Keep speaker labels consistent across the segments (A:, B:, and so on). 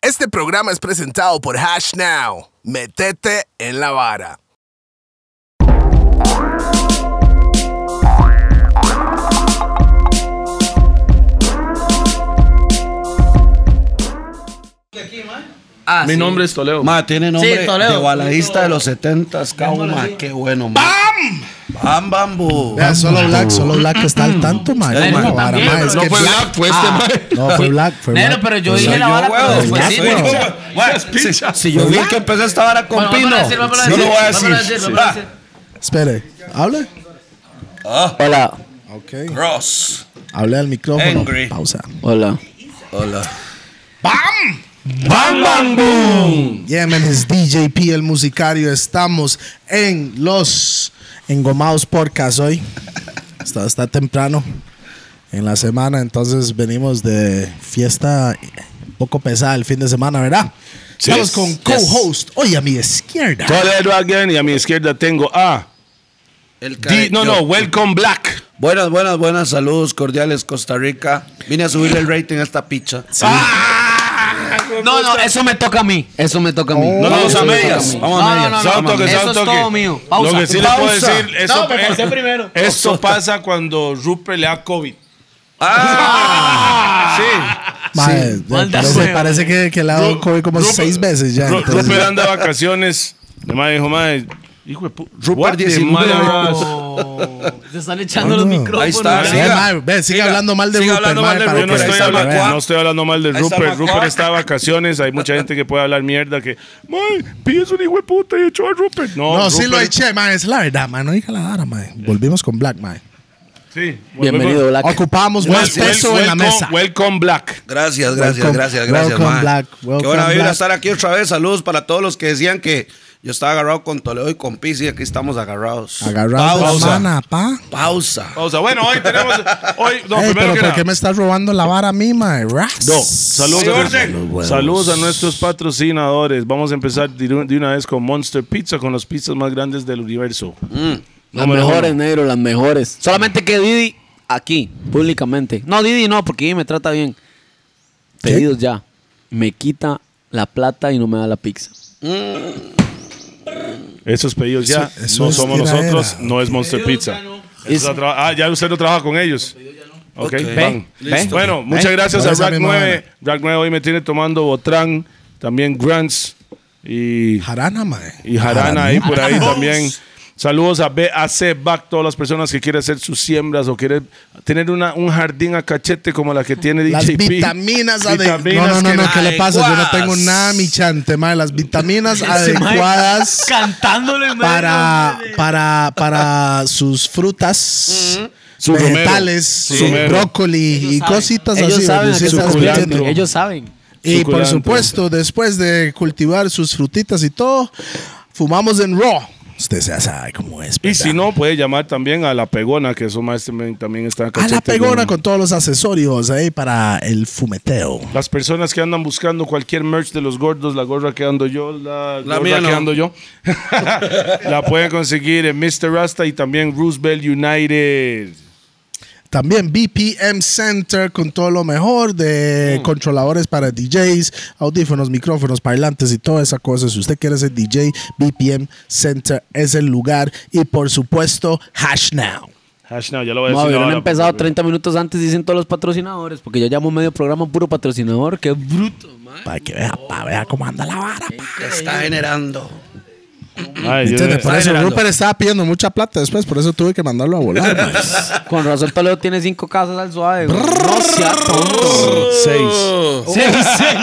A: Este programa es presentado por Hash Now. Metete en la vara.
B: Ah,
C: Mi
B: sí.
C: nombre es Toledo.
D: Ma, tiene nombre
B: Sí, Toledo.
D: de baladista de los 70s, cao, ma, qué bueno, ma. ¡Bam! ¡Bam, bambu!
E: Vea, solo Black, solo Black está al tanto, man.
D: Ay,
E: No,
D: man,
E: vara,
B: también,
E: man,
B: pero
E: es
C: no
E: que
C: fue Black, fue
D: Ah,
C: este mae.
E: No, fue Black, fue
B: Nero,
E: Black.
B: pero yo
E: Pues
B: dije
E: soy
B: la
E: yo,
B: vara, pero
D: huevón.
B: después
D: Ya
B: sí,
D: soy
B: pero-
D: yo. Ma, si, si yo vi que empezó esta vara con
B: Bueno,
D: Pino,
B: vamos a decir, vamos a
D: yo lo voy a
B: decir,
D: decir. Ah,
B: vamos a decir, vamos a
D: Sí.
B: decir.
E: Espere, hable.
F: Hola,
E: Ok.
D: Cross.
E: Hable al micrófono.
D: Angry.
E: Pausa.
F: hola.
D: Hola. ¡Bam! ¡Bam, bam, boom!
E: Yeah, man, es DJP, el musicario. Estamos en los Engomados Podcast hoy. Está, está temprano en la semana, entonces venimos de fiesta un poco pesada el fin de semana, ¿verdad? Estamos con co-host hoy a mi izquierda.
C: Toledo again. Y a mi izquierda tengo a.
D: El
C: D- no,
D: cabello.
C: no, Welcome Black.
D: Buenas, buenas, buenas. Saludos cordiales, Costa Rica. Vine a subir el rating a esta picha.
B: No, no, eso me toca a mí.
F: Eso me toca a mí.
C: No, no,
F: Eso
C: vamos a
F: me
C: medias.
F: toca a mí.
D: Vamos a
B: No,
D: medias.
B: no,
C: Santo
B: mami,
C: que
B: eso
C: santo
B: es
C: que-
B: todo mío. Pausa,
C: Lo que sí le puedo
D: pausa.
C: decir. Esto,
B: No, me pasé primero.
C: Esto pasa cuando Rupert le da COVID.
D: ¡Ah!
E: Mae,
B: Manda
E: parece,
B: huevo.
E: parece que, que le ha dado
C: Ru-
E: COVID como
C: Rupert-
E: seis veces ya.
C: Ru-
E: entonces-
C: Rupert anda de vacaciones. Mi madre dijo, madre. Hijo de puta. Rupert
D: 19
B: Oh, Te están echando
E: No,
B: los
E: no.
B: micrófonos.
D: Ahí está,
E: Sí,
D: siga.
E: mae, ve, sigue
D: Siga.
E: hablando mal de
D: Siga
E: Rupert.
D: hablando mal
E: mae,
D: de
E: para
C: Yo
D: Rupert,
C: no
E: que-
D: ahí
C: estoy,
D: está,
C: hablando,
D: vea.
C: no estoy hablando mal de
D: Ahí está
C: Rupert.
D: Macoa.
C: Rupert está de vacaciones. Hay mucha gente que puede hablar mierda que. Mae, pillas un hijo de puta y echó a Rupert. No,
E: No, sí
C: Rupert-
E: lo eché, mae, es la verdad, mae, no dije la vara, mae. Volvimos con Black, mae.
C: Sí.
F: Bienvenido, Black.
E: Ocupamos
C: Wel-
E: más
C: wel-
E: peso en la
C: welcome-
E: mesa.
C: Welcome Black.
D: Gracias, gracias,
E: Welcome-
D: gracias, gracias,
E: welcome
D: ma.
E: Black,
D: Qué
E: welcome
D: buena vibra
E: Black.
D: estar aquí otra vez. Saludos para todos los que decían que yo estaba agarrado con Toledo y con Pizzi. Aquí estamos agarrados.
E: Agarrado la
D: Pausa.
E: mana, pa.
D: Pausa.
C: O sea, bueno, hoy tenemos. Hoy, no,
E: Ey,
C: primero
E: pero
C: que
E: ¿por
C: nada.
E: qué me estás robando la vara a mí, mae? Ras.
C: No, saludos,
D: Sí,
C: a,
D: orden.
C: Saludos, huevos. saludos a nuestros patrocinadores. Vamos a empezar de un- de una vez con Monster Pizza, con las pizzas más grandes del universo.
F: Las
C: Número
F: mejores,
C: uno.
F: negro, las mejores. Solamente que Didi, aquí, públicamente. No, Didi no, porque Didi me trata bien. Pedidos ya. Me quita la plata y no me da la pizza.
C: Esos pedidos ya
E: Eso- eso
C: no
E: es
C: somos
E: tiradera.
C: nosotros, no es Monster Pizza. Eso
F: Es-
C: está traba- ah, ya usted no trabaja con ellos. Ok,
D: Ok.
C: van.
D: Ve, listo.
C: Bueno, muchas gracias
E: Por
C: a
E: esa
C: Rack
E: misma
C: 9.
E: vaina.
C: Rack 9 hoy me tiene tomando Botran, también Grants y
E: Jarana, mae.
C: Y Jarana ahí por ahí también. Saludos a BAC Back, todas las personas que quieren hacer sus siembras o quieren tener una, un jardín a cachete como la que tiene
E: Las
C: DJP.
E: vitaminas adecuadas. No,
C: Vitaminas
E: no, no,
C: que-
E: no, ¿qué le pasa? Yo no
D: adecuadas.
E: tengo nada, mi chante, mae. Las vitaminas
B: Ese mae
E: adecuadas
B: Cantándole en medio,
E: para,
B: madre.
E: para, para sus frutas.
C: Su romero.
E: vegetales,
C: Su
E: su
C: romero.
E: brócoli y cositas
F: Ellos
E: así.
F: saben a
E: ¿verdad?
F: qué
E: Sí,
F: se
C: suculento.
F: refieren. Ellos saben.
E: Y por
C: Suculento.
E: supuesto, después de cultivar sus frutitas y todo, fumamos en raw. Usted ya sabe cómo es.
C: Y
E: ¿verdad?
C: si no, puede llamar también a La Pegona, que eso más también, también está a
E: a
C: cachete.
E: la pegona
C: con-
E: con todos los accesorios ahí para el fumeteo.
C: Las personas que andan buscando cualquier merch de los gordos, la gorra que ando yo, la, gorra
D: mía
C: que
D: no.
C: ando yo, la pueden conseguir en Mr. Rasta y también Roosevelt United.
E: También BPM Center con todo lo mejor de controladores para DJs, audífonos, micrófonos, parlantes y toda esa cosa. Si usted quiere ser DJ, BPM Center es el lugar. Y por supuesto, Hash Now.
C: Hash now, ya lo voy a
F: No,
C: decir.
F: hubieran
C: ahora,
F: empezado
C: porque-
F: 30 minutos antes, dicen todos los patrocinadores, porque yo llamo medio programa puro patrocinador. Qué bruto, man.
E: Para que vea, para vea cómo anda la vara. pa.
D: Está generando.
C: Ay, yo-
E: ¿Entiende? Por eso
D: generando.
E: Rupert estaba pidiendo mucha plata después, por eso tuve que mandarlo a volar. mae.
F: Con razón, Toledo tiene cinco casas al suave. güey. No sea tonto.
E: Seis.
B: Seis, seis,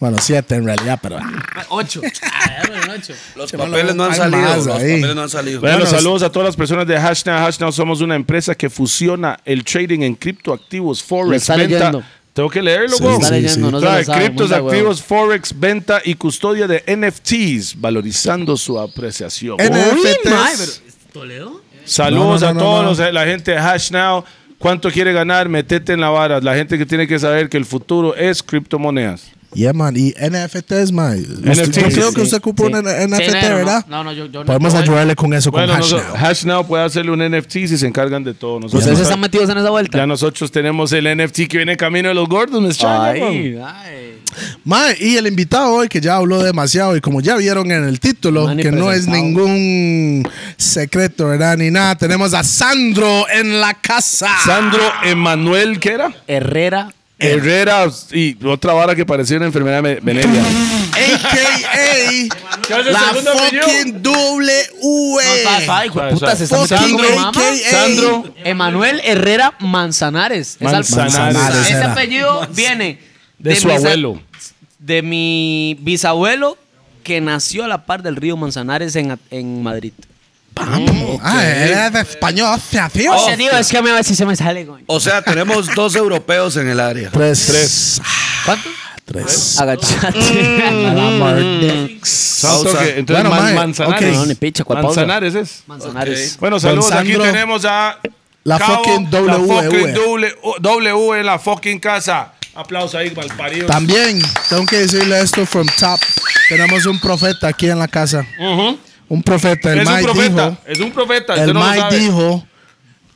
E: Bueno, siete en realidad, pero.
B: Ocho. Ah, ya fueron ocho.
D: Los
E: Chimalo,
D: papeles no han
E: hay
D: salido.
E: más
D: Los
E: ahí.
D: papeles no han salido.
C: Bueno,
E: Bueno,
C: saludos a todas las personas de Hashnow. Hashnow somos una empresa que fusiona el trading en criptoactivos,
F: Lo
C: forex,
F: está leyendo.
C: venta. Tengo que leerlo,
E: Sí,
C: güey.
F: Está
E: sí,
F: leyendo,
E: sí.
F: no se
C: Trae
F: lo sabe,
C: criptos,
F: manda huevo.
C: activos, forex, venta y custodia de NFTs, valorizando su apreciación.
E: En-
B: Uy,
E: NFTs.
B: mae, pero- ¿Toledo?
C: Saludos
E: No, no, no,
C: a todos
E: no, no.
C: los- la gente de Hashnow. ¿Cuánto quiere ganar? Metete en la vara. La gente que tiene que saber que el futuro es criptomonedas.
E: Yeah, man. Y NFTs, man.
C: NFT,
E: Yo creo
C: sí.
E: que usted ocupa un NFT,
F: no,
E: ¿verdad?
F: No, no, yo, yo no.
E: Podemos
F: yo-
E: ayudarle con eso,
C: Bueno,
E: con
C: nosotros-
E: hashtag.
C: Hashnow puede hacerle un NFT si se encargan de todo. Nosotros,
G: ¿Ustedes están metidos en esa vuelta?
C: ya nosotros tenemos el NFT que viene en camino de los gordos, Miss Chaya, man.
G: Ay, ay.
E: Mae, y el invitado hoy que ya habló demasiado y como ya vieron en el título,
G: Man, y
E: que no es
G: presentado.
E: ningún secreto, ¿verdad? Ni nada, tenemos a Sandro en la casa.
C: Sandro Emanuel, ¿qué era?
G: Herrera.
E: Eh.
C: Herrera y otra vara que parecía una enfermedad me- venérea.
E: AKA
C: el
E: la
C: segundo apellido?
E: fucking
F: No, sabe,
E: W.
F: sabe, hijo de puta, se está
E: Fucking
F: metiendo con mamá.
E: AKA.
C: Sandro
F: Emanuel Herrera Manzanares. Es al-
C: Manzanares.
E: Manzanares
F: Ese
E: era.
F: apellido viene
C: de su
F: mis-
C: abuelo.
F: de mi bisabuelo que nació a la par del río Manzanares en, en Madrid.
E: Ah, era de español, hostia, tío.
F: O sea, digo, es que a mí si se me sale, güey.
D: O sea, tenemos dos europeos en el área.
E: Tres. Tres.
F: ¿Cuánto?
E: Tres.
F: Agachate. Mm.
C: Santo
D: Pausa.
C: que- entonces
E: Bueno,
C: Man-
E: mae,
C: Manzanares.
E: ok.
G: No, ni picha, ¿cuál pausa?
C: Manzanares es.
F: Manzanares.
C: Bueno, saludos.
E: Don Sandro,
C: Aquí tenemos a
E: la fucking
C: la
E: W. eh.
C: fucking W, W en la fucking casa. Aplausos ahí para el parido.
E: También tengo que decirle esto from top. Tenemos un profeta aquí en la casa. Un profeta, el
C: es un
E: Mike
C: profeta,
E: dijo.
C: es un profeta. usted
E: El
C: no lo
E: Mike
C: sabe.
E: dijo.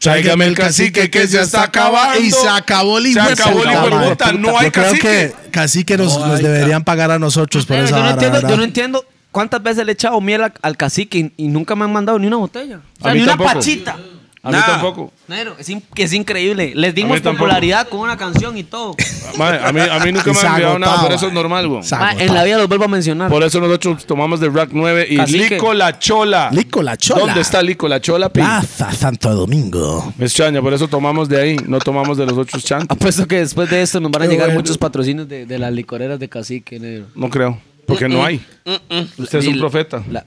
C: Tráigame el cacique que se está acabando.
E: Y se acabó el
C: Se
E: hijo de
C: acabó el
E: puta,
C: hijo de
E: madre.
C: puta, no hay
E: Yo creo
C: cacique.
E: que cacique nos, nos deberían pagar a nosotros por
F: Pero
E: esa
F: yo no,
E: vara,
F: entiendo, yo
E: ¿verdad?
F: no entiendo cuántas veces le he echado miel a- al cacique y, y nunca me han mandado ni una botella. O sea,
C: A mí
F: ni una
C: tampoco.
F: pachita.
C: A mí
D: Nah.
C: tampoco.
F: Nero, es, in- que es increíble. Les dimos
C: tampoco. Ah,
F: popularidad con una canción y todo.
C: Madre, a, mí, a mí nunca
E: Y
C: me
E: se
C: han enviado nada,
E: agotaba.
C: pero eso es normal, güey.
E: Se
F: Ma,
E: agotó.
F: Ah, en la vida los vuelvo a mencionar.
C: Por eso nosotros tomamos de Rack 9 y
F: Cacique.
C: Lico La Chola.
E: Lico La Chola. Ah.
C: ¿Dónde está Lico La Chola, pi?
E: Plaza Santo Domingo.
C: Me extraña, por eso tomamos de ahí, no tomamos de los otros chantos.
F: Apuesto que después de esto nos van a
E: Qué
F: llegar
E: bueno.
F: muchos patrocinios de, de las licoreras de cacique, negro.
C: No creo, porque no hay. Usted es
F: Y-
C: un profeta.
F: la-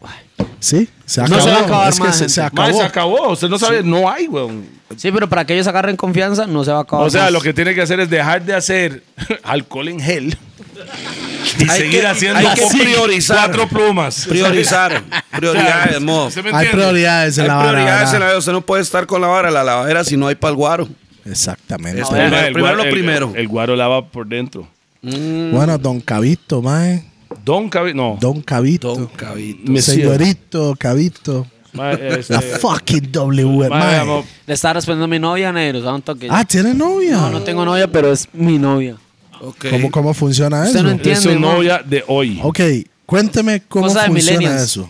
E: Sí, se
F: No
E: acabó.
F: se va a acabar
E: es que
F: más,
E: se, se
F: gente.
C: Madre,
E: acabó.
C: se acabó, usted no sabe, no hay, güey.
F: sí, pero para que ellos agarren confianza, no se va a acabar.
C: O sea,
F: más.
C: lo que tiene que hacer es dejar de hacer alcohol en gel y
D: Hay
C: seguir
D: que-
C: haciendo
D: hay que
C: cuatro-
D: priorizar.
C: cuatro plumas.
D: Priorizar. Prioridades, mo.
C: ¿Usted me
E: Hay
C: entiende?
E: prioridades en
D: Hay
E: la vara.
D: prioridades en la
E: ¿verdad?
D: vida. Usted no puede estar con la vara en la lavadera si no hay pal guaro.
E: Exactamente.
D: Es-
C: Bueno,
D: Primero,
C: el
D: primero
C: gua-
D: lo
C: el-
D: primero.
C: El, guaro lava por dentro.
E: Bueno, Don Cabito, mae.
C: Don Cabe... No.
E: Don Cabito.
D: Don Cabito.
E: Señorito Cabito.
C: Ma- este,
E: La fucking W,
C: ma-
E: mae.
C: mo-
F: Le estaba respondiendo a mi novia, negro. o sea, un toque.
E: Ah, ¿tiene novia?
F: no, no tengo novia, pero es mi novia.
D: Ok.
E: ¿Cómo, ¿Cómo funciona eso?
F: Usted no
C: es
F: entiende.
C: su
F: ma.
C: novia de hoy.
E: Ok, cuénteme cómo
F: Cosa de
E: funciona
F: millennials.
E: eso.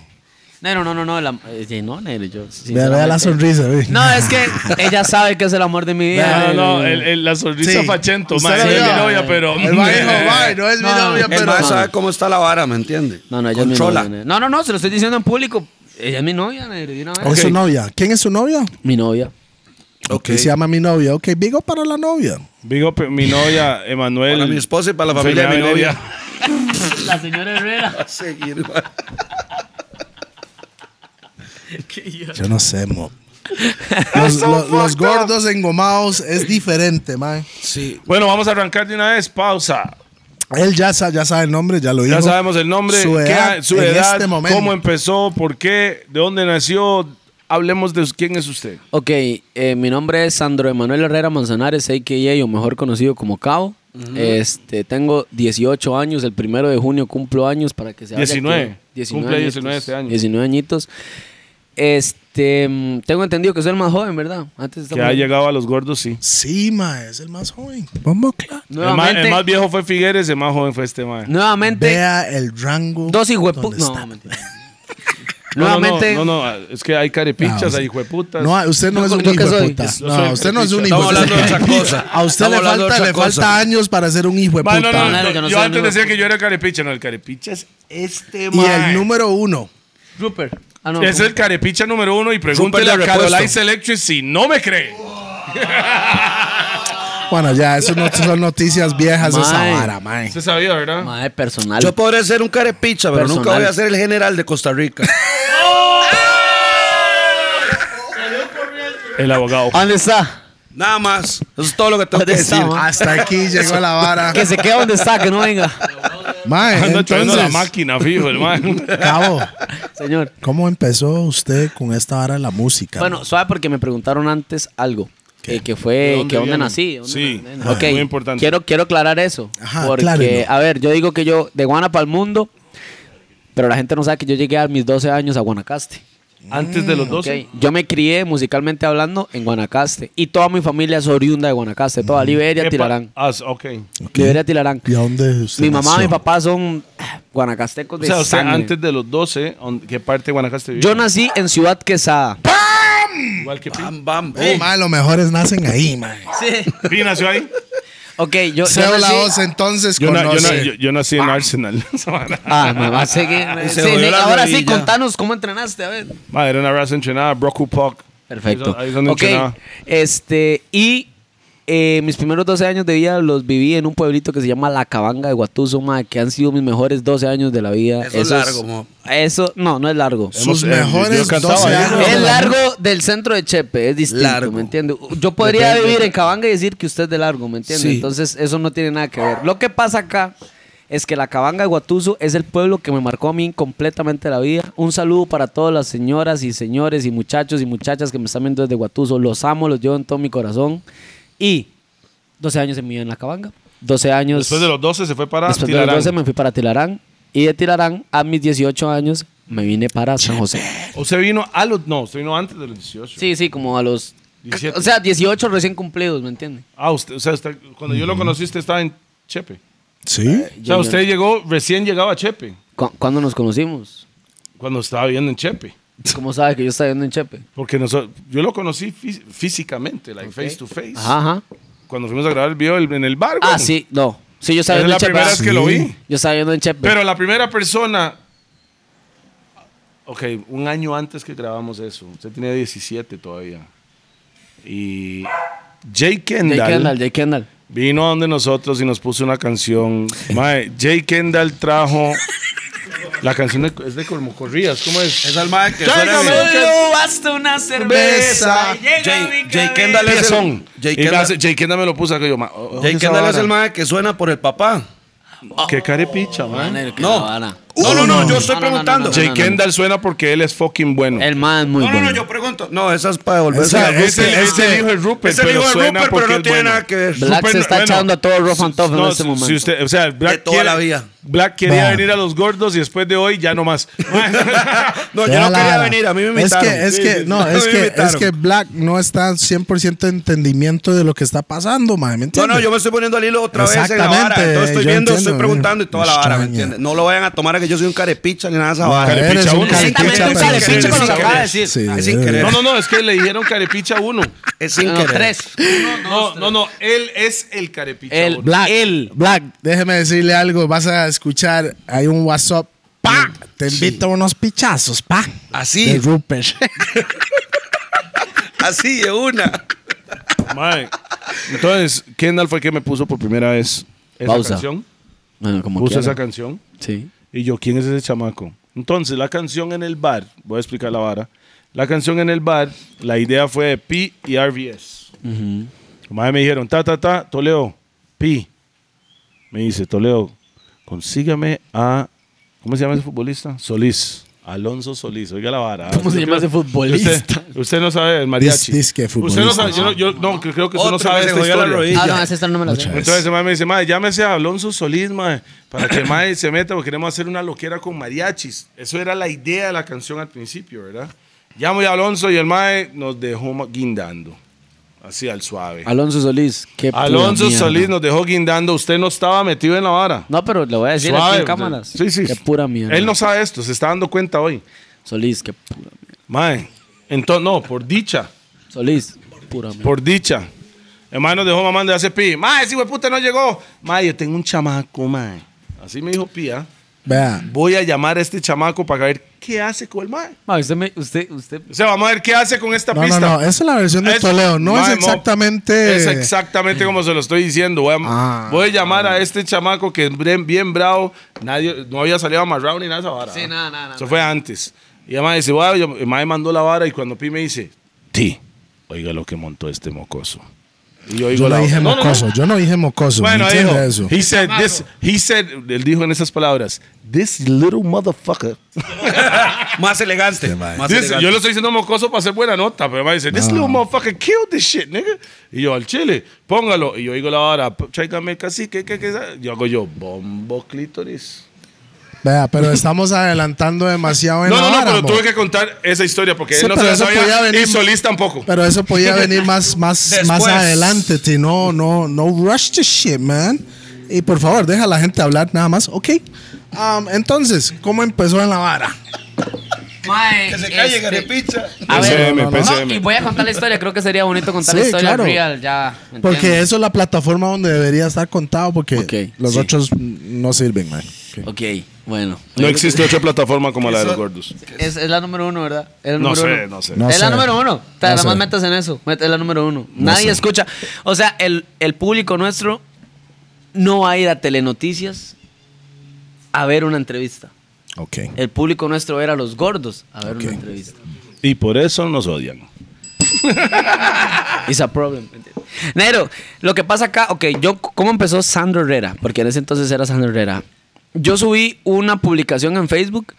F: Negro, no, no, no. la- eh, no, negro, yo.
E: Vea, vea la
F: sinceramente-
E: sonrisa, ve.
F: No, es que ella sabe que es el amor de mi vida. Eh,
C: No, no,
F: negro.
C: no, el- el- la sonrisa
E: Sí.
C: fachento,
E: Usted
C: ma,
E: la
C: sí, es
E: vio.
C: mi novia, pero...
E: El mae dijo, "Mae, no es mi
F: No, no,
E: novia,
F: el
D: El
E: pero...
D: mae sabe cómo está la vara, ¿me entiende?
F: No, no, ella es mi
D: Controla.
F: novia. negro. No, no, no, se lo estoy diciendo en público. Ella es mi novia, negro. de una vez.
E: ¿Es su novia? ¿Quién es su novia?
F: Mi novia.
D: Ok.
E: Que se llama mi novia. Ok, Vigo para la novia.
C: Digo, pe- mi novia, Emanuel...
D: Para mi esposa y para la familia de mi
C: Veneria.
D: novia.
F: La señora Herrera.
D: Seguir, mae.
E: Yo no sé, mo. Los, lo- los gordos engomados es diferente, man.
D: Sí.
C: Bueno, vamos a arrancar de una vez. Pausa.
E: Él ya, sa- ya sabe el nombre, ya lo dijo.
C: Ya sabemos el nombre,
E: Su
C: qué-
E: edad,
C: su
E: en
C: edad,
E: este momento.
C: cómo empezó, por qué, de dónde nació. Hablemos de quién es usted.
G: Ok, eh, mi nombre es Sandro Emanuel Herrera Manzanares, a.k.a. o mejor conocido como Cabo. Este, tengo 18 años, el primero de junio cumplo años para que se vaya
C: 19.
G: activo. 19
C: Cumple
G: añitos,
C: 19 este año.
G: 19 añitos. Este, mm, tengo entendido que soy el más joven, ¿verdad? Antes
C: Que ha llegado a los gordos, sí.
E: Sí, ma, es el más joven. Vamos, claro.
C: El más,
F: Nuevamente,
C: el más viejo fue Figueres, el más joven fue este man.
F: nuevamente
E: Vea el rango.
F: Dos hijuepu-
E: donde
F: no,
E: está.
F: mentira.
C: No, no,
F: nuevamente
C: no, no, es que hay
E: Ah,
C: carepichas, hay hijueputas.
E: No, usted no es
F: ¿yo
E: un
F: qué
E: hijo de
F: soy?
E: puta.
C: Yo soy
E: No, usted no es un hijo
D: Estamos
E: de
D: hablando de
E: puta.
D: otra cosa.
E: A usted le
D: Estamos hablando de otra
E: falta, le
D: cosa.
E: falta años para ser un hijo de
C: Ma,
E: puta.
C: no, no, no,
F: No, yo no
C: yo
F: soy
C: antes
F: ningún-
C: decía que yo era carepicha, no, el carepicha es este
E: Y el
C: man.
E: número uno.
F: Rupert. Ah, no,
C: Es el carepicha número uno y pregúntele
D: Súper
C: a
D: de repuesto.
C: Caroline Electric si no me cree.
E: Bueno, ya, eso no son noticias viejas de esa
G: Mae.
E: vara, mae.
C: Usted sabía, ¿verdad?
G: Madre personal.
D: Yo podré ser un carepicha, pero nunca
G: Personal.
D: voy a ser el general de Costa Rica.
C: El abogado.
G: ¿Dónde está?
D: Nada más. Eso es todo lo que tengo que
G: ¿Dónde
D: decir. Ah,
G: está, ma?
E: Hasta aquí llegó la vara.
G: Que se quede donde está, que no venga.
F: Ah,
E: Mae,
C: Ando echando Ah, la
E: entonces,
C: máquina, fijo, el man.
E: cabo,
G: Señor.
E: ¿cómo empezó usted con esta vara de la música?
G: Bueno, suave porque me preguntaron antes algo.
F: eh, que fue,
C: dónde
F: que dónde
C: viene?
F: nací. dónde
C: Sí,
F: na-
C: ajá,
F: Ok,
C: muy importante.
F: Quiero, quiero aclarar eso.
E: Ajá,
F: porque,
E: aclárenlo.
F: a ver, yo digo que yo, de Guana para el mundo, pero la gente no sabe que yo llegué a mis 12 años a Guanacaste.
C: Antes de los
F: Mm, Ok,
C: 12.
F: Yo me crié musicalmente hablando en Guanacaste y toda mi familia es oriunda de Guanacaste, toda Liberia,
C: Epa,
F: Tilarán.
C: ah, ok.
F: Liberia, Tilarán.
E: ¿Y a dónde usted
F: Mi mamá y mi
E: nació?
F: papá son guanacastecos
C: O
F: de
C: sea, usted
F: sangre.
C: antes de los 12, ¿on- ¿qué parte de Guanacaste vive?
F: Yo nací en Ciudad Quesada.
C: Igual que Pi.
D: Bam, bam,
E: Oh, mae, los mejores nacen ahí, mae.
C: Pi nació ahí.
F: Ok, yo, yo
E: Cédula
F: nací-
E: 12, entonces
C: Yo, na- yo na-
E: conoce.
C: yo- yo nací en Arsenal. Esa vara.
F: Ah, mamá, sé que...
D: Se
F: sí,
D: jodió
F: sí,
D: la
F: ahora sí,
D: rodilla.
F: contanos cómo entrenaste, a ver.
C: Madre, era una raza entrenada, Broku Puck.
F: Perfecto.
C: Ahí es donde
F: ok,
C: entrenaba.
F: este, y eh, mis primeros 12 años de vida los viví en un pueblito que se llama La Cabanga de Guatuso, ma, que han sido mis mejores 12 años de la vida.
D: Eso es largo, mo.
F: Eso, no, no es largo.
C: Hemos-
E: Sus
C: eh,
E: mejores
C: yo cantaba
E: 12
C: ahí,
E: años.
F: Es largo del centro de Chepe, es distinto,
D: Largo.
F: ¿me entiendes? Yo podría
D: Depende.
F: vivir en Cabanga y decir que usted es de largo, ¿me entiende?
D: Sí.
F: Entonces, eso no tiene nada que ver. Lo que pasa acá es que la Cabanga de Guatuso es el pueblo que me marcó a mí completamente la vida. Un saludo para todas las señoras y señores y muchachos y muchachas que me están viendo desde Guatuso. Los amo, los llevo en todo mi corazón. Y 12 años en mi vida en la Cabanga. 12 años.
C: Después de los 12 se fue para
F: Después de
C: Tilarán.
F: los 12 me fui para Tilarán. Y de Tilarán, a mis 18 años, me vine para San José.
C: Usted vino a los... No, usted vino antes de los 18.
F: Sí, sí, como a los...
C: 17.
F: O sea, 18 recién cumplidos, ¿me entiendes?
C: Ah, usted, o sea, usted- cuando yo lo conocí, usted estaba en Chepe.
E: Sí.
C: O sea, usted llegó, recién llegaba a Chepe,
F: ¿Cu- ¿Cuándo nos conocimos?
C: cuando estaba viviendo en Chepe.
F: ¿Cómo sabe que yo estaba viendo en Chepe?
C: Porque noso- yo lo conocí fí- físicamente, like face to face.
F: Ajá, ajá.
C: Cuando fuimos a grabar el video el- en el bar.
F: Ah,
C: weón.
F: sí, no. Sí, yo estaba
C: Esa Es
F: viendo
C: la
F: en Chepe.
C: primera
F: ah.
C: vez que lo vi.
F: Yo estaba viendo en Chepe.
C: Pero la primera persona. Ok, un año antes que grabamos eso. Usted tenía 17 todavía. Y Jay Kendall,
F: Jay Kendall, Jay Kendall.
C: vino a donde nosotros y nos puso una canción. Mae, Jay Kendall trajo. La canción de- es de Cormocorrías. ¿Cómo es?
D: Es al mae que suena
C: Tráigame
D: bien.
B: Solo basta una cerveza.
D: Jay-
B: llega a mi
D: Jay
B: cabeza.
D: Kendall es el
C: Son.
D: Jay
C: Y me hace-
D: Kendall-
C: Jay Kendall me lo puso aquello. ma- o-
D: Jay
C: esa
D: Kendall es
C: vara.
D: el mae que suena por el papá.
C: Qué carepicha, man.
D: No. No, no, no, yo estoy
F: No, no, no,
D: preguntando.
F: no, no,
C: Jay
F: no.
C: Kendall suena porque él es fucking bueno.
F: El man es muy
D: No, no, no,
F: bueno.
D: yo pregunto. No, esa es para devolverse.
E: Esa-
D: la-
E: esa-
D: Ese-
E: esa-
D: ese-
C: el hijo de Rupert,
D: Es el hijo de
C: pero suena
D: Rupert, pero
C: porque
D: no
C: es
D: tiene
C: bueno.
D: nada que ver.
F: Black se está echando a todo rough and tough en
C: no,
F: este
C: si-
F: momento.
C: Si usted, o sea, Black,
D: De toda
C: quiere-
D: la vida.
C: Black quería
E: Va.
C: venir a los gordos y después de hoy ya no más.
D: No, yo
E: Sea
D: no quería
E: la vara.
D: venir, a mí me invitaron.
E: Es que, es
D: Sí,
E: que,
D: sí,
E: no,
D: sí,
E: es
D: me
E: que, es
D: invitaron.
E: que Black no está 100% de entendimiento de lo que está pasando, mae, ¿me
D: No,
E: entiendes?
D: no, yo me estoy poniendo al hilo otra vez en la vara.
E: Exactamente,
D: Entonces estoy
E: yo
D: viendo, estoy
E: entiendo,
D: preguntando y toda la vara, ¿me
E: extraña.
D: entiendes? No lo vayan a tomar a que yo soy un carepicha ni nada de esa
E: Ah,
D: vara.
E: eres
C: Carepicha
E: un
C: uno.
E: carepicha,
F: Exactamente, un
E: pero
F: carepicha
E: sí.
F: con lo que acaba de decir.
E: Sí,
D: Es sin querer.
C: no, no, no, es que le dijeron carepicha uno.
D: Es sin
F: No,
D: querer.
F: tres.
C: No, no, no, él es el carepicha
F: El
C: uno.
F: Black. El
E: Black, déjeme decirle algo, vas a escuchar, hay un WhatsApp, pa, te invito a unos pichazos, pa, de
D: Así,
E: Rupert.
D: así de una.
C: Mae. Entonces, Kendall fue el que me puso por primera vez esa
F: Pausa.
C: canción.
F: Bueno, como
C: Puso
F: quiera.
C: esa canción.
F: Sí.
C: Y yo, ¿quién es ese chamaco? Entonces, la canción en el bar, voy a explicar la vara. La canción en el bar, la idea fue de P y RBS. Más me dijeron, ta, ta, ta, Toleo, P. Me dice, Toleo, consígame a. ¿Cómo se llama ese futbolista? Solís. Alonso Solís, oiga la vara.
F: ¿Cómo se llama ese futbolista?
C: Usted, usted no sabe el mariachi.
E: Diz- disque
C: usted no
E: futbolista.
C: sabe, yo, no- yo no, creo- creo que usted
D: Otro
C: no sabe
D: que se
C: esta
D: jodió la
C: historia.
D: rodilla.
F: Ah, no, ese no me la sé.
C: Entonces el mae me dice, mae, llámese a Alonso Solís, mae, para que mae se meta, porque queremos hacer una loquera con mariachis. Eso era la idea de la canción al principio, ¿verdad? Llamo ya a Alonso y el mae nos dejó ma- guindando, así al suave.
F: Alonso Solís. Qué pura
C: Alonso
F: mierda.
C: Solís nos dejó guindando, usted no estaba metido en la vara.
F: No, pero le voy a decir
C: Suave,
F: aquí en
C: usted.
F: cámaras.
C: Sí, sí.
F: Qué pura mierda.
C: Él no sabe esto, se está dando cuenta hoy.
F: Solís, qué pura mierda.
C: Mae, entonces, no, por dicha.
F: Solís, pura mierda.
C: Por dicha. El mae nos dejó mamando de hace pi. Mae, ese puta no llegó. Mae, yo tengo un chamaco, mae. Así me dijo Pía.
E: Vea,
C: Voy a llamar a este chamaco para ver qué hace con el mae.
F: Ma, usted, me, usted, usted
C: O sea, vamos a ver qué hace con esta
E: no, no,
C: pista.
E: no, esa es la versión de
C: Es-
E: Toledo, no es
C: mae, mo-
E: exactamente...
C: Es exactamente como se lo estoy diciendo. Voy a,
E: Ah.
C: voy a llamar a este chamaco que es bien, bien bravo. Nadie, no había salido amarrado ni nada de esa vara.
B: Sí,
C: ¿ah?
B: nada, nada,
C: Eso fue antes. Y el mae dice, "Voy a llam-". el mae mandó la vara y cuando Pi me dice, ti, oiga lo que montó este mocoso. Y yo digo
E: Yo
C: la
E: no dije
C: otra. No, no, no.
E: mocoso. Yo no dije mocoso.
C: Bueno,
E: ¿me
C: dijo,
E: entiende eso?
C: he said this, he said, él dijo en esas palabras, this little motherfucker.
D: Más elegante. más
C: This-
D: elegante.
C: yo le estoy diciendo mocoso para hacer buena nota, pero me dice, this little motherfucker killed this shit, nigga. Y yo, al chile, póngalo. Y yo digo la hora, p- tráigame el cacique, que, que, yo hago yo, bombo clítoris.
E: Vea, pero estamos adelantando demasiado en
C: No,
E: la
C: no, no,
E: vara,
C: pero
E: mo.
C: tuve que contar esa historia porque
E: Sí,
C: él no se
E: pero
C: la
E: eso podía
C: sabía
E: venir-
C: y Solís tampoco.
E: Pero eso podía venir más, más,
D: Después.
E: más adelante, ti. No, no, no rush the shit, man. Y por favor, deja a la gente hablar nada más. Ok. Am, entonces, ¿cómo empezó en la vara?
F: Mae,
D: Que se calle,
F: este,
D: Garepicha.
F: A ver,
C: PCM,
E: no, no, no.
F: no,
C: PCM.
F: y voy a contar la historia. Creo que sería bonito contar
E: Sí,
F: la historia
E: claro.
F: real, ya. ¿me
E: Porque
F: entiendes?
E: eso es la plataforma donde debería estar contado, porque
G: Ok,
E: los
G: sí.
E: otros no sirven, man. Ok.
G: Ok, bueno.
C: No existe otra plataforma como la de los gordos.
F: Es, es la número uno, ¿verdad? Es la
C: No
F: número
C: sé,
F: uno.
C: no sé.
E: No
F: es la
E: sé.
F: número uno. O sea,
E: No
F: nada más
E: sé.
F: metas en eso. Met- Es la número uno. Nadie escucha. O sea, el, el público nuestro no va a ir a Telenoticias a ver una entrevista.
E: Ok.
F: El público nuestro va a ir a los gordos a ver
E: Ok.
F: una entrevista.
C: Y por eso nos odian.
F: It's a problem. Nero, lo que pasa acá, ok, yo, ¿cómo empezó Sandro Herrera? Porque en ese entonces era Sandro Herrera. Yo subí una publicación en Facebook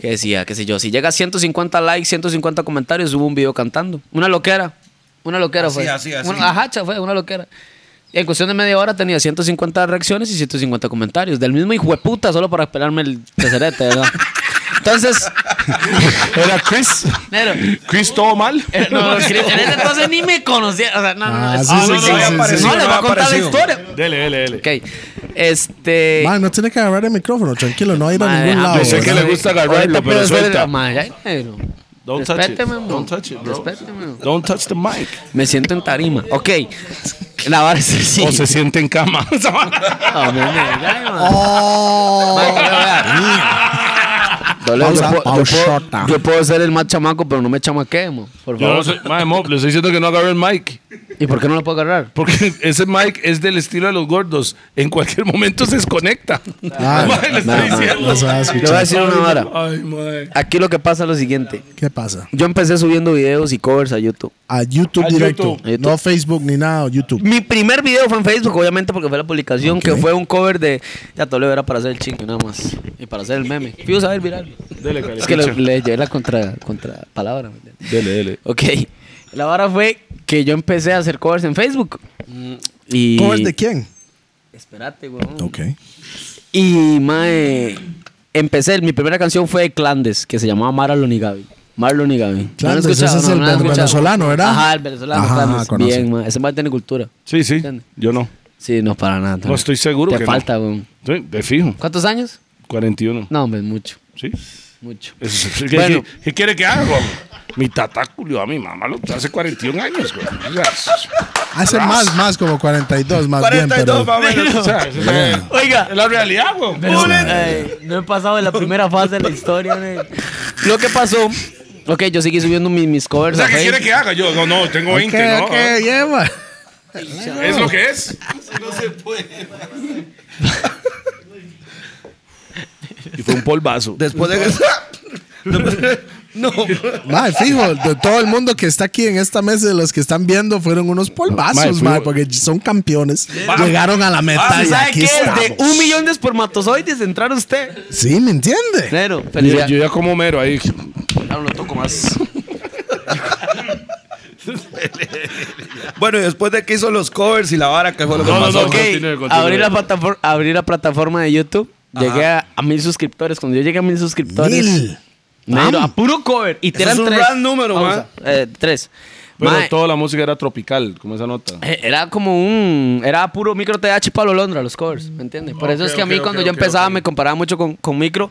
F: que decía, qué sé yo, si llega a 150 likes, 150 comentarios, subo un video cantando. Una loquera. Una loquera
D: Así,
F: fue.
D: así, así.
F: Una, ajá, cha, fue, una loquera. Y en cuestión de media hora tenía 150 reacciones y 150 comentarios. Del mismo hijo de puta, solo para pelarme el pecerete, ¿verdad? Entonces,
C: Era Chris.
F: Nero.
C: Chris todo mal.
F: eh, No, Chris, en ese entonces ni me conocía. O sea, no, no, no,
E: Ah,
F: es-
E: sí,
F: Ah,
E: sí,
F: no, no,
E: sí,
F: no,
E: sí,
F: no,
E: sí.
F: no, le voy a
D: Había
F: contar la
D: aparecido.
F: historia.
C: Dele, dele, dele.
F: Ok. Este.
E: Man, no tiene que agarrar el micrófono, tranquilo, no va a ir a
F: madre,
E: ningún
F: ah,
E: lado.
C: Yo sé que
E: ¿verdad?
C: le gusta agarrarlo,
F: Ahorita,
C: pero
F: espera,
C: suelta.
F: ma, ya, pero.
C: Don't touch it.
F: Respéteme, bro.
C: Don't touch it, bro.
F: Respéteme.
C: Don't touch the mic.
F: Me siento en tarima. Ok. La vara es así.
C: O se siente en cama.
F: Ah, me- me- ya, ma.
E: Oh.
F: Ma, que vea. Dole, yo,
E: Pausa,
F: puedo, yo,
E: pausota.
F: puedo, yo puedo ser el más chamaco, pero no me chamaquemos. Por
C: Yo
F: favor.
C: no sé, madre, Mo, le estoy diciendo que no agarre el mic.
F: ¿Y por qué no lo puedo agarrar?
C: Porque ese mic es del estilo de los gordos. En cualquier momento se desconecta.
E: Ah,
C: Madre, le estoy
E: no, no,
C: diciendo.
E: no se va a
F: Le voy a
E: escuchar.
F: decir una vara.
C: Ay, madre.
F: Aquí lo que pasa es lo siguiente.
E: ¿Qué pasa?
F: Yo empecé subiendo videos y covers a YouTube.
E: A YouTube
C: A
E: directo.
C: YouTube.
E: No Facebook ni nada, YouTube.
F: Mi primer video fue en Facebook, obviamente, porque fue la publicación
E: Ok.
F: que fue un cover de Ya Toledo era para hacer el chingue nada más. Y para hacer el meme. Fui a ver viral.
C: Dele,
F: Es que le, le llevé la contra, contra palabra. ¿me entiendes?
C: Dele, dele.
F: Ok. La vara fue que yo empecé a hacer covers en Facebook. Mm, Y.
E: ¿Covers de quién?
F: Espérate, weón.
E: Ok.
F: Y mae. Empecé, mi primera canción fue de Clandes, que se llamaba Marlon y Gaby. Marlon y Gaby. ¿No lo han
E: Clandes, ese
F: escuchado?
E: es
F: No,
E: el
F: no lo han
E: ve-
F: escuchado.
E: venezolano, ¿verdad?
F: Ajá, el venezolano
E: Ajá,
F: Clandes.
E: conoce.
F: Bien, mae. Ese mae tiene cultura.
C: Sí, sí.
F: ¿Entiende?
C: Yo no.
F: Sí, no, para nada.
C: No estoy seguro
F: Te
C: que no.
F: falta, weón.
C: Sí, de fijo.
F: ¿Cuántos años?
C: 41.
F: No, hombre, mucho,
C: Sí.
F: mucho.
C: Eso es- ¿qué,
F: Bueno.
C: qué- qué quiere que haga, güey? Mi tata culió a mi mamá lo- hace 41 años, güey.
E: Hace más, más, como 42, más bien.
D: 42
E: Pero...
D: más o menos.
C: O sea, esa es la-
F: Oiga,
C: es la realidad, güey.
F: Ay, no he pasado de la primera fase de la historia, güey. Lo que pasó, ok, yo seguí subiendo mis, mis
C: O
F: covers.
C: sea,
F: a
C: ¿qué
F: Facebook.
C: quiere que haga? Yo, no, no, tengo 20, ¿no?
E: ¿Qué lleva?
C: Es lo que es. Y fue un polvazo.
D: Después de No.
E: Mae, fijo, de todo el mundo que está aquí en esta mesa, de los que están viendo, fueron unos
C: Mae,
E: polvazos,
C: fijo.
E: mae, porque son campeones. Llegaron a la meta
F: ¿Usted
E: y
F: sabe
E: aquí
F: qué es?
E: estamos.
F: De un millón de espermatozoides entrar usted.
E: Sí, ¿me entiende?
F: Claro,
C: Yo,
F: felicidad.
C: yo ya como mero ahí.
F: Ahora lo toco más.
D: Bueno, y después de que hizo los covers y la vara, que fue lo que
C: No, no,
D: pasó?
C: no,
F: Ok,
C: continúe, continúe.
F: abrí la, plataforma, abrí la plataforma de YouTube. Llegué a, a mil suscriptores. Cuando yo llegué a mil suscriptores.
E: Mil.
F: Negro, a puro cover. Y
D: Eso
F: eran
D: es un
F: tres.
D: gran número,
F: Pausa. Eh, tres.
C: Pero
F: Mae,
C: toda la música era tropical, como esa nota.
F: eh, Era como un. Era puro micro TH y Pablo Londra, los covers, ¿me entiendes? Por eso es que a mí cuando yo empezaba me comparaba mucho con, con micro.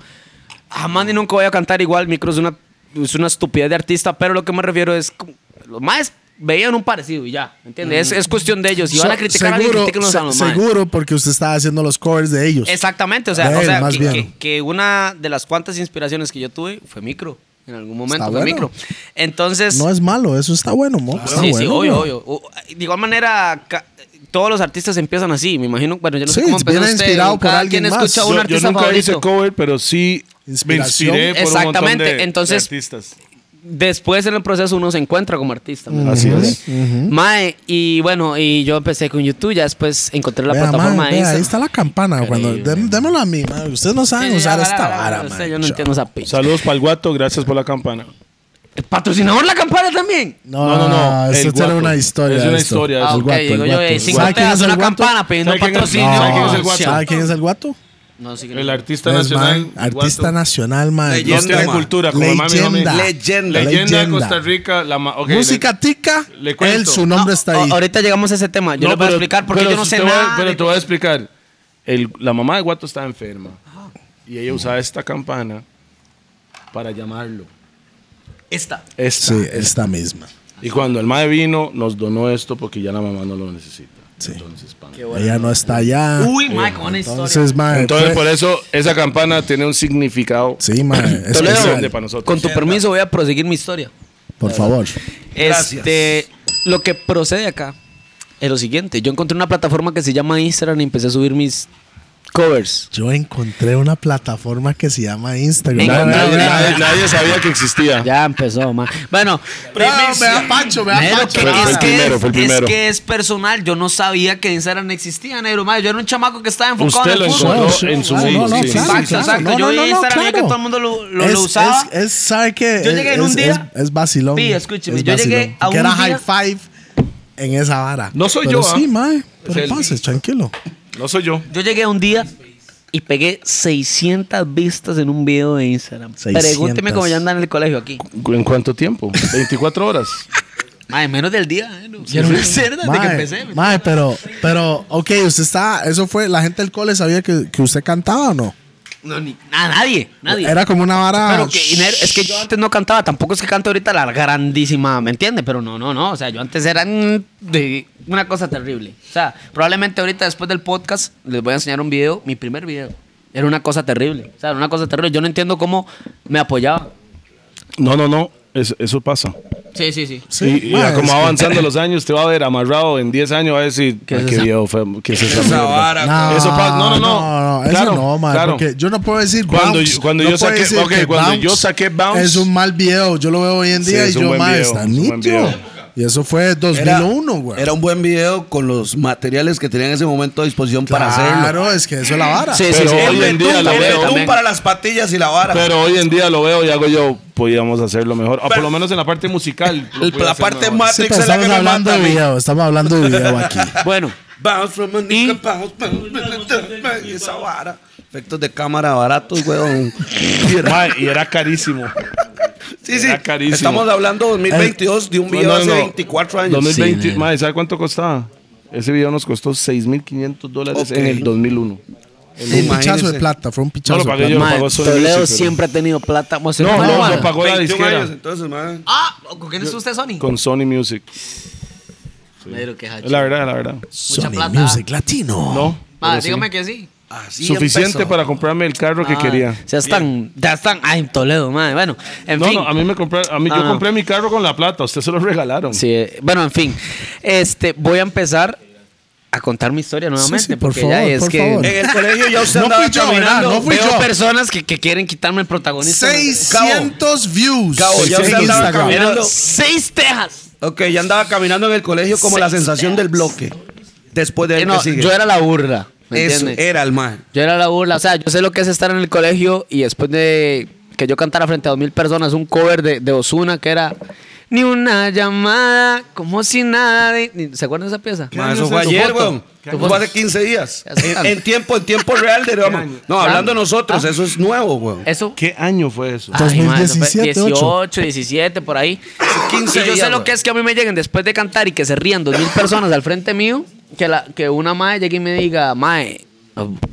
F: Jamás ni nunca voy a cantar igual. Micro es una, es una estupidez de artista, pero lo que me refiero es. como- Los más veían un parecido y ya, ¿me entiendes? Es,
D: Mm.
F: es cuestión de ellos. Si van a
E: So-
F: criticar a alguien, critíquenlos a los
E: se-
F: maes.
E: Seguro, porque usted estaba haciendo los covers de ellos.
F: Exactamente, o sea,
E: De
F: o
E: él,
F: sea,
E: Pues, más
F: que,
E: bien.
F: que- que una de las cuantas inspiraciones que yo tuve fue micro. En algún momento
E: Está
F: fue
E: bueno.
F: micro. Entonces.
E: No es malo, eso está bueno, mo. Está
F: Ah, sí,
E: bueno.
F: sí, obvio,
E: mo.
F: obvio. O- De igual manera, ca- todos los artistas empiezan así, me imagino. Bueno, yo no sé
E: Sí,
F: cómo empezó
E: viene
F: usted,
E: inspirado
F: o
E: por
F: cada
E: alguien
F: quien
E: más.
F: escucha a un
C: Yo, yo
F: artista
C: nunca hice
F: favorito.
C: cover, pero sí me
E: Inspiración.
C: inspiré por un montón
F: Exactamente,
C: de,
F: entonces-
C: de artistas.
F: después en el proceso uno se encuentra como artista. ¿me
C: Así es.
F: Mae, y bueno, y yo empecé con YouTube, ya después encontré la
E: Vea,
F: plataforma
E: mae,
F: de
E: vea,
F: Instagram.
E: ahí está la campana. Cuando, dé- démelo a mí, mae. Ustedes no saben
F: Sí, sí,
E: usar
F: la- la-
E: esta
F: la- la-
E: vara,
F: usted,
E: mae.
F: Yo no entiendo esa picha.
C: Saludos para el guato, gracias por la campana.
F: ¿El patrocinador la campana también?
E: No, no, no. Esto
C: el
E: tiene
C: guato.
E: una historia.
C: Es una
E: esto.
C: historia,
F: Ah,
C: es
E: El
F: ok,
E: guato, el
F: digo yo,
E: guato.
F: eh, si
E: ¿Sabe
F: no te
E: quién es
F: das
E: el
F: una
E: guato?
F: campana pidiendo
C: ¿Sabe quién es-
F: patrocinio.
C: ¿Sabe quién es el guato?
E: ¿Sabe quién es el guato?
F: No, sí que no.
C: El artista
E: Es,
C: nacional.
E: mae, artista
C: guato.
E: nacional, mae.
D: Leyenda,
C: Nos tiene
D: ma.
C: cultura, como mami, mami.
E: Leyenda.
D: Leyenda.
C: Leyenda de
E: Leyenda.
C: Costa Rica. La ma- ok, le-
E: Música tica.
C: le cuento.
E: Él, su
F: No,
E: nombre está ahí.
F: a- Ahorita llegamos a ese tema.
C: No,
F: Yo les voy a
C: pero-
F: explicar porque
C: pero
F: yo no
C: si
F: sé
C: te voy a-
F: nada.
C: pero
F: de-
C: te voy a explicar. El- la mamá de Guato estaba enferma. Y ella usaba esta campana para llamarlo.
F: Esta.
C: Esta.
E: Sí, esta misma.
C: Y cuando el mae vino, nos donó esto porque ya la mamá no lo necesita.
E: Sí.
C: Entonces, pan.
E: Ella no está allá.
F: Uy, mae, con una historia.
E: Entonces, mae.
C: Entonces, pues-
E: fue-
C: por eso esa campana tiene un significado
E: Sí, mae. es
C: muy
E: especial.
C: grande para nosotros.
F: Con tu permiso voy a proseguir mi historia.
E: Por favor.
F: Este, lo que procede acá es lo siguiente. Yo encontré una plataforma que se llama Instagram y empecé a subir mis covers.
E: Yo encontré una plataforma que se llama Instagram.
F: Venga,
E: Vea, vea,
C: Nadie,
F: Nadie-
C: nadie- nadie sabía que existía.
F: Ya empezó, ma. Bueno,
E: vea, vea, Pancho, vea,
F: Negro,
E: Pancho.
F: que
C: Fue- fue
F: es,
C: el
F: que
C: primero,
F: es-
C: fue el
F: es
C: primero.
F: que es personal. Yo no sabía que Instagram existía, negro. ma. Yo era un chamaco que estaba enfocado
C: Usted
F: en el
C: lo
F: fútbol.
C: encontró en su
E: No, no,
C: mundo.
E: no,
C: sí.
E: claro,
F: Exacto,
E: claro.
F: exacto.
E: No,
F: yo
E: no,
F: vi
E: no,
F: Instagram y que
E: claro.
F: todo el mundo lo, lo-
E: es,
F: lo usaba.
E: Es, es, ¿sabe qué?
F: Yo llegué en
E: Es-
F: un día-
E: Es, es vacilón.
F: Sí, escúcheme,
E: Es
F: yo llegué
E: vacilón.
F: a un
E: Que era
F: día-
E: high five en esa vara.
C: No soy
E: Pero
C: yo,
E: Sí,
C: ¿ah?
E: mae. Pero
C: él.
E: pases, tranquilo.
C: No soy yo.
F: Yo llegué un día y pegué 600 vistas en un video de Instagram.
E: 600.
F: Pregúnteme cómo yo andaba en el colegio aquí.
C: ¿En cuánto tiempo? 24 horas.
F: Mae, menos del día, ¿eh? No. Yo era una cerda desde que
E: Mae,
F: empecé. ¿me
E: mae, pero, pero, ok, usted está, eso fue, la gente del cole sabía que, que usted cantaba o no.
F: No, ni, nada, nadie, nadie.
E: Era como una vara.
F: Pero que- ner- es que yo antes no cantaba, tampoco es que canto ahorita la grandísima, ¿me entiendes? Pero no, no, no. O sea, yo antes era mm, de una cosa terrible. O sea, probablemente ahorita después del podcast les voy a enseñar un video, mi primer video. Era una cosa terrible. O sea, era una cosa terrible. Yo no entiendo cómo me apoyaba.
C: No, no, no. Es- eso pasa.
F: Sí, sí, sí.
E: Sí,
C: y y
E: mae,
C: como
E: es
C: va
E: que-
C: avanzando los años, te va a ver amarrado en 10 años, va a decir,
F: ¿Qué es
C: "Ay,
F: esa-
C: viejo fue- ¿qué es esa
D: Esa
C: mierda?"
D: vara,
E: No,
C: Eso pasa- no, no, no.
E: eso
C: Claro,
E: no, mae,
C: claro.
E: Porque yo no puedo decir
C: Cuando
E: Bounce.
C: yo- cuando
E: No
C: yo
E: puedo
C: saqué-
E: decir
C: ok,
E: que
C: cuando yo saqué Bounce-
E: Es un mal video. Yo lo veo hoy en día
C: Sí,
E: y
C: es un
E: yo,
C: buen
E: mae,
C: video,
E: está
C: es un buen
E: nítido.
C: video.
E: Y eso fue 2001, güey.
D: Era un buen video con los materiales que tenía en ese momento a disposición para hacerlo.
E: Claro, es que eso es la vara.
F: Sí, sí,
C: Pero
F: sí.
C: hoy en día la
D: El
C: veo.
D: betún para las patillas y la vara.
C: Pero hoy en día lo veo y hago yo, podíamos hacerlo mejor. O por lo menos en la parte musical. lo
D: El-
C: pude
D: la
C: hacer
D: parte
C: mejor.
D: más-
E: Sí,
D: Matrix
E: pero
D: es la
E: estamos
D: que me
E: hablando
D: mata a
E: de
D: mí.
E: video, estamos hablando de video aquí.
F: Bueno,
D: Bounce from a nigga, bounce, bounce, bounce, bounce, esa vara. Efectos de cámara baratos, weón.
C: Mae, y era carísimo.
D: Sí, sí.
C: Era carísimo.
D: Estamos hablando 2022 de un video
C: No, no,
D: hace
C: no.
D: 24 años.
C: 2020, mae, ¿sabe cuánto costaba? Ese video nos costó 6.500 dólares en
D: Ok.
C: el 2001.
E: Fue un pichazo
D: Imagínese.
E: de plata, fue un
C: No
E: pichazo
C: lo
E: de
C: pagué yo,
E: plata.
C: lo
F: mae,
C: pagó Sony
F: Toledo
C: Music, pero-
F: siempre ha tenido plata. Vamos a hacer
C: No,
F: una
C: no,
F: banda.
C: lo pagó la
D: 21
C: disquera
D: años, entonces, man.
F: Ah, ¿con quién es usted, Sony?
C: con Sony Music.
F: Negro, qué jacho.
C: Es la verdad, la verdad.
E: Sony
F: plata.
E: Music Latino.
C: No.
F: Mae,
C: pero sí.
F: Ah, dígame que sí.
D: Así
C: Suficiente
D: empezó.
C: para comprarme el carro que
F: Ah,
C: quería.
F: Ya están, ya están. Ay, Toledo, madre. Bueno, en
C: No,
F: fin.
C: no, a mí me compré, a mí
F: Ah,
C: yo
F: no.
C: compré mi carro con la plata, usted se lo regalaron.
F: Sí, eh, bueno, en fin. Este, voy a empezar a contar mi historia nuevamente.
E: sí, por
F: porque ya
E: favor,
F: es
E: por
F: que
E: favor.
C: Eh,
D: En el colegio ya usted
E: No
D: andaba
E: fui yo, ¿verdad?
D: caminando.
E: No fui
F: veo
E: yo.
F: personas que, que quieren quitarme el protagonista.
E: 600 views.
D: Cabo, ya
E: en
D: usted andaba
E: Instagram.
D: caminando.
F: Pero seis tejas.
D: Ok, ya andaba caminando en el colegio como la sensación del bloque. Después de
F: Eh,
D: él
F: no,
D: que sigue.
F: yo era la burla. ¿me
D: Eso
F: entiendes?
D: era el man.
F: Yo era la burla. O sea, yo sé lo que es estar en el colegio y después de que yo cantara frente a dos mil personas un cover de, de Osuna que era ni una llamada, como si nada. de- ni- ¿Se acuerdan de esa pieza?
D: Ma, eso fue ayer,
F: foto?
D: weón.
F: ¿Tu
D: Eso
F: foto?
D: fue hace 15 días.
F: Ya se
D: En,
F: sabe.
D: en tiempo, en tiempo real, de, vamos. No, hablando
F: Claro.
D: nosotros,
F: Ah.
D: eso es nuevo, weón.
F: Eso.
C: ¿Qué año fue eso?
F: Ay, madre, eso fue
E: 2017,
F: 18, 17, por ahí.
D: 15
F: y yo sé
D: días,
F: lo
D: güey.
F: que es que a mí me lleguen después de cantar y que se rían dos mil personas al frente mío, que, la, que una mae llegue y me diga, mae,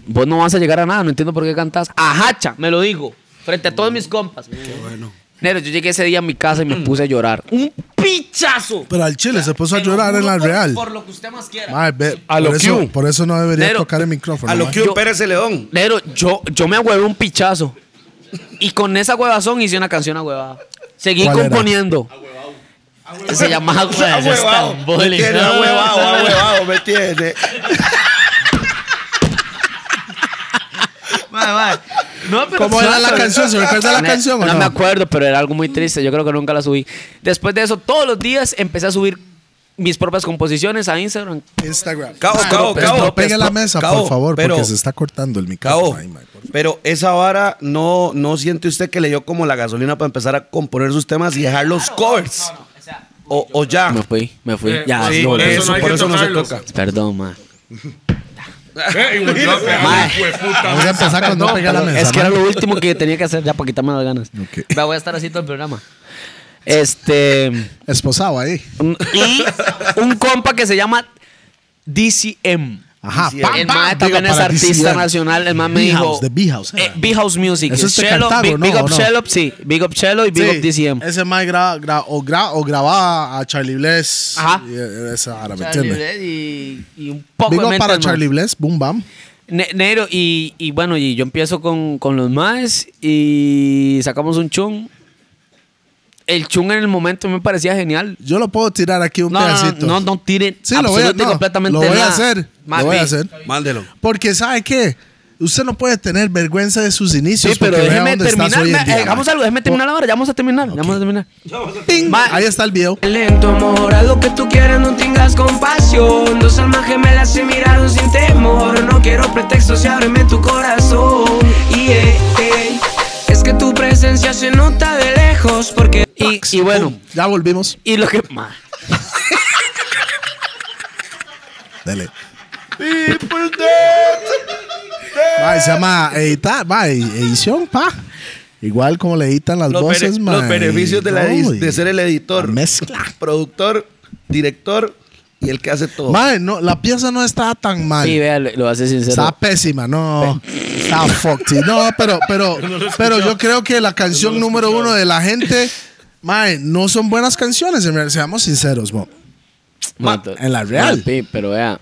F: vos no vas a llegar a nada, no entiendo por qué cantas. Ajacha, me lo digo, frente a todos mis compas. Qué bueno. Nero, yo llegué ese día a mi casa y me puse a llorar. Un pichazo.
E: Pero al chile se puso a
F: Te lo
E: llorar en
F: juro
E: la
F: por-
E: real.
F: Por lo que usted más quiera.
E: Mae, ve,
C: A lo
E: por, eso,
C: Q.
E: por eso no debería
F: Pero-
E: tocar el micrófono.
D: A lo
E: mae.
D: que un
F: Yo-
D: Pérez de León.
F: Nero, yo, yo me ahuevé un pichazo. Y con esa huevazón hice una canción ahuevada. Seguí
E: ¿Cuál era?
F: componiendo. Se llamaba
D: Ah,
F: Ahuevado.
D: huevado. Me tiene, ah, huevado, ah, huevado, me tiene.
F: No, pero
E: ¿Cómo era la canción? ¿Se recuerda la
F: Me-
E: canción o
F: No,
E: no?
F: me acuerdo, pero era algo muy triste. Yo creo que nunca la subí. Después de eso, todos los días empecé a subir mis propias composiciones a Instagram.
E: Instagram.
D: Cabo,
E: Ah,
D: cabo,
E: no, pero
D: cabo.
E: no pegue la mesa,
D: Cabo,
E: por favor,
D: pero-
E: porque se está cortando el
D: Cabo,
E: micrófono. Ay, mae, por-
D: pero esa vara no, no siente usted que le dio como la gasolina para empezar a componer sus temas y dejar los covers. O, o ya.
F: Me fui, me fui.
H: Eh,
F: ya,
H: sí,
F: no
H: por
F: volví.
H: eso no hay
D: por
H: que
D: eso no se
H: tocarlos.
D: toca.
F: Perdón, ma.
H: Eh, y volvió a pegar
F: Mae.
H: un hueputa.
E: Vamos a empezar con no pegue la mesa.
F: Es que era
E: mae.
F: lo último que tenía que hacer ya para quitarme las ganas.
E: Ok.
F: Vea, Voy a estar así todo el programa. Este.
E: Esposado ahí.
F: Y un compa que se llama DCM.
E: Ajá.
D: Sí,
E: pam,
F: el
E: pam,
F: mae
E: digo,
F: también es
E: para
F: artista
E: DCM.
F: nacional. El mae me
E: Big
F: dijo.
E: House, de Big House,
F: eh,
E: era.
F: Big House Music.
E: Eso es de
F: Shelo,
E: Cartago,
F: Big,
E: ¿no?
F: Big
E: ¿O
F: Up
E: no?
F: Shelo, sí. Big Up Shelo y Big Up DCM.
E: Ese mae gra- gra- o, gra- o grababa a Charlie Bless.
F: Ajá.
E: Y e, esa árabe,
F: Charlie
E: ¿entiendes?
F: Bled y, y un poco
E: Big
F: de
E: up
F: menta,
E: para
F: hermano.
E: Charlie Bless, boom bam.
F: Ne- Negro, y, y bueno, y yo empiezo con, con los maes y sacamos un chung. El chung en el momento me parecía genial.
E: Yo lo puedo tirar aquí un
F: No, no, no,
E: pedacito.
F: no, no tiren
E: Sí, lo voy a,
F: absoluta y
E: no,
F: completamente
E: lo voy a
F: nada.
E: hacer.
F: Más
E: Lo voy a
F: bien.
E: hacer.
D: Mándelo.
E: Porque, ¿sabe qué? Usted no puede tener vergüenza de sus inicios.
F: Sí, pero
E: porque vea
F: déjeme
E: dónde estás
F: terminar.
E: hoy en
F: ma-
E: día,
F: eh, Hagamos
E: ma.
F: algo, déjeme terminar ahora. Ya vamos a terminar. Ya vamos a terminar.
E: Ping.
F: Ma-
E: Ahí está el video.
I: Lento, amor, haz lo que tú quieras, no tengas compasión. Dos almas gemelas se miraron sin temor. No quiero pretextos y ábreme tu corazón. Y eh,
F: este,
I: eh, es que tu presencia se nota de lejos. Porque
F: Y, y bueno,
E: Boom. Ya volvimos.
F: y lo que. ma,
E: Dele. Ma, se llama editar, ma, e- edición, pa. Igual como le editan las
D: Los,
E: voces,
D: bene-
E: ma,
D: los beneficios de, la
E: no,
D: edi-
E: y-
D: de ser el editor,
E: la mezcla.
D: productor, director y el que hace todo.
E: Ma, no, la pieza no está tan mal.
F: Sí, vea, lo, lo hace sincero.
E: Está pésima, no. Está fucked. No, pero, pero, pero yo creo que la canción número uno de la gente, mae, no son buenas canciones, en realidad, seamos sinceros, mo.
F: Ma, to-
E: en la real.
F: Ma, pi, pero vea,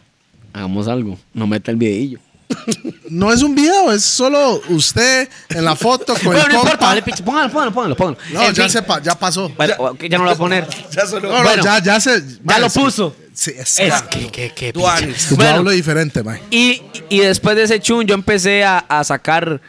F: hagamos algo. No meta el videillo.
E: Pues No es un video, es solo usted en la foto con
F: Bueno,
E: el
F: no importa,
E: compa.
F: vale, picha, póngalo, póngalo, póngalo, póngalo.
E: No,
F: En
E: ya,
F: fin.
E: se pa- ya pasó.
F: Bueno, ok, ya no lo voy a poner.
D: Ya solo-
E: No, no,
F: bueno,
E: ya, ya se. mae,
F: lo
E: sí.
F: puso.
E: Sí, es,
F: Es
E: claro.
F: que, que, que.
D: Duanes.
E: Yo
F: Bueno.
E: hablo diferente, mae.
F: Y, y después de ese chun, yo empecé a, a sacar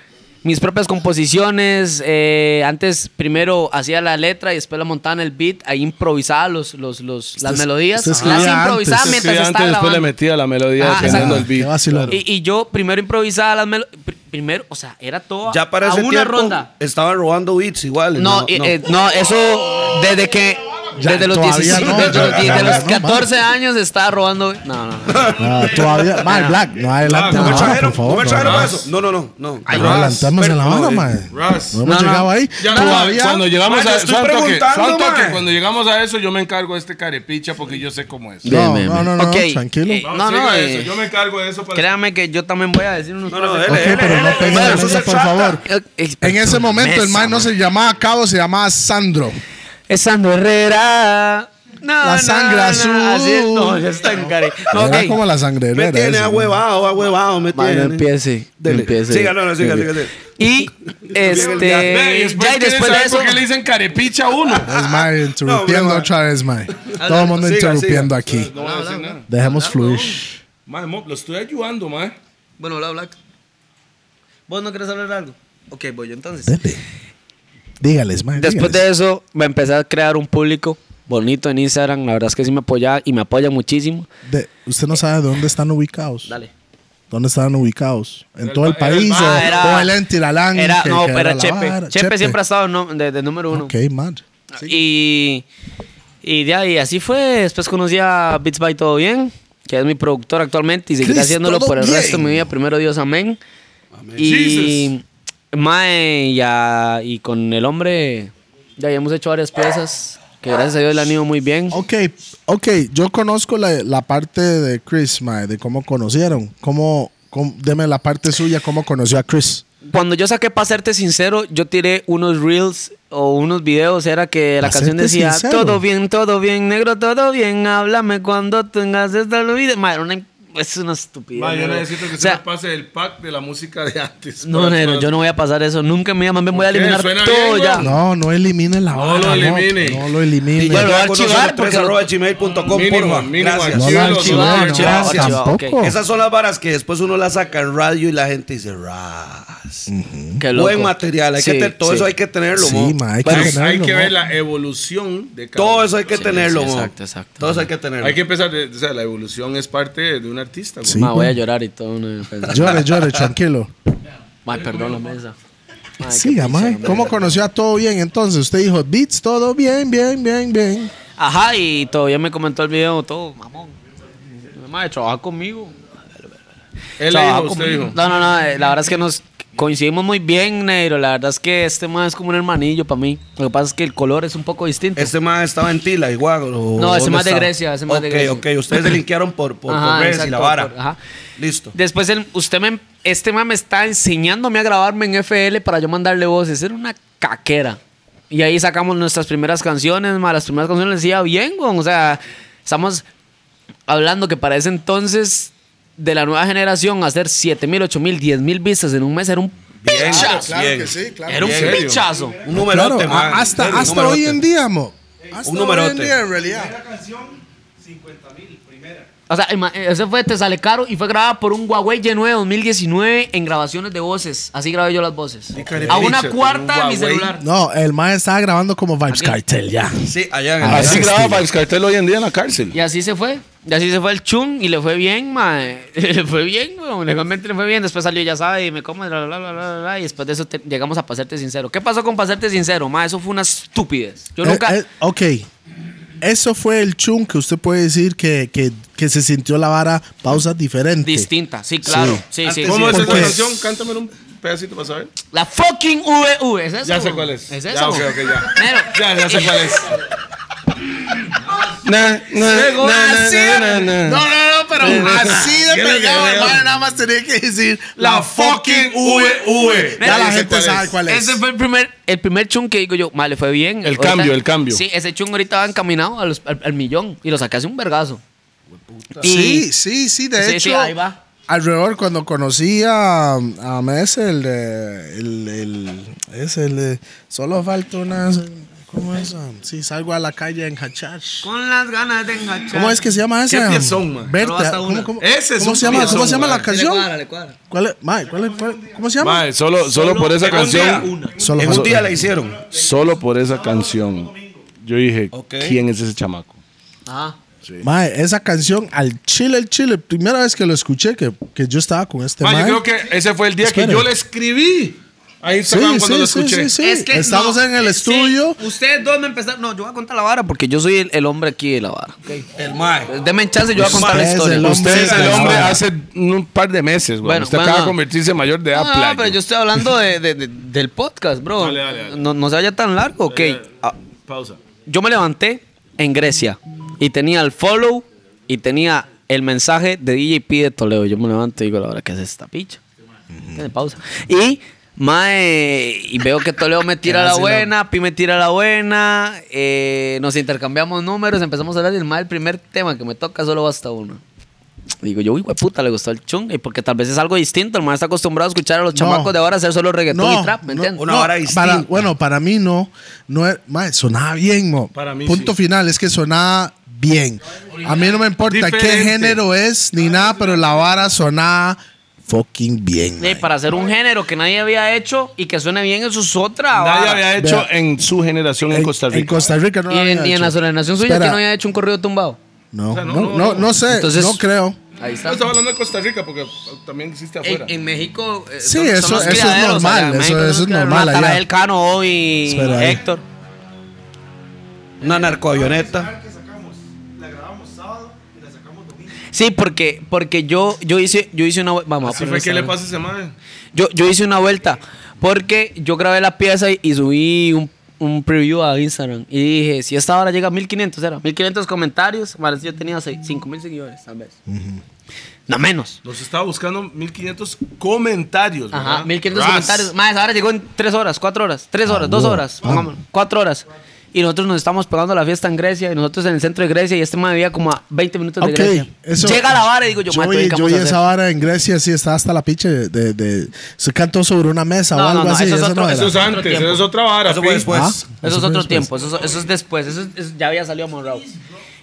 F: mis propias composiciones. eh, antes, primero hacía la letra y después la montaba en el beat. Ahí improvisaba los, los, los, las
E: es-
F: melodías.
E: usted
F: Las
E: escribía antes.
F: improvisaba
C: Sí,
E: Usted
F: mientras
C: antes
F: pues, estaba
C: después le
F: grabando.
C: metía la melodía
F: Ah,
C: dependiendo
F: exacto.
C: el
E: Qué
C: beat.
E: vacilón.
F: Y, y yo primero improvisaba las melodías. Primero, o sea, era todo
D: Ya para
F: a
D: ese
F: una
D: tiempo
F: ronda.
D: estaban robando beats igual.
F: No, eh, eh, no, eso desde que...
E: Ya,
F: desde los
E: todavía
F: 17,
E: no,
F: desde los
E: ya,
F: die- de
E: ya,
F: los
E: ya, no,
F: 14 años estaba robando... No, no, no.
E: Ah, todavía. Mae, Black, no adelante,
H: No,
D: No me
H: Ah,
D: trajeron,
E: por favor.
D: no me
E: no.
D: trajeron
H: no.
D: para eso. No, no, no. no.
E: Ay, no adelantamos en la
D: Pero- no,
E: banda, mae.
H: Russ.
E: No hemos
F: No, no.
E: llegado ahí.
H: Ya no,
E: Todavía.
C: Cuando llegamos
D: Mae,
C: a
D: te estoy
C: santo que-
D: preguntando,
C: santo que
D: mae.
C: cuando llegamos a eso, yo me encargo de este carepicha porque yo sé cómo es.
E: No,
F: Bien, bien,
E: no,
F: bien.
E: no, no,
F: Ok,
E: tranquilo.
F: eh,
C: No,
F: no, no,
C: siga
F: eh,
C: eso, yo me encargo de eso para
F: Créame que yo también voy a decir unos
D: No, no,
F: par de
D: dele,
E: Ok,
F: cosas.
D: dele,
E: pero no
D: dele,
E: peguen
D: dele,
E: la
D: eso
E: mesa,
D: se
E: por
D: trata.
E: favor.
F: Eh,
E: En ese momento el
F: mesa,
E: man no se llamaba Cabo, se llamaba Sandro.
F: Es Sandro Herrera. No,
E: La sangre azul.
F: Así es. No, ya está en cara. No,
E: Era como
F: ok.
E: la sangre
D: Me tiene
E: esa,
D: ahuevado, ahuevado, me
F: Madre,
D: tiene.
F: no empiece. no
D: Dele.
F: empiece.
D: Siga, no, no, siga, siga, siga.
F: Y
C: Ve, y
F: este.
C: después,
F: Ya, y después de eso.
C: ¿Por qué le dicen carepicha a uno?
E: Es mae, interrumpiendo
D: broma.
E: otra vez, mae. Todo el mundo
D: siga,
E: interrumpiendo
D: siga.
E: aquí.
C: No voy a decir nada.
E: Dejemos fluir.
C: Mae, Mop, lo estoy ayudando, mae.
F: Bueno, habla, Black. ¿Vos no querés hablar algo? Ok, voy yo entonces.
E: Dele. Dígales, mae.
F: Después de eso, me empecé a crear un público bonito en Instagram. La verdad es que sí me apoya y me apoya muchísimo.
E: dígales. De- usted no sabe de dónde están ubicados.
F: Dale.
E: ¿Dónde estaban ubicados? ¿En
C: El
E: todo el
C: ba- el
E: país?
C: ba-
E: o,
F: Ah, era-
E: o el Entilalán?
F: Era,
E: que-
F: no,
E: que
F: pero era
E: la
F: Chepe.
E: vara?
F: Chepe. siempre ha estado no- de, de número uno.
E: Ok, man.
F: Y, y de ahí, así fue. Después conocí a Beats by Todo Bien, que es mi productor actualmente y seguiré
E: Cristo,
F: haciéndolo por el
E: Todo
F: resto de mi
E: Bien.
F: vida. Primero Dios, amén. Y, mae, y, a- y con el hombre, ya, ya hemos hecho varias piezas que gracias a Dios le han ido muy bien.
E: Ok, ok. Yo conozco la, la parte de Chris, mae, de cómo conocieron. Cómo, cómo- deme la parte suya, cómo conoció a Chris.
F: Cuando yo saqué, para serte sincero, yo tiré unos reels o unos videos. Era que la
E: Pa'
F: canción
E: serte
F: decía:
E: sincero.
F: Todo bien, todo bien, negro, todo bien. Háblame cuando tengas esta vida. Madre, una es una estupidez.
H: Ma, Ah, yo
F: ¿no?
H: necesito que
F: O
H: usted
F: sea,
H: me pase el pack de la música de antes.
F: No,
H: Para-
F: no, yo no voy a pasar eso. Nunca en mi vida, más bien voy a
H: ¿Por qué?
F: eliminar
H: Suena
F: todo
H: bien,
F: ya.
H: güey.
E: No, no elimine la
H: No lo
E: vara,
H: elimine.
E: No, lo elimine.
F: Bueno, voy a archivar porque-
D: gmail.com,
H: Mínimo,
D: porfa.
H: mínimo,
D: Gracias.
E: no
H: archivo,
E: lo
H: los
E: archivé,
H: honores,
E: no,
F: gracias.
E: tampoco.
D: Esas son las varas que después uno las saca en radio y la gente dice, ras.
F: Qué loco.
D: Buen material. Hay que
F: Sí,
D: te- todo
F: sí.
D: eso hay que tenerlo,
E: Sí,
D: mo.
E: ma, hay que
H: Hay-
E: tenerlo,
H: hay que
E: ¿no?
H: ver la evolución de cada
D: Todo eso hay que
F: Sí,
D: tenerlo,
F: sí,
D: mo.
F: exacto, exacto.
D: Todo eso hay que tenerlo.
H: Hay que empezar, de- o sea, la evolución es parte de un artista. güey.
E: Sí,
F: Ma, voy a
E: güey.
F: llorar y todo. No,
E: Llore, llore, tranquilo.
F: Ma, perdón la mesa. Ma, qué picha,
E: Siga, mae.
F: hombre.
E: ¿Cómo conoció a todo bien entonces? Usted dijo, beats, todo bien, bien, bien, bien.
F: Ajá, y todavía me comentó el video todo, mamón. Ma, trabaja conmigo.
H: Él le
F: Trabaja
H: dijo, usted
F: conmigo.
H: dijo.
F: No, no, no. eh, La verdad es que nos coincidimos muy bien, negro. La verdad es que este más es como un hermanillo para mí. Lo que pasa es que el color es un poco distinto.
D: Este más estaba en Tila, igual. o-
F: No, ese
D: ¿dónde
F: mae de
D: está?
F: Grecia, ese mae de Grecia.
D: Ok, ok. Ustedes delinquearon por, por, por
F: Ajá,
D: redes y
F: exacto,
D: la vara.
F: por- ajá.
D: Listo.
F: Después el- usted me, este man me está enseñándome a grabarme en FL para yo mandarle voces. Era una caquera. Y ahí sacamos nuestras primeras canciones, ma, las primeras canciones les iba bien, güey. O sea, estamos hablando que para ese entonces de la nueva generación hacer 7 mil, 8 mil, 10 mil vistas en un mes era un
D: Bien,
F: pichazo.
D: claro que
E: sí, claro.
F: Era un
D: ¿En serio?
F: pichazo.
D: Un numerote,
E: Claro,
D: man.
E: a- hasta,
D: Serio, un
E: hasta
D: numerote.
E: hoy en día, mo. Hasta
D: numerote.
E: hoy en día, en realidad.
F: O sea, ima- ese fue Te Sale Caro y fue grabada por un Huawei G9 2019 en grabaciones de voces. Así grabé yo las voces. A una
H: Richard,
F: cuarta de mi
H: Huawei.
F: celular.
E: No, el mae estaba grabando como Vibes Cartel ya.
D: Sí, allá en el-
C: Así
E: ese
C: graba
E: estilo.
C: Vibes Cartel hoy en día en la cárcel.
F: Y así se fue. Y así se fue el chun y le fue bien, mae. Le fue bien, weón. Legalmente le fue bien. Después salió, ya sabe, y me come, bla, bla, bla, bla, bla. Y después de eso te- llegamos a Pasarte Sincero. ¿Qué pasó con Pasarte Sincero, mae? Eso fue una estupidez. Yo
E: Eh,
F: nunca...
E: eh, ok. Eso fue el chun que usted puede decir que, que, que se sintió la vara pausa diferente.
F: distinta, sí, claro. Sí, sí, sí.
H: ¿Cómo es
E: ¿Por
H: esa
E: qué?
H: canción? Cántame un pedacito para saber.
F: La fucking VV, ¿es eso?
H: Ya sé
F: weón?
H: cuál es.
F: ¿Es
H: Ya,
F: eso?
H: ok, ok, ya.
F: Pero-
H: Ya, ya sé cuál es.
C: Na, na,
F: Llegó
C: na, na,
F: así.
C: na, na, na.
E: No, no, no, pero así de
H: Yo no
E: pegado,
H: creo.
E: hermano, nada más tenía que decir
H: La fucking E VV.
E: Ya la
H: sé
E: gente
H: cuál es.
E: sabe cuál es.
F: Ese fue el primer, el primer chun que digo yo, mae, le fue bien.
C: El cambio, el cambio.
F: Sí, ese chun ahorita va encaminado a los- al, al millón. Y lo saqué hace un vergazo.
E: Sí, sí, sí, de
F: Sí,
E: hecho.
F: sí, ahí va.
E: Alrededor, cuando conocí a, a Mese, el de. El, el- es el de. Solo falta una. ¿Cómo es? Ah, Sí, salgo a la calle en Hachach.
F: Con las ganas de enganchar.
E: ¿Cómo es que se llama ese?
H: ¿Qué piezón, man?
E: Verte.
F: Pero hasta
E: ¿Cómo,
F: una.
E: cómo-
H: Ese es
E: cómo
H: un
E: se llama, ¿Cómo
H: piezón,
E: se llama la
H: man.
E: canción?
F: Le cuadra, le cuadra.
E: ¿Cuál es? Mae, ¿cuál es? cuál- ¿Cómo se llama?
H: Ah,
C: Mae, solo, solo por esa canción.
E: Solo
D: En un
E: falta-
D: día la hicieron.
C: Solo por esa canción. Yo dije,
D: Ok.
C: ¿quién es ese chamaco?
H: Ah,
F: Ajá.
E: Mae, esa canción al chile, el chile. Primera vez que lo escuché, que, que yo estaba con este
H: Ma,
E: mae.
H: yo creo que ese fue el día
E: Espere.
H: que yo le escribí a
E: Sí,
H: Instagram cuando
E: sí,
H: lo
E: sí,
H: escuché.
E: sí, sí. Estamos
F: no,
E: en el
F: sí,
E: estudio.
F: ustedes dos me empezaron. No, yo voy a contar la vara porque yo soy el, el hombre aquí de la vara. Okay.
D: El mae.
F: Deme chance y yo voy a contar la
E: Usted es
F: historia.
E: el hombre
C: Usted es el
E: Claro.
C: hombre hace un par de meses, güey.
F: Ah. Bueno,
C: Usted
F: bueno.
C: acaba de convertirse en mayor de edad.
F: No, no,
C: playa.
F: Ah, pero yo estoy hablando de- de- de- del podcast, bro.
H: Dale, dale, dale.
F: No, no se vaya tan largo. Ok. Ah,
H: Pausa.
F: yo me levanté en Grecia y tenía el follow y tenía el mensaje de DJP de Toledo. Yo me levanto y digo, la verdad, ¿qué es esta picha? Tiene pausa. Y, mae, y veo que Toledo me tira la buena, Pi me tira la buena, eh, nos intercambiamos números, empezamos a hablar y el mae, el primer tema que me toca solo basta uno. Digo yo, uy, puta, le gustó el chung, y porque tal vez es algo distinto, el mae está acostumbrado a escuchar a los chamacos de ahora hacer solo reggaetón
E: No,
F: y trap, ¿me
E: no,
F: entiendes?
D: Una
E: no,
D: vara
E: para-
D: distinta.
E: bueno, para mí no. no era- mae, sonaba bien, mo.
H: Para mí
E: Punto
H: sí.
E: final, es que sonaba bien. A mí no me importa qué
H: Diferente.
E: género es ni nada, pero la vara sonaba fucking bien.
F: Sí,
E: mae.
F: para hacer un género que nadie había hecho y que suene bien, eso es otra.
C: Nadie
F: vara.
C: había hecho
E: Vea.
C: en su generación en, Costa Rica.
E: En Costa Rica no
F: Y
E: la había
F: en, y en
E: hecho.
F: la generación suya,
E: Espera,
F: que no había hecho un corrido tumbado?
E: no,
H: sea, no,
E: no,
H: no,
E: no, no sé,
F: Entonces-
E: no creo.
F: Ahí
H: No
F: está.
H: estaba hablando de Costa Rica porque también existe afuera.
F: En, en México. eh,
E: Sí,
F: son- son
E: eso-
F: los
E: eso es
F: criaderos,
E: normal,
F: allá en
E: eso-
F: México
E: eso
F: son
E: es
F: los criaderos.
E: normal allá.
F: Natanael Cano hoy y
E: Espera ahí.
F: Héctor.
D: Una narcoavioneta.
F: Sí, porque, porque yo, yo hice, yo hice una vuelta.
H: Así
F: Vamos, a
H: fue
F: poner
H: que
F: esta
H: le
F: vez.
H: pasa a ese madre.
F: yo, yo hice una vuelta. Porque yo grabé la pieza y, y subí un, un preview a Instagram. Y dije, si esta hora llega a 1500, era 1500 comentarios. Bueno, yo tenía seis- 5000 seguidores, tal vez. No menos.
H: Nos estaba buscando 1500 comentarios.
F: Ajá,
H: ¿verdad?
F: 1500
H: Ras.
F: comentarios. Más, ahora llegó en 3 horas, 4 horas, 3 horas, 2 horas, pongámoslo, 4 horas. Y nosotros nos estamos pegando la fiesta en Grecia y nosotros en el centro de Grecia y este man vivía como a 20 minutos de
E: Ok,
F: Grecia.
E: eso-
F: Llega a la vara y digo yo,
E: Yo
F: "Mae,
E: vi,
F: ¿qué
E: yo
F: vamos
E: vi
F: a
E: esa
F: hacer?"
E: vara en Grecia, sí, está hasta la piche de, de, de- Se cantó sobre una mesa o
F: No,
E: algo
F: no, no,
E: así.
F: eso es
E: esa
F: otro-
E: no era.
H: Eso es antes,
F: tiempo.
H: eso es otra vara.
D: Eso fue
C: pues.
H: pi.
D: después.
E: Ah,
F: Eso es
E: fue
F: otro
E: después.
F: tiempo, eso, es- eso es después, eso, es- eso ya había salido Monroe.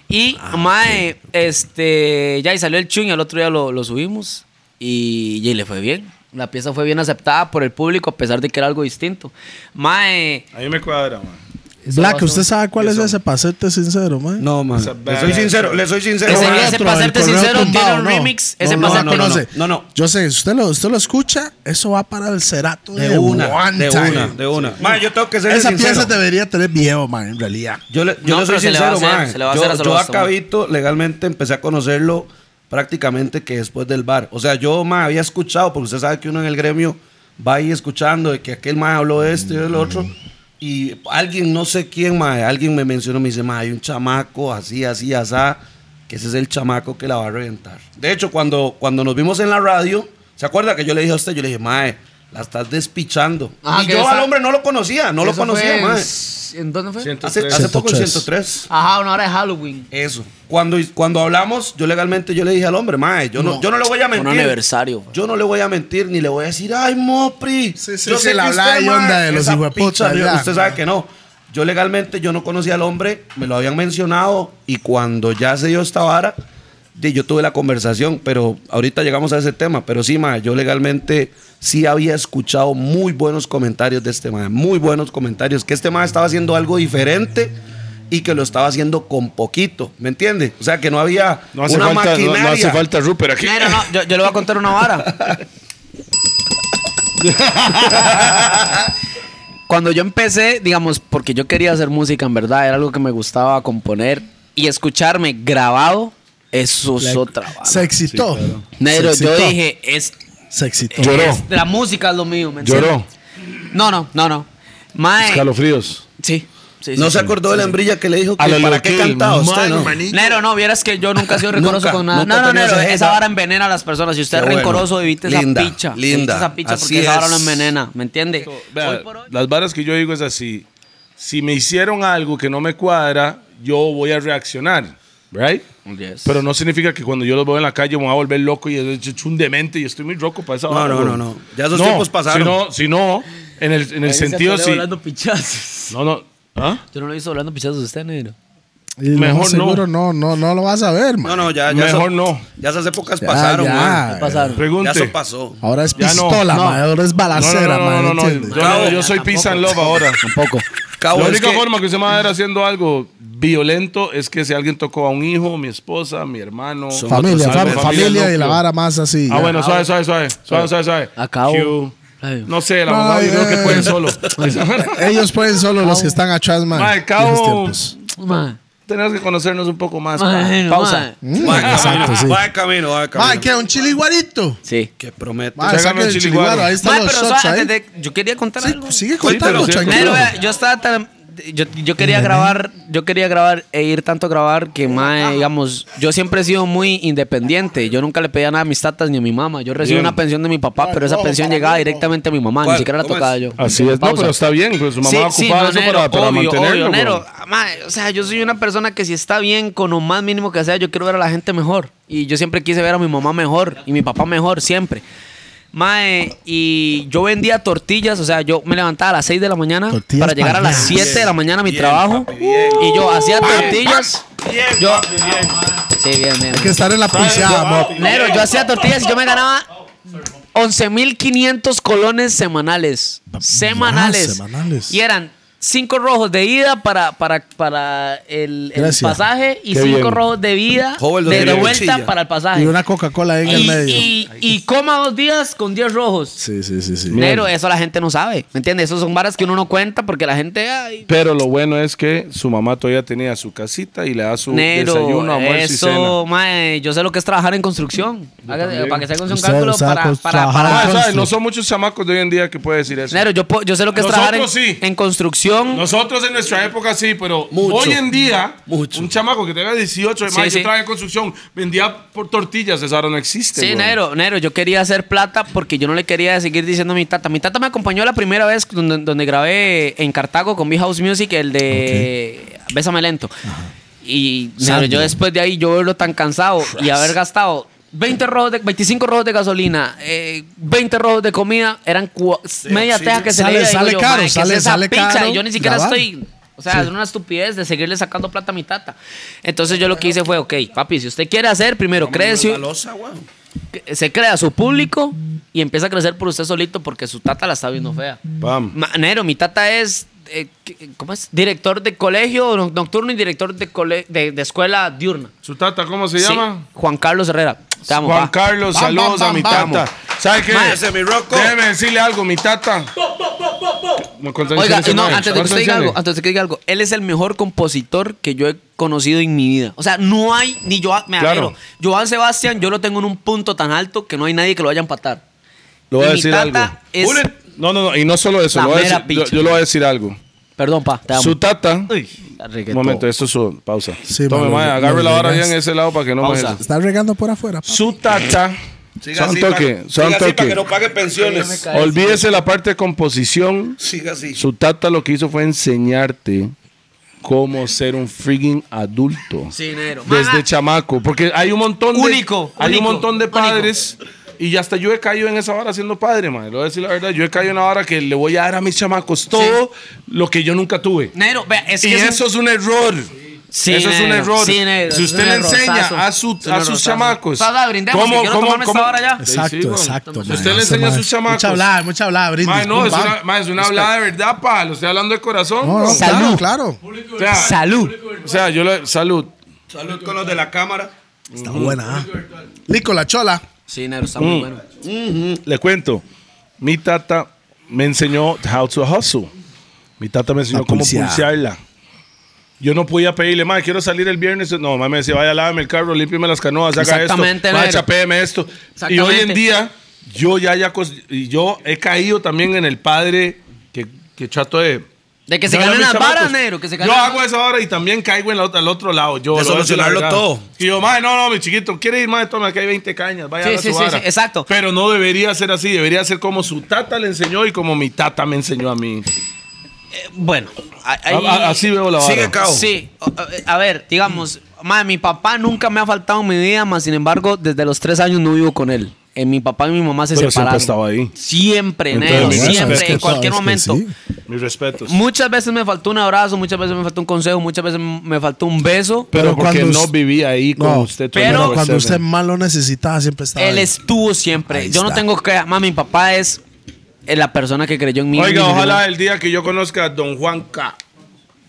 F: Y
E: Ah,
F: Mae, este, ya y salió el chun y al otro día lo, lo subimos y, y le fue bien. La pieza fue bien aceptada por el público a pesar de que era algo distinto. Mae,
H: A mí me cuadra, man.
E: Black, ¿usted sabe cuál es ese pasete sincero, man?
D: No, man.
H: Esa
D: Le soy
H: badass.
D: sincero, le soy sincero.
F: Ese-
D: man.
F: ese
E: otro,
F: para
E: el
F: serte
E: correo
F: sincero,
E: tumbado,
F: tiene un
E: no.
F: remix, ese
E: no,
F: para
E: no,
F: serte-
E: no,
D: no,
E: no,
D: no, no, no.
E: Yo sé, usted lo, usted lo escucha, eso va para el cerato de,
D: De una,
E: one
D: de
E: time.
D: una, de una. Man, yo tengo que ser
E: Esa
D: sincero.
E: pieza debería tener viejo, man, en realidad.
D: Yo le, yo
F: No,
D: le soy
F: pero se le va a
D: sincero,
F: hacer,
D: man.
F: se le va a
D: yo,
F: hacer a solo
D: yo a
F: gusto, man.
D: Cabito legalmente empecé a conocerlo prácticamente que después del bar. O sea, yo, man, había escuchado, porque usted sabe que uno en el gremio va ahí escuchando de que aquel, man, habló de esto y del otro. Y alguien, no sé quién, man, alguien me mencionó, me dice, man, hay un chamaco así, así, asá, que ese es el chamaco que la va a reventar. De hecho, cuando, cuando nos vimos en la radio, ¿se acuerda que yo le dije a usted? Yo le dije, man, la estás despichando.
F: Ajá,
D: y
F: que
D: yo
F: esa-
D: al hombre no lo conocía, no lo
F: eso fue
D: conocía,
F: en-
D: man.
F: ¿En dónde fue?
D: Hace, hace poco el
E: 103.
D: 103.
F: Ajá, una hora de Halloween.
D: Eso. Cuando, cuando hablamos, yo legalmente yo le dije al hombre, mae, yo no, yo no le voy a mentir.
F: Un aniversario. güey.
D: Yo no le voy a mentir ni le voy a decir, ay, Mopri.
E: Sí, sí,
D: yo
E: sí, la hablada y
D: mae,
E: onda de los
D: esa
E: hijueputas,
D: picha,
E: ya.
D: Usted sabe que no. Yo legalmente yo no conocía al hombre, me lo habían mencionado y cuando ya se dio esta vara, de- yo tuve la conversación, pero ahorita llegamos a ese tema. Pero sí, mae, yo legalmente sí había escuchado muy buenos comentarios de este mae, muy buenos comentarios, que este mae estaba haciendo algo diferente. Y que lo estaba haciendo con poquito, ¿me entiende? O sea, que no había
C: No hace,
D: una
C: falta, no- no,
D: maquinaria.
C: hace falta Rupert aquí.
F: Pero no, yo, yo le voy a contar una vara. Cuando yo empecé, digamos, porque yo quería hacer música, en verdad, era algo que me gustaba componer y escucharme grabado, eso es otra vara.
E: Se excitó.
F: Negro,
E: Se
F: yo
E: excitó.
F: dije, es,
E: Se excitó.
C: Lloró,
F: es- la música es lo mío, ¿me entiendes?
C: lloró.
F: No, no, no, no. Mae,
C: Escalofríos.
F: sí, sí, sí.
D: No se acordó de la hembrilla que le dijo
C: A
D: que
C: lo
D: para
C: Lil'
D: qué
C: Kim,
D: cantaba usted,
C: man,
D: ¿no?
C: manito.
F: Nero, no, vieras que yo nunca he sido rencoroso
D: Nunca,
F: con nada.
D: nunca
F: No, no,
D: tenía
F: Nero,
D: esa-
F: esa
D: esa-
F: vara envenena a las personas. Si usted
D: Qué
F: es
D: bueno.
F: rencoroso, evite
D: Linda,
F: esa picha.
D: linda.
F: Evite esa picha
D: Así
F: porque esa vara lo
D: es.
F: envenena, ¿me entiende?
C: Vea,
F: Hoy por hoy-
C: las varas que yo digo es así. Si me hicieron algo que no me cuadra, yo voy a reaccionar. Right? Pero no significa que cuando yo los veo en la calle me voy a volver loco y es es un demente y estoy muy loco para esa
D: No,
C: vara,
D: no,
C: güey.
D: no, no. Ya esos tiempos
C: Si
D: pasaron.
C: no, si no, en el, en el sentido
F: Yo
C: si.
F: hablando pichazos.
C: No, no. ¿Ah?
F: Yo no lo hice hablando pichazos de usted, negro.
E: Y lo
C: Mejor
E: más seguro, no. no, no, lo vas a ver, man.
D: No, no, ya, ya.
C: Mejor
D: eso-
C: no.
D: Ya esas épocas
E: Ya,
D: pasaron,
E: ya.
D: man.
F: Pasaron.
D: Ya
C: Pregunte.
D: eso pasó.
E: Ahora es
C: Ya no.
E: pistola,
C: No.
E: man. Ahora es
C: no, no, no,
E: balacera, man. Ah,
C: no, no,
E: ¿entiende?
C: Yo, no, yo soy peace and love ahora.
F: Tampoco.
D: Cabo,
C: la
D: Ah, es
C: única
D: que-
C: forma que usted me va a ver haciendo algo violento es que si alguien tocó a un hijo, mi esposa, mi hermano.
E: Familia,
C: algo,
E: fami- familia y la
C: núcleo.
E: vara más así.
C: Ah,
E: ya.
C: bueno, suave, suave, suave. Suave, suave, suave.
F: Acabo.
C: Q.
F: Ay.
C: No sé, el abogado
E: Ay,
C: yo creo que
E: ay.
C: pueden solo.
E: Ellos pueden solo los que están atrás, man.
C: Ma, el cabo-
E: viejos tiempos.
C: Tenemos que conocernos un poco más. pa.
F: Pausa.
E: Mm,
D: Va de
E: exacto,
D: camino,
E: sí.
D: va de camino, va de
E: Ma,
D: camino.
E: ¿qué? ¿Un chili guarito?
F: Sí.
D: Que promete.
E: Ma,
C: Sácame
E: saca
C: un
E: el
C: chili
E: chili guaro.
C: guaro.
E: Ahí
F: Ma,
E: están los
F: pero
E: shots
F: suave,
E: ahí.
F: antes de- yo quería contar
E: Sí,
F: algo.
E: sigue
C: pero
E: contando,
C: sí,
E: tranquilo.
F: Negro, vea, yo estaba tan- yo, yo quería grabar, yo quería grabar e ir tanto a grabar que mae, digamos, yo siempre he sido muy independiente. Yo nunca le pedía nada a mis tatas ni a mi mamá. Yo recibí
C: Bien.
F: una pensión de mi papá, pero esa pensión llegaba directamente a mi mamá, ni
D: ¿Cuál?
F: siquiera la
D: ¿Cómo
F: tocaba
D: es?
F: yo.
C: Así es, no,
F: Pausa.
C: pero está bien, pues su mamá ocupaba
F: no,
C: eso
F: Nero,
C: para, para
F: obvio,
C: mantenerlo. pues.
F: obvio,
C: güey.
F: Nero. Ah, mae, o sea, yo soy una persona que si está bien, con lo más mínimo que sea, yo quiero ver a la gente mejor. Y yo siempre quise ver a mi mamá mejor y mi papá mejor, siempre. Mae, y yo vendía tortillas, o sea, yo me levantaba a las 6 de la mañana
E: Tortillas
F: para llegar a las
E: paneadas.
F: 7 de la mañana a mi trabajo. y yo hacía tortillas. yo, Sí, bien, bien.
E: Hay que estar en la pulseada, mo.
F: Nero, yo hacía tortillas y yo me ganaba 11.500 colones semanales. Semanales.
E: semanales.
F: Y eran cinco rojos de ida para, para, para el, el
E: Gracias.
F: pasaje y
C: Qué
F: cinco
C: bien.
F: rojos de vida
D: Joven, lo
F: de,
D: tiene
F: de
D: en
F: vuelta
D: cuchilla.
F: para el pasaje.
E: Y una Coca-Cola ahí en el
F: Y-
E: medio.
F: y- y coma dos días con 10 rojos.
E: Sí, sí, sí, sí.
F: Nero, eso la gente no sabe. ¿Me entiendes? Esos son varas que uno no cuenta porque la gente. Ay,
C: Pero lo bueno es que su mamá todavía tenía su casita y le da su desayuno,
F: Nero,
C: almuerzo y cena.
F: eso, mae, yo sé lo que es trabajar en construcción. Hágase- para que se haga un
E: Usted
F: cálculo
E: sabe
F: para,
E: cons-
F: para,
E: trabajar
F: para
C: Ah, ¿sabe?
E: Constru-
C: No son muchos chamacos de hoy en día que puede decir eso.
F: Nero, yo, po- yo sé lo que es trabajar en,
C: Nosotros sí.
F: en construcción, generación.
H: Nosotros en nuestra época sí, pero
D: Mucho.
H: hoy en día,
D: Mucho.
H: un chamaco que tenga 18 de
F: Sí,
H: mayo,
F: sí.
H: yo trabajé en construcción, vendía por tortillas, esa ahora no existe.
F: Sí,
H: weón.
F: Nero, Nero, yo quería hacer plata porque yo no le quería seguir diciendo a mi tata. Mi tata me acompañó la primera vez donde, donde grabé en Cartago con mi House Music, el de Bésame Lento. Y Nero, yo después de ahí, yo verlo tan cansado y haber gastado 20 rojos de, 25 rojos de gasolina, eh, 20 rojos de comida, eran cua- media teja que se
E: Sale-
F: le iba, digo
E: sale
F: yo,
E: caro,
F: "Mae, ¿qué es
E: sale-
F: esa
E: sale
F: picha?"
E: caro
F: Y yo ni siquiera
E: lavar.
F: estoy... O sea, es una estupidez de seguirle sacando plata a mi tata. Entonces yo lo que hice fue, ok, papi, si usted quiere hacer, primero crece,
D: La losa, weón.
F: que- se crea su público y empieza a crecer por usted solito porque su tata la está viendo fea.
C: Pam.
F: Manero, mi tata es, eh, que- ¿cómo es? Director de colegio no- nocturno y director de, cole- de, de escuela diurna.
H: ¿Su tata cómo se
F: Sí,
H: llama?
F: Juan Carlos Herrera. Te amo,
H: Juan
F: pa.
H: Carlos, saludos a mi tata. ¿Sabe qué?
F: Mae,
D: ese mi roco.
H: Déjeme decirle algo, mi tata.
F: Oiga, no, antes de que usted diga algo, antes de que diga algo, él es el mejor compositor que yo he conocido en mi vida. O sea, no hay ni yo, me
H: Claro.
F: admiro. Joan Sebastián, yo lo tengo en un punto tan alto que no hay nadie que lo vaya a empatar.
C: Le voy a
F: Y mi
C: decir
F: tata
C: algo.
F: es-
C: No, no, no. Y no solo eso.
F: La
C: le voy a
F: mera
C: decir- yo,
F: picha.
C: yo le voy a decir algo.
F: Perdón, pa, te amo.
C: Su tata.
F: Uy,
C: Un
F: reggaetón.
C: momento, esto es su pausa.
E: Sí,
C: Tome,
E: mano,
C: mae,
E: lo-
C: agarre
E: lo
C: la vara
E: regaste.
C: bien en ese lado para que no
F: Pausa.
C: me
E: Está regando por afuera. pa.
C: Su tata.
D: Siga
C: Son
D: así,
C: toque,
D: pa-
C: son
D: siga así para que
C: toque.
D: no pague pensiones.
C: Olvídese la parte de composición.
D: Siga así.
C: Su tata lo que hizo fue enseñarte cómo ser un freaking adulto.
F: Sí, Nero.
C: Desde
F: Maga.
C: chamaco. Porque hay un montón de.
F: Único,
C: Hay
F: único,
C: un montón de
F: único.
C: padres. Y ya hasta yo he caído en esa vara siendo padre, madre. Lo voy a decir la verdad. Yo he caído en una vara que le voy a dar a mis chamacos todo lo que yo nunca tuve.
F: Nero, vea, es que
C: y
F: es un-
C: eso es un error.
F: Sí,
C: eso es un
F: negro,
C: error.
F: sí, negro,
C: si
F: es
C: usted
F: un
C: le
F: errorazo.
C: enseña a, su-
F: Es un
C: a sus
F: errorazo.
C: chamacos.
F: Sada, brindemos, que quiero tomarme esta vara ya.
C: Sí,
E: Exacto,
C: sí, bueno.
E: exacto.
C: Si
E: man.
C: usted le
E: Ese
C: enseña a
E: man-
C: sus chamacos.
E: Mucha hablada, mucha hablada, Brindis.
H: Mae, no, es
E: disculpa.
H: una, mae, es una hablada de verdad, pa. Lo estoy hablando de corazón.
E: No, no,
H: bro.
E: claro, claro.
H: O sea,
F: Salud.
H: O sea, yo le. Salud.
D: Salud con los de la cámara.
E: Está buena. ¿ah? Lico, la chola.
F: Sí, Nero, está muy bueno.
C: Le cuento. Mi tata me enseñó how to hustle. Mi tata me enseñó
E: La
C: cómo
E: pulseada.
C: pulsearla. Yo no podía pedirle, madre, quiero salir el viernes. No, mamá me decía, vaya, lávame el carro, límpiame las canoas, haga esto.
F: Exactamente,
C: Vaya,
F: negro.
C: chapéeme esto. Y
F: Exactamente.
C: hoy en día, yo ya, ya, cos- y yo he caído también en el padre que, que trato de.
F: De que se
C: Yo
F: ganen
C: hablo a
F: las
C: mis
F: varas,
C: chamacos.
F: negro, que se
H: Yo
F: ganen.
H: hago esa hora y también caigo en la otra- al otro lado. Yo,
D: De
H: lo voy a decir la
D: solucionarlo
H: verdad.
D: todo.
H: Y yo, madre, no, no, mi chiquito, quiere ir, madre, toma, aquí hay 20 cañas, vaya
F: Sí,
H: a
F: sí,
H: su
F: sí,
H: vara.
F: sí, exacto.
H: Pero no debería ser así, debería ser como su tata le enseñó y como mi tata me enseñó a mí.
F: Bueno, a- ahí-
C: A- a- así veo la vara.
D: Sigue, Cao.
F: Sí, a- a a ver, digamos, madre, mi papá nunca me ha faltado en mi vida, más sin embargo, desde los tres años no vivo con él. Eh, mi papá y mi mamá se
C: Pero siempre
F: separaron.
C: estaba ahí.
F: Siempre,
C: Entonces,
F: negro,
C: mi
F: siempre,
C: respeto.
F: en cualquier
E: Es que
F: momento.
E: sí.
C: Mis respetos.
F: Muchas veces me faltó un abrazo, muchas veces me faltó un consejo, muchas veces me faltó un beso.
C: Pero,
E: Pero
C: porque
E: cuando
C: no
E: us-
C: vivía ahí con
E: No,
C: usted.
F: pero-
E: Pero
C: todavía,
E: cuando
C: etcétera.
E: usted más lo necesitaba, siempre estaba.
F: Él
E: ahí.
F: estuvo siempre.
E: Ahí
F: yo no
E: está.
F: tengo que. Más mi papá es eh, la persona que creyó en mí.
H: Oiga,
F: Mi-
H: ojalá el día que yo conozca a Don Juan K.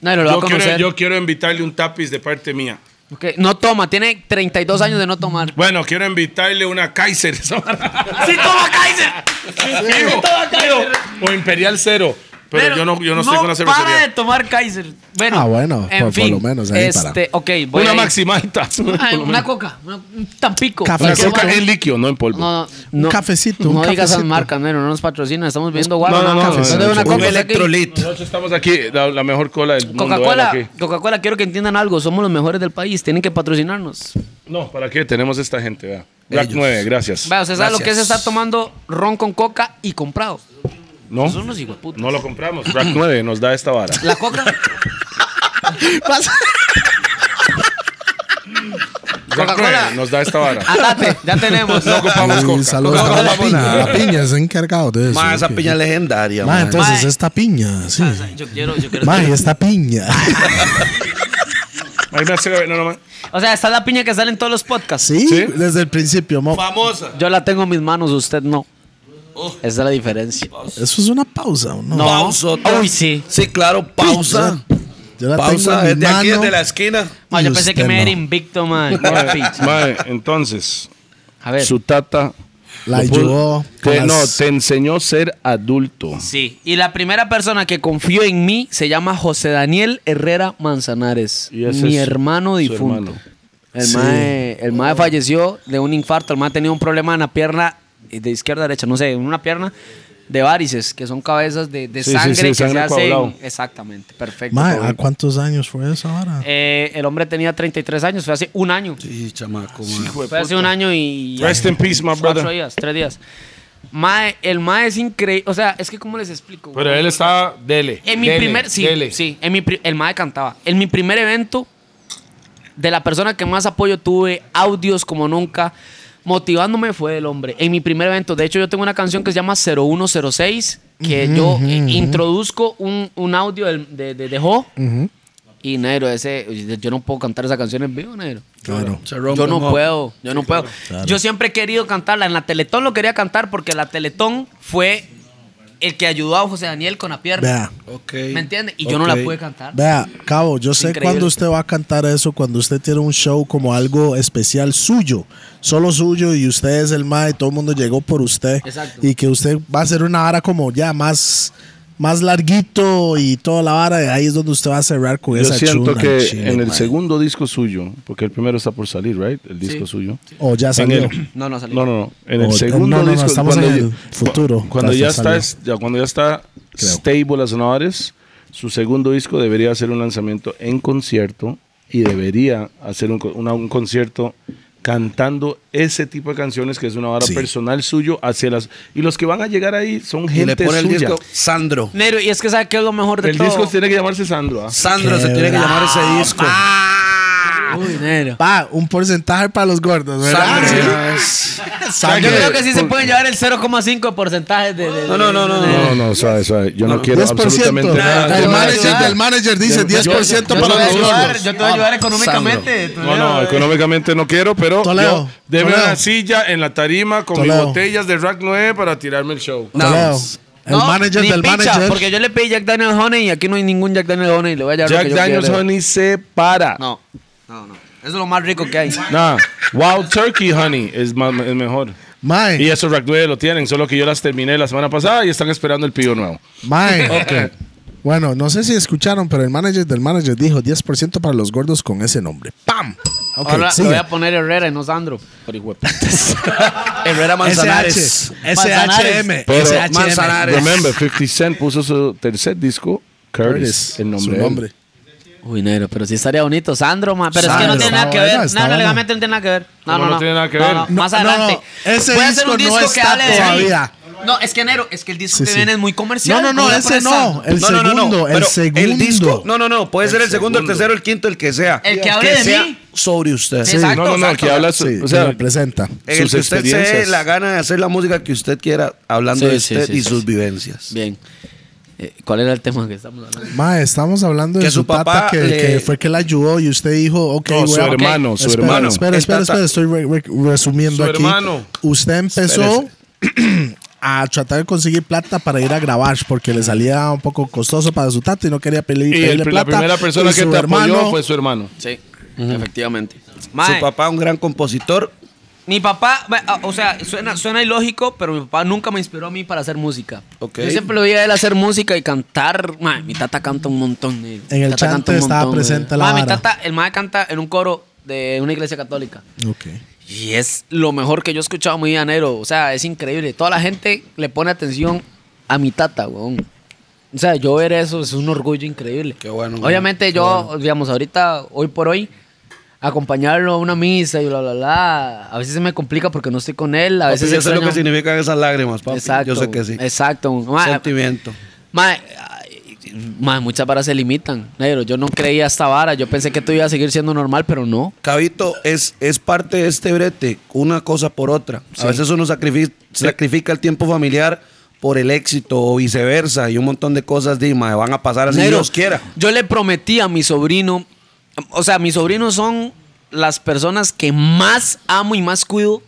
F: No, lo va a
H: Yo quiero,
F: conocer.
H: yo quiero invitarle un tapiz de parte mía.
F: Ok, No toma, tiene 32 años de no tomar.
H: Bueno, quiero invitarle una Kaiser. ¡Sí
F: toma Kaiser!
H: Fijo, fijo. O Imperial Cero. Pero, yo no, yo no, estoy con la
F: Para de
H: cervecería.
F: tomar Kaiser. Bueno,
E: Ah, bueno,
F: en
E: por- por
F: fin,
E: lo menos ahí para.
F: este, Ok, voy
H: Una
F: ahí.
H: maximalta.
F: Ah, una coca, una- un tampico.
E: Café.
C: La
E: Cualquier
C: coca
E: momento.
C: en líquido, no en polvo.
F: No, no,
E: Un
F: no,
E: cafecito,
F: No
E: un
F: digas esas
E: cafecito.
F: marcas, negro, no nos patrocinan. Estamos viendo guaro.
C: no, no,
F: acá.
C: no,
F: Yo
C: no,
F: doy
C: no,
F: una
C: no,
F: coca,
C: no,
F: o sea que-
H: Nosotros estamos aquí, la, la mejor cola del mundo.
F: Coca-Cola,
H: ¿verdad? Aquí.
F: Coca-Cola, quiero que entiendan algo. Somos los mejores del país. Tienen que patrocinarnos.
C: No, ¿para qué? Tenemos esta gente, vea. Black 9, gracias.
F: Vaya, usted sabe lo que es estar tomando ron con coca y comprado.
C: No,
F: Son unos hijueputas.
C: no lo compramos. Black 9 nos da esta vara.
F: La coca.
C: Black 9 nos da esta
F: Ah.
C: vara.
F: Andate, ya tenemos.
H: No ocupamos
E: Y
H: coca.
E: saludos
H: No
E: a la
H: ocupamos
E: piña.
H: nada.
E: La piña es encargado de eso.
D: Ma, esa
E: ok.
D: piña es legendaria,
E: Ma,
D: ma.
E: entonces
F: Ma.
E: esta piña, sí.
F: Yo quiero, yo quiero.
E: Ma, y esta piña.
C: Ahí me hace- no, no, ma.
F: O sea, está la piña que sale en todos los podcasts.
E: Sí, desde el principio, mo.
D: Famosa.
F: Yo la tengo en mis manos, usted no. Esa es la diferencia.
E: Eso es una pausa, ¿o ¿no?
D: Pausota.
F: Uy, sí.
D: Sí, claro, pausa.
E: Yo la
D: pausa
E: tengo en mi
D: desde aquí,
E: mano.
D: desde la esquina.
F: Ma, yo
E: Y
F: pensé
E: usted
F: que me era
E: no.
F: invicto, man.
C: Mae,
F: Picha.
C: mae, entonces,
F: A ver.
C: su tata...
E: La
C: lo puso-
E: ayudó con
C: Te, No,
E: las-
C: te enseñó a ser adulto.
F: Sí. Y la primera persona que confió en mí se llama José Daniel Herrera Manzanares.
C: Y ese
F: Mi
C: es
F: hermano
C: su
F: difunto.
C: hermano.
F: El
E: Sí.
F: mae, el mae falleció de un infarto. El mae tenía un problema en la pierna eh, de izquierda a derecha, no sé, en una pierna. de varices, que son cabezas de, de
C: Sí, sí,
F: sangre
C: sí,
F: que
C: sangre
F: se hacen.
C: coagulado.
F: Exactamente, perfecto.
E: Mae,
F: todo
E: ¿a
F: bien.
E: cuántos años fue eso ahora?
F: Eh, el hombre tenía 33 años, fue hace un año.
D: Sí, chamaco, man.
F: Fue hace un año y.
C: Rest in peace, my
F: cuatro
C: brother.
F: días, tres días. Mae, el mae es increíble. O sea, es que, ¿cómo les explico?
H: Pero
F: güey?
H: él estaba. Dele.
F: En mi
H: dele,
F: primer. Sí,
H: dele.
F: sí. En mi pri- el mae cantaba. En mi primer evento, de la persona que más apoyo tuve, audios como nunca, motivándome fue el hombre. En mi primer evento. De hecho, yo tengo una canción que se llama 0106, que yo eh, introduzco un, un audio del- de, de, de Jo. Y negro, ese, yo no puedo cantar esa canción en vivo, negro.
E: Claro.
D: Se rompe
F: Yo no
D: un ojo.
F: puedo, yo no puedo. Yo siempre he querido cantarla. En la Teletón lo quería cantar porque la Teletón fue el que ayudó a José Daniel con la pierna.
E: Vea,
D: Ok.
F: ¿Me entiendes? Y yo no la
D: Ok.
F: pude cantar.
E: vea, Cabo, yo sé
F: Increíble.
E: cuando usted va a cantar eso, cuando usted tiene un show como algo especial suyo, solo suyo y usted es el mae, todo el mundo llegó por usted.
F: Exacto.
E: Y que usted va a hacer una vara como ya más, más larguito y toda la vara, y ahí es donde usted va a cerrar con
C: Yo
E: esa
C: siento
E: chuna,
C: que
E: chile,
C: en el
E: mae.
C: segundo disco suyo, porque el primero está por salir, ¿right? El disco suyo.
E: O Oh, ya
C: En
E: salió.
C: el-
F: No, no salió.
C: No, no, no. En
E: O-
C: el segundo
E: no, no, no,
C: disco.
E: estamos
C: cuando
E: en el
C: ya-
E: futuro.
C: cu- Cuando ya,
E: Hasta
C: está,
E: salió.
C: ya, cuando ya está
E: Creo.
C: stable las sonoras, su segundo disco debería ser un lanzamiento en concierto y debería hacer un, co- una- un concierto cantando ese tipo de canciones que es una vara
E: Sí.
C: personal suyo hacia las y los que van a llegar ahí son
D: Y le
C: gente
D: pone el
C: suya.
D: disco Sandro.
F: Negro, y es que ¿sabe qué es lo mejor de
C: El
F: todo?
C: disco tiene que llamarse Sandro. ¿ah?
D: Sandro
E: Qué
D: se tiene que
E: bravo.
D: llamar ese disco.
B: Ah,
F: Uy, negro.
E: Pa, un porcentaje para los gordos, ¿verdad?
D: Sangre.
E: Sí.
F: Yo
E: Sangre.
F: creo que sí se pueden llevar el 0,5 porcentaje de, de-
D: No, no, no, no. no.
C: No, no, suave, suave. Yo no, quiero
E: 10%.
C: absolutamente nada.
E: El
F: Yo-
E: manager,
F: yo-
E: el manager dice
C: yo- yo-
F: Yo te
E: 10%
F: voy
E: para
F: a
E: los
F: ayudar,
E: gordos.
F: yo te voy a ayudar económicamente.
C: No, no, económicamente no quiero, pero
E: Toledo,
C: yo deme
E: Toledo.
C: una silla en la tarima con
E: Toledo.
C: mis botellas de Rack 9 para tirarme el show.
E: Toledo, El
F: No,
E: manager
F: ni
E: del
F: picha,
E: manager.
F: Porque yo le pedí Jack Daniel Honey y aquí no hay ningún Jack Daniel Honey. Le voy a llevar lo
C: Jack
F: que yo
C: Daniels
F: quiera.
C: Honey se para.
F: No, no, no. Eso es lo más rico que hay.
C: Nah, Wild Turkey Honey es, ma- es mejor.
E: Mae,
C: Y esos Rack 9 lo tienen, solo que yo las terminé la semana pasada y están esperando el pido nuevo.
E: mae. Bueno, no sé si escucharon, pero el manager del manager dijo 10% para los gordos con ese nombre. ¡Pam! Ok,
F: Ahora
E: sigue.
F: le voy a poner Herrera y no Sandro. Pero hijo de putas.
D: Herrera Manzanares.
E: SH, SHM.
C: Pero
D: Manzanares.
C: remember, 50 Cent puso su tercer disco, Curtis, el nombre.
E: Su
C: de él.
E: nombre.
F: Uy, negro, pero sí estaría bonito. Sandro, ma. Pero es que
E: Sandro.
F: no tiene nada que
E: Está
F: ver.
E: buena,
F: No,
E: está
F: no,
E: buena.
F: legalmente no tiene nada que ver. No,
C: ¿Cómo
F: no,
C: no
F: no.
C: tiene nada que ver?
F: no.
E: No,
F: Más
E: no, no.
F: adelante.
E: Ese
F: Voy a
E: disco no está
F: hable de
E: todavía.
F: mí. No, es que negro, es que el disco
E: Sí,
F: que
E: sí.
F: viene es muy
E: No,
F: comercial.
E: no, no,
F: voy a
E: ese
F: poner
E: no. Eh,
F: Sandro.
E: El
D: No, no, no,
E: segundo,
D: no.
E: el
D: Pero
E: segundo.
D: El disco. No, no, no. Puede ser el segundo, el tercero, el quinto, el que sea.
F: El que hable de
D: sea
F: mí.
D: Sobre usted.
F: Sí. Exacto,
C: No, no, no,
F: exacto.
C: que habla su-
E: Sí,
C: o sea,
E: que lo presenta.
D: En el
C: sus
D: que usted se dé
C: experiencias.
D: la gana de hacer la música que usted quiera, hablando
F: Sí,
D: de
F: sí,
D: usted
F: sí,
D: y
F: sí,
D: sus
F: sí.
D: vivencias.
F: Bien. Eh, ¿Cuál era el tema que estamos hablando?
E: Mae, estamos hablando de
D: Que
E: su,
D: su
E: tata
D: papá
E: que,
D: le-
E: que fue que la ayudó y usted dijo, ok,
C: No, su
E: voy a-
C: hermano, su
E: Espera,
C: hermano.
E: Espera,
D: El
E: espera,
D: tata-
E: espera, estoy re- re- resumiendo
C: Su
E: aquí.
C: hermano.
E: Usted empezó a tratar de conseguir plata para ir a grabar porque le salía un poco costoso para su tata y no quería
C: Y
E: pedir,
C: el
E: pedirle
C: pri- la
E: plata.
C: primera persona
E: Y
C: que
E: su
C: te
E: hermano-
C: apoyó fue su hermano.
F: Sí, efectivamente.
D: Su papá, un gran compositor.
F: Mi papá, ma- ah, o sea, suena, suena ilógico, pero mi papá nunca me inspiró a mí para hacer música.
D: Ok.
F: Yo siempre lo veía a él hacer música y cantar. Ma, mi tata canta un montón. negro.
E: En
F: Mi
E: el
F: tata
E: chante
F: canta un
E: estaba
F: montón,
E: presente
F: negro.
E: la
F: Ma, mi
E: vara.
F: tata, el mae canta en un coro de una iglesia católica.
E: Ok.
F: Y es lo mejor que yo he escuchado en mi vida, negro. O sea, es increíble. Toda la gente le pone atención a mi tata, weón. O sea, yo ver eso es un orgullo increíble.
D: Qué bueno, güey.
F: Obviamente yo, digamos, ahorita, hoy por hoy, acompañarlo a una misa y bla, bla, bla, a veces se me complica porque no estoy con él, a
D: Papi,
F: veces
D: yo sé lo que
F: extraño-
D: significan esas lágrimas, papi. Yo sé que sí.
F: Exacto. Ma-
D: Sentimiento.
F: Mae, ay, mae, muchas varas se limitan, negro. Yo no creía esta vara. Yo pensé que tú ibas a seguir siendo normal, pero no.
D: Cabito, es, es parte de este brete, una cosa por otra. A veces uno sacrifi- sacrifica el tiempo familiar por el éxito o viceversa y un montón de cosas de, mae, van a pasar así
F: Negro,
D: Dios quiera.
F: Yo le prometí a mi sobrino, o sea, mis sobrinos son las personas que más amo y más cuido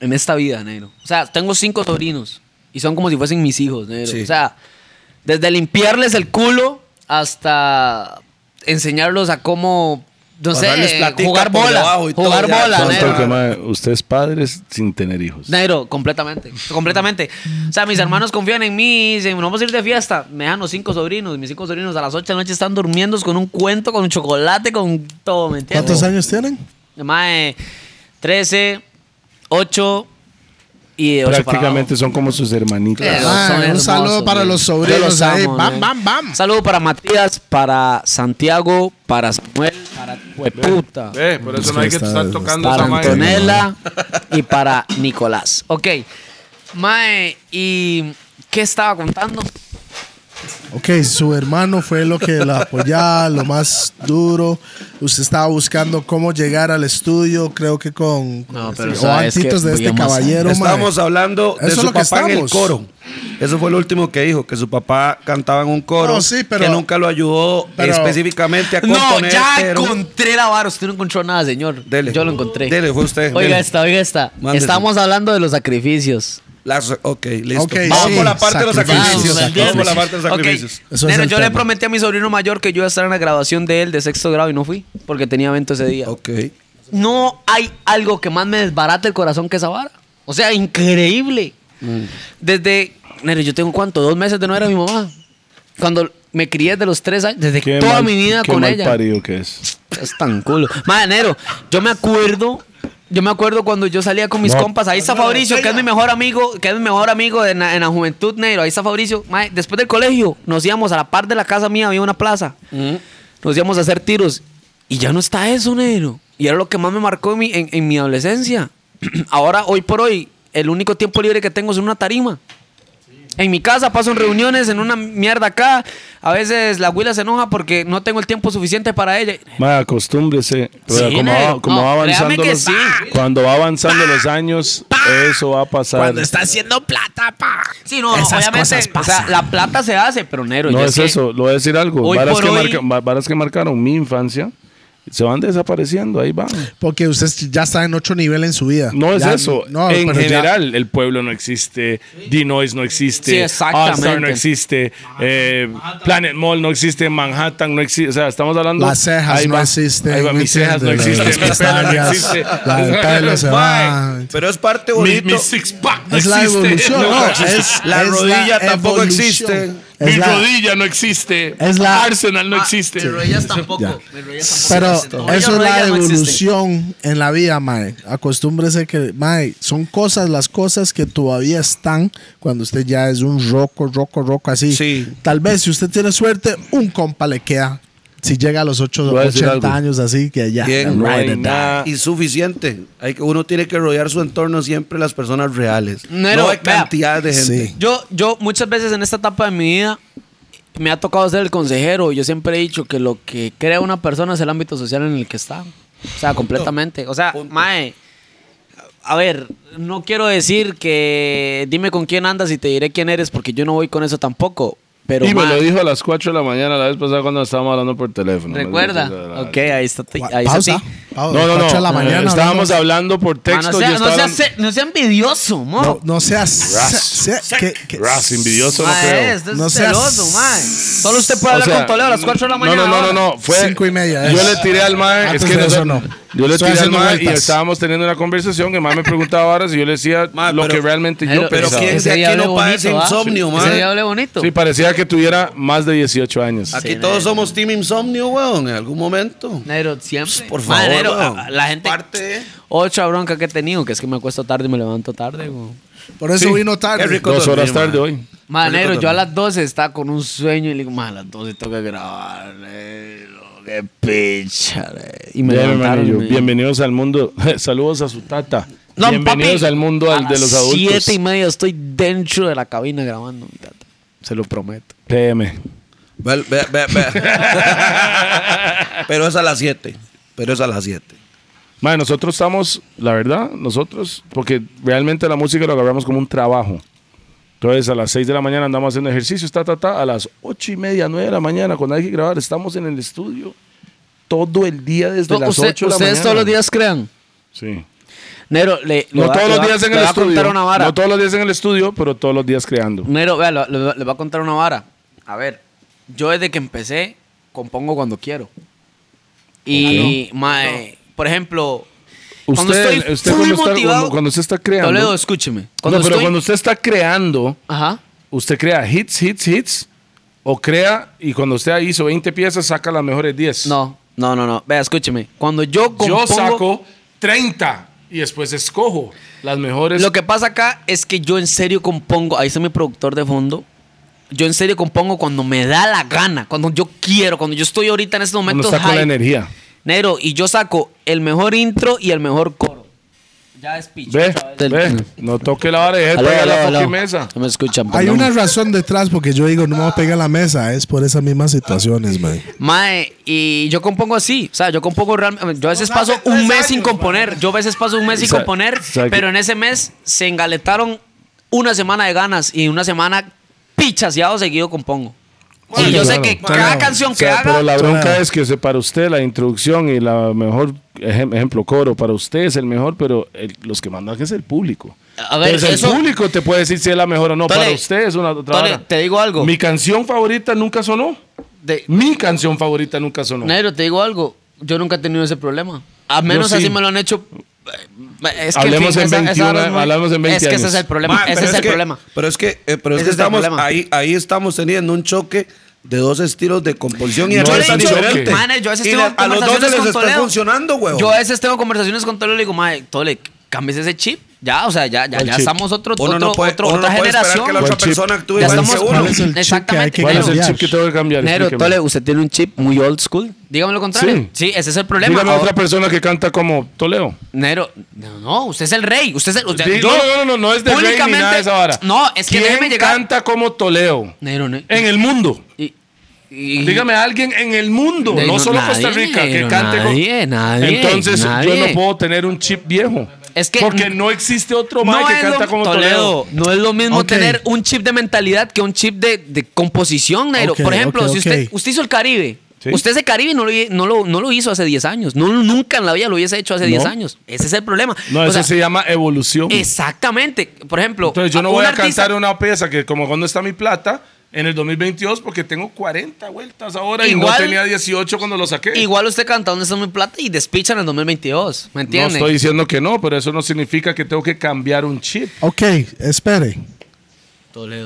F: en esta vida, negro. O sea, tengo cinco sobrinos y son como si fuesen mis hijos, negro.
D: Sí.
F: O sea, desde limpiarles el culo hasta enseñarlos a cómo, no
D: Pasarles
F: sé,
D: platica
F: jugar
D: por
F: bola,
D: debajo y todo,
F: jugar
D: ya.
F: bola,
D: Son
F: negro.
D: Claro.
C: Tanto que, mae, usted es padre sin tener hijos.
F: Negro, completamente. Completamente. O sea, mis hermanos confían en mí y dicen, "Nos vamos a ir de fiesta. Me dejan los cinco sobrinos. Mis cinco sobrinos a las 8 de la noche están durmiendo con un cuento, con un chocolate, con todo, ¿me entiendes?
E: ¿Cuántos años tienen?
F: Mae, 13, 8, y de ocho para
C: Prácticamente son como sus hermanitas.
F: Pero
E: Ah,
F: son
E: un
F: hermosos,
E: saludo para
F: güey. Yo
E: los sobrinos ahí.
F: amo,
E: Bam,
F: güey.
E: bam, bam.
F: Saludo para Matías, para Santiago, para Samuel, para puta.
H: Eh, por eso
E: Es
H: no hay
E: que
H: que
E: está-
H: estar tocando
F: Para
H: esa madre.
F: Antonella y para Nicolás. Ok. Mae, ¿y qué estaba contando?
E: Ok, su hermano fue lo que la apoyaba, lo más duro. Usted estaba buscando cómo llegar al estudio, creo que con
F: No, pero, o
E: o
F: sea, es que
E: antitos de este
F: digamos,
E: caballero. mae.
D: Estábamos hablando de
E: Eso es
D: su
E: lo que
D: papá en el
E: estamos.
D: coro. Eso fue lo último que dijo, que su papá cantaba en un coro
E: No, sí, pero-
D: que nunca lo ayudó
E: pero-
D: específicamente a
F: No,
D: componer.
F: ya
D: pero-
F: encontré la vara. Usted no encontró nada, señor.
D: Dele.
F: Yo lo encontré.
D: Dele, fue usted.
F: Oiga
D: dele.
F: esta, oiga esta.
D: Mándese.
F: Estamos hablando de los sacrificios.
D: Las- ok, listo.
E: Ok,
D: Vamos
E: sí,
D: por la parte de los sacrificios.
E: sacrificios,
D: Vamos por la
E: sacrificios.
D: parte de los sacrificios.
F: Ok.
E: Eso es
F: Nero,
E: el
F: yo le
E: tema.
F: prometí a mi sobrino mayor que yo iba a estar en la graduación de él de sexto grado y no fui porque tenía evento ese día.
D: Ok.
F: No hay algo que más me desbarate el corazón que esa vara. O sea, increíble. Desde, Nero, yo tengo cuánto, dos meses de no ver a mi mamá. Cuando me crié de los tres años, desde
C: Qué
F: toda
C: mal-
F: mi vida
C: qué
F: con
C: mal
F: ella.
C: parido que es.
F: Es tan culo. Madanero, yo me acuerdo. Yo me acuerdo cuando yo salía con mis
C: No.
F: compas. Ahí está Fabricio, que es mi mejor amigo, que es mi mejor amigo en la, en la juventud negro. Ahí está Fabricio. Mae, después del colegio, nos íbamos a la par de la casa mía, había una plaza. Nos íbamos a hacer tiros. Y ya no está eso, negro. Y era lo que más me marcó en mi, en- en mi adolescencia. Ahora, hoy por hoy, el único tiempo libre que tengo es una tarima. En mi casa paso en reuniones, en una mierda acá. A veces la abuela se enoja porque no tengo el tiempo suficiente para ella.
C: Mae, acostúmbrese. O sea,
F: Sí,
C: como, va,
F: negro.
C: como
F: No,
C: va
F: créame
C: avanzando
F: que
C: los,
F: sí.
C: cuando va avanzando los años, eso va a pasar.
A: haciendo plata, pa.
F: Sí, no,
A: Esas
F: obviamente.
A: cosas
F: o sea,
A: pasan.
F: la plata se hace, pero Nero.
C: No
F: yo
C: es
F: que-
C: eso, lo voy a decir algo.
F: hoy
C: Varas
F: por
C: que,
F: hoy-
C: marca- va- varas que marcaron mi infancia se van desapareciendo, ahí van.
E: Porque usted ya está en otro nivel en su vida.
C: No es
E: Ya-
C: eso.
E: no,
C: en
E: pero ya-
C: general, el pueblo no existe, D-Noise no existe,
F: Sí, exactamente.
C: All-Star no existe, eh, Planet Mall no existe, Manhattan no existe. O sea, estamos hablando.
E: Las cejas
C: ahí
E: no
C: va,
E: existen,
C: Ahí va,
E: ¿me
C: mis cejas no existen,
E: entiendes? Las
C: mi pelo no
E: pestañas,
C: existe.
E: la del pelo se va.
D: Mae, Pero es parte
H: Mi,
D: bonito.
H: mi six pack no
E: Es la
H: existe.
E: evolución.
H: No,
E: no,
H: existe.
E: es-
D: La
E: es
D: rodilla tampoco
E: evolución.
D: existe.
E: Es
H: mi
E: la-
H: rodilla no existe.
E: es la-
H: Arsenal no existe.
F: tampoco.
E: Ya.
F: mis rodillas
E: Pero
F: existen. Hoy
E: eso es la
F: rodillas no existen.
E: evolución en la vida, Mae. Acostúmbrese que, Mae, son cosas, las cosas que todavía están cuando usted ya es un roco, roco, roco, así.
D: Sí.
E: Tal vez si usted tiene suerte, un compa le queda. Si llega a los 8,
C: Voy a decir
E: 80
C: algo.
E: años, así que ya.
D: Bien,
C: No hay
E: ride it down.
C: nada.
D: y suficiente. Hay que, uno tiene que rodear su entorno siempre las personas reales.
F: Nero,
D: no hay
F: vea.
D: cantidad de gente.
E: Sí.
F: Yo, yo muchas veces en esta etapa de mi vida me ha tocado ser el consejero. Yo siempre he dicho que lo que crea una persona es el ámbito social en el que está. O sea, completamente. O sea, Mae, a ver, no quiero decir que dime con quién andas y te diré quién eres, porque yo no voy con eso tampoco. Pero,
C: y me
F: mae,
C: lo dijo a las 4 de la mañana la vez pasada cuando estábamos hablando por teléfono.
F: recuerda. Ok, ahí está. ti- Ahí está.
E: Pausa.
F: ti.
E: Pausa.
C: No, no, no.
E: Ocho de la mañana,
C: estábamos
E: hablando-
C: hablando por
F: Ma,
C: texto.
F: no, sea,
C: yo
F: no,
C: estaba
F: sea,
C: hablando-
F: se- no sea envidioso, mo.
E: No, no seas. se- se- que- que-
C: Ras, envidioso no
F: Ma,
C: creo.
F: es, es
E: No seas-
F: celoso, ma. Solo usted puede
C: O
F: hablar
C: sea,
F: con Toledo a las 4 de la
C: no,
F: mañana.
C: No, no,
F: ahora.
C: no, no. Fue,
E: Cinco y media,
C: Yo
E: es.
C: le tiré al mae.
E: Antes
C: Es que
E: de eso,
C: nosotros-
E: no.
C: Yo le
E: Estoy
C: tiré al
E: haciendo
C: mae y
E: vueltas.
C: estábamos teniendo una conversación. El mae me preguntaba ahora si yo le decía
D: Mae,
C: lo
D: pero-
C: que realmente yo
F: Pero-
D: Pero
C: pensaba.
D: ¿quién
F: Ese
D: de aquí
F: día hablé
D: no padece
F: bonito, ¿ah?
D: insomnio,
F: Ese día
D: man?
F: hablé bonito.
C: Sí, parecía que tuviera más de 18 años.
D: Aquí todos somos Team Insomnio, weón, en algún momento.
F: Nero, siempre.
D: Por
F: Ma,
D: favor,
F: Nero,
D: weón.
F: la gente.
D: Parte de-
F: Otra bronca que he tenido, que es que me acuesto tarde y me levanto tarde, weón.
E: Por eso
C: Sí.
E: vino tarde.
D: Qué rico.
C: Dos horas
D: dormir,
C: tarde
D: mae.
C: hoy.
F: Ma, Nero,
D: rico
F: yo a las 12 estaba con un sueño y le digo, ma, a las 12 tengo que grabar, Nero, qué picha, Nero. Y me
C: Bien,
F: levantaron. y
C: hermanillo.
F: me-
C: Bienvenidos al mundo. Saludos a su tata.
F: No,
C: Bienvenidos
F: papi,
C: al mundo al
F: a
C: de los
F: las
C: adultos.
F: Siete y media estoy dentro de la cabina grabando, mi tata. Se lo prometo.
C: PM.
D: Ve- ve- ve- ve. Pero es a las 7. Pero es a las 7.
C: Mae, nosotros estamos, la verdad, nosotros, porque realmente la música lo agarramos como un trabajo. Entonces, a las 6 de la mañana andamos haciendo ejercicios, ta, ta, ta. A las 8 y media, 9 de la mañana, cuando hay que grabar, estamos en el estudio todo el día desde
F: No,
C: las
F: usted-
C: 8 de la mañana.
F: ustedes todos los días crean.
C: Sí.
F: Nero, le, le
C: No
F: voy a-
C: todos
F: le
C: los
F: voy a-
C: días en
F: le
C: el
F: voy a contar
C: estudio.
F: una vara.
C: No todos los días en el estudio, pero todos los días creando.
F: Nero, vea, lo- le, le voy a contar una vara. A ver, yo desde que empecé, compongo cuando quiero. Y, mae, por ejemplo, cuando
C: Usted,
F: estoy
C: usted
F: full
C: cuando, está,
F: motivado,
C: cuando, cuando usted está creando.
F: Toledo, escúcheme. Cuando
C: no, pero
F: estoy-
C: cuando usted está creando,
F: Ajá.
C: usted crea hits, hits, hits. O crea y cuando usted hizo 20 piezas, saca las mejores 10.
F: No, no, no, no. Vea, escúcheme. Cuando yo compongo...
H: Yo saco 30 y después escojo las mejores.
F: Lo que pasa acá es que yo en serio compongo, ahí está mi productor de fondo. Yo en serio compongo cuando me da la gana, cuando yo quiero, cuando yo estoy ahorita en este
C: Uno
F: momento.
C: está con la
F: hype.
C: energía.
F: Negro, y yo saco el mejor intro y el mejor coro. Ya es picho.
C: Ve,
F: Del-
C: ve, no toque la vara y deje
F: Aló,
C: pegar la
F: aló, aló.
C: fucking mesa.
F: No me escuchan,
E: Hay
F: perdón.
E: una razón detrás porque yo digo, no me voy a pegar la mesa. Es por esas mismas situaciones, man.
F: Mae, y yo compongo así. O sea, yo compongo realmente. Yo a veces paso un mes sin componer. Yo a veces paso un mes sin
C: Sa-
F: componer.
C: sa- que-
F: Pero en ese mes se engaletaron una semana de ganas y una semana pichaseado seguido compongo. y yo sé que cada canción
C: O sea,
F: que
C: pero
F: haga.
C: la bronca es que o sea, para usted la introducción y la mejor, ejem- ejemplo, coro, para usted es el mejor, pero el- los que mandan es el público.
F: A ver,
C: Entonces,
F: eso-
C: el público te puede decir si es la mejor o no.
F: Tole,
C: para usted es una otra
F: Tole,
C: vara.
F: te digo algo.
C: Mi canción favorita nunca sonó.
F: De-
C: Mi canción favorita nunca sonó.
F: Negro, te digo algo. Yo nunca he tenido ese problema. A menos
C: sí.
F: así me lo han hecho. eh, Es que
C: Hablemos
F: fijo,
C: en
F: esa- esa
C: 21,
F: hora es muy-
C: hablamos en 20
F: Es que ese
C: años.
F: es el problema.
D: Ma,
F: ese
D: pero
F: es el
D: que-
F: problema.
D: Pero es que, eh, pero es
F: Ese
D: que
F: es el
D: estamos
F: problema.
D: ahí, ahí estamos teniendo un choque de dos estilos de composición y
C: No
D: de
F: Yo le he
C: es tan
F: dicho,
C: diferente.
F: "Mane, yo a veces
D: Y
F: tengo
D: le- a los dos se
F: conversaciones
D: les
F: con
D: está
F: Toledo".
D: funcionando, huevón.
F: Yo a veces tengo conversaciones con Toledo y le digo, madre, Tole, cambies ese chip. Ya, o sea, ya, ya, ya
C: chip?
F: estamos otro,
D: Uno
F: otro,
D: no puede,
F: otro-
D: uno
F: otra
D: no puede esperar
F: generación.
D: que la
C: ¿Cuál
D: otra
C: chip?
D: persona actúe
F: Ya
D: igual que
F: estamos-
D: uno.
E: ¿Cuál es el chip que hay
F: Exactamente.
E: que
C: ¿Cuál
F: Negro,
C: es el chip que tengo que cambiar?
F: Negro,
C: Explíqueme.
F: Tole, usted tiene un chip muy old school. Dígame lo contrario.
C: Sí.
F: Sí, ese es el problema.
C: Dígame
F: Ahora-
C: otra persona que canta como Toleo.
F: Nero, no, no, usted es el rey. Usted es el. usted-
C: Di-
F: yo-
C: no, no, no, no, no es de rey ni
F: públicamente-
C: nada de esa vara.
F: No, es que
C: ¿Quién
F: déjeme llegar.
C: canta como Toleo?
F: Nero, ne-
C: En el mundo.
F: y- y-
C: Dígame a alguien en el mundo,
F: Ey,
C: no,
F: no,
C: solo
F: nadie,
C: Costa Rica, que
F: no,
C: cante. con-
F: nadie, nadie,
C: Entonces yo
F: nadie.
C: no puedo tener un chip viejo.
F: Es que-
C: porque no existe otro
F: No
C: mae que
F: es lo-
C: canta como Toledo.
F: No es lo mismo
E: Ok.
F: tener un chip de mentalidad que un chip de, de composición, Nero.
E: Ok,
F: Por ejemplo,
E: ok,
F: si usted,
E: ok.
F: usted hizo el Caribe.
C: Sí.
F: Usted ese Caribe no lo, hi- no, lo, no lo hizo hace 10 años. No, nunca en la vida lo hubiese hecho hace 10 años. Ese es el problema.
C: No,
F: O
C: eso
F: sea,
C: se llama evolución.
F: Exactamente. Por ejemplo,
C: Entonces yo no
F: un
C: voy a
F: artista-
C: cantar una pieza que como cuando está mi plata en el 2022 porque tengo 40 vueltas ahora y no
F: Igual-
C: tenía 18 cuando lo saqué.
F: Igual usted canta donde está mi plata y despicha en el 2022. ¿Me
C: No
F: entiende?
C: estoy diciendo que no, pero eso no significa que tengo que cambiar un chip.
E: Ok, espere.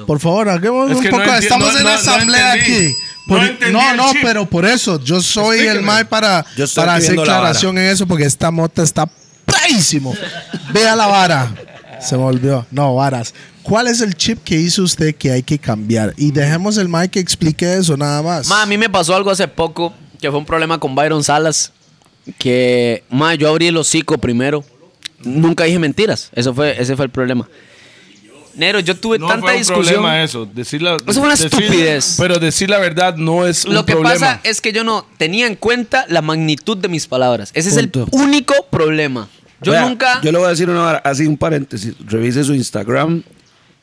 E: Por favor, hagamos
C: Es
E: un
C: que
E: poco.
C: no enti-
E: Estamos
C: no-
E: en
C: no- no
E: asamblea
C: entendí.
E: aquí.
C: No
E: Por-
C: entendí
E: no,
C: el
E: no,
C: chip.
E: pero por eso yo soy el
C: Explíqueme.
E: mae para,
D: Yo estoy
E: para hacer
D: pidiendo la
E: aclaración en eso porque esta mota está pésimo. Vea la vara. Se me olvidó. No, varas. ¿Cuál es el chip que hizo usted que hay que cambiar? Y dejemos el mae que explique eso nada más.
F: Ma, a mí me pasó algo hace poco que fue un problema con Byron Salas. Que, ma, yo abrí el hocico primero. Nunca dije mentiras. Eso fue, ese fue el problema. Nero, yo tuve
C: No
F: tanta
C: fue un
F: discusión.
C: problema eso. Decir la,
F: fue una
C: decir-
F: estupidez.
C: Pero decir la verdad no es un
F: Lo que
C: problema.
F: pasa es que yo no tenía en cuenta la magnitud de mis palabras. Ese es
D: Punto.
F: el único problema. Yo
D: Vea,
F: nunca.
D: Yo le voy a decir una vara, así un paréntesis. Revise su Instagram,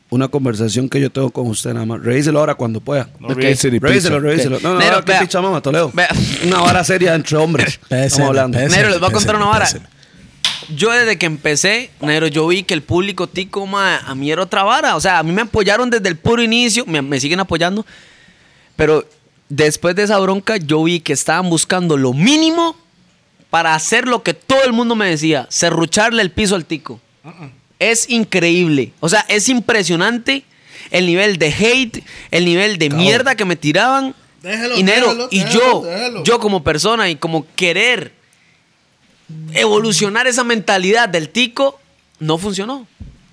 D: una conversación que yo tengo con usted nada más. Revíselo ahora cuando pueda.
C: No ríese ni
D: Revíselo,
C: picha.
D: revíselo. No, no,
F: Nero,
D: no, qué
F: vea.
D: picha mama, Toledo.
F: Vea.
D: Una vara seria entre hombres.
E: Pésele,
D: Estamos hablando.
E: pésele.
F: Negro, les voy a contar
E: pésele,
F: una vara.
E: pésele.
F: Yo desde que empecé, Negro, yo vi que el público tico, ma, a mí era otra vara. O sea, a mí me apoyaron desde el puro inicio, me, me siguen apoyando. Pero después de esa bronca, yo vi que estaban buscando lo mínimo para hacer lo que todo el mundo me decía, serrucharle el piso al tico. Es increíble. O sea, es impresionante el nivel de hate, el nivel de mierda que me tiraban.
E: Déjelo,
F: y Nero,
E: déjelo,
F: y
E: déjelo,
F: yo,
E: déjelo.
F: yo como persona y como querer evolucionar esa mentalidad del tico no funcionó.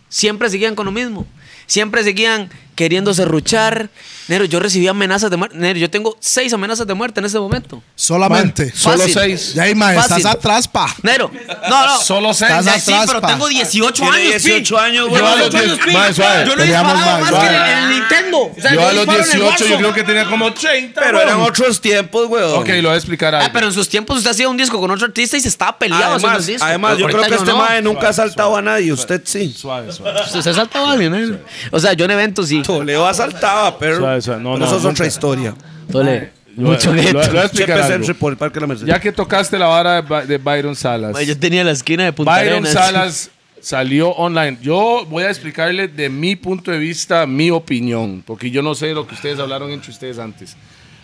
F: Siempre seguían con lo mismo. Siempre seguían queriendo serruchar. Nero, yo recibí amenazas de muerte. Nero, yo tengo seis amenazas de muerte en este momento.
E: Solamente.
C: Solo
F: Fácil.
C: seis.
E: Ya, mae, estás
F: Fácil.
E: atrás, pa.
F: Nero, no, no.
C: Solo seis.
F: O sea,
E: Estás
F: sí,
E: atrás,
F: pero
E: pa.
F: tengo 18
D: Tiene
F: años, pi.
D: 18 años,
F: Yo
D: güey.
F: a
C: Yo
F: los
C: a los
F: 18
C: diez-
F: pi.
C: Mae, suave.
F: Yo no he
E: Peleamos
F: disparado
E: más,
F: más que en
E: suave.
F: el Nintendo. O sea,
C: Yo a los
F: disparo en el
C: 18 yo
F: Warzone.
C: creo que tenía como 30.
D: Pero
C: weón.
D: eran otros tiempos, güey.
C: Ok, lo voy a explicar algo.
F: Ah, pero en sus tiempos usted hacía un disco con otro artista y se estaba peleado haciendo el
D: Además,
F: disco.
D: además yo
F: Ahorita
D: creo que este
F: no.
D: mae nunca ha saltado a nadie. Usted sí.
C: Suave, suave.
F: Se saltaba alguien, ¿eh? O sea, yo en eventos sí.
D: Toledo ha saltado, pero,
C: Suave, suave. No,
D: pero
C: no,
D: eso es
C: nunca.
D: otra historia.
F: Tole,
C: Lo-
F: mucho
C: lo-
F: neto.
C: lo voy a explicar
D: Chepe
C: algo.
D: Centre por el Parque de la Merced.
C: Ya que tocaste la vara de, Ba- de Byron Salas.
F: Ma, Yo tenía la esquina de Punta
C: Byron
F: Arenas.
C: Salas salió online. Yo voy a explicarle de mi punto de vista, mi opinión, porque yo no sé lo que ustedes hablaron entre ustedes antes.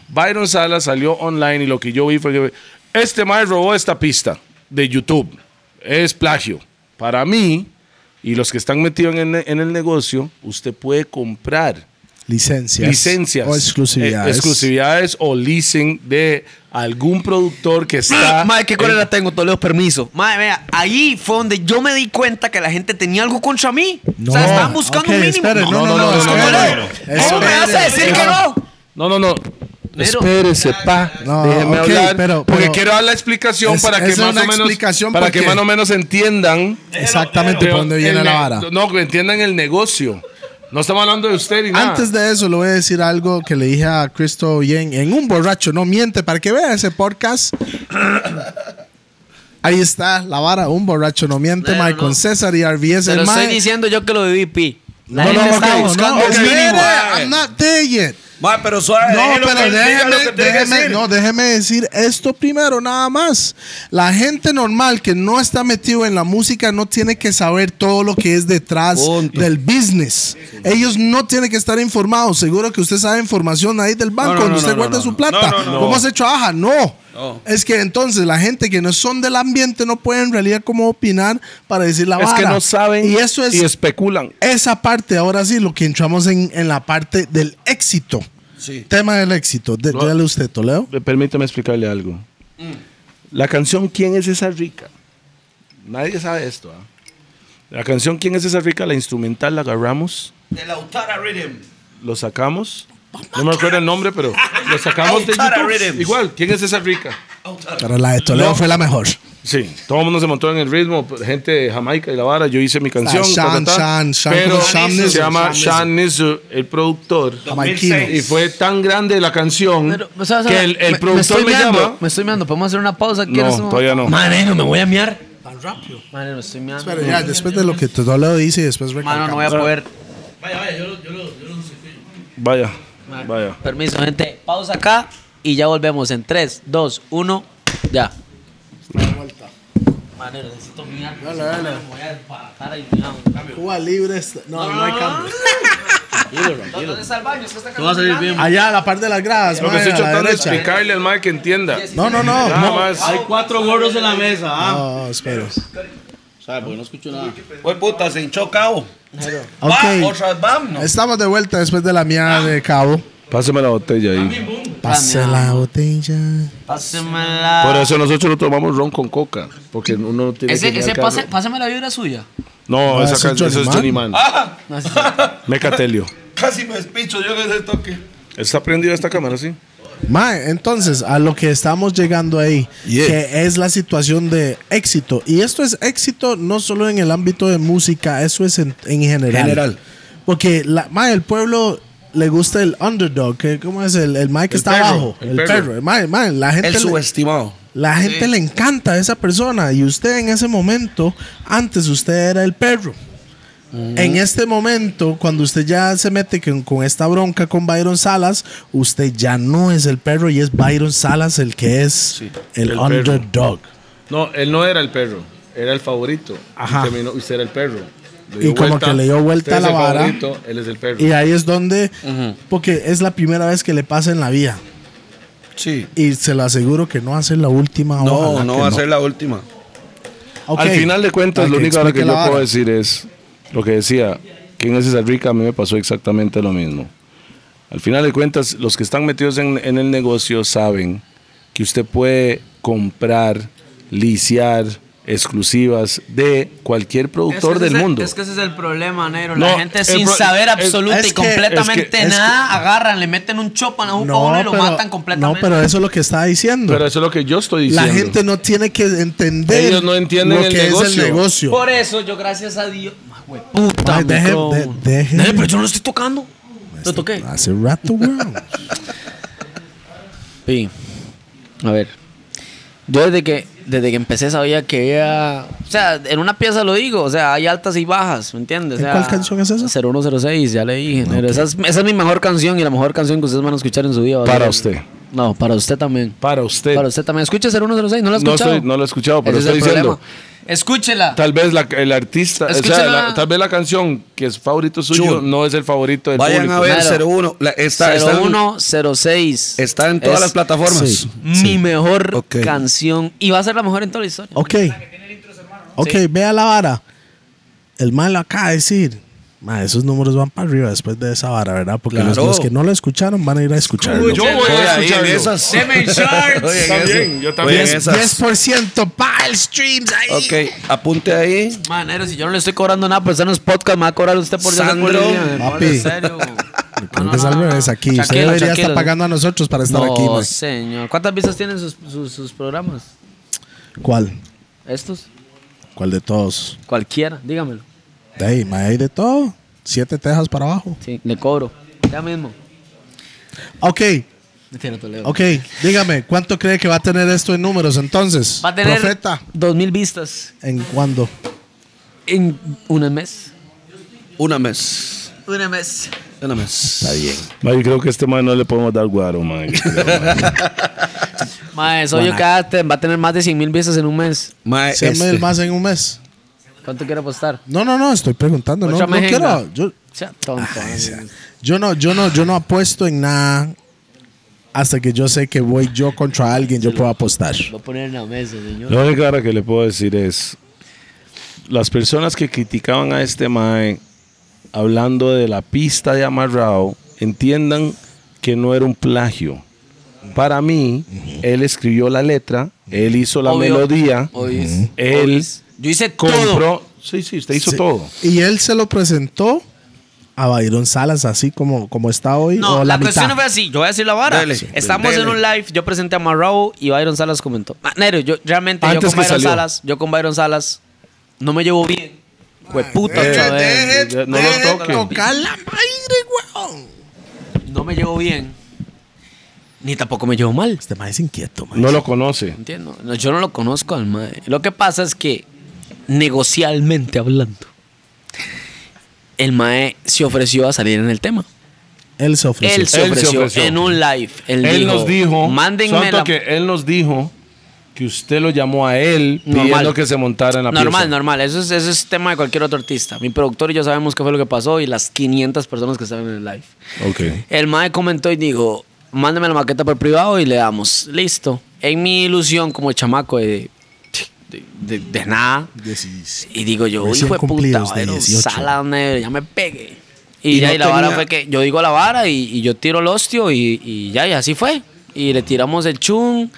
C: Byron Salas salió online y lo que yo vi fue que este mae robó esta pista de YouTube. Es plagio. Para mí y los que están metidos en el, ne- en el negocio, usted puede comprar
E: Licencias.
C: licencias.
E: O exclusividades.
C: Eh, exclusividades o leasing de algún productor que está.
F: Madre, qué
C: en-
F: cólera tengo, Toledo, permiso. Madre, vea, ahí fue donde yo me di cuenta que la gente tenía algo contra mí. o sea, estaban buscando
E: ok,
F: un mínimo.
E: espere, no, no, no, espere,
F: Toledo, ¿Cómo me vas a decir que no?
H: No, no, no.
F: Pero-
H: Espérese, pa.
E: No,
H: Déjeme
E: Ah, ok,
H: hablar.
E: pero-
H: porque
E: pero-
H: quiero dar la explicación
E: Es-
H: para que
E: es
H: más
E: una
H: o menos.
E: explicación
H: para que
E: porque-
H: más o menos entiendan.
E: Exactamente por dónde
H: el
E: viene la
H: ne-
E: vara.
H: No, que entiendan el negocio. No estamos hablando de usted ni nada.
E: Antes de eso, le voy a decir algo que le dije a Cristo bien en un borracho, no miente, para que vea ese podcast. Ahí está la vara, un borracho no miente,
F: No, no,
E: mae,
F: no.
E: con César y RBS.
F: Te
E: el
F: lo estoy
E: mae-
F: diciendo yo que lo viví, Pi. La
E: No, no,
F: gente
E: no,
F: estaba
E: no,
F: buscando
E: no,
F: un
E: espere,
F: mínimo.
E: I'm not there yet.
D: Ma, pero suave,
E: No,
D: déjelo
E: pero
D: que él diga
E: déjeme,
D: lo que tiene que
E: déjeme,
D: decir.
E: no, déjeme decir esto primero, nada más. La gente normal que no está metido en la música no tiene que saber todo lo que es detrás
D: Punto.
E: del business. Ellos no tienen que estar informados. Seguro que usted sabe información ahí del banco
D: no,
E: donde
D: no,
E: usted
D: no,
E: guarda
D: no,
E: su
D: no.
E: plata.
D: No, no, no.
E: ¿Cómo se trabaja? No.
D: No.
E: Es que entonces la gente que no son del ambiente no puede en realidad cómo opinar para decir la
H: es
E: vara.
H: que no saben
E: Y eso es
H: y especulan.
E: esa parte, ahora sí, lo que entramos en, en la parte del éxito.
D: Sí.
E: Tema del éxito. De- Dale usted, Toledo.
C: Eh, Permítame explicarle algo.
E: Mm.
C: La canción ¿Quién es esa rica? Nadie sabe esto. ¿ah? La canción ¿Quién es esa rica? La instrumental la agarramos,
D: El Autara Rhythm.
C: lo sacamos. No me acuerdo el nombre, pero lo sacamos de
D: Autara
C: YouTube.
D: Rhythms.
C: Igual, ¿quién es esa rica?
E: Pero la de Toledo fue la mejor.
C: Sí, todo el mundo se montó en el ritmo, gente de Jamaica y la vara, yo hice mi canción.
E: Shan,
C: ta, ta, ta.
E: Shan, Shan,
C: pero
E: ¿cómo se llama?
C: se llama
E: Shan
C: Shan Nizu, el productor.
E: Jamaiquino.
C: Y fue tan grande la canción
F: Pero, o sea, o sea,
C: que el, el
F: me- me
C: productor
F: estoy
C: me,
F: meando,
C: llama.
F: Me estoy meando. ¿Podemos hacer una pausa? este
C: No, todavía no.
F: Madre, no me voy a miar. Tan rápido. Madre, me estoy meando.
E: Pero ya, después de lo que Toledo dice y después
F: Mano, no voy a poder.
C: Vaya, vaya.
F: Permiso, gente. Pausa acá y ya volvemos en 3, 2, 1, ya. Manero, necesito mirar. Dale, dale. Voy a desbaratar ahí, cuidado.
E: Cuba libre. está- No, no,
C: Ah.
E: hay cambio.
F: ¿Dónde está el baño? Es que está
D: Te va a salir bien.
E: Allá, la parte de las gradas.
C: Lo que
E: mae,
C: estoy
E: a la
C: tratando de
E: derecha.
C: explicarle al mal que entienda.
E: No, no, no.
C: Nada
E: No,
C: más.
D: cuatro gorros en la mesa,
E: no, espera.
D: Güey, puta, se hinchó cabo. Va,
E: Ok.
D: otra vez vámonos.
E: Estamos de vuelta después de la mía de cabo.
C: Pásame la botella ahí.
E: Pase la botella.
F: Pásemela.
C: Por eso nosotros lo tomamos ron con coca. Porque uno no tiene
F: Ese,
C: que
F: ese
C: mirar
F: pase,
C: carro.
F: pásame la vibra suya.
C: No,
E: Ah,
C: esa
E: ese es
C: can- ese es
E: Johnny
C: Johnny Man.
F: No, ese-
C: Mecatelio.
D: Casi me despicho yo en ese toque.
C: ¿Está prendida esta cámara, sí?
E: Mae, entonces, a lo que estamos llegando ahí,
C: Yeah.
E: que es la situación de éxito. Y esto es éxito no solo en el ámbito de música, eso es en, en general.
D: General.
E: Porque, la, mae, el pueblo le gusta el underdog, que, ¿cómo es? El, el mae que está
C: perro,
E: abajo,
C: el
E: el,
C: perro.
E: perro. Mae, mae, la gente,
D: El
E: Este le,
D: subestimado.
E: la gente le encanta a esa persona. Y usted en ese momento, antes usted era el perro. En este momento, cuando usted ya se mete con, con esta bronca con Byron Salas, usted ya no es el perro y es Byron Salas el que es
C: el
E: el,
C: perro.
E: underdog.
C: No, él no era el perro. Era el favorito.
E: Ajá.
C: Y terminó, y usted era el perro. Le
E: Y como que le dio
C: usted
E: vuelta
C: es
E: la
C: el
E: vara.
C: favorito, él es el perro.
E: Y ahí es donde, porque es la primera vez que le pasa en la vida.
D: Sí.
E: Y se lo aseguro que no va a ser la última.
D: No,
E: ojalá
D: no
E: que
D: va a ser la última.
E: Ok.
C: Al final de cuentas,
E: Para
C: lo único ahora que
E: explique
C: yo
E: la
C: puedo
E: vara.
C: decir es lo que decía, ¿quién es esa rica? A mí me pasó exactamente lo mismo. Al final de cuentas, los que están metidos en, en el negocio saben que usted puede comprar, liciar exclusivas de cualquier productor
F: Es que ese
C: del
F: es el-
C: mundo.
F: Es que ese es el problema, negro.
C: No,
F: la gente
C: el
F: sin
C: pro-
F: saber
C: es-
F: absoluta
E: es
F: y
E: que-
F: completamente
C: es que- es
F: nada, agarran, le meten un chopa en la juca a
E: No,
F: uno y
E: pero,
F: lo matan
E: no,
F: completamente.
E: pero eso es lo que está diciendo.
C: Pero eso es lo que yo estoy
E: la
C: diciendo.
E: gente no tiene que entender
C: Ellos no entienden
E: lo
C: el
E: que es
C: negocio.
E: el negocio.
F: Por eso yo, gracias a Dios. Ma, güey, Puta,
E: Ay, deje-
F: micro.
E: de- deje-
F: Nene, pero yo no lo estoy tocando. ¿Lo toqué?
E: Hace rato, weón.
F: Sí. A ver. Yo desde que, desde que empecé sabía que había... O sea, en una pieza lo digo. O sea, hay altas y bajas, ¿me entiendes? O
E: ¿En
F: sea,
E: cuál canción es esa?
F: 0106, ya le dije. negro. Esa, es, esa es mi mejor canción y la mejor canción que ustedes van a escuchar en su vida. va a
C: Para
F: ser-
C: usted.
F: No, para usted también.
C: Para usted.
F: Para usted también. Escuche 0106, ¿no la ha
C: No,
F: escuchado?
C: estoy- no lo he escuchado, pero
F: Ese es
C: estoy
F: el
C: diciendo.
F: problema. Escúchela.
C: Tal vez la- el artista, o sea,
F: Escúchala.
C: la- tal vez la canción que es favorito suyo
D: Chulo.
C: no es el favorito del
D: Vayan
C: público.
D: a ver
F: Claro.
D: 01. La- está, está en-
F: 0106.
D: está en todas
F: Es
D: las plataformas.
E: Sí.
F: Mi mejor
D: Ok.
F: canción. Y va a ser la mejor en toda la historia.
E: Ok. Ok, vea la vara. El mal acá decir. Ma, esos números van para arriba después de esa vara, ¿verdad? Porque los,
D: Claro.
E: los que no lo escucharon van a ir a escucharlo.
H: Yo voy
D: Estoy
H: a
D: ahí en
H: escucharlo.
D: esas.
F: Semen Shorts.
D: Estoy en
H: También,
D: esas.
H: yo también.
D: Estoy en esas.
E: 10% para el streams ahí.
D: Ok, apunte ahí.
F: Manero, si yo no le estoy cobrando nada por estar en los podcasts, me va a cobrar usted por yo
D: Sandro.
E: Papi.
F: En serio.
E: Creo que es al revés aquí. Usted
F: Shaquille,
E: debería
F: Shaquille.
E: estar pagando a nosotros para estar aquí.
F: No,
E: ma.
F: señor. ¿Cuántas vistas tienen sus, sus, sus programas?
E: ¿Cuál?
F: ¿Estos?
E: ¿Cuál de todos?
F: Cualquiera, dígamelo.
E: De ahí, ma, hay de todo. Siete tejas para abajo.
F: Sí, le cobro. Ya mismo.
E: Ok,
F: Mentira, te leo.
E: ok. Dígame, ¿cuánto cree que va a tener esto en números entonces?
F: Va a tener
E: Profeta.
F: 2000 vistas
E: ¿En cuándo?
F: en un mes.
D: Una mes.
F: Un mes.
D: Una mes. Está bien.
C: Ma, yo creo que este man no le podemos dar guaro, man. Yo creo, man.
F: Mae, soy yo cada te- va a tener más de 100 mil vistas en un mes.
D: Mae,
E: ¿Cien
D: este.
E: mil más en un mes?
F: ¿Cuánto quiere apostar?
E: No, no, no, estoy preguntando. No,
F: Otra
E: no
F: mejenga.
E: quiero. Yo,
F: Sea tonto.
E: Yo no, yo no, yo no apuesto en nada hasta que yo sé que voy yo contra alguien, yo puedo apostar.
F: Voy a poner en la mesa, señor.
C: La única cara que le puedo decir es: las personas que criticaban a este man hablando de la pista de amarrado, entiendan que no era un plagio. Para mí, él escribió la letra, él hizo la
F: Obvio.
C: melodía,
F: Hoy
C: él
F: Yo hice todo.
C: compró. Sí, sí, usted hizo todo.
E: Y él se lo presentó a Byron Salas así como, como está hoy.
F: No,
E: o
F: la,
E: la,
F: cuestión no fue
E: mitad.
F: así. Yo voy a decir la vara.
D: Dele,
F: Estamos
D: dele.
F: en un live. Yo presenté a Marrao y Byron Salas comentó. Manero, yo realmente yo
C: Antes
F: con
C: que
F: Byron
C: salió.
F: Salas, yo con Byron Salas no me llevo bien. Hueputa, otra vez.
C: No lo toque.
F: No me llevo bien. Ni tampoco me llevo mal.
E: Este man es inquieto, man.
C: No lo conoce.
F: Entiendo. No, yo no lo conozco al mae. Lo que pasa es que, negocialmente hablando, el mae se ofreció a salir en el tema.
E: Él se ofreció.
F: Él se
C: Él se
F: ofreció,
C: ofreció.
F: en un live. Él,
C: Él nos dijo,
F: Mándenme
C: santo
F: la...
C: que él nos dijo que usted lo llamó a él pidiendo
F: Normal.
C: que se montara en la
F: Normal,
C: pieza.
F: normal. Eso es, eso es tema de cualquier otro artista. Mi productor y yo sabemos qué fue lo que pasó y las 500 personas que estaban en el live.
C: Ok.
F: El mae comentó y dijo, mándame la maqueta por privado y le damos. Listo. En mi ilusión como chamaco de, de, de- de nada. Y digo yo,
E: Recién
F: hijo de puta,
E: cumplidos de
F: vaero,
E: 18.
F: sala donde ya me pegué. Y,
D: Y
F: ya,
D: no
F: y la vara
D: tenía-
F: fue que yo digo la vara y, y yo tiro el hostio y, y ya, y así fue. Y le tiramos el chun,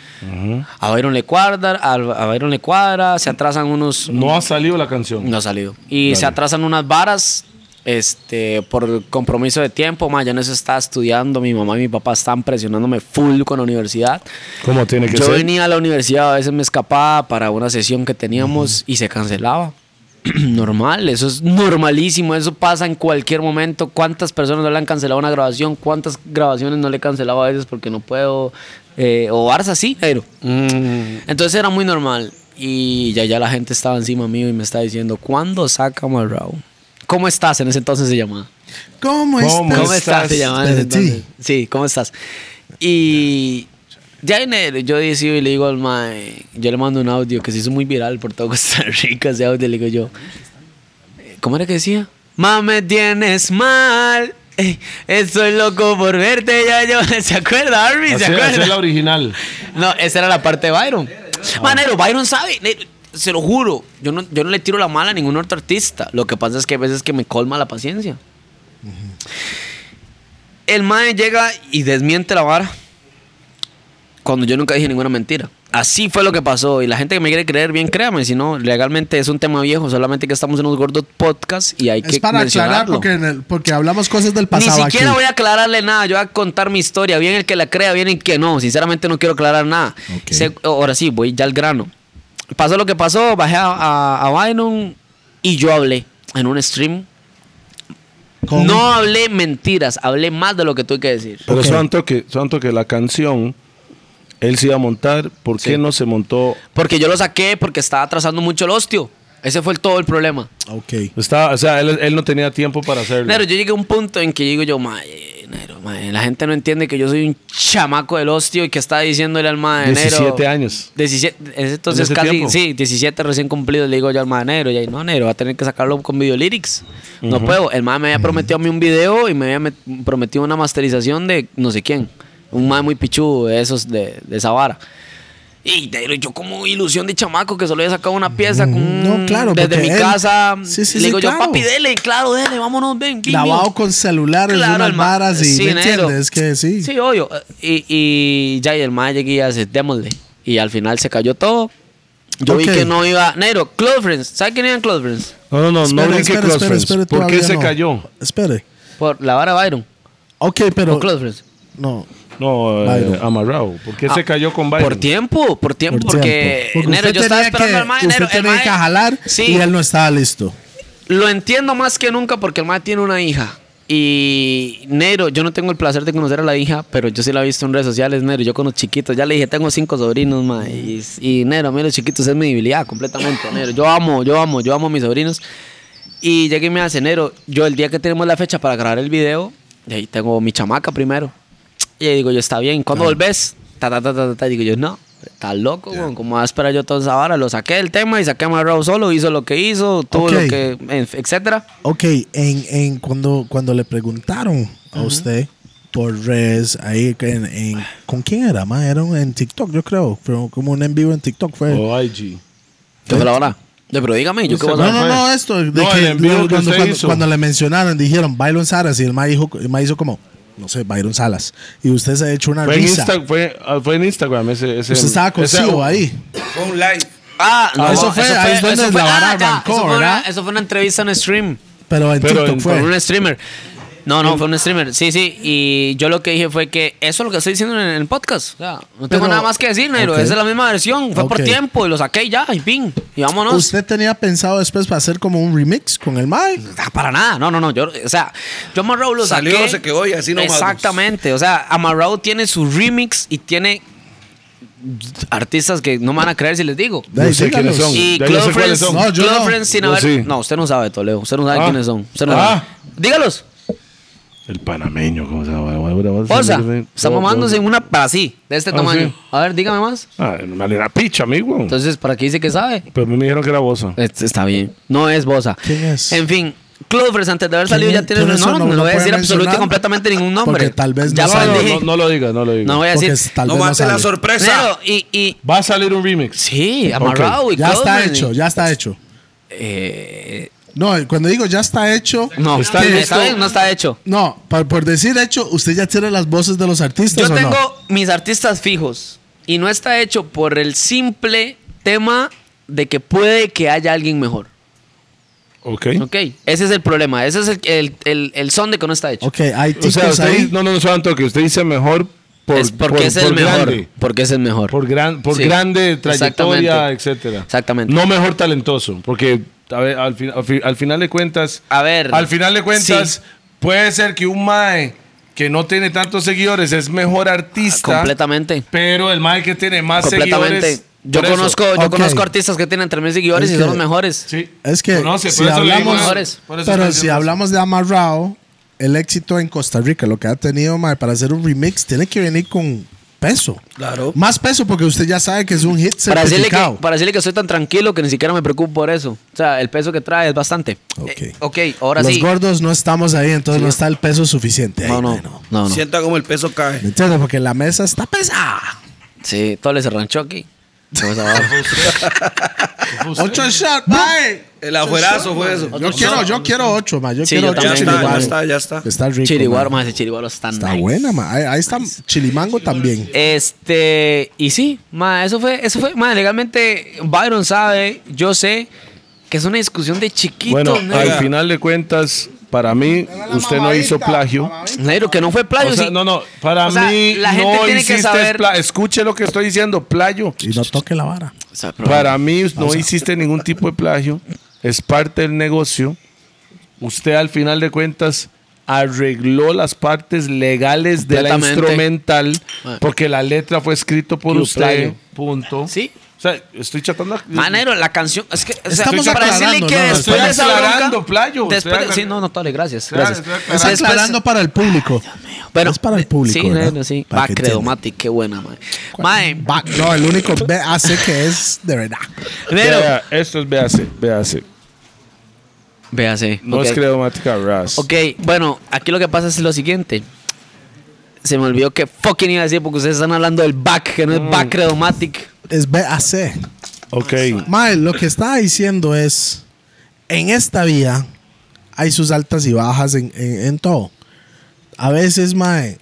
F: a Byron le cuadra, a, a Byron le cuadra, se atrasan unos...
C: No ha salido la canción.
F: No ha salido. Y se
C: Dale.
F: atrasan unas varas este, por compromiso de tiempo. Ma, yo en eso estaba estudiando. Mi mamá y mi papá estaban presionándome full con la universidad.
C: ¿Cómo tiene que
F: Yo
C: ser?
F: venía a la universidad, a veces me escapaba para una sesión que teníamos y se cancelaba. Normal, eso es normalísimo, eso pasa en cualquier momento. ¿Cuántas personas no le han cancelado una grabación? ¿Cuántas grabaciones no le he cancelado a veces porque no puedo? Eh, o varas así, pero.
C: Mm.
F: Entonces era muy normal. Y ya, ya la gente estaba encima mío y me estaba diciendo, ¿cuándo saca Marrao? ¿Cómo estás? En ese entonces se llamaba.
C: ¿Cómo
E: ¿Cómo, está?
F: ¿Cómo estás? Se llamaba en ese
E: Espérate.
F: entonces. Sí, ¿cómo estás? Y ya en el- yo decido y le digo al mae, yo le mando un audio que se hizo muy viral por todo Costa Rica, ese audio, le digo yo, ¿cómo era que decía? Ma, me tienes mal, eh, estoy loco por verte, ya yo, ¿se acuerda, Arby? ¿Se
C: Hacer-
F: acuerda?
C: hacer la original.
F: No, esa era la parte de Byron. Manero, Byron sabe. ne- Se lo juro. Yo no, yo no le tiro la mala a ningún otro artista. Lo que pasa es que hay veces que me colma la paciencia. El mae llega y desmiente la vara. Cuando yo nunca dije ninguna mentira. Así fue lo que pasó. Y la gente que me quiere creer, bien créame. Si no, legalmente es un tema viejo. Solamente que estamos en unos gordos podcasts y hay
E: Es
F: que
E: para aclarar
F: mencionarlo.
E: porque, en el- porque hablamos cosas del pasado
F: Ni siquiera
E: aquí.
F: voy a aclararle nada. Yo voy a contar mi historia. Bien el que la crea, bien el que no. Sinceramente no quiero aclarar nada.
E: Ok.
F: Se- ahora sí, voy ya al grano. Pasó lo que pasó. Bajé a, a, a Bynum y yo hablé en un stream.
E: Con-
F: No hablé mentiras. Hablé más de lo que tuve que decir.
C: Pero
E: Ok.
C: santo que santo que la canción él se iba a montar, ¿por qué no se montó?
F: Porque yo lo saqué porque estaba atrasando mucho el hostio. Ese fue el- todo el problema.
E: Ok.
C: Estaba, o sea, él, él no tenía tiempo para hacerlo.
F: Nero, yo llegué a un punto en que digo yo, mae, Nero, mae, la gente no entiende que yo soy un chamaco del hostio y que está diciéndole al mae, Nero.
C: 17 años.
F: 17, es entonces
C: ese
F: casi,
C: tiempo.
F: sí, 17 recién cumplidos, le digo yo al mae, Nero, y ahí, no, Nero, va a tener que sacarlo con videolyrics. No puedo. El mae me había prometido a mí un video y me había met- prometido una masterización de no sé quién. Un mae muy pichudo de esos, de, de esa vara. Y pero yo como ilusión de chamaco que solo había sacado una pieza con,
E: No, claro,
F: desde
E: porque
F: mi
E: él-
F: casa.
E: Sí, sí,
F: le
E: sí,
F: digo
E: claro.
F: yo, papi, dele, claro, dele, vámonos, ven. give me".
E: Lavado con celulares,
F: Claro,
E: unas
F: el ma-
E: varas y
F: sí,
E: ¿me
F: negro.
E: entiendes? Es que sí.
F: Sí, obvio. Y, y ya y el mae llegué y hace, démosle. Y al final se cayó todo. Yo
E: Ok.
F: vi que no iba. Negro, Close Friends. ¿Sabes quién eran Close Friends?
C: No, no, no,
E: Espere,
C: no brinque
E: espere,
C: Close
E: espere,
C: Friends.
E: espere,
C: ¿Por qué
E: todavía
C: se
E: no.
C: cayó?
E: Espere.
F: Por la vara Byron.
E: Ok, pero.
F: Close Friends.
E: No.
C: No, eh,
E: Byron.
C: amarrado. ¿Por qué se cayó con Byron?
F: Ah, Por tiempo, por tiempo,
E: por
F: porque.
E: tiempo.
F: Negro,
E: usted
F: yo estaba
E: tenía
F: esperando
E: que,
F: al mae.
E: Usted
F: negro, el
E: tenía
F: mae-
E: que jalar
F: Sí.
E: y él no estaba listo.
F: Lo entiendo más que nunca porque el mae tiene una hija. Y Nero, yo no tengo el placer de conocer a la hija, pero yo sí la he visto en redes sociales, Nero. Yo con los chiquitos, ya le dije, tengo cinco sobrinos, mae. Y, y Nero, a mí los chiquitos es mi debilidad completamente, Nero. Yo amo, yo amo, yo amo a mis sobrinos. Y llegué y me hace, Nero, yo el día que tenemos la fecha para grabar el video, y ahí tengo mi chamaca primero. Y ahí digo, yo, está bien, ¿cuándo volvés? Ta, ta, ta, ta, ta, ta. Y Digo yo, no, estás loco, weón, ¿cómo vas a esperar yo toda esa vara? Lo saqué del tema y saqué a Marrao solo, hizo lo que hizo, todo
E: Ok.
F: lo que, en- etcétera.
E: Ok, en, en cuando, cuando le preguntaron a usted por redes, ahí en, en- ¿con quién era? Ma? Era un- en TikTok, yo creo. Pero como un en vivo en TikTok fue.
C: O IG.
F: ¿Qué fue la vara? Yo, pero dígame, ¿yo qué
E: no,
F: voy a
E: no,
F: saber?
E: no, esto. de
C: pues, No,
E: que
C: el en vivo
E: luego
C: que
E: cuando,
C: usted
E: cuando-
C: hizo.
E: cuando le mencionaron, dijeron Byron Salas y el ma, dijo, el ma hizo como, no sé, Byron Salas. Y usted se ha hecho una
C: Fue en,
E: risa.
C: Insta- fue, ah, fue en Instagram ese. ese
E: Usted estaba con
C: ese-
E: Sibo ahí.
D: Fue un live.
F: Ah, no,
E: eso fue- ahí es donde la vara arrancó,
F: ah, eso, fue una,
E: ¿verdad?
F: eso fue una entrevista en stream.
E: Pero en
C: Pero
E: TikTok
C: en-
E: fue.
F: Con un streamer. No, no, fue un streamer. Sí, sí. Y yo lo que dije fue que eso es lo que estoy diciendo en el podcast. O sea, no tengo
E: Pero-
F: nada más que decir, Nairo.
E: Ok.
F: Esa es la misma versión. Fue
E: Ok.
F: por tiempo y lo saqué y ya, y ping. Y vámonos.
E: ¿Usted tenía pensado después para hacer como un remix con el Mae?
F: Ah, para nada. No, no, no. Yo, o sea, yo a Marrao lo
D: Salió,
F: saqué.
D: se quedó y así nomás.
F: Exactamente. O sea, Amarrao tiene su remix y tiene artistas que no me van a creer si les digo.
E: Dai,
C: sé
E: díganos.
C: quiénes son.
F: Y
C: Ya yo
F: Club
C: sé cuáles
F: Friends,
C: son.
E: No, yo
F: Club
E: no.
F: Friends sin
C: Yo
F: haber.
C: sí.
F: No, usted no sabe, Toledo. Usted no sabe
C: Ah.
F: quiénes son. Usted no
C: Ah.
F: sabe. Dígalos.
C: El panameño, ¿cómo se llama? Ahora vas a-
F: Osa, está mamándose en una para así, de este
C: Ah,
F: tamaño.
C: sí.
F: A ver, dígame más.
C: Ah, una lena picha, amigo.
F: Entonces, ¿para qué dice que sabe?
C: Pero a mí me dijeron que era Bosa.
F: Este está bien. No es Bosa.
E: ¿Quién es?
F: En fin, Clovers, antes de haber salido,
E: ¿Quién
F: ya
E: es?
F: tiene.
E: ¿Quién
F: No,
E: es? No,
F: no, no
E: no
F: voy a
E: puede
F: decir absolutamente
E: mencionar.
F: completamente ningún nombre.
E: Porque tal vez
F: ya
E: no
F: lo
E: sabe.
C: No,
F: dije.
C: no, no lo diga, no lo diga.
F: No voy a
E: Porque
F: decir.
E: tal
D: No
E: vez no
D: mate la
E: sabe.
D: sorpresa.
F: Pero, y, y.
C: Va a salir un remix.
F: Sí, amarrado y
E: Ya está
F: Clovers,
E: hecho,
F: y- pues,
E: ya está hecho.
F: Eh,
E: No, cuando digo ya está hecho,
F: no,
C: Está
F: está,
C: listo.
F: bien, no está hecho.
E: no, por, por decir hecho, usted ya tiene las voces de los artistas.
F: Yo
E: ¿o
F: tengo
E: no?
F: mis artistas fijos y no está hecho por el simple tema de que puede que haya alguien mejor.
C: Ok.
F: Ok, ese es el problema. Ese es el, el, el, el son de que no está hecho.
E: Ok, hay
C: O
E: ticos
C: sea, usted
E: ahí.
C: dice- no, no, no, solo un toque. Usted dice mejor por,
F: es porque
C: por-
F: es el
C: por
F: mejor.
C: grande.
F: Porque es el mejor.
C: Por, gran, por
F: Sí.
C: grande trayectoria,
F: Exactamente.
C: etcétera.
F: Exactamente.
C: No mejor talentoso, porque a ver, al, fin- al, fi- al final de cuentas...
F: A ver,
C: Al final de cuentas,
F: sí.
C: puede ser que un mae que no tiene tantos seguidores es mejor artista.
F: Ah, Completamente.
C: Pero el mae que tiene más
F: Completamente.
C: seguidores...
F: Yo
C: por eso.
F: conozco, yo
E: Ok.
F: conozco artistas que tienen 3.000 seguidores
E: Es
F: y son los
E: que-
F: mejores.
C: Sí.
E: Es que
C: Conoce,
E: si
C: por eso le digo
E: hablamos,
C: eso.
F: mejores.
C: Por eso
E: pero
C: está
E: si
C: diciendo eso.
E: hablamos de Amarrao, el éxito en Costa Rica, lo que ha tenido mae, para hacer un remix, tiene que venir con peso.
D: Claro.
E: Más peso porque usted ya sabe que es un hit
F: Para decirle, que,
E: certificado.
F: para decirle que soy tan tranquilo que ni siquiera me preocupo por eso. O sea, el peso que trae es bastante.
E: Ok.
F: Eh, ok, ahora
E: Los
F: sí.
E: gordos no estamos ahí, entonces no está el peso suficiente.
F: No,
E: ahí,
F: no,
E: mae, no.
F: no, no.
D: Sienta como el peso
E: ¿Me
D: cae.
E: entiendes? Porque la mesa está pesada.
F: Sí, todo le se ranchó aquí. Vamos a ver.
E: Ocho shots, mae.
D: El afuerazo fue eso.
E: Yo quiero, yo quiero ocho, mae. Yo
F: Sí, yo
E: quiero ocho
D: Ya
F: también.
D: está, ya
E: chiliguaros.
D: está, ya está.
E: Está rico.
F: Chiriguaro,
E: mae.
F: más de Chiriguaro está
E: Está
F: nice.
E: buena, mae. Ahí, ahí está chilimango también.
F: Este, y sí, ma, eso fue, eso fue, ma, legalmente Byron sabe, yo sé que es una discusión de chiquitos,
C: Bueno,
F: negro.
C: al final de cuentas, para mí, usted no hizo plagio.
F: Negro, que no fue plagio,
C: O sea,
F: sí.
C: no, no, para
F: O sea,
C: mí
F: la gente
C: no
F: tiene que
C: hiciste
F: saber-
C: pla- Escuche lo que estoy diciendo, plagio.
E: Y no toque la vara.
F: O sea, pero-
C: Para mí no hiciste ningún tipo de plagio. Es parte del negocio. Usted al final de cuentas arregló las partes legales de la
F: Completamente.
C: instrumental
F: Bueno.
C: porque la letra fue escrito por
F: Club
C: usted.
F: plagio.
C: Punto.
F: Sí.
C: O sea, estoy tratando.
F: Ma, negro, la canción, es que, o sea,
E: Estamos
F: para decirle
E: aclarando,
F: que
E: no, no,
F: después
E: estoy
F: de esa
C: aclarando,
F: bronca-
C: playo, estoy
F: después de-
C: aclar-
F: sí, no, no, tole, gracias,
C: Claro,
F: gracias.
C: estoy
E: Es
C: Pero
E: aclarando para el público.
F: Pero-
E: es para el público.
F: eh, Sí,
E: ¿verdad?
F: negro, sí.
E: Para
F: Va,
E: que entiendan.
F: Credomatic, qué buena, ma. Mae,
E: Va- no, el único hace que es de verdad.
F: negro.
C: Vea, esto es véase, véase.
F: Véase.
C: No
F: ok.
C: es creomática ras.
F: Ok, bueno, aquí lo que pasa es lo siguiente.
D: Mm.
F: Se me olvidó que fucking iba a decir porque ustedes están hablando del back, que no es back credomatic.
E: es BAC.
C: Ok.
E: Mae, lo que estaba diciendo es, en esta vida hay sus altas y bajas en, en- en todo. A veces, mae,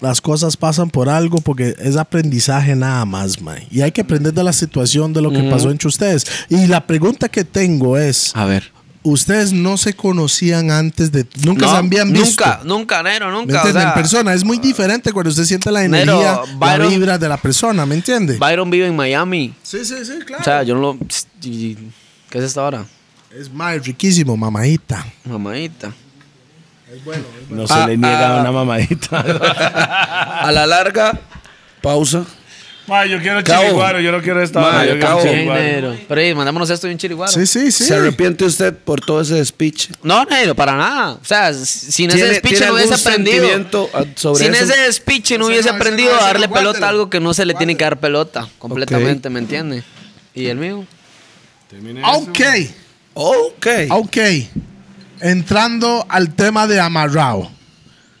E: las cosas pasan por algo porque es aprendizaje nada más, mae. Y hay que aprender de la situación, de lo que pasó entre ustedes. Y la pregunta que tengo es,
F: A ver.
E: ustedes no se conocían antes de... Nunca se habían visto.
F: Nunca, nunca, Nero,
E: ¿Me
F: nunca. O
E: entiende?
F: sea, ah,
E: en persona es muy diferente cuando usted siente la
F: Nero,
E: energía, la
F: Byron-
E: vibra de la persona, ¿me entiende?
F: Byron vive en Miami.
E: Sí, sí, sí, claro.
F: O sea, yo no lo. pst, y- y- ¿Qué es esta hora?
E: es más riquísimo, mamadita.
F: Mamadita.
C: No se le niega una mamadita.
D: A la larga,
F: Ah,
D: pausa.
C: Ma, yo quiero
D: Cabo.
C: chiriguaro, yo no quiero esta.
D: Ma,
C: vara, yo quiero
D: cabo.
F: Ey,
C: chiriguaro.
F: Nero. Pero ey, mandámonos esto bien chiriguaro.
E: Sí, sí, sí.
D: ¿Se arrepiente usted por todo ese speech?
F: No, Nero, para nada. O sea, s- sin ese speech no hubiese aprendido.
D: ah, Sobre
F: Sin
D: eso?
F: ese speech no
E: Ese
F: hubiese
E: no, ese
F: aprendido a
E: no, ese
F: darle
E: no,
F: pelota
E: guárdelo.
F: a algo que no se le tiene que dar pelota completamente, ¿me entiendes? Y el mío.
E: Ok,
D: Ok.
E: ok. Entrando al tema de Amarrao.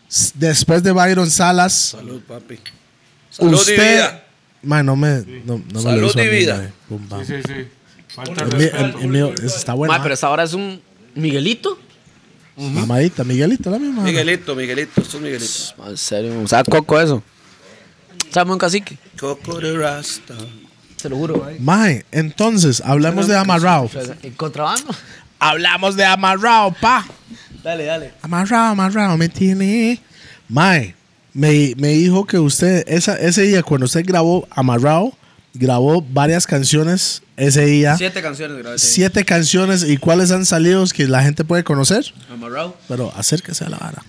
E: S- Después de Byron Salas,
D: Salud, papi. Salud y
E: usted.
D: vida.
E: Ma, no me. No, no me lo
D: Salud
E: hizo
D: y
E: a mí,
D: vida.
E: ma. Pum, pam.
H: Sí, sí. Falta
E: El
H: de
E: mío-
H: respeto.
E: el- el mío, ese está bueno. ¿eh?
F: Ma, pero esta hora es un Miguelito.
E: Mamadita, Miguelito, la misma.
D: Miguelito, Miguelito, esto es Miguelito.
F: Ma, Ah, En serio, o sea, coco eso. ¿Sabes un cacique?
D: Coco de Rasta.
F: Se lo juro.
E: Mae, entonces, hablamos de Amarrao.
F: ¿En contrabando?
E: Hablamos de Amarrao, pa.
F: Dale, dale.
E: Amarrado, amarrado, me tiene. Mae, me, me dijo que usted, esa, ese día cuando usted grabó Amarrado, grabó varias canciones ese día.
F: Siete canciones grabé. ese día.
E: Siete canciones y cuáles han salido que la gente puede conocer.
F: Amarrao.
E: Pero acérquese a la vara.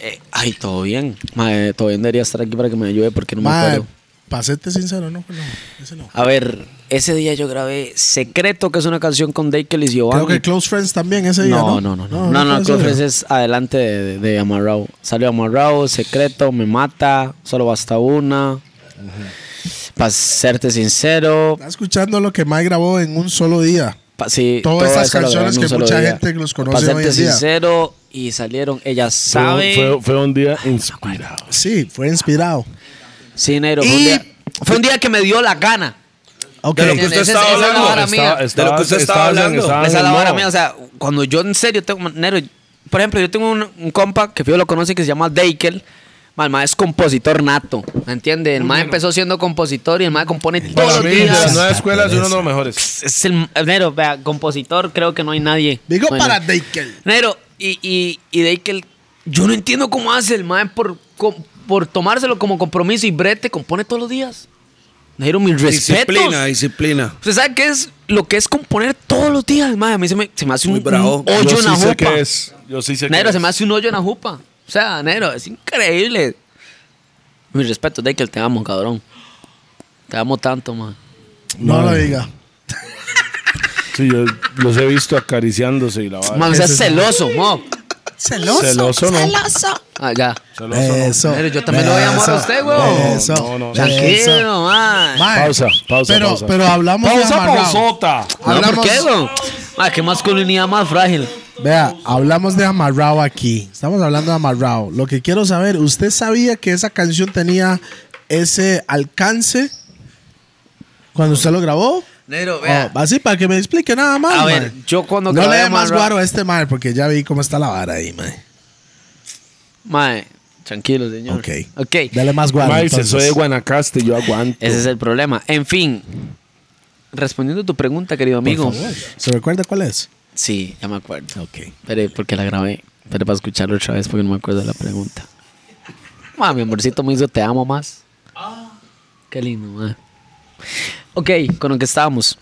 F: Eh, ay, todo bien. Ma, eh, todo bien debería estar aquí para que me ayude porque no me
E: Mae,
F: acuerdo.
E: para serte sincero, no, no, ese no.
F: A ver, ese día yo grabé Secreto, que es una canción con Dake y Giovanni.
E: Creo que Close Friends también ese día.
F: No,
E: No,
F: no, no, no. No, no,
E: fue
F: Close
E: ese
F: Friends
E: día.
F: es adelante de, de Amarrao. Salió Amarrao, Secreto, Me Mata, Solo Basta Una. Para serte sincero,
E: Está escuchando lo que Mae grabó en un solo día.
F: pa- sí, todo
E: Todas esas
F: eso lo grabé
E: canciones
F: en un
E: que
F: solo
E: mucha
F: día.
E: gente los
F: Pa'
E: conoce hoy
F: serte
E: en día.
F: sincero, y salieron, ella sabe.
C: Fue, fue un día inspirado.
E: Sí, fue inspirado.
F: Sí, Nero, fue, un
E: Y-
F: día, fue un día que me dio la gana.
E: Ok.
D: De lo que usted
F: Ese-
D: estaba
F: esa es la
D: hablando.
F: vara mía.
D: De lo que usted estaba hablando.
C: estabas
F: Esa es
C: en
F: la
C: el
F: vara
C: modo.
F: mía, o sea, cuando yo en serio tengo, Nero, por ejemplo, yo tengo un, un compa que yo lo conoce que se llama Deikel. ma, El mae es compositor nato, ¿me entiendes? El mae empezó siendo compositor y el mae compone
H: Para
F: todos los
H: mí, de las
F: días.
H: nueve escuelas, uno de los mejores.
F: Es el Nero, vea, compositor, creo que no hay nadie.
E: Digo
F: Bueno.
E: para Deikel.
F: Nero, y, y, y Deikel, yo no entiendo cómo hace el mae por, com- por tomárselo como compromiso y brete, compone todos los días. Nero, mis respetos.
D: Disciplina, disciplina.
F: ¿Usted sabe qué es lo que es componer todos los días? Madre, a mí se me, se me hace un,
D: Muy bravo.
F: un hoyo
C: Yo
F: en la
C: sí sé
F: jupa.
C: qué es. Yo sí sé
F: Negro,
C: qué
F: se me
C: es.
F: hace un hoyo en la jupa. O sea, negro, es increíble. Mi respeto, Dekel, te amo, cabrón. Te amo tanto, man.
E: No lo diga.
C: Sí, yo los he visto acariciándose y la vara.
F: Man, seas celoso, mo.
E: Celoso.
C: Celoso no.
F: Ah, ya.
C: Celoso no.
E: Eso.
F: Pero yo también le doy amor a usted, güey.
E: Eso.
C: No, no, no.
E: Eso.
F: Tranquilo, man.
E: Mae,
C: Pausa, pausa,
E: Pero,
C: pausa.
E: pero hablamos de
C: Pausa,
E: amarrado.
C: pausota.
F: No, ¿Por
E: Hablamos-
F: qué, güey? Ah, qué masculinidad más frágil.
E: Vea, hablamos de amarrado aquí. Estamos hablando de amarrado. Lo que quiero saber, ¿usted sabía que esa canción tenía ese alcance cuando usted lo grabó?
F: Negro,
E: Oh, así para que me explique nada más.
F: A ver,
E: mae.
F: yo cuando
E: no
F: grabé
E: le dé más
F: Amarrao-
E: guaro a este mal porque ya vi cómo está la vara ahí, mae.
F: Mae, tranquilo, señor.
E: Ok.
F: Ok.
E: Dale más guaro.
C: Mae, se
E: entonces.
C: soy de Guanacaste, yo aguanto.
F: Ese es el problema. En fin, respondiendo a tu pregunta, querido
E: Por
F: amigo.
E: favor. ¿Se recuerda cuál es?
F: Sí, ya me acuerdo.
E: Ok.
F: Pero porque la grabé. Pero para escucharlo otra vez porque no me acuerdo de la pregunta. Ma, mi amorcito me hizo te amo más. Ah. Qué lindo, ma. Ok, con lo que estábamos.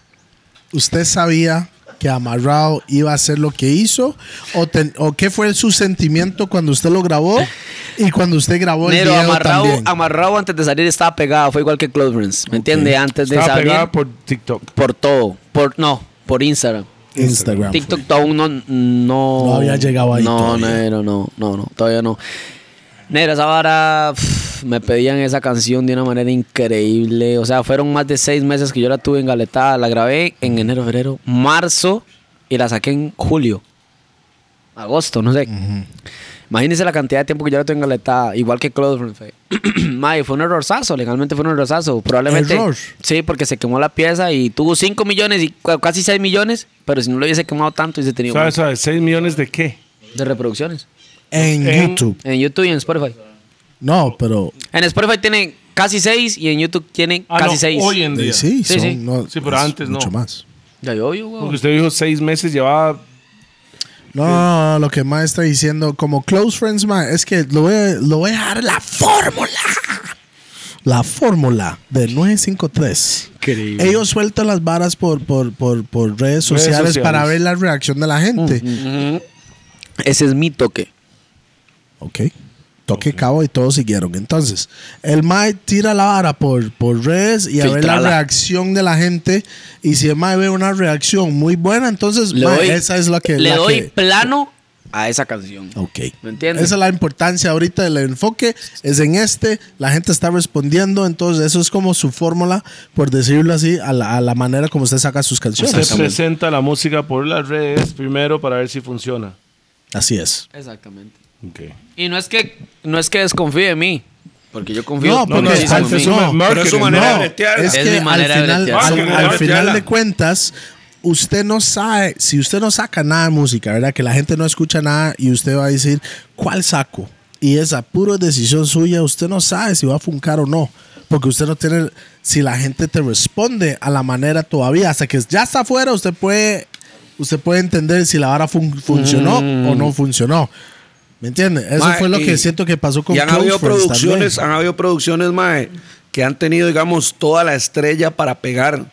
E: ¿Usted sabía que Amarrao iba a hacer lo que hizo? ¿O, ten- o qué fue su sentimiento cuando usted lo grabó y cuando usted grabó el
F: Nero,
E: video
F: amarrado,
E: también?
F: amarrado antes de salir estaba pegado. Fue igual que Close Friends. ¿Me entiende? Antes de
C: Estaba
F: salir.
C: pegada
F: Por...
C: por TikTok.
F: todo. Por, no, por Instagram.
E: Instagram.
F: TikTok aún no, no.
E: No había llegado ahí
F: No,
E: todavía.
F: Nero, no, no, no, todavía no. Nero, esa vara. pf, me pedían esa canción de una manera increíble. O sea, fueron más de seis meses que yo la tuve engaletada. La grabé en enero, febrero, marzo y la saqué en julio. Agosto, no sé. Imagínense la cantidad de tiempo que yo le tengo engaletado, igual que Close Friends. Mae, fue un errorzazo, legalmente fue un errorzazo. Probablemente.
E: Error.
F: Sí, porque se quemó la pieza y tuvo 5 millones y cu- casi 6 millones, pero si no lo hubiese quemado tanto, hubiese tenido
C: ¿Sabes? ¿Sabes? ¿6 millones de qué?
F: más de reproducciones.
E: En, YouTube.
F: En YouTube y en Spotify.
E: No, pero.
F: En Spotify tienen casi 6 y en YouTube tienen
C: Ah,
F: casi
C: no,
F: 6.
C: Hoy en día.
E: eh, Sí,
F: Sí,
E: son,
F: sí.
E: No,
C: Sí, pero
E: es
C: antes no.
E: Mucho más.
F: Ya yo, yo, güey.
C: Porque usted dijo 6 meses llevaba.
E: No, no, no, lo que más está diciendo, como close friends, ma, es que lo voy, a- lo voy a dejar la fórmula. La fórmula de 953.
F: Increíble.
E: Ellos sueltan las varas por, por, por, por redes, sociales
C: sociales.
E: para ver la reacción de la
F: Mm,
E: gente.
F: Ese es mi toque.
E: Ok. Toque cabo y todos siguieron. Entonces, el Mae tira la vara por, por redes y a ver la
F: Filtrala.
E: reacción de la gente. Y si el Mae ve una reacción muy buena, entonces
F: Le
E: mae,
F: doy,
E: esa es la que.
F: le
E: la
F: doy
E: que-
F: plano a esa canción.
E: Ok.
F: ¿Me entiendes?
E: Esa es la importancia ahorita del enfoque. Es en este. La gente está respondiendo. Entonces, eso es como su fórmula, por decirlo así, a la, a la manera como usted saca sus
C: Usted
E: canciones.
C: presenta la música por las redes primero para ver si funciona.
E: Así es.
F: Exactamente.
C: Ok.
F: Y no es que no es que desconfíe de mí, porque yo confío
E: No,
F: muchísimo
E: porque
F: en
E: al,
F: mí.
E: fin- no,
D: Pero es su manera de netear.
E: es
F: Es
E: que
F: mi
E: al
F: manera de
E: final,
F: bretear.
E: son-
D: Ah, que
E: al
D: no,
E: final
D: bretearla.
E: de cuentas, usted no sabe, si usted no saca nada de música, ¿verdad? Que la gente no escucha nada y usted va a decir, ¿cuál saco? Y esa pura decisión suya, usted no sabe si va a funcar o no. Porque usted no tiene, si la gente te responde a la manera todavía, hasta que ya está afuera, usted puede, usted puede entender si la vara fun- funcionó
F: Mm.
E: o no funcionó. ¿Me entiende? Eso
D: Mae,
E: fue lo
D: y-
E: que siento que pasó con
D: Y han
E: Close
D: habido
E: Friends
D: producciones,
E: también.
D: han habido producciones, mae, que han tenido, digamos, toda la estrella para pegar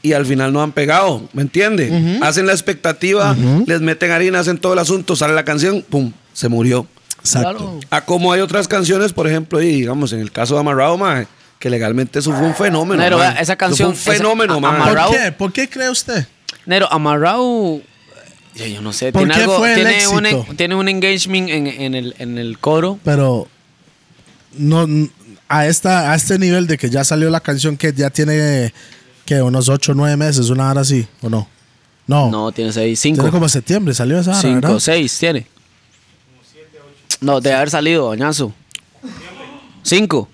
D: y al final no han pegado, ¿me entiende? Hacen la expectativa, les meten harina, hacen todo el asunto, sale la canción, pum, se murió.
E: Exacto.
D: A como hay otras canciones, por ejemplo, y digamos, en el caso de Amarrado, mae, que legalmente eso fue un fenómeno.
F: Pero,
D: mae.
F: vea, esa
D: Eso fue
F: canción, esa-
D: un fenómeno,
F: a-
D: mae.
F: Amarrado-
E: ¿Por qué? ¿Por qué cree usted?
F: Nero, Amarrao, yo, yo no sé,
E: ¿Por
F: tiene
E: qué
F: algo,
E: fue el
F: tiene, un,
E: éxito?
F: en- tiene un engagement en, en el, en el coro.
E: pero no n- a esta a este nivel de que ya salió la canción que ya tiene que unos 8 o 9 meses, una hora así o no. No.
F: No, tiene seis,
E: tiene
F: cinco,
E: como septiembre salió esa hora,
F: cinco,
E: ¿verdad?
F: seis, tiene. No, debe haber salido, doñazo. Cinco.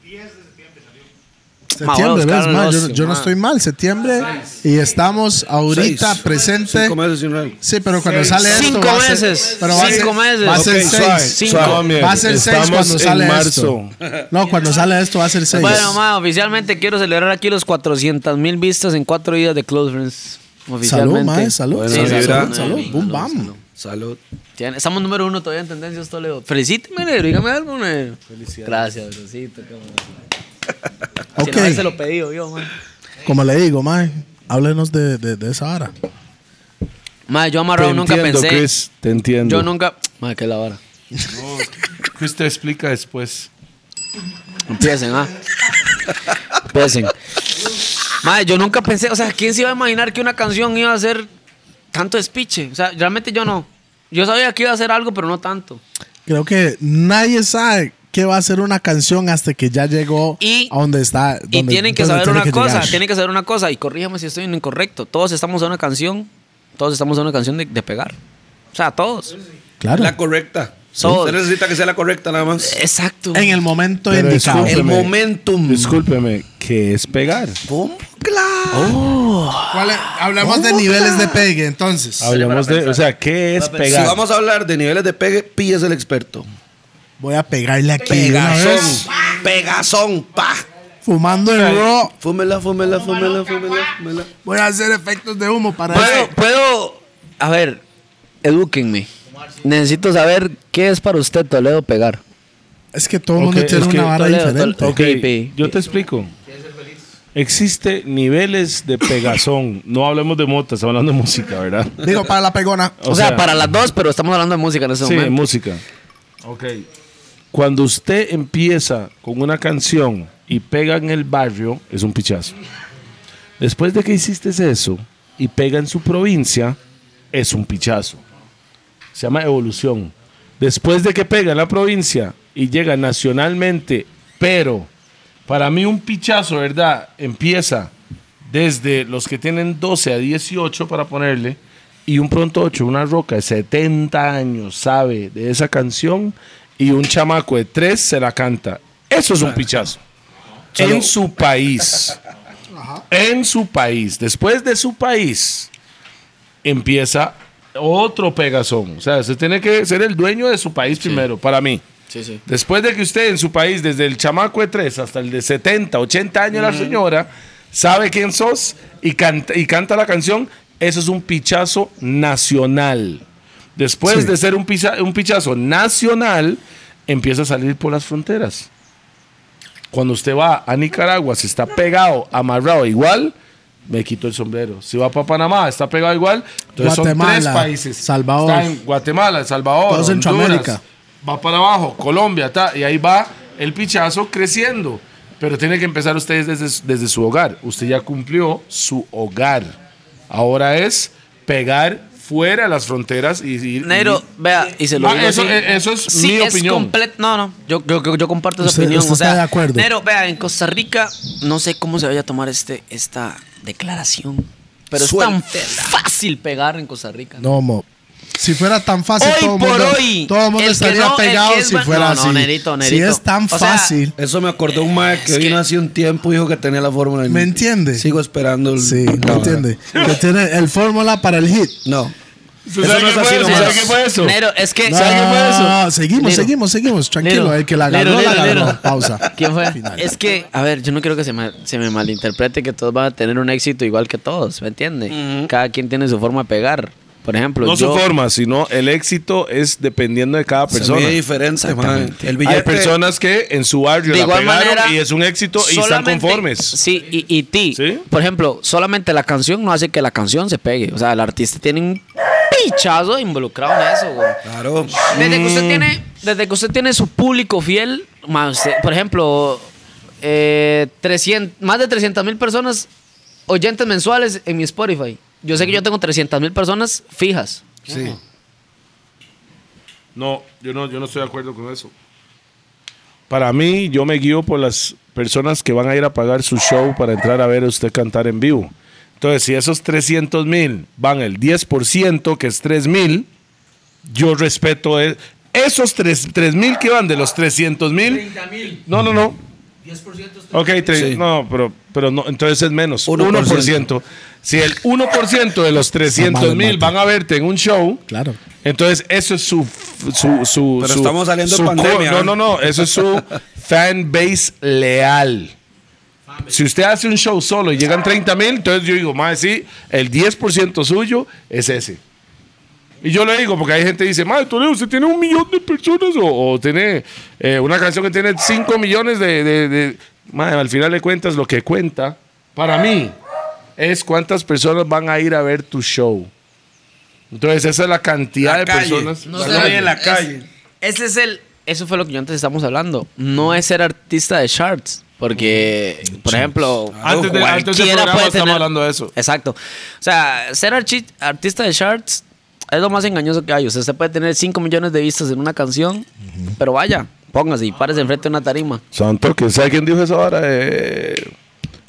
E: Septiembre,
F: Ma, voy a
E: ¿ves?
F: buscar
E: Ma,
F: el
E: yo,
F: ocio,
E: yo no
F: ma.
E: estoy mal, septiembre y estamos ahorita
D: Seis.
E: presente.
D: Cinco meses y un año.
E: Sí, pero cuando sale esto
F: Cinco
E: va a ser-
F: meses.
E: pero va a ser-
F: Cinco meses.
E: Va a ser
F: Ok,
E: seis.
F: Cinco.
E: Va a ser seis cuando sale esto. No, cuando sale esto va a ser seis.
F: Bueno, ma, oficialmente quiero celebrar aquí los 400 mil vistas en cuatro días de Close Friends.
E: salud,
F: Oficialmente.
E: mae, salud.
D: Bueno,
E: salud,
D: vibra.
E: salud, salud.
F: Salud,
E: Boom, bam.
F: salud.
D: Salud.
F: Tiene- Estamos número uno todavía en tendencias, Toledo. Felicíteme, negro. Dígame algo, negro. Felicidades. Gracias, brocito. qué bueno.
E: Ok.
F: Si no, se lo pedí yo, man.
E: Como le digo, mae, háblenos de, de, de esa vara.
F: Madre, yo amarrado nunca pensé.
C: Chris, te entiendo.
F: Yo nunca. Madre, qué la vara.
C: Chris te explica después.
F: Empiecen, ah. Empiecen. Madre, yo nunca pensé. O sea, ¿quién se iba a imaginar que una canción iba a ser tanto despiche? O sea, realmente yo no. Yo sabía que iba a ser algo, pero no tanto.
E: Creo que nadie sabe qué va a ser una canción hasta que ya llegó
F: Y-
E: a donde está.
F: Y
E: donde-
F: tienen que
E: donde
F: saber
E: tiene
F: una
E: que
F: cosa,
E: llegar.
F: tienen que saber una cosa, y corríjame si estoy en lo incorrecto. Todos estamos a una canción, todos estamos a una canción de, de pegar. O sea, todos.
E: Claro.
D: La correcta.
F: Todos.
D: Usted necesita que sea la correcta nada más.
F: Eh, Exacto.
E: en el momento
C: Pero
E: indicado.
C: discúlpeme.
D: El momentum.
C: Discúlpeme, ¿qué es pegar?
D: ¿Cómo? Claro.
E: ¿Cuál es? Hablamos de niveles de pegue, entonces.
C: Hablamos de, o sea, ¿qué es
D: Si
C: pegar?
D: vamos a hablar de niveles de pegue, Pi es el experto.
E: Voy a pegarle aquí. de una vez.
D: Pegazón. Pegazón. Pa.
E: Fumando el rock.
D: Fúmela, fúmela, fúmela, fúmela, fúmela.
E: Voy a hacer efectos de humo para
F: Puedo, puedo. A ver, edúquenme. Necesito saber qué es para usted Toledo pegar.
E: Es que todo el mundo
C: Ok,
E: tiene
C: es
E: una
C: que-
E: vara
F: Toledo,
E: diferente.
F: Toledo.
C: Ok,
F: Pi, pi.
C: yo te explico. Existe niveles de pegazón. No hablemos de motas, estamos hablando de música, ¿verdad?
E: Digo, para la pegona.
F: O, sea, para las dos, pero estamos hablando de música en ese
C: Sí,
F: momento.
C: música. Ok. Cuando usted empieza con una canción y pega en el barrio, es un pichazo. Después de que hiciste eso y pega en su provincia, es un pichazo. Se llama evolución. Después de que pega en la provincia y llega nacionalmente, pero para mí un pichazo, ¿verdad? Empieza desde los que tienen 12 a 18 para ponerle y un pronto 8, una roca de 70 años sabe de esa canción
H: y un chamaco de tres se la canta. Eso es un pichazo. En su país. En su país. Después de su país, empieza otro pegazón. O sea, se tiene que ser el dueño de su país primero, para mí.
F: Sí, sí.
H: Después de que usted en su país, desde el chamaco de 3 hasta el de 70, 80 años,
E: Mm.
H: la señora sabe quién sos y canta, y canta la canción, eso es un pichazo nacional. Después de ser un, picha- un pichazo nacional, empieza a salir por las fronteras. Cuando usted va a Nicaragua, si está pegado, amarrado igual, me quito el sombrero. Si va para Panamá, está pegado igual. Entonces son tres
E: Guatemala,
H: países.
E: Salvador.
H: Está en Guatemala, El Salvador,
E: Todo Centroamérica.
H: Honduras, va para abajo, Colombia, ta, y ahí va el pichazo creciendo. Pero tiene que empezar ustedes desde, desde su hogar. Usted ya cumplió su hogar. Ahora es pegar fuera de las fronteras y ir.
F: Nero, vea, y se lo
H: Ah,
F: digo
H: eso-
F: así.
H: eh, eso es
F: Sí,
H: mi
F: es
H: opinión.
F: comple- no, no, yo, yo, yo- yo comparto esa
E: Usted-
F: opinión.
E: usted
F: o sea,
E: está de acuerdo.
F: Nero, vea, en Costa Rica no sé cómo se vaya a tomar este, esta declaración, pero es tan fácil pegar en Costa Rica.
E: No, mo. Si fuera tan fácil,
F: Hoy
E: todo el
F: por
E: mundo,
F: hoy,
E: todo el mundo
F: el que
E: estaría
F: no, el
E: pegado
F: que es
E: si
F: ba-
E: fuera
F: No, no,
E: así.
F: Nerito,
E: Si
F: Nerito.
E: es tan
F: O sea,
E: fácil,
D: Eso me acordó un mae que vino hace un tiempo y dijo que tenía la fórmula. y
E: ¿Me entiende?
D: Sigo esperando. el-
E: sí,
D: la
E: ¿me
D: hora.
E: entiende? Que tiene el fórmula para el hit.
D: No.
H: ¿Usted sabe qué fue eso?
F: Nero,
H: ¿Sabe qué fue eso?
F: Nero, es que.
E: No,
F: ¿sabe quién fue eso?
E: no, no, seguimos,
F: Nero.
E: seguimos, seguimos. Tranquilo,
F: Nero.
E: el que la agarró,
F: Nero,
E: la
F: Nero,
E: agarró.
F: Nero.
E: Pausa.
F: ¿Quién fue?
E: Final.
F: Es que, a ver, yo no quiero que se me, se me malinterprete que todos van a tener un éxito igual que todos, ¿me entiende? Cada quien tiene su forma de pegar. Por ejemplo,
C: No
F: yo,
C: su forma, sino el éxito es dependiendo de cada
D: Se
C: persona.
D: mide diferente, mae. El
C: Hay
D: billete.
C: personas que en su barrio
F: de
C: la
F: igual
C: pegaron
F: manera,
C: y es un éxito y están
F: solamente-
C: conformes.
F: Sí, y, y ti,
C: Sí.
F: por ejemplo, solamente la canción no hace que la canción se pegue. O sea, el artista tiene un pichazo involucrado en eso, güey.
D: Claro.
F: Desde que usted tiene, desde que usted tiene su público fiel, más, usted- por ejemplo, eh, 300, más de 300 mil personas oyentes mensuales en mi Spotify. Yo sé que yo tengo 300 mil personas fijas.
D: Sí.
H: No, yo no, yo no estoy de acuerdo con eso.
C: Para mí, yo me guío por las personas que van a ir a pagar su show para entrar a ver a usted cantar en vivo. Entonces, si esos 300 mil van el 10%, que es 3 mil, yo respeto e- esos 3 mil que van de los 300 mil. 30 mil. No, no, no. 10% Ok, tre-
D: Sí.
C: no, pero, pero no, entonces es menos. 1%.
D: 1%.
C: Si el 1% de los 300 mil van a verte en un show,
E: Claro.
C: entonces, eso es su. su, su
D: Pero
C: su-
D: estamos saliendo
C: su
D: de
C: core-
D: pandemia,
C: No,
D: ¿eh?
C: no, no. Eso es su fan base leal. Si usted hace un show solo y llegan 30 mil, entonces yo digo, más sí, el 10% suyo es ese. Y yo le digo, porque hay gente que dice, madre, Toledo, usted tiene un millón de personas o, o tiene eh, una canción que tiene 5 millones de... de, de- Mae, al final de cuentas, lo que cuenta, para mí, es cuántas personas van a ir a ver tu show. Entonces, esa es la cantidad
D: La
C: de
D: calle.
C: personas.
D: No se ve en la calle.
F: Ese es el, eso fue lo que yo antes estábamos hablando. No es ser artista de charts, porque,
C: Mm,
F: por ejemplo,
H: Antes, de, antes del
F: cualquiera
H: programa
F: puede
H: estamos
F: tener-
H: hablando de eso.
F: Exacto. O sea, ser archi- artista de charts es lo más engañoso que hay. O sea, usted puede tener 5 millones de vistas en una canción, pero vaya, póngase y párese enfrente de una tarima.
C: Santo, que ¿sabe quién dijo eso ahora? Eh,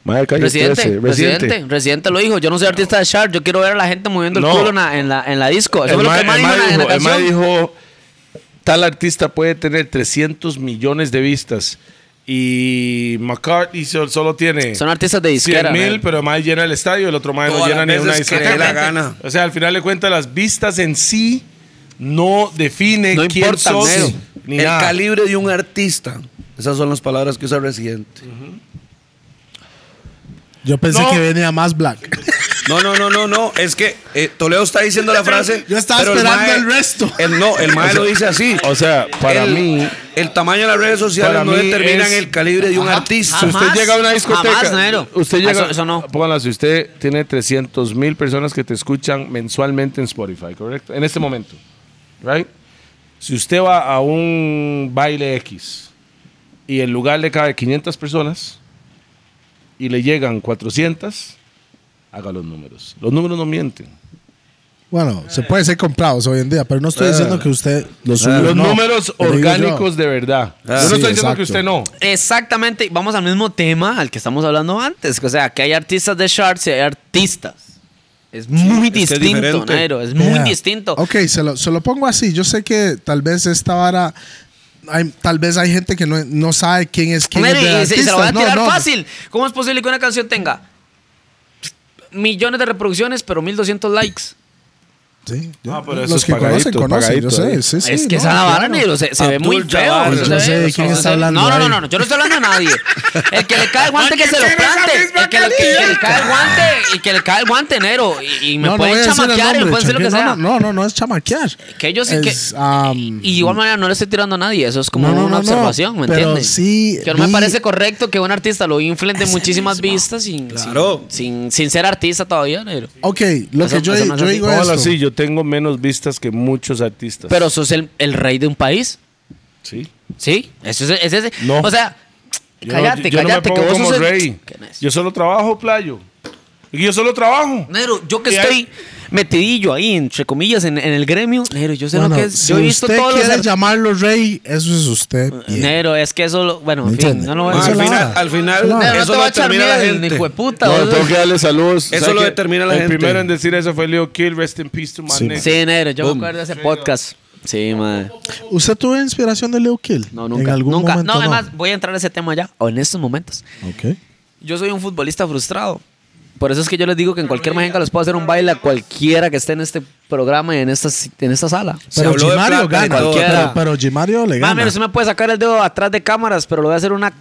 C: madre, calle
F: Residente,
C: 13,
F: residente, residente, lo dijo. Yo no soy artista de charts, yo quiero ver a la gente moviendo
C: No.
F: el culo en la, en la, en la disco.
C: El
F: Eso fue lo
C: mae-
F: que más
C: el
F: dijo en la-
C: mae
F: en la
C: dijo- el mae
F: canción.
C: dijo, tal artista puede tener 300 millones de vistas y McCartney so- solo tiene
F: Son artistas de
C: 100
F: disquera.
C: mil,
F: man.
C: pero más llena el estadio, el otro más no
D: Todas
C: llena
D: las
C: ni una
D: veces que le dé la
C: discoteca.
D: gana.
C: O sea, al final de cuentas, las vistas en sí no define
F: No
C: quién
F: importa,
C: sos
F: mero.
C: ni
D: el
C: nada.
D: calibre de un artista. Esas son las palabras que usa Residente.
E: Yo pensé
C: No.
E: que venía más black.
D: No, no, no, no, no. Es que eh, Toledo está diciendo la frase.
E: Yo estaba
D: pero
E: esperando
D: mae-
E: el resto.
D: el- no, el mae lo dice así.
C: O sea, para
D: el,
C: mí,
D: El tamaño de las redes sociales
C: para
D: no
C: mí
D: determinan
C: es-
D: el calibre de un artista.
C: si usted
F: Jamás,
C: llega a una discoteca,
F: jamás, Nero.
C: usted
F: Ah,
C: llega,
F: eso- eso no.
C: póngala, si usted tiene 300 mil personas que te escuchan mensualmente en Spotify, ¿correcto? En este momento, right? Si usted va a un baile X y en lugar le cabe 500 personas y le llegan 400, haga los números. Los números no mienten.
E: Bueno, se puede ser comprados hoy en día, pero no estoy diciendo que usted los subió.
C: los
E: Ah, no.
C: números
E: Lo digo yo. Ah.
C: orgánicos de verdad. yo no
E: sí,
C: estoy diciendo que
E: exacto.
C: usted no.
F: Exactamente, vamos al mismo tema al que estamos hablando antes. O sea, que hay artistas de charts y hay artistas. Es muy
D: es que es
F: distinto,
D: diferente.
F: Nero. Es muy
E: Yeah.
F: distinto.
E: Ok, se lo, se lo pongo así. Yo sé que tal vez esta vara hay- tal vez hay gente que no, no sabe quién es quién.
F: Hombre,
E: es de
F: y se, y se la voy a
E: artistas. No,
F: tirar
E: no,
F: fácil. ¿Cómo es posible que una canción tenga millones de reproducciones, pero 1200 likes?
E: Sí, yo-
C: Ah, pero eso
E: los
C: es
E: que conocen,
C: pagadito,
E: conocen. Yo
C: pagadito,
E: sé,
C: eh.
E: sí, sí,
F: es que
E: no,
F: esa vara,
E: claro.
F: negro, se, se ve muy
D: Abdul
F: feo.
D: Jabbar,
F: se
E: yo no
F: ve-
E: sé de quién
F: se-
E: está
F: se-
E: hablando
F: No, no,
E: ahí.
F: no, no, yo no estoy hablando de nadie. El que le cae el guante que se lo plante. El que, le, el que le cae el guante y que le cae el guante, negro. Y, y me
E: No, no voy
F: pueden
E: a decir el
F: chamaquear y me
E: nombre,
F: pueden decir lo que
E: tranquilo.
F: sea.
E: No, no, no, no es chamaquear.
F: Que yo sí que.
E: Es, am,
F: Y de igual manera no le estoy tirando a nadie, eso es como
E: No, no,
F: una
E: no, no,
F: observación, ¿me
E: pero
F: entiendes?
E: sí
F: que no me
E: vi-
F: parece correcto que un artista lo inflen de muchísimas vistas sin,
D: Claro.
F: sin, sin, sin ser artista todavía, negro.
E: ok, lo
F: Eso-
E: que yo,
F: eso no es
E: yo
F: así.
E: digo es.
C: Ahora sí, yo tengo menos vistas que muchos artistas.
F: Pero sos el, el rey de un país.
C: sí.
F: Sí, eso es, es ese.
C: No.
F: O sea,
C: Yo no-
F: cállate,
C: yo no me
F: cállate,
C: pongo
F: que vos
C: como
F: sos el-
C: rey.
F: ¿Quién es?
C: Yo solo trabajo, playo. Y Yo solo trabajo.
F: Negro, yo que
C: Y
F: estoy
C: ahí-
F: metidillo ahí, entre comillas, en, en el gremio. Negro, yo sé
E: Bueno,
F: lo que es.
E: si
F: yo he visto
E: usted
F: todos los.
E: quiere
F: ar- Eh,
E: llamarlo rey, eso es usted. bien.
F: Negro, es que eso. lo- Bueno,
E: ¿Me
F: en fin,
E: entiende?
F: no lo voy a
E: Ah,
D: Ma,
E: Eso
D: al
E: no.
D: final, al final
E: No.
F: Negro,
D: eso
F: no te
D: lo
F: va a echar
D: determina la
F: miedo, ni
D: gente.
F: jueputa.
C: No,
F: vos-
C: tengo que darle saludos.
D: Eso
C: ¿Sabe
D: lo
C: qué?
D: determina la
C: el
D: gente.
C: primero en decir eso fue Leo Kill, rest in peace to my
E: Sí.
C: nigga.
F: Sí, negro, yo
D: Boom.
F: me acuerdo de ese podcast. Sí, madre.
E: ¿Usted tuvo inspiración de Leo Kill?
F: No, nunca.
E: En algún
F: nunca.
E: momento.
F: no, además, voy a entrar a ese tema ya, o en estos momentos.
E: Ok.
F: Yo soy un futbolista frustrado. Por eso es que yo les digo que en cualquier majenca les puedo hacer un baile a cualquiera que esté en este programa y en esta, en esta sala.
E: Pero
D: habló de
E: Gimario
D: plata y
E: gana.
D: todo.
E: Pero, pero Gimario le
F: Mami,
E: gana.
F: usted me puede sacar el dedo atrás de cámaras, pero lo voy a hacer una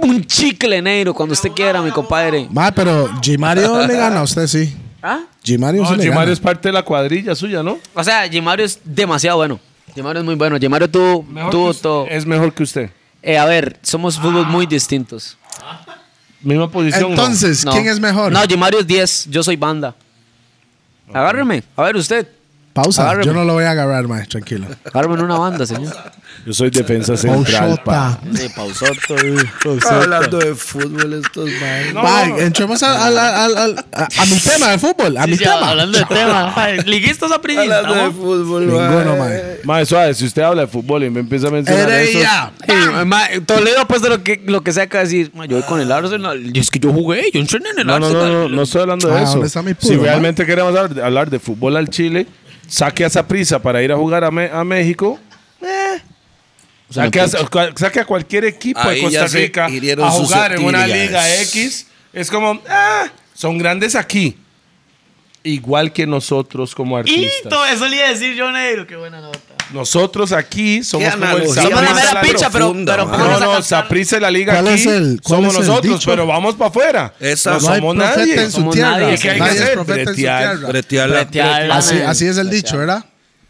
F: un chicle negro cuando usted quiera, mi compadre.
E: Ma, pero Gimario le gana a usted, sí.
F: ¿Ah?
E: Gimario
C: No,
E: sí le
C: Gimario
E: gana.
C: es parte de la cuadrilla suya, ¿no?
F: O sea, Jimario es demasiado bueno. Jimario es muy bueno. Jimario tuvo, tuvo todo.
C: Es mejor que usted.
F: Eh, a ver, somos fútbol muy distintos.
C: Misma posición. ¿no?
E: Entonces,
F: No.
E: ¿quién es mejor?
F: No, Jimario es 10. Yo soy banda. Agárreme. A ver, usted.
E: Pausa.
F: Agárreme.
E: Yo no lo voy a agarrar, ma. Tranquilo.
F: Agárreme en una banda, señor.
C: Yo soy defensa
E: Oh,
C: central. pa.
E: Paushota.
F: Sí, pausoto.
D: Hablando de fútbol, estos maes.
E: Ma, entremos al- al- al- al- a, a mi tema de fútbol. A mi tema.
F: Hablando de tema. Liguistas aprendistas.
D: Hablando de
F: ¿no?
D: fútbol,
E: Ninguno, ma.
D: mae.
C: Mae, suave, si usted habla de fútbol y me empieza a mencionar eso.
F: Sí, ma, Toledo, pues de lo que, lo que sea que decir, ma, yo voy con el Arsenal. Y es que yo jugué, yo entrené en el
C: No, no,
F: Arsenal.
C: no, no, no estoy hablando de
E: Ah,
C: eso.
E: ¿dónde está mi
C: si
E: puro,
C: realmente queremos hablar, hablar de fútbol al Chile, saque a esa prisa para ir a jugar a, Me- a México. eh. Saque, a, saque a cualquier equipo
D: Ahí
C: de
D: ya
C: Costa
D: se
C: Rica
D: hirieron
C: a jugar en una
D: susceptibilidades.
C: Liga X. Es como, ah, son grandes aquí. Igual que nosotros como
F: Y
C: artistas.
F: todo eso le iba a decir yo, negro. Qué buena nota.
C: Nosotros aquí somos como el
D: analogía
F: Somos
C: Saprissa
D: más
F: la mera
C: de la-
F: picha, pero,
D: profunda,
F: pero
D: ma.
F: pónganos
C: No,
F: a
C: no,
F: cantar.
C: Saprissa de la liga
E: ¿Cuál
C: aquí
E: es el- cuál
C: somos
E: es el
C: nosotros,
E: dicho?
C: pero vamos para afuera.
D: Esa-
C: no
D: No
E: hay
C: somos
E: profeta
C: nadie.
E: en su
F: Somos
E: tierra.
F: nadie. ¿Qué hay que
E: Nadie es
C: hacer?
E: profeta en su
C: Bretear.
E: tierra.
D: Breteala.
F: Bretear, la
E: Así,
F: nena.
E: así es el dicho, ¿verdad?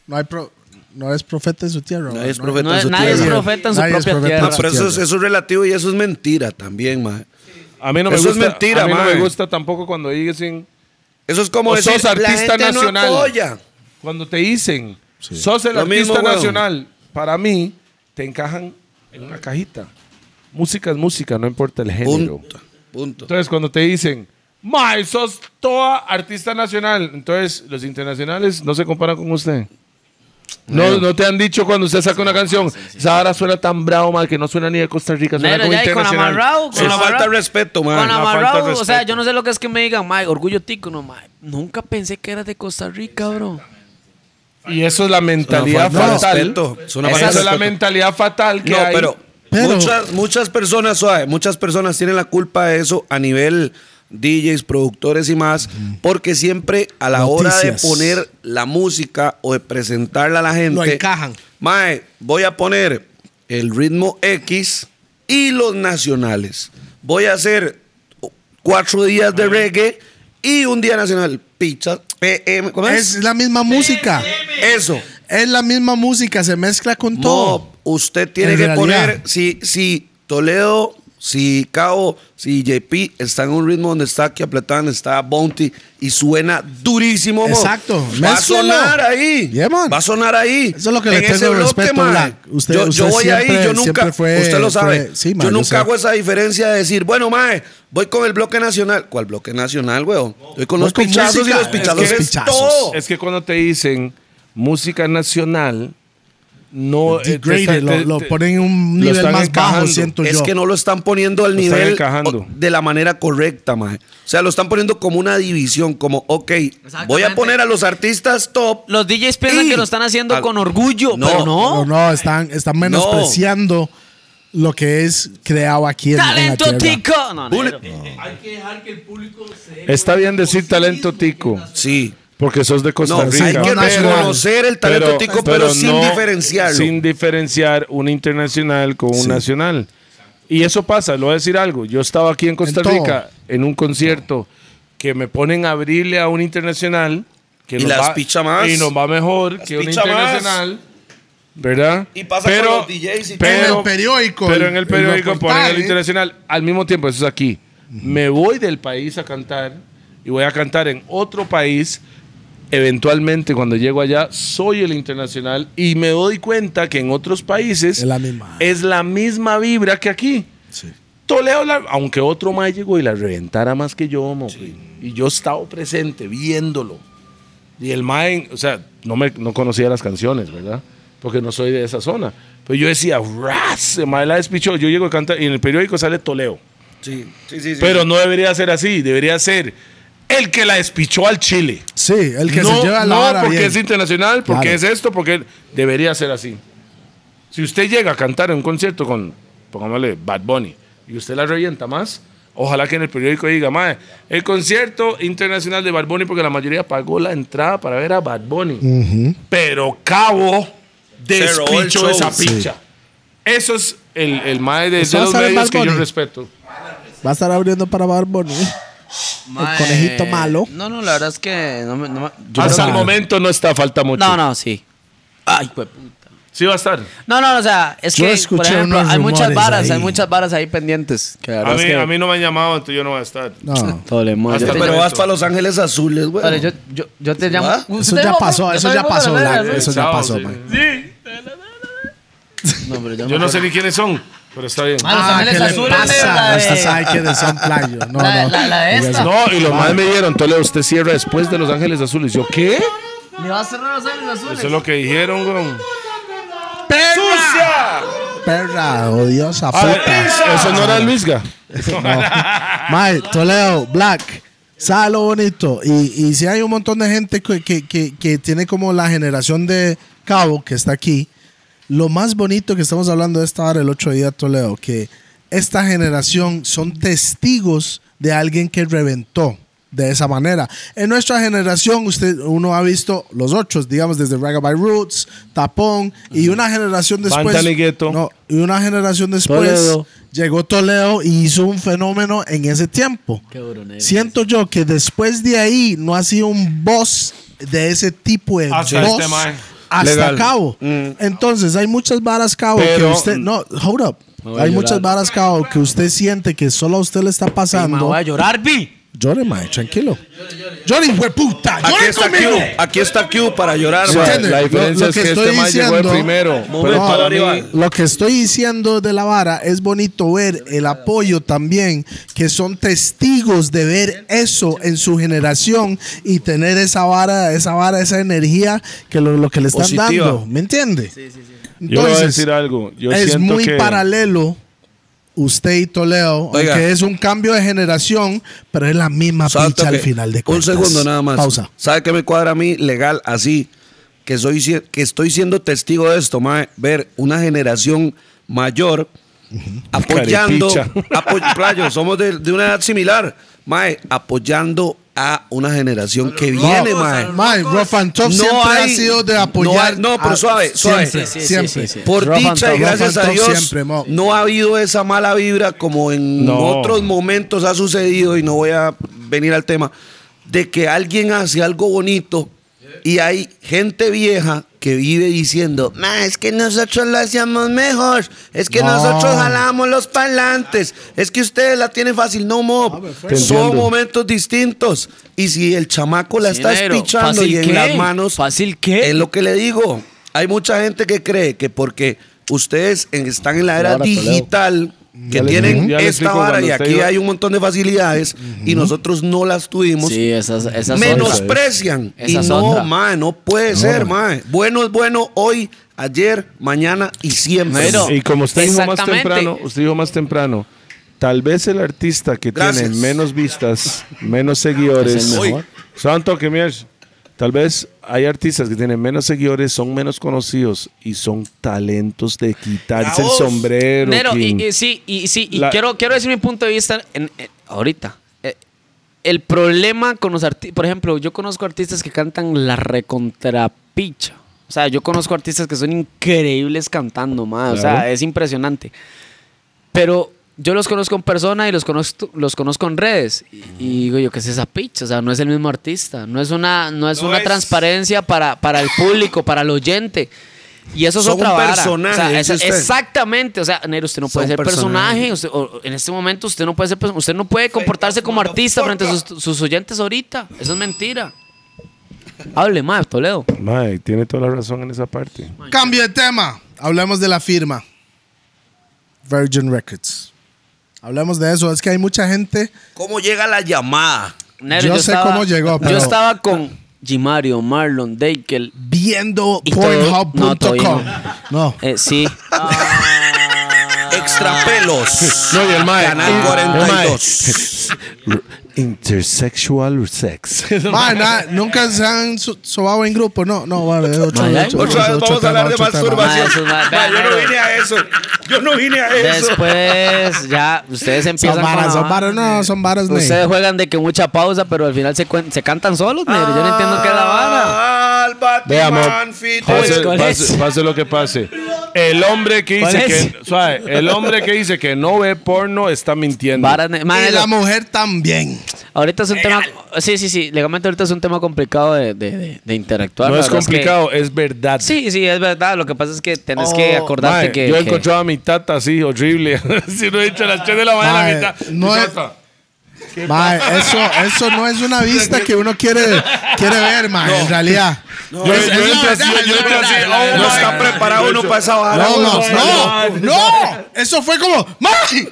E: No, hay pro- no es profeta en su tierra.
D: Nadie
E: ¿verdad?
D: es
E: No
D: profeta
F: No
D: en
F: es-
D: su
F: nadie es
D: tierra.
F: profeta en su
E: Nadie es
F: propia
E: profeta en
F: tierra.
D: Ah,
E: su
D: pero eso es,
E: tierra.
D: eso es relativo y eso es mentira también, mae.
C: A mí no me
D: Eso es
C: gusta.
D: mentira,
C: a mí no
D: mae.
C: me gusta tampoco cuando dicen,
D: Eso es como
C: O
D: decir,
C: sos artista
D: la gente
C: nacional.
D: no apoya.
C: cuando te dicen, sos el
D: Lo
C: artista
D: mismo, weón.
C: nacional. Para mí, te encajan en una cajita. Música es música, no importa el género.
D: Punto. Punto.
C: Entonces, cuando te dicen, Mae, sos toda artista nacional. Entonces, los internacionales no se comparan con usted. No, no te han dicho cuando usted saca una canción, Sahara suena tan bravo, mal que no suena ni de Costa Rica, suena
F: Negro,
C: como
F: ya y con
C: internacional.
F: amarrado.
D: Es
F: con
D: una falta de
F: amarrado.
D: respeto, mae.
F: Con
D: Una
F: amarrado,
D: falta de
F: o sea,
D: respeto.
F: yo no sé lo que es que me digan, mae, orgullo tico, no, mae. Nunca pensé que eras de Costa Rica, bro.
C: Y eso es la mentalidad
D: falta de
C: fatal.
D: respeto. Es una
C: Esa
D: falta de
C: es la
D: respeto.
C: mentalidad fatal que
D: No,
C: hay.
D: pero,
E: Pero-
D: muchas, muchas personas, suave, muchas personas tienen la culpa de eso a nivel DJs, productores y más, porque siempre a la hora de
E: Noticias.
D: poner la música o de presentarla a la gente,
E: Lo encajan.
D: Mae, voy a poner el ritmo X y los nacionales. Voy a hacer cuatro días de reggae y un día nacional. Pizza, PM, ¿cómo es?
C: Pues,
E: Es la misma música.
D: Eso.
E: Es la misma música, se mezcla con
D: No,
E: todo.
D: usted tiene
E: En
D: que
E: realidad.
D: poner, si, si Toledo, si Cabo, si JP está en un ritmo donde está aquí Platán, está Bounty y suena durísimo. mo.
E: Exacto,
D: Va a
E: mézclalo.
D: sonar ahí.
E: Yeah, man.
D: va a sonar ahí.
E: Eso es lo que le
D: En
E: tengo
D: ese
E: de
D: bloque,
E: respeto,
D: man.
E: Black. Usted-
D: yo, yo
E: usted
D: voy ahí,
E: siempre-
D: yo nunca,
E: siempre fue-
D: usted lo
E: fue-
D: sabe.
E: sí, man,
D: yo
E: yo
D: nunca
E: sé.
D: hago esa diferencia de decir, bueno, mae, voy con el bloque nacional. ¿Cuál bloque nacional, weón? Voy con
E: Voy
D: los
E: con
D: pichazos
E: música.
D: y los pichazos
E: Es que-
D: es todo.
C: Es que cuando te dicen música nacional, no. eh, te
E: Degraded,
C: está- te-
E: lo, lo
C: te-
E: ponen en un
C: lo
E: nivel
C: están
E: más bajo,
C: encajando.
E: siento
D: Es
E: yo.
D: que no lo están poniendo al
C: Lo están
D: nivel
C: encajando.
D: o- de la manera correcta, maje. O sea, lo están poniendo como una división, como, ok, voy a poner a los artistas top.
F: Los DJs piensan
D: Y-
F: que lo están haciendo
D: Al-
F: con orgullo,
D: No,
F: pero
E: Pero
F: no.
E: no, están, están menospreciando lo que es creado aquí en, en la
F: Talento
E: tierra.
F: tico. No, no.
D: Bullet-
C: Está bien decir talento tico,
D: Sí.
C: porque sos de
D: No,
C: Costa
D: hay
C: Rica.
D: que
E: nacional.
D: reconocer el talento tico, pero, sin
C: no-
D: diferenciarlo.
C: Sin diferenciar un internacional con un nacional. Y eso pasa, le voy a decir algo. Yo estaba aquí en Costa
E: En todo.
C: Rica en un concierto que me ponen a abrirle a un internacional. Que
D: Y
C: nos
D: las
C: va-
D: picha más.
C: Y nos va mejor que un
D: picha más.
C: internacional. ¿Verdad?
D: Y pasa con los DJs y
E: En el ¿eh? periódico,
C: Pero
E: en-
C: en el
E: en
C: periódico
E: los
C: ponen el
E: portales.
C: internacional. Al mismo tiempo, eso es aquí. Me voy del país a cantar y voy a cantar en otro país eventualmente cuando llego allá soy el internacional y me doy cuenta que en otros países
E: Es la misma.
C: es la misma vibra que aquí. Toledo, la- aunque otro más llegó y la reventara más que yo, mo, güey. y yo estaba presente viéndolo. Y el mae, o sea, no, me, no conocía las canciones, ¿verdad? Porque no soy de esa zona. Pero yo decía, ¡ras! El mae la despichó. Yo llego a cantar y en el periódico sale Toledo.
D: Sí, sí, sí, sí.
C: Pero no debería ser así, debería ser el que la despichó al Chile
E: Sí, el que
C: no,
E: se lleva la
C: no,
E: vara
C: porque
E: bien.
C: es internacional, porque
E: Claro.
C: es esto, porque debería ser así. Si usted llega a cantar en un concierto con, pongámosle, Bad Bunny, y usted la revienta más, ojalá que en el periódico diga, mae, el concierto internacional de Bad Bunny, porque la mayoría pagó la entrada para ver a Bad Bunny. Pero cabo,
D: robó el
C: despicho
D: show,
C: esa
D: sí.
C: picha. Eso es el, el mae de, de
E: ¿Usted va a
C: los
E: saber
C: medios
E: Bad
C: que yo
E: Bunny?
C: respeto.
E: Va a estar abriendo para Bad Bunny.
F: Mae.
E: conejito malo.
F: No, no, la verdad es que. No, me- no, me-
C: Hasta el
E: creo que-
C: momento no está, falta mucho.
F: no, no, sí. Ay, güey.
C: Sí va a estar.
F: No, no, o sea, es
E: Yo
F: que, por
E: escuché
F: ejemplo,
E: unos
F: hay muchas
E: rumores
F: varas,
E: ahí.
F: hay muchas varas ahí pendientes. Que la
C: A
F: verdad es
C: mí,
F: que-
C: a mí no me han llamado, entonces yo no voy a estar.
E: No.
F: Tole, mae,
C: Hasta
F: yo te-
D: pero
C: Exactamente.
D: vas para Los Ángeles Azules, güey.
F: Tole, yo, yo, yo te llamo.
D: ¿Ah?
E: Eso ya pasó, eso ya pasó, Black, Eso ya
C: Chao,
E: pasó,
C: sí.
E: man.
C: Sí.
F: No, pero yo
C: Yo
F: me
C: no sé ni quiénes son, pero está bien.
E: Ah, ¿qué le pasa? Usted sabe quiénes son playo. No, no.
C: No, y los
F: Ah.
C: más me dieron, Toledo, usted cierra después de Los Ángeles Azules. Yo, ¿qué?
F: acuerdo. Le va a cerrar los ángeles azules.
C: Eso es lo que dijeron, güey.
E: Perra, odiosa puta.
C: Eso no era Luisga.
E: Mae, Toledo, Black. Sabe lo bonito. Y, y si hay un montón de gente que, que, que, que tiene como la generación de Cabo que está aquí. Lo más bonito que estamos hablando de esta hora el otro día, Toledo, que esta generación son testigos de alguien que reventó de esa manera. En nuestra generación, usted, uno ha visto los otros, digamos, desde Ragabye Roots, Tapón, y una generación después.
C: Bantan y Gueto.
E: No, y una generación después
F: Toledo.
E: llegó Toledo y hizo un fenómeno en ese tiempo. Siento yo que después de ahí no ha sido un boss de ese tipo de
C: Hasta
E: boss
C: este mae.
E: hasta
C: Legal. Mm.
E: cabo. Entonces, hay muchas varas cabo
C: Pero-
E: que usted. No, hold up. Hay muchas varas cabo que usted siente que solo a usted le está
F: Me
E: pasando.
F: voy a llorar, vi.
E: Llore, mae, tranquilo. Llore, hijo de puta.
D: aquí
E: Llore
D: está Q,
E: conmigo.
D: aquí está Q para llorar,
E: Sí.
D: mae.
E: ¿Entiende?
C: La diferencia
E: Lo- lo
C: es
E: que
C: que este
E: estoy
C: man llegó de
E: diciendo-
C: primero. Pero
D: Momento,
C: para
D: Orival.
C: mí,
E: Lo que estoy diciendo de la vara es bonito ver el apoyo también, que son testigos de ver eso en su generación y tener esa vara, esa vara, esa energía que lo, lo que le están
D: Positiva.
E: dando. ¿Me entiende?
C: yo le voy a decir algo. Yo
E: es
C: siento
E: muy
C: que
E: paralelo usted y Toledo,
D: Oiga.
E: aunque es un cambio de generación, pero es la misma
D: Salto
E: picha al
D: que-
E: final de cuentas.
D: Un segundo nada más.
E: Pausa.
D: ¿Sabe qué me cuadra a mí? Legal, así. Que, soy, si- que estoy siendo testigo de esto, mae. Ver una generación mayor apoyando.
C: Carepicha.
D: apo- playo, somos de, de una edad similar. Mae, apoyando a una generación que viene, mae.
E: Mae, Rough and Tough
D: No
E: siempre ha
D: hay-
E: sido de
D: no
E: apoyar.
D: hay- no, pero
E: a-
D: suave, suave.
E: Siempre,
F: Sí, sí, sí,
E: siempre.
F: sí, sí.
D: Por
E: Rough and
D: dicha
E: Tough,
D: y gracias
E: Rough and
D: a
E: Tough
D: Dios,
E: siempre, mo.
D: no ha habido esa mala vibra como en
C: No.
D: otros momentos ha sucedido, y no voy a venir al tema, de que alguien hace algo bonito y hay gente vieja que vive diciendo, "Ma, es que nosotros lo hacíamos mejor, es que
E: No.
D: nosotros jalábamos los parlantes, es que ustedes la tienen fácil, no,
E: Ah,
D: mo,
E: pues,
C: Te
D: son
C: entiendo.
D: momentos distintos. Y si el chamaco la está
F: Dinero.
D: espichando y
F: ¿Fácil
D: en
F: qué?
D: las manos,
F: ¿Fácil qué?
D: es lo que le digo. Hay mucha gente que cree que porque ustedes en- están en la era digital, que
C: Ya le
D: tienen
C: explico, ya le
D: esta
C: explico
D: vara
C: cuando
D: y
C: usted
D: aquí
C: iba-
D: hay un montón de facilidades y nosotros no las tuvimos,
F: Sí, esas, esas son-
D: menosprecian.
F: Esa
D: y
F: es
D: no,
F: otra.
D: mae, no puede ser, mae. Bueno es bueno hoy, ayer, mañana y siempre.
F: Bueno.
C: Y como usted dijo más
F: Exactamente.
C: temprano, usted dijo más temprano, tal vez el artista que
D: Gracias.
C: tiene menos vistas, menos seguidores,
D: mejor. Uy.
C: Santo que mierda. Tal vez hay artistas que tienen menos seguidores, son menos conocidos y son talentos de quitarse el
D: Bravos.
C: sombrero.
F: Nero, y,
C: King.
F: y sí, y, sí, y
C: La-
F: quiero, quiero decir mi punto de vista en- en- ahorita. Eh, el problema con los artistas, por ejemplo, yo conozco artistas que cantan la recontrapicha. O sea, yo conozco artistas que son increíbles cantando, más. O sea, es impresionante. Pero yo los conozco en persona y los conozco, los conozco en redes. Y, y digo yo, ¿qué es esa picha? O sea, no es el mismo artista. No es una, no es
D: No
F: una
D: es-
F: transparencia para, para el público, para el oyente. Y eso es
D: Son
F: otra
D: un
F: vara.
D: personaje,
F: O sea,
D: dice
F: esa-
D: usted.
F: exactamente. O sea, Nero, usted no puede
D: Son
F: ser personaje.
D: personajes.
F: usted- o- en este momento usted no puede ser perso- Usted no puede comportarse como artista frente a sus, sus oyentes ahorita. Eso es mentira. Hable más, Toledo.
C: Mae, tiene toda la razón en esa parte.
E: Cambio de tema. Hablemos de la firma. Virgin Records. Hablemos de eso. Es que hay mucha gente.
D: ¿Cómo llega la llamada?
F: Nero,
E: Yo sé cómo llegó, pero-
F: Yo estaba con Gimario, Marlon, Deikel.
E: viendo
F: Y todo- no,
E: pornhub.com.
F: todavía
E: No,
F: eh, sí. Ah,
D: Extra pelos.
C: No, y el mae.
D: Canal 42.
C: Intersexual sex.
E: Ma, na- nunca se han su- sobado en grupo. No, no, vale. es Otro,
F: Ma,
E: otro-
D: Otra
E: otro
D: vez vamos a
E: tema,
D: hablar de
E: otro
F: Ma,
E: tema.
D: masturbación.
F: eso es ma-
D: Ma, yo no
F: Nero.
D: vine a eso. Yo no vine a eso.
F: Después, ya, ustedes empiezan
E: Son varas,
F: con la
E: son varas, no, son varas. ne.
F: Ustedes juegan de que mucha pausa, pero al final se, cuen- se cantan solos, Nero. Yo no entiendo qué es la vara.
E: Ah.
D: Al Batman
C: Veamos.
D: Fit.
C: Pase,
F: ¿Cuál
C: pase-
F: es?
C: pase lo que pase. El hombre que
F: ¿Cuál
C: dice
F: es?
C: que suave, el hombre que dice que no ve porno está mintiendo.
F: Varas, ne- ma,
E: Y
F: Nero.
E: la mujer también.
F: Ahorita es un tema. Sí, sí, sí. Legalmente ahorita es un tema complicado de, de- de- de interactuar.
C: no
F: la
C: es
F: verdad que-
C: complicado, es, verdad.
F: sí, sí, es verdad. Lo que pasa es que tenés que
E: Oh,
F: acordarte
C: Mae,
F: que.
C: yo
F: que-
C: encontraba a mi tata así, horrible. si no he dicho a las 3 de la mañana,
E: Mae,
C: mi tata.
E: no
C: mi
E: es-
C: tata.
E: Ma, eso, eso no es una vista que uno quiere, quiere ver, ma, en realidad.
C: Yo- yo entré así, yo entré así, oh,
D: No
C: mae.
D: está preparado uno para esa vara.
E: No, no, no,
C: no,
E: no. Eso fue como, ¡Mai!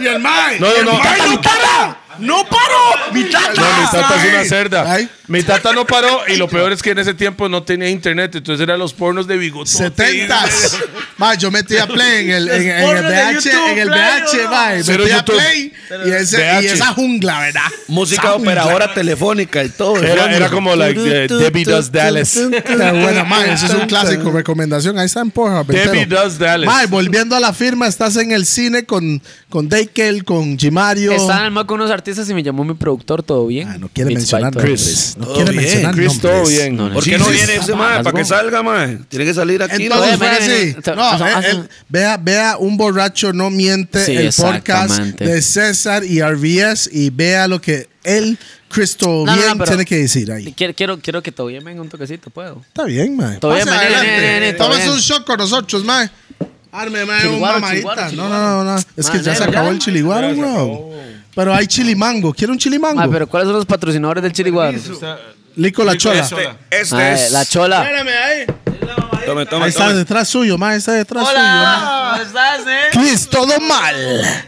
E: Y el Mai.
C: No, no, no.
E: el mae no para. No paró. Mi tata.
C: No, mi tata es una cerda.
E: Ay.
C: Mi tata no paró y lo peor es que en ese tiempo no tenía internet, entonces eran los pornos de bigotes.
E: Setentas. Ma, yo metía play en el, en, en el
D: Porno de
E: VH,
D: YouTube,
E: en el
D: play,
E: VH,
D: no,
E: ma,
C: Cero
E: metía
C: YouTube.
E: play y, ese, y
C: VH.
E: esa jungla, ¿verdad?
D: Música
E: Esa jungla.
D: operadora telefónica y todo.
C: Era, era como like de Debbie Does Dallas.
E: Está buena, ma, eso es un clásico, recomendación. Ahí está en Pornhub.
C: Debbie
E: entero.
C: Does Dallas.
E: Ma, volviendo a la firma, estás en el cine con, con Deikel, con Jimario.
F: Estaba en el mar con unos artistas y me llamó mi productor, ¿todo bien?
E: Ah, no quiere
F: Beats by
E: mencionar
F: Toledo.
E: nombres. No
D: Todo
E: quiere
D: bien,
E: mencionar
C: Chris, todo
E: nombres.
C: bien.
F: No, no,
D: ¿Por qué no
F: Jesus.
D: viene ese mae? Para que salga, mae. Tiene que salir aquí.
E: Entonces
F: Oye,
E: fue
F: miren,
E: así.
F: miren,
E: No,
F: eso-
E: él-
F: eso-
E: él- vea, vea, un borracho no miente
F: Sí,
E: el podcast
F: exactamente.
E: de César y RBS y vea lo que él, Cristo,
F: No, no, no,
E: bien,
F: pero-
E: tiene que decir ahí.
F: Quiero, quiero, quiero que todavía venga un toquecito, ¿puedo?
E: Está bien, man.
F: Todo bien,
E: Pase
F: man,
E: adelante.
F: nene, nene, nene, todo
E: Tómese
F: bien.
E: un shot con nosotros, man. Arme, man, un
F: Chiliguaro,
E: mamadita.
F: chiliguaro,
E: No, no, no, no. Es que
F: Man,
E: ya se
F: nene,
E: acabó
F: ya.
E: el chiliguaro, bro. Pero hay chilimango. ¿Quiere un chilimango?
F: Ah, pero ¿cuáles son los patrocinadores del Chiriguaro?
E: Lico la chola.
D: Este
F: Ah,
D: es.
F: la Chola.
D: Tome,
E: Ahí
D: tome,
E: está
D: tome.
E: detrás suyo, man. Está detrás
D: Ah,
E: suyo, man. Cris, todo mal.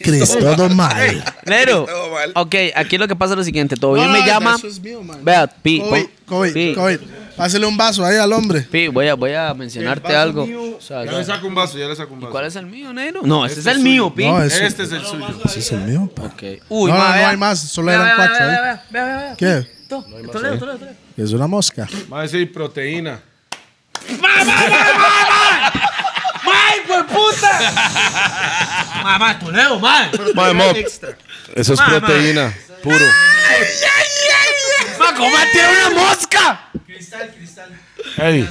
E: Cris, todo mal.
F: Nero.
D: Todo mal.
F: Ok, aquí lo que pasa es lo siguiente. Todo bien
E: No,
F: me
E: no,
F: llama.
E: eso es mío, man.
F: Vea, Pi.
E: COVID,
F: pon-
E: COVID,
F: Pi,
E: COVID. Pásale un vaso ahí al hombre.
F: Pi, voy a, voy a mencionarte algo. O sea,
H: Ya le saco un vaso, ya le saco un vaso.
F: ¿Cuál es el mío, Nero? No, ese es el mío, Pi.
E: No, ese,
H: Este es el suyo.
E: ese es el mío. pa.
F: Ok. Uy,
E: no, no,
F: ma,
E: no
F: vea.
E: hay más, solo
F: Vea,
E: eran
F: vea,
E: cuatro.
F: vea,
E: ahí.
F: vea, vea, vea, vea.
E: ¿Qué?
F: To- Toledo, Toledo, Toledo.
E: Es una mosca.
H: Mae, sí, proteína.
F: ¡Ay, pues puta! Mamá, Toledo, ma.
C: Mae, Mo, Eso es proteína, puro.
F: Ma, ¿cómo tiene una mosca?
C: Ey,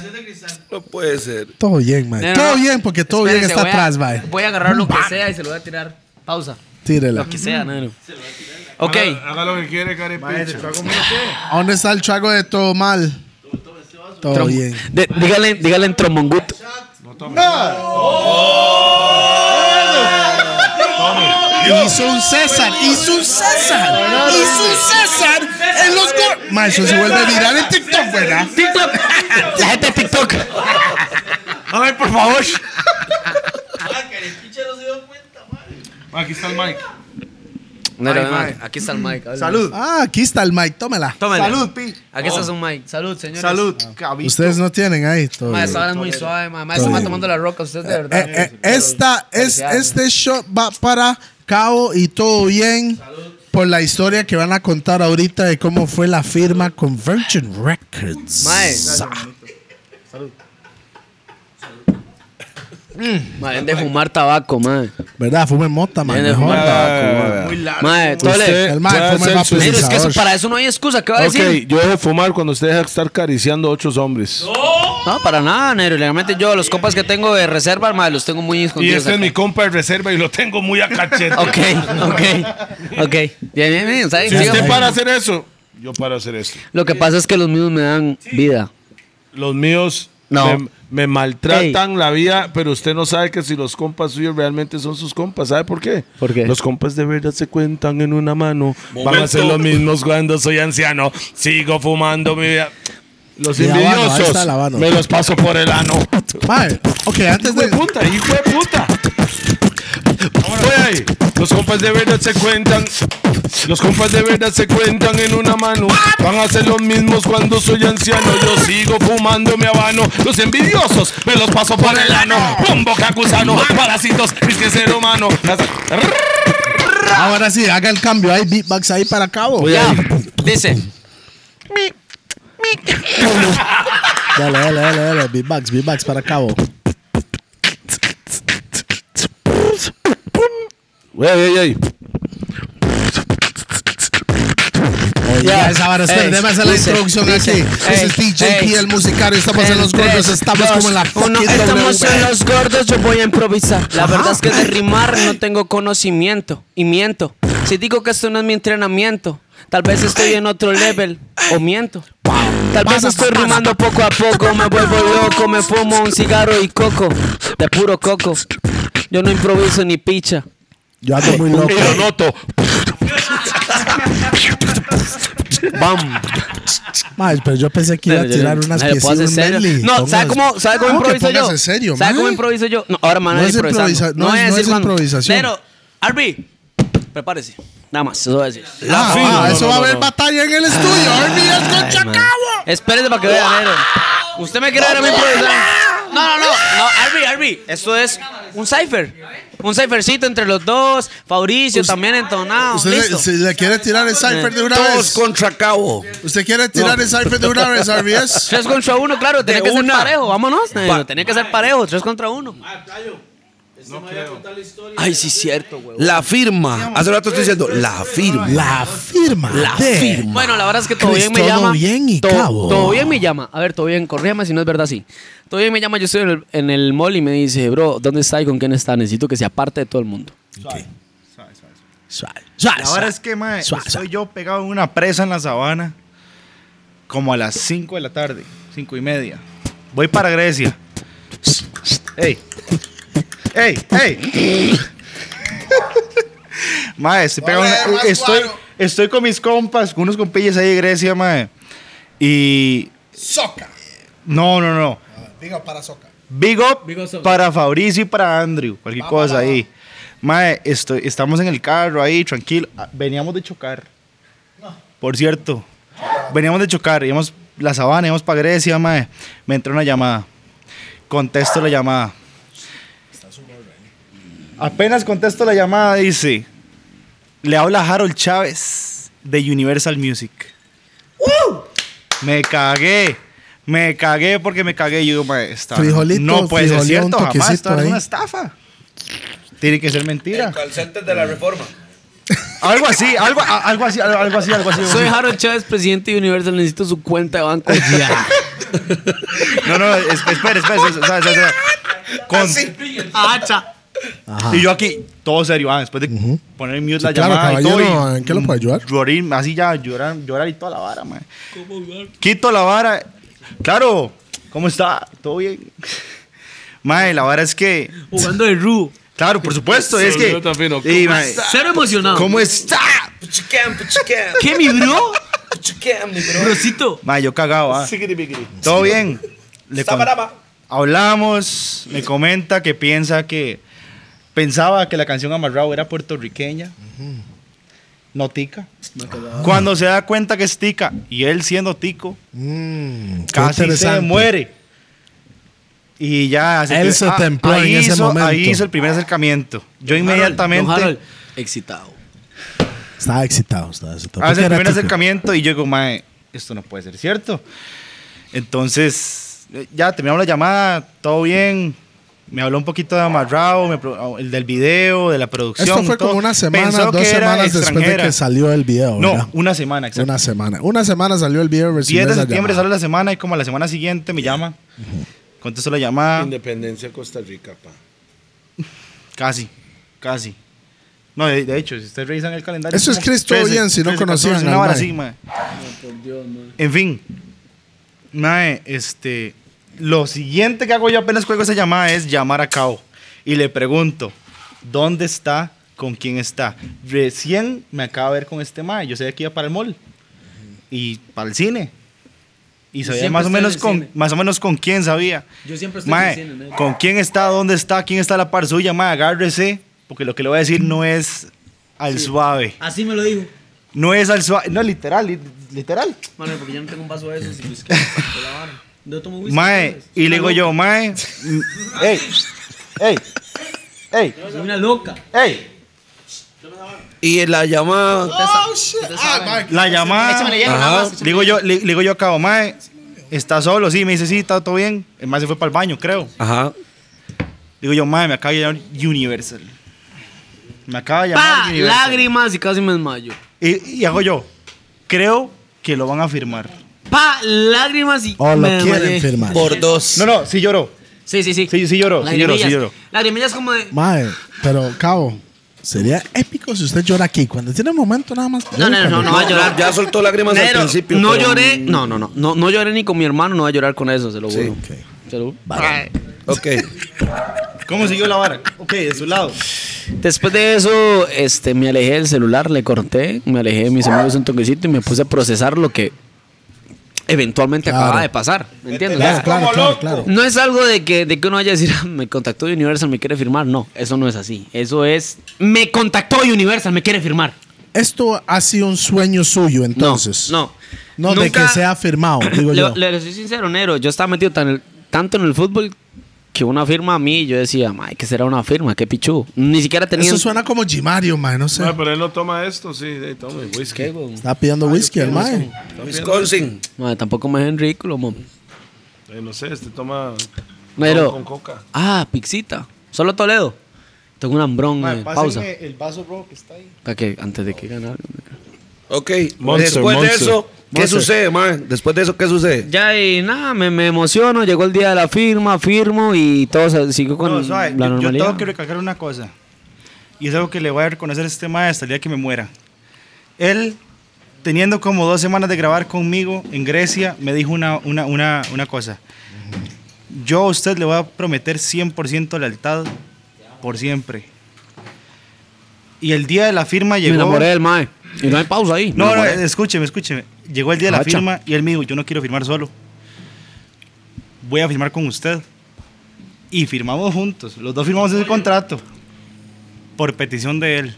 D: No puede ser.
E: Todo bien, man.
F: No, no,
E: todo
F: no.
E: bien, porque todo bien
F: Espérense,
E: está
F: voy a-
E: atrás, va.
F: Voy a agarrar lo que sea y se lo voy a tirar. Pausa.
E: Tírela.
F: Lo que sea, Nero. Ok.
H: Haga lo que quiere, carepicho.
E: ¿A ¿Dónde está el trago de todo mal? Todo bien.
F: De- dígale, dígale en Tromongut.
E: Hizo un César, hizo un César, hizo un César en los gol. Ma, eso se vuelve viral en TikTok, ¿verdad?
F: TikTok. La gente de TikTok. A ver, por favor.
H: Aquí está el mic.
F: Mira,
J: Ay,
F: mira,
J: mae.
F: aquí está el mic. háblale.
J: Salud.
E: Ah, aquí está el mic, tómela.
F: Tómele.
J: Salud, Pi.
F: Aquí está su mic. Oh. Salud, señores.
J: Salud, cabito.
E: Ustedes no tienen ahí todo.
F: Mae, esta hora es muy suave, mae. Mae, se va tomando la roca. Ustedes de verdad.
E: Eh, eh, esta, es,
F: Felicidades.
E: este shot va para Cabo y todo bien por la historia que van a contar ahorita de cómo fue la firma con Virgin Records.
F: Mae. Mae, deben de fumar tabaco, mae.
E: ¿Verdad? Fume mota, man.
F: Deben de
E: Mejor.
F: fumar tabaco, mae.
J: Muy largo.
F: Mae, tole.
E: El mae
C: Puede
E: fuma
C: ser
E: el
C: su-
E: vaporizador.
F: Mira, es que eso, para eso no hay excusa. ¿Qué va a
C: Ok,
F: decir?
C: yo dejo de fumar cuando usted deja de estar acariciando a otros hombres.
F: No, para nada, negro. Realmente yo, los compas que tengo de reserva, mae, los tengo muy
C: y
F: escondidos.
C: este es
F: acá.
C: mi compa de reserva y lo tengo muy a cachete.
F: Ok, ok, ok. Bien, bien, bien. ¿saben?
C: Si
F: Sigan.
C: usted para hacer eso, yo para hacer esto.
F: Lo que pasa es que los míos me dan vida.
C: Los míos
F: No.
C: me, me maltratan la vida, pero usted no sabe que si los compas suyos realmente son sus compas. ¿Sabe por qué?
F: ¿Por qué?
C: Los compas de verdad se cuentan en una mano. Van a
J: Momento.
C: ser los mismos cuando soy anciano. Sigo fumando mi vida. Los
E: Y la mano, ahí
C: envidiosos
E: está la mano.
C: me los paso por el ano.
E: Mae, ok, antes
C: Hijo de
E: de.
C: puta, hijo de puta. Voy ahí. Los compas de verdad se cuentan. Los compas de verdad se cuentan en una mano. Van a ser los mismos cuando soy anciano. Yo sigo fumando mi habano. Los envidiosos me los paso por el ano. Bombo cacusano, parásitos, mis que ser humano. Las-
E: Ahora sí, haga el cambio. Hay beatbox ahí para Cabo.
F: Ya, dice.
E: Dale, dale, dale, dale. Beatbox, beatbox para Cabo.
C: Wey, wey, wey.
E: Oye,
F: Ya.
E: esa vara, espera,
F: Ey,
E: déjame hacer la
F: dice,
E: introducción
F: dice,
E: aquí. Ese
F: ey,
E: es DJ
F: ey.
E: P, el musicario. Estamos en los
F: Tres,
E: gordos, estamos
F: dos,
E: como en la
F: uno.
E: fucking
F: Estamos
E: W.
F: en los gordos, yo voy a improvisar. La verdad es que de rimar no tengo conocimiento. Y miento. Si digo que esto no es mi entrenamiento, tal vez estoy en otro level. O miento. Tal vez estoy rimando poco a poco. Me vuelvo loco, me fumo un cigarro y coco. De puro coco. Yo no improviso ni picha.
E: Yo ando muy loco.
C: Y lo noto.
F: Bam.
E: Mae, pero yo pensé que iba a tirar unas
F: Ay, lo puedo
E: piezas.
F: hacer serio.
E: un medley.
F: No, ¿sabe
E: Póngase-
F: cómo, sabe cómo
E: No, que
F: improviso yo?
E: póngase serio,
F: ¿Sabe cómo
E: mae.
F: improviso yo? No, ahora me van a
E: No
F: ir
E: es
F: improvisando.
E: improvisa- no
F: voy a
E: es- no
F: decir
E: es
F: cuándo.
E: improvisación.
F: Pero, Arby, prepárese. Nada más, eso voy a decir.
E: Ah,
C: Sí,
E: ah,
C: no, no,
E: eso
C: no,
E: va a
C: no,
E: haber
C: no.
E: batalla en el estudio. ¿eh? Arby es con Chacabo.
F: Espérese para que vea, negro. ¿Usted me quiere ver a mí improvisar? No, no, no. No, Arby, Arby. Esto es un cipher. Un ciphercito entre los dos. Fabricio también entonado.
E: Usted se-
F: Listo.
E: si le quiere tirar el cipher de una
D: Todos
E: vez.
D: contra cabo.
E: ¿Usted quiere tirar el cipher de una vez, Arby? es?
F: Tres contra uno, claro. Tiene que
D: una.
F: ser parejo. Vámonos, negro. Tiene que ser parejo. Tres contra uno. Ay, sí, cierto, güey.
D: La firma. Hace rato estoy diciendo, la firma.
E: La firma.
D: La
E: de-
D: firma.
F: Bueno, la verdad es que todo
E: Chris,
F: bien me
E: todo
F: llama.
E: bien y
F: To-
E: cabo.
F: Todo bien me llama. A ver, todo bien, corrígeme si no es verdad así. Todo bien me llama, yo estoy en el, en el mall y me dice, bro, ¿dónde está y con quién está? Necesito que se aparte de todo el mundo.
E: Suave, suave,
J: La hora
E: suave.
J: es que, mae,
E: Suave,
J: estoy
E: suave.
J: yo pegado en una presa en la sabana, como a las 5 de la tarde, 5 y media. Voy para Grecia. ¡Ey! ¡Ey! ¡Ey! mae, estoy pegado en
K: Ole,
J: una-
K: más
J: estoy,
K: guaro.
J: estoy con mis compas, con unos compillas ahí de Grecia, mae. Y.
K: Soca.
J: No, no, no.
K: Digo para soca.
J: Big up, para Fabricio y para Andrew. Cualquier cosa ahí. Mae, estoy, estamos en el carro ahí, tranquilo. Ah, Veníamos de chocar. Por cierto, veníamos de chocar. Íbamos la sabana, íbamos para Grecia, mae. Me entró una llamada. Contesto la llamada. Apenas contesto la llamada, dice. Le habla Harold Chávez de Universal Music. Me cagué. Me cagué porque me cagué. Yo digo, "Mae, esta-
E: Frijolito,
J: No puede ser
E: frijoleo, un
J: cierto, jamás. Esto
E: toquecito
J: es una
E: ahí.
J: estafa. Tiene que ser mentira.
D: Calcentes de la reforma.
J: Algo así, algo, a- algo así, algo algo así, algo así.
F: Soy Harold Chávez, presidente de Universal. Necesito su cuenta de banco ya.
J: No, no, es- espere, espere. espere, espere, espere, espere. Con- Y yo aquí, todo serio, ah, después de poner en mute la
E: claro,
J: llamada y todo.
E: caballero,
J: y-
E: ¿en qué lo puedo ayudar?
J: Llorín, así ya, llorar, llorar y toda la vara, man. Quito la vara. Claro, ¿cómo está? ¿Todo bien? Mae, la vara es que.
F: Jugando de Ru.
J: Claro, por supuesto, es que.
C: Saludos, Fino,
J: y,
C: ¿cómo
J: mae,
F: Cero emocionado.
J: ¿Cómo está?
F: ¿Qué, mi bro? Brosito.
J: Mae, yo cagado, ah. ¿Todo bien? Le con- Hablamos, me comenta que piensa que pensaba que la canción Amarrado era puertorriqueña.
B: no tica. Cuando se da cuenta que es tica y él siendo tico,
E: Mm, qué
B: casi se
E: interesante.
B: muere. Y ya ah,
E: Él se templó en
B: ahí
E: ese
B: hizo,
E: momento.
B: Ahí hizo el primer acercamiento. Yo
F: Don Harold,
B: inmediatamente
F: excitado.
E: Estaba excitado, estaba excitado.
B: hace
E: Porque
B: el
E: era
B: Ah, primer
E: tico.
B: acercamiento y yo digo, mae, esto no puede ser cierto. Entonces, eh, ya terminamos la llamada, todo bien. Me habló un poquito de amarrado, me pro- el del video, de la producción.
E: Esto fue
B: todo.
E: como una semana,
B: Pensó
E: dos
B: que era
E: semanas después de
B: extranjera.
E: que salió el video.
B: No,
E: ¿verdad?
B: una semana, exacto.
E: Una semana. Una semana salió el video.
B: 10 de septiembre sale la semana y como a la semana siguiente me llama. Contesto la llamada.
H: Independencia Costa Rica, pa.
B: Casi, casi. No, de, de hecho, si ustedes revisan el calendario.
E: Eso es
B: como
E: Cristo bien, si no
B: 13,
E: conocían
B: 14,
E: al
B: Una hora
E: mae.
B: así, mae. En fin. Mae, este. Lo siguiente que hago yo apenas cuelgo esa llamada es llamar a Cao. Y le pregunto, ¿dónde está? ¿Con quién está? Recién me acaba de ver con este mae. Yo sé que iba para el mall. Y para el cine. Y sabía
F: siempre
B: más o,
F: estoy en
B: menos
F: el
B: con,
F: cine.
B: más o menos con quién sabía.
F: Yo siempre estoy
B: Mae,
F: diciendo, ¿no?
B: ¿con quién está? ¿Dónde está? ¿Quién está a la par suya? Mae, agárrese, porque lo que le voy a decir no es al suave.
F: Así me lo dijo.
B: No es al suave. No, literal, li- literal.
F: Mano, porque yo no tengo un vaso de esos y whisky. de la Habana. No tomo whisky.
B: Mae,
F: ¿sabes?
B: y le digo
F: Una
B: yo, mae. mm, ¡Ey! ¡Ey! ¡Ey!
F: loca, Una loca.
B: ¡Ey!
D: Y la llamada.
B: La llamada. Ajá. Le digo yo, le, le digo yo a Cabo, mae, ¿está solo? Sí, me dice, sí, está todo bien. El mae se fue para el baño, creo.
D: Ajá.
B: Digo yo, mae, me acaba de llamar Universal. Me acaba de llamar
F: Pa,
B: Universal.
F: lágrimas y casi me desmayo.
B: Y, y hago yo, creo que lo van a firmar.
F: Pa, lágrimas y
B: Oh,
E: O lo
F: me
E: quieren
F: desmayé.
E: firmar.
D: Por dos.
B: No, no, sí lloró.
F: Sí, sí, sí.
B: Sí, sí lloró, sí lloró, sí
F: Lagrimillas.
B: lloró.
F: Lagrimillas como de...
E: Mae, pero cabo, sería épico si usted llora aquí. Cuando tiene un momento nada más.
F: No, no, no, no, no va a llorar.
D: Ya soltó lágrimas al
F: Pero
D: principio.
F: no
D: pero-
F: lloré, no, no, no, no, no lloré ni con mi hermano, no voy a llorar con eso, se lo juro. Se lo juro.
D: Ok.
B: ¿Cómo siguió la vara? Ok, de su lado.
F: Después de eso, este, me alejé del celular, le corté, me alejé de mis amigos un toquecito y me puse a procesar lo que eventualmente
E: Claro.
F: acababa de pasar, ¿me entiendes?
E: Claro, claro, claro, claro.
F: No es algo de que, de que uno vaya a decir, "Ah, me contactó Universal, me quiere firmar. No, eso no es así. Eso es, me contactó Universal, me quiere firmar.
E: Esto ha sido un sueño suyo,
F: No,
E: entonces.
F: no.
E: No, de
F: Nunca-
E: que sea firmado, digo yo.
F: le, le soy sincero, Nero. Yo estaba metido tan el- tanto en el fútbol que una firma a mí, yo decía, "Mae, ¿qué será una firma? ¿Qué pichu? Ni siquiera tenía.
E: Eso suena como Jimario, mae, no sé.
H: Ah, pero él no toma esto, sí. eh, Toma el whisky.
E: Está pidiendo whisky al mae.
D: Wisconsin.
F: Mae, tampoco me dejen ridículo, mom.
H: Eh, no sé, este toma
F: Pero-
H: con, con coca.
F: Ah, Pixita. Solo Toledo. Tengo un hambrón. eh, pausa.
B: el vaso, bro, que está ahí.
F: Para que antes de que ganar.
D: Ok.
H: Monster,
D: después
H: Monster.
D: de eso, ¿qué sucede, mae? Después de eso, ¿qué sucede?
F: Ya, y nada, me, me emociono. Llegó el día de la firma, firmo y todo se- siguió con
B: No, suave,
F: la
B: yo, yo
F: normalidad.
B: tengo que recalcar una cosa. Y es algo que le voy a reconocer a este mae hasta el día que me muera. Él, teniendo como dos semanas de grabar conmigo en Grecia, me dijo una, una, una, una cosa. Yo a usted le voy a prometer 100% lealtad por siempre. Y el día de la firma
F: me
B: llegó...
F: enamoré del Mae. Y no hay pausa ahí. me
B: No, no,
F: enamoré.
B: escúcheme, escúcheme. Llegó el día de la
F: Acha.
B: firma y él me dijo, yo no quiero firmar solo. Voy a firmar con usted. Y firmamos juntos. Los dos firmamos ese contrato. Por petición de él.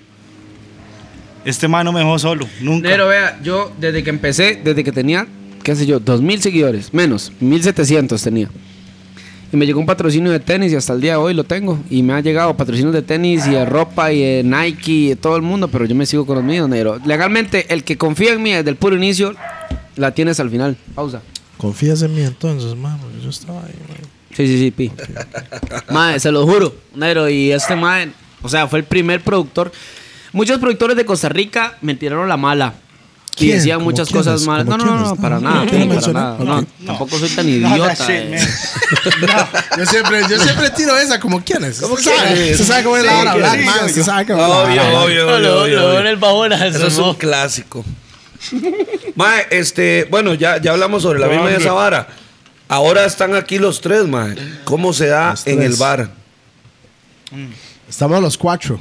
B: Este man no me dejó solo. Nunca.
F: Pero vea, yo desde que empecé, desde que tenía, qué sé yo, 2000 seguidores, menos, 1700 tenía. Y me llegó un patrocinio de tenis y hasta el día de hoy lo tengo. Y me ha llegado patrocinios de tenis y de ropa y de Nike y de todo el mundo, pero yo me sigo con los míos, negro. Legalmente, el que confía en mí desde el puro inicio, la tienes al final. Pausa.
E: Confías en mí entonces, mae, porque yo estaba ahí, mae.
F: Sí, sí, sí, pi. Mae, se lo juro, negro. Y este mae, o sea, fue el primer productor. Muchos productores de Costa Rica me tiraron la mala. Y
E: ¿Quién?
F: decían
E: ¿Cómo
F: muchas
E: quiénes?
F: cosas malas.
E: ¿Cómo Ah,
F: No, no, no,
E: quiénes?
F: no, para
E: No,
F: nada.
E: no
F: pi,
E: quiero
F: para
E: mencionar,
F: nada. No,
E: ok.
F: tampoco soy tan
B: No,
F: idiota.
B: that shit,
F: eh.
E: Yo siempre, yo siempre tiro esa, como quién es. ¿Cómo se sabe?
D: quiénes?
E: Se sabe cómo es la hora, ¿verdad? Mae, se sabe cómo es la hora.
D: obvio,
F: el bajona,
D: Eso es un clásico. mae, este, bueno, ya, ya hablamos sobre la misma de esa vara. Ahora están aquí los tres, mae. ¿Cómo se da
E: Los
D: en
E: tres.
D: el bar?
E: Estamos los cuatro.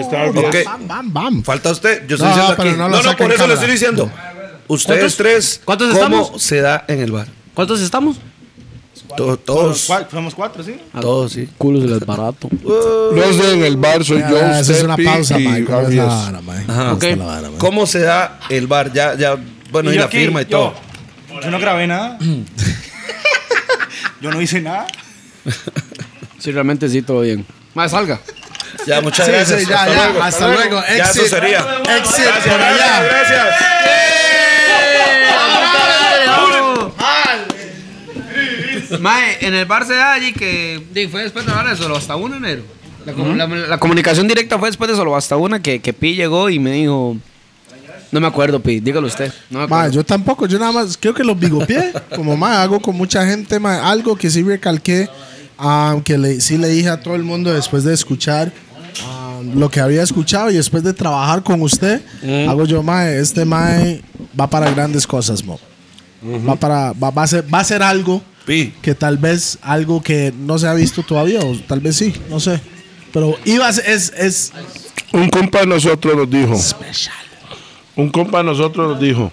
H: Está
D: Ok.
E: Bam, bam, bam.
D: Falta usted. Yo estoy
E: No,
D: diciendo
E: pero
D: aquí. No,
E: no lo
D: no,
E: saca
D: por
E: en
D: eso le estoy
E: cámara.
D: diciendo. Ustedes
F: ¿Cuántos-
D: tres,
F: cuántos
D: ¿cómo
F: estamos?
D: se da en el bar?
F: ¿Cuántos estamos?
D: To- todos.
B: Cua- Somos cuatro, ¿sí?
D: Todos, sí.
G: Culos del barato.
J: No sé, en el bar soy yo.
E: Ah, esa es
J: usted,
E: una
J: Pi
E: pausa,
J: y
E: Mike. ¿Cómo es la
J: RBS.
E: vara, Mike? ¿Cómo
D: ok.
E: está la vara, Mike?
D: ¿Cómo se da el bar? Ya, ya, bueno, y,
B: yo
D: la
B: aquí,
D: firma y
B: yo-
D: todo.
B: Yo no grabé nada. yo no hice nada.
G: Sí, realmente sí, todo bien. Más salga.
D: Ya, muchas gracias.
E: Sí, ya,
D: Hasta
E: ya,
D: luego.
E: hasta luego.
D: Ya eso
E: Exit.
D: sería.
E: Exit por allá.
H: Gracias.
F: Mae, en el bar se da allí que di, fue después de la hora de solo hasta una enero. La, com- la- la comunicación directa fue después de solo hasta una que, que Pi llegó y me dijo. No me acuerdo, Pi, dígalo usted. No me
E: Ma,
F: acuerdo.
E: yo tampoco, yo nada más creo que los bigopié, como más hago con mucha gente, ma, algo que sí recalqué, ah, que le, sí le dije a todo el mundo después de escuchar ah, lo que había escuchado y después de trabajar con usted, hago yo, mae, este mae va para grandes cosas, mo. Va para, va, va a ser, va a ser algo
D: Pi.
E: que tal vez algo que no se ha visto todavía, o tal vez sí, no sé. Pero iba a ser- es, es,
J: Un compa de nosotros nos dijo. Un compa de nosotros nos dijo.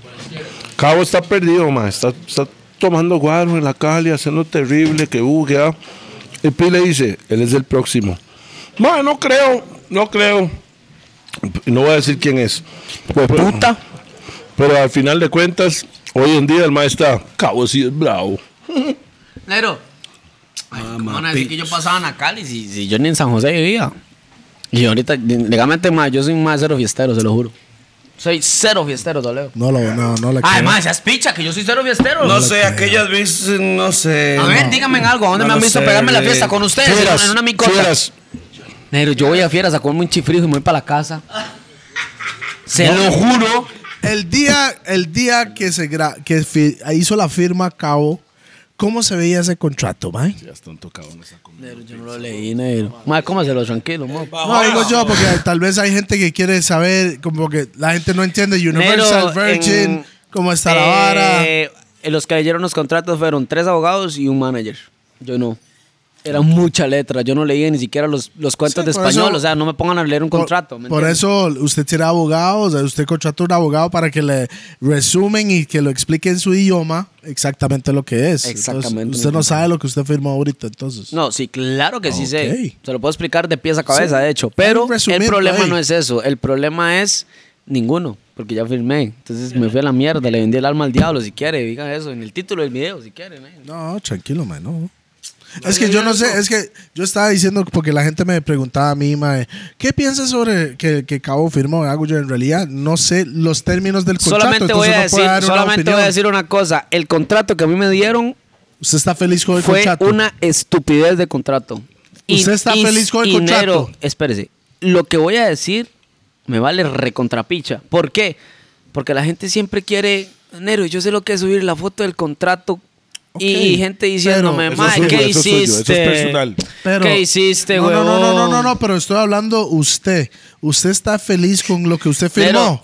J: Cabo está perdido, ma. Está, está tomando guaro en la calle, haciendo terrible, que buguea. Y Pi le dice, él es el próximo. Ma, no creo, no creo. Y No voy a decir quién es. Pues puta. Pero al final de cuentas, hoy en día el maestro está, Cabo sí es bravo.
F: Enero. Ay, ¿cómo van a decir que yo pasaba Nacal y si, si yo ni en San José vivía? Y ahorita, legalmente, mae, yo soy un mae cero fiestero, se lo juro. Soy cero fiestero, Toledo.
E: no lo, no, no le
B: Ah,
F: Ay,
E: creo.
F: mae, seas picha, que yo soy cero fiestero.
D: No sé, aquellas veces, no sé.
F: A ver,
D: no.
F: díganme en algo. ¿a ¿Dónde
D: No
F: me han
D: lo
F: visto
D: sé,
F: pegarme la
D: güey.
F: fiesta con ustedes? En una-
J: Fieras,
F: en una micota.
J: fieras.
F: Negro, yo voy a Fieras a comerme un chifrijo y me voy para la casa. Se lo juro.
E: El día, el día que se gra- que fi- hizo la firma a cabo, ¿cómo se veía ese contrato, mae?
F: Negro, yo no lo leí, negro. Mae, cómaselo, tranquilo, mo.
E: No, digo yo, porque tal vez hay gente que quiere saber, como que la gente no entiende Universal
F: Negro,
E: Virgin,
F: en-
E: cómo está la vara.
F: Eh, los que leyeron los contratos fueron tres abogados y un manager. Yo no. Era mucha letra. Yo no leía ni siquiera los, los cuentos
E: Sí,
F: de
E: por
F: español.
E: eso-
F: o sea, no me pongan a leer un
E: Por-
F: contrato. ¿me
E: Por,
F: entiendes?
E: eso usted tiene abogado, o sea, usted contrata un abogado para que le resumen y que lo explique en su idioma exactamente lo que es. Entonces,
F: Exactamente,
E: usted
F: mi
E: no sabe lo que usted firmó ahorita, entonces.
F: No, sí, claro que sí
E: Ok.
F: sé. Se lo puedo explicar de pies a cabeza,
E: Sí.
F: de hecho.
E: Hay
F: Pero
E: un resumen
F: el problema
E: ahí.
F: no es eso. El problema es ninguno, porque ya firmé. Entonces me fui a la mierda, le vendí el alma al diablo, si quiere. Digan eso en el título del video, si quieren. eh.
E: No, tranquilo, man, no. Es que yo no sé, es que yo estaba diciendo porque la gente me preguntaba a mí, mae, ¿qué piensas sobre que, que Cabo firmó? Hago yo en realidad no sé los términos del contrato.
F: Solamente voy
E: entonces
F: a
E: no puedo
F: decir,
E: dar una
F: solamente voy
E: opinión.
F: a decir una cosa. El contrato que a mí me dieron
E: ¿Usted está feliz con el
F: fue
E: contrato?
F: una estupidez de contrato.
E: ¿Usted está feliz con el
F: y negro,
E: contrato?
F: espérese. Lo que voy a decir me vale recontrapicha. ¿Por qué? Porque la gente siempre quiere, Nero, yo sé lo que es subir la foto del contrato. Y-
E: Ok,
F: Y gente diciéndome,
E: pero-
F: Mae,
H: Eso es
F: ¿qué
H: suyo, eso es suyo, eso
F: hiciste?
H: es personal.
E: Pero-
F: ¿Qué hiciste,
E: no,
F: güey?
E: no, no, no, no, no, no, pero estoy hablando usted. ¿Usted está feliz con lo que usted firmó?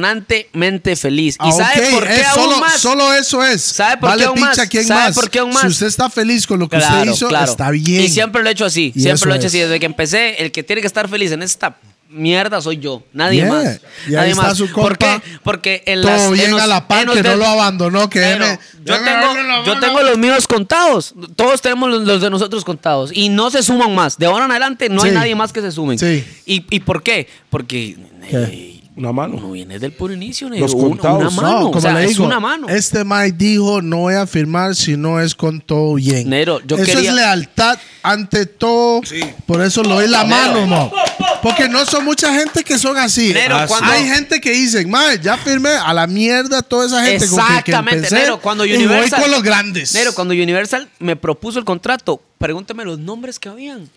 F: impresionantemente feliz.
E: Ah,
F: ¿Y sabe
E: ok,
F: por qué
E: es
F: aún
E: solo,
F: más?
E: solo eso es.
F: ¿Sabe por
E: vale
F: qué aún
E: picha
F: más?
E: quién
F: ¿Sabe
E: más.
F: por qué aún más?
E: Si usted está feliz con lo que usted hizo, está bien.
F: Y siempre lo he hecho así.
E: Y eso
F: siempre lo he hecho
E: es.
F: así. Desde que empecé, el que tiene que estar feliz en esta mierda soy yo. Nadie
E: Yeah.
F: más.
E: Y ahí
F: Nadie
E: está
F: más.
E: su
F: ¿Por
E: compa,
F: qué? Porque en
E: todo
F: las. en
E: bien
F: los-
E: a la par,
F: en los
E: que no
F: de-
E: lo abandonó, que
F: Pero
E: déjeme-
F: yo,
E: déjeme darle la
F: tengo, yo
E: mano.
F: tengo los míos contados. Todos tenemos los, los de nosotros contados. Y no se suman más. De ahora en adelante no hay
E: Sí.
F: nadie más que se sumen.
E: Sí.
F: ¿Y, y por qué? Porque.
E: ¿Qué?
J: Una mano.
F: No viene del puro inicio, negro.
J: Los
F: Una-
J: contados.
F: Una,
J: No,
F: mano.
E: como
F: o sea,
E: le
F: es
E: digo,
F: una mano.
E: Este Mike dijo, no voy a firmar si no es con todo bien.
F: Nero, yo
E: eso
F: quería-
E: es lealtad ante todo. Por eso lo doy la mano, mo. Porque no son mucha gente que son así.
F: Nero,
E: Ah, sí.
F: cuando-
E: Hay gente que dicen, Mike, ya firmé a la mierda toda esa gente con que- que
F: Exactamente,
E: empecé,
F: Nero, cuando
E: y voy
F: Universal-
E: con los grandes.
F: Nero, cuando Universal me propuso el contrato, pregúntame los nombres que habían.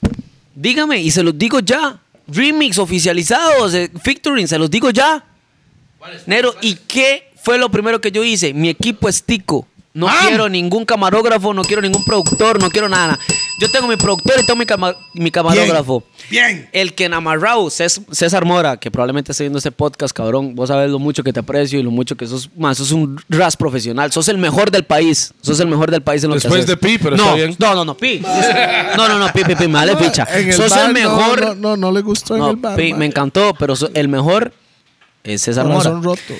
F: Dígame, y se los digo ya. Remix oficializados, eh, featuring, se los digo ya. Nero, ¿y qué fue lo primero que yo hice? Mi equipo es tico. No
E: Ah,
F: quiero ningún camarógrafo, no quiero ningún productor, no quiero nada. Yo tengo mi productor y tengo mi, cama- mi camarógrafo.
E: Bien.
F: El que en Amarrao, Cés- César Mora, que probablemente esté viendo este podcast, cabrón. Vos sabés lo mucho que te aprecio y lo mucho que sos, man, sos un ras profesional. Sos el mejor del país. Sos el mejor del país en lo
H: Después
F: que haces.
H: de Pi, pero
F: no,
H: está bien.
F: No, no, no, Pi. No, no, no, Pi, Pi, Pi, me vale picha.
E: En el
F: Sos
E: bar,
F: el
E: no,
F: mejor.
E: No, no, no, le gustó en
F: No,
E: el bar.
F: Pi, me
E: Mike.
F: encantó, pero so- el mejor es César Mora.
E: Corazón roto.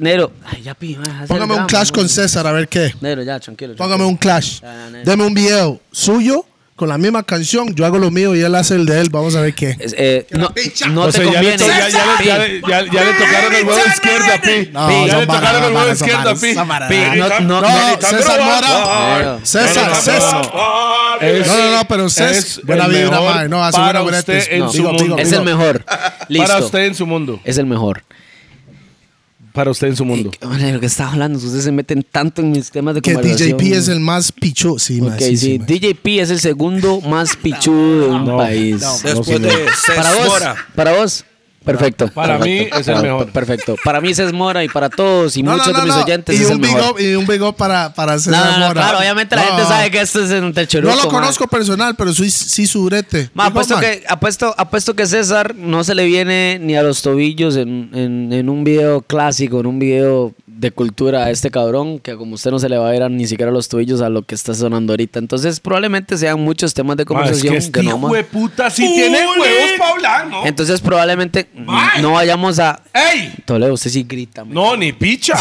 F: Nero, ay, ya pi, ma, hace
E: Póngame
F: el drama,
E: un clash con
F: ma.
E: César a ver qué.
F: Nero, ya, tranquilo.
E: Póngame un clash.
F: Ah, no.
E: Deme un video suyo con la misma canción. Yo hago lo mío y él hace el de él. Vamos a ver qué.
F: Es- eh, no, no
H: O
F: te
H: sea, ya le
F: conviene.
H: to- ya- ya le- ya le- ya- ya le tocaron el huevo izquierdo a Pi.
E: No,
F: Pi,
H: Ya le
E: son varas,
H: tocaron el huevo
E: varas, son
H: izquierdo a
E: varas,
H: Pi.
E: son varas.
H: Pi,
F: No, no,
E: No, César Mora.
F: Nero.
E: César, César. No, no, no, pero César.
H: es
E: buena
H: el
E: vibra,
H: mejor
E: mae. No, hace
H: para
E: buena buena
H: usted
E: actriz.
H: en
E: No,
H: su
E: digo,
H: mundo.
E: digo,
F: Es
E: digo.
F: el mejor. Listo.
H: Para usted en su mundo.
F: Es el mejor.
H: Para usted en su mundo.
F: Eh, bueno, de lo que estaba hablando, ustedes se meten tanto en mis temas de
E: Que
F: conversación.
E: DJP es el más pichu. Sí, mae,
F: Ok,
E: sí,
F: sí,
E: sí, mae.
F: DJP es el segundo más pichudo de un país.
D: Después de
F: Para
D: César
F: vos,
D: Mora.
F: para vos, perfecto.
H: Para
F: perfecto,
H: mí es el
F: para-
H: mejor.
F: Perfecto. Para mí es Mora y para todos y
E: No, no,
F: muchos
E: no,
F: de mis
E: no.
F: oyentes
E: y
F: es el
E: un big
F: mejor.
E: up, y un big up para, para
F: No,
E: César
F: no, no,
E: Mora.
F: claro, obviamente la
E: No,
F: gente
E: no.
F: sabe que esto es en Techeruco.
E: No
F: ma.
E: lo conozco personal, pero soy, sí su brete.
F: Ma,
E: Big up,
F: apuesto,
E: man.
F: que, apuesto, apuesto que César no se le viene ni a los tobillos en, en- en un video clásico, en un video de cultura a este cabrón, que como usted no se le va a ver a- ni siquiera a los tobillos a lo que está sonando ahorita. Entonces, probablemente sean muchos temas de conversación que, no, ma.
H: puta sí tiene huevos para hablar, ¿no?
F: Entonces, probablemente mm, no vayamos a.
H: ¡Ey!
F: Toledo, usted sí grita. ma.
H: No, ni picha.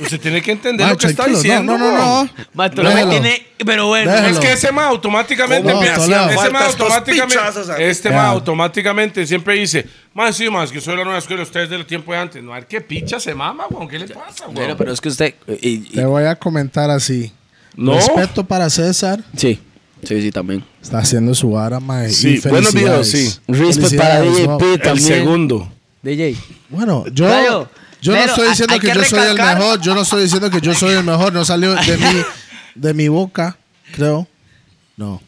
H: Usted tiene que entender
E: Ma,
H: lo que está
E: tranquilo,
H: diciendo.
E: No, no, no. no.
F: Ma, Toledo
E: Déjalo.
F: tiene- Pero bueno.
E: Déjalo.
H: Es que ese ma automáticamente
E: ¿Cómo?
H: empieza-
E: Toledo.
H: ese ma
D: Faltas dos
H: automáticamente,
D: pichazos aquí.
H: este
E: Ya.
H: ma automáticamente siempre dice, más sí, más que soy la nueva escuela, ustedes del tiempo de antes. No, a ver qué picha se mama, weón, ¿qué le pasa,
F: Pero,
H: weón?
F: pero es que usted. eh, y- y-
E: Te voy a comentar así.
H: No.
E: Respeto para César.
F: sí, sí, sí, también.
E: Está haciendo su vara, mae.
J: Sí,
E: y
J: buenos
E: felicidades.
J: videos, sí.
F: Respeto para
E: Felicidades,
F: DJP
E: no.
F: también.
J: El segundo.
F: DJ.
E: Bueno, yo,
F: Claro,
E: yo
F: claro,
E: no estoy
F: hay-
E: diciendo
F: hay
E: que,
F: que
E: yo soy el
F: recalcar-
E: mejor. Yo no estoy diciendo que yo soy el mejor. No salió de mi, de mi boca, creo. No.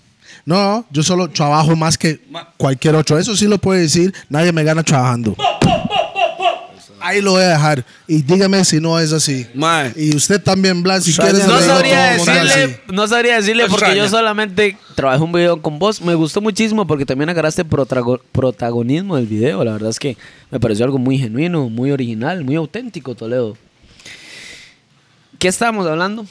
E: No, yo solo trabajo más que cualquier otro. Eso sí lo puedo decir. Nadie me gana trabajando. Ahí lo voy a dejar. Y dígame si no es así.
D: Mae.
E: Y usted también, Blas, si quieres.
F: No
E: le digo
F: sabría
E: todo el mundo así.
F: decirle, no sabría decirle porque yo solamente trabajé un video con vos. Me gustó muchísimo porque también agarraste protrago- protagonismo del video. La verdad es que me pareció algo muy genuino, muy original, muy auténtico, Toledo. ¿Qué estábamos hablando?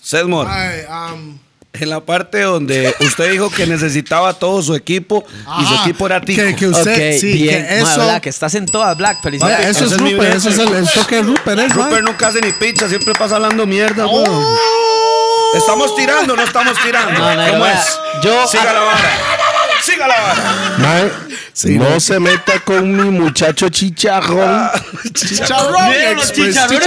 D: César Mora.
E: Ay, am,
D: En la parte donde usted dijo que necesitaba todo su equipo y su
E: Ajá,
D: equipo era tico.
E: ah, que- que usted,
F: Ok,
E: sí,
F: bien.
E: que
F: Ma,
E: eso.
F: Black, estás en todas, Black.
E: Vaya,
F: Felicidades.
E: eso
D: Ese
E: es
D: es mi
E: Rupert,
D: brete.
E: eso es el, el toque de Rupert, ¿eh,
D: Rupert
E: man?
D: nunca hace ni pincha, siempre pasa hablando mierda, weón. Estamos tirando, no estamos tirando.
F: Oh. No, no, yo
D: ¿Cómo
F: voy a-
D: es?
F: yo- Ah,
D: Siga la vara. Siga la vara.
J: Mae, no, se meta con mi muchacho chicharrón.
E: Chicharrón, Express, chicharrón.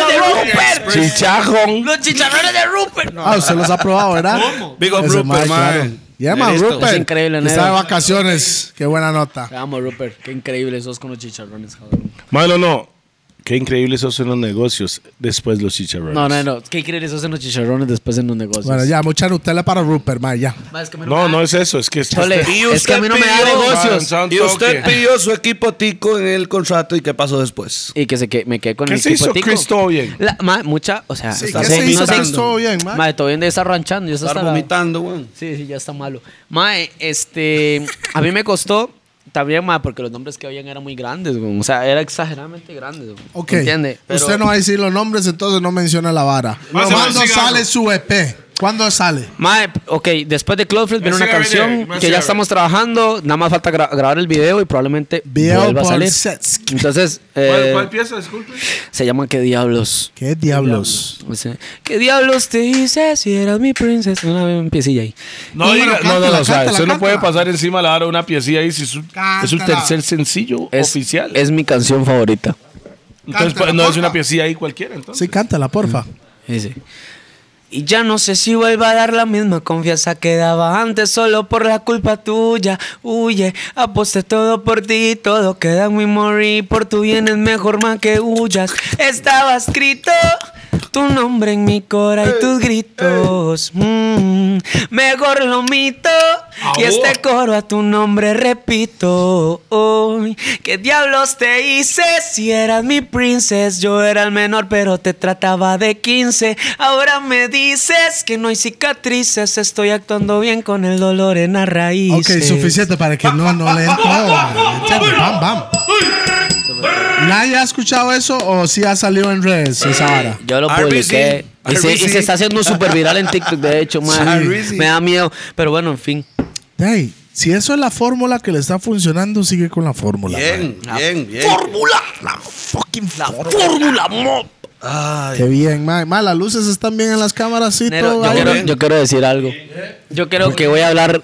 J: Chicharrón.
F: Los chicharrones de Rupert.
E: Ah, usted los ha probado, ¿verdad?
D: Big up
E: Ese
D: Rupert,
E: mae,
D: mae.
E: claro. Yeah, man,
D: Listo.
E: Rupert.
F: Es increíble,
E: que Está de
F: negro.
E: vacaciones. Qué buena nota.
F: Te amo, Rupert. Qué increíble sos con los chicharrones, cabrón.
J: Mae, no, no. Qué increíbles son los negocios después los chicharrones.
F: No, no, no. Qué increíble sos en los chicharrones después en los negocios.
E: Bueno, ya, mucha Nutella para Rupert, man, ya.
F: Ma, es que me lo-
J: No, no es eso, es que es
F: Chole,
D: Y
F: es que a mí no me da
D: pidió-
F: negocios.
H: Avanzado un
D: Y usted
H: toque.
D: pidió su equipo tico en el contrato y qué pasó después.
F: Y que se que, me quedé con
J: ¿Qué
F: el
J: se hizo
F: tico.
J: Cristo bien?
F: La, ma, mucha, o sea,
E: Sí,
F: está
E: ¿qué se hizo
F: vomitando.
E: Cristo bien, ma?
F: Ma, todo bien de estar ranchando, ya está
D: Estar
F: hasta la-
D: vomitando, weón.
F: Sí, sí, ya está malo. Mae, este, a mí me costó también, ma, porque los nombres que habían eran muy grandes, güey. o sea, era exageradamente grandes. güey.
E: Ok.
F: ¿Entiende? Pero-
E: Usted no va a decir los nombres, entonces no menciona la vara.
H: Pásame
E: ¿Cuándo
H: el cigarro.
E: sale su EP? ¿Cuándo sale?
F: Mae, ok, después de Cloudflare viene
H: Así
F: una
H: la
F: canción
H: viene, así
F: que
H: la
F: ya estamos trabajando, nada más falta gra- grabar el video y probablemente
E: Video
F: vuelva a
E: por
F: salir.
E: Setsky.
F: Entonces, eh,
H: ¿Cuál, cuál pieza, disculpe?
F: se llama ¿Qué diablos?
E: ¿Qué diablos?
F: O sea, ¿Qué diablos te hice si eras mi princesa? Una piecilla ahí.
H: No,
E: Y-
H: diga-
E: Cántala,
H: no, no, no, o sea,
E: cántala,
H: usted no puede
E: cántala.
H: pasar encima de la hora una piecilla ahí si es un, es un
E: Cántala.
H: tercer sencillo oficial.
F: Es mi canción favorita.
H: entonces,
E: Cántala,
H: pues, no es
E: porfa.
H: una piecilla ahí cualquiera, entonces.
E: Sí, cántala, porfa.
F: Dice. Y ya no sé si vuelva a dar la misma confianza que daba antes solo por la culpa tuya. Huye, aposté todo por ti, todo queda en mi morir. Por tu bien es mejor más que huyas. Estaba escrito tu nombre en mi cora y tus gritos. Mm, mejor lo mito. Y este coro a tu nombre repito hoy. ¿Qué diablos te hice? Si eras mi princesa, yo era el menor, pero te trataba de 15. Ahora me dices que no hay cicatrices, estoy actuando bien con el dolor en la raíz.
E: Ok, suficiente para que no, no le todo. man, ¿entiende? Bam, bam. ¿Nadie ha escuchado eso o si ha salido en redes esa vara?
F: Yo lo
D: RBC,
F: publiqué. Y se, y
D: RBC.
F: se está haciendo súper viral en TikTok, de hecho, man.
D: RBC.
F: Me da miedo. Pero bueno, en fin.
E: Hey, si eso es la fórmula que le está funcionando, sigue con la fórmula. man.
D: Bien, bien, bien.
A: Fórmula, la fucking la fórmula, mo-
E: Qué bien, mae. Mae, las luces están bien en las cámaras, sí,
F: Nero,
E: todo.
F: yo,
E: ahí.
F: quiero, yo quiero decir algo. Yo creo que voy a hablar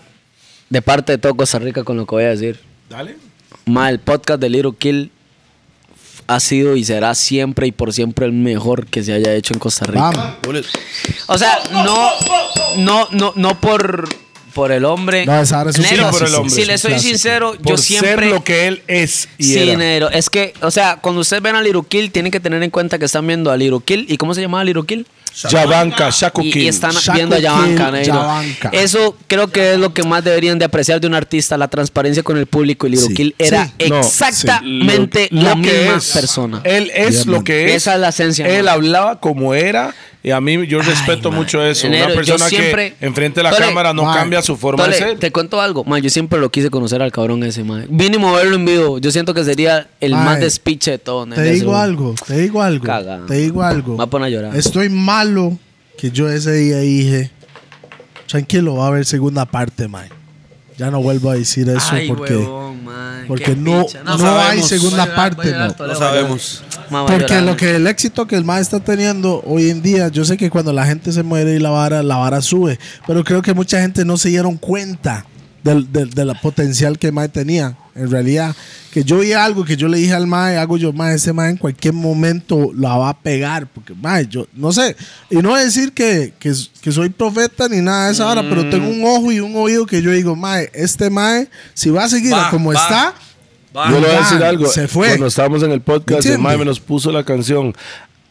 F: de parte de todo Costa Rica con lo que voy a decir.
C: Dale.
F: Ma, el podcast de Little Kill ha sido y será siempre y por siempre el mejor que se haya hecho en Costa Rica.
E: Vamos.
F: O sea, no, no, no, no por, por el hombre.
E: No, esa ahora es un
F: Nero,
E: clásico,
F: si-
E: es un
F: Si le soy
E: clásico.
F: sincero, yo
H: Por
F: siempre.
H: ser lo que él es y
F: Sí,
H: era.
F: Nero. Es que, o sea, cuando ustedes ven a Little Kill, tienen que tener en cuenta que están viendo a Little Kill. ¿Y cómo se llamaba Little Kill?
H: Yabanca, Shaco
F: y,
H: King.
F: y están
E: Shaco
F: viendo a Yabanca,
E: King,
F: Neiro.
E: Yabanca.
F: Eso creo que es lo que más deberían de apreciar de un artista, la transparencia con el público. Y Little
E: Sí.
F: Kill era
E: Sí.
H: No,
F: exactamente
H: Lo-
F: la
H: lo que
F: misma
H: es.
F: persona.
H: Él es lo que es.
F: Esa es la esencia,
H: Él
F: ¿no?
H: hablaba como era. Y a mí yo respeto
F: man.
H: mucho eso.
F: Enero,
H: Una
F: yo
H: persona
F: siempre-
H: que enfrente de la
F: Tole,
H: cámara no
E: man,
H: cambia su forma
F: Tole,
H: de ser.
F: te cuento algo. Ma, yo siempre lo quise conocer al cabrón ese, man. Mínimo verlo en vivo. Yo siento que sería el
E: Mae,
F: más despiche de todo,
E: Te digo algo, te digo algo.
F: Caga.
E: Te digo algo.
F: Me va a poner a llorar.
E: Estoy malo que yo ese día dije, tranquilo, va a haber segunda parte, mae. Ya no vuelvo a decir eso porque porque no, no, hay segunda parte, no.
D: No sabemos.
E: Porque lo que el éxito que el mae está teniendo hoy en día, yo sé que cuando la gente se muere y la vara, la vara sube, pero creo que mucha gente no se dieron cuenta del, del, del potencial que el mae tenía. En realidad, que yo vi algo que yo le dije al mae, hago yo, mae, ese mae en cualquier momento la va a pegar, porque mae, yo no sé, y no voy a decir que, que, que soy profeta ni nada de esa hora, pero tengo un ojo y un oído que yo digo, mae, este mae, si va a seguir a
D: Va,
E: como
D: va.
E: está,
J: Yo le voy a
E: man,
J: decir algo.
E: Ah, se fue.
J: Cuando estábamos en el podcast,
E: ¿Entiende?
J: el mae me nos puso la canción.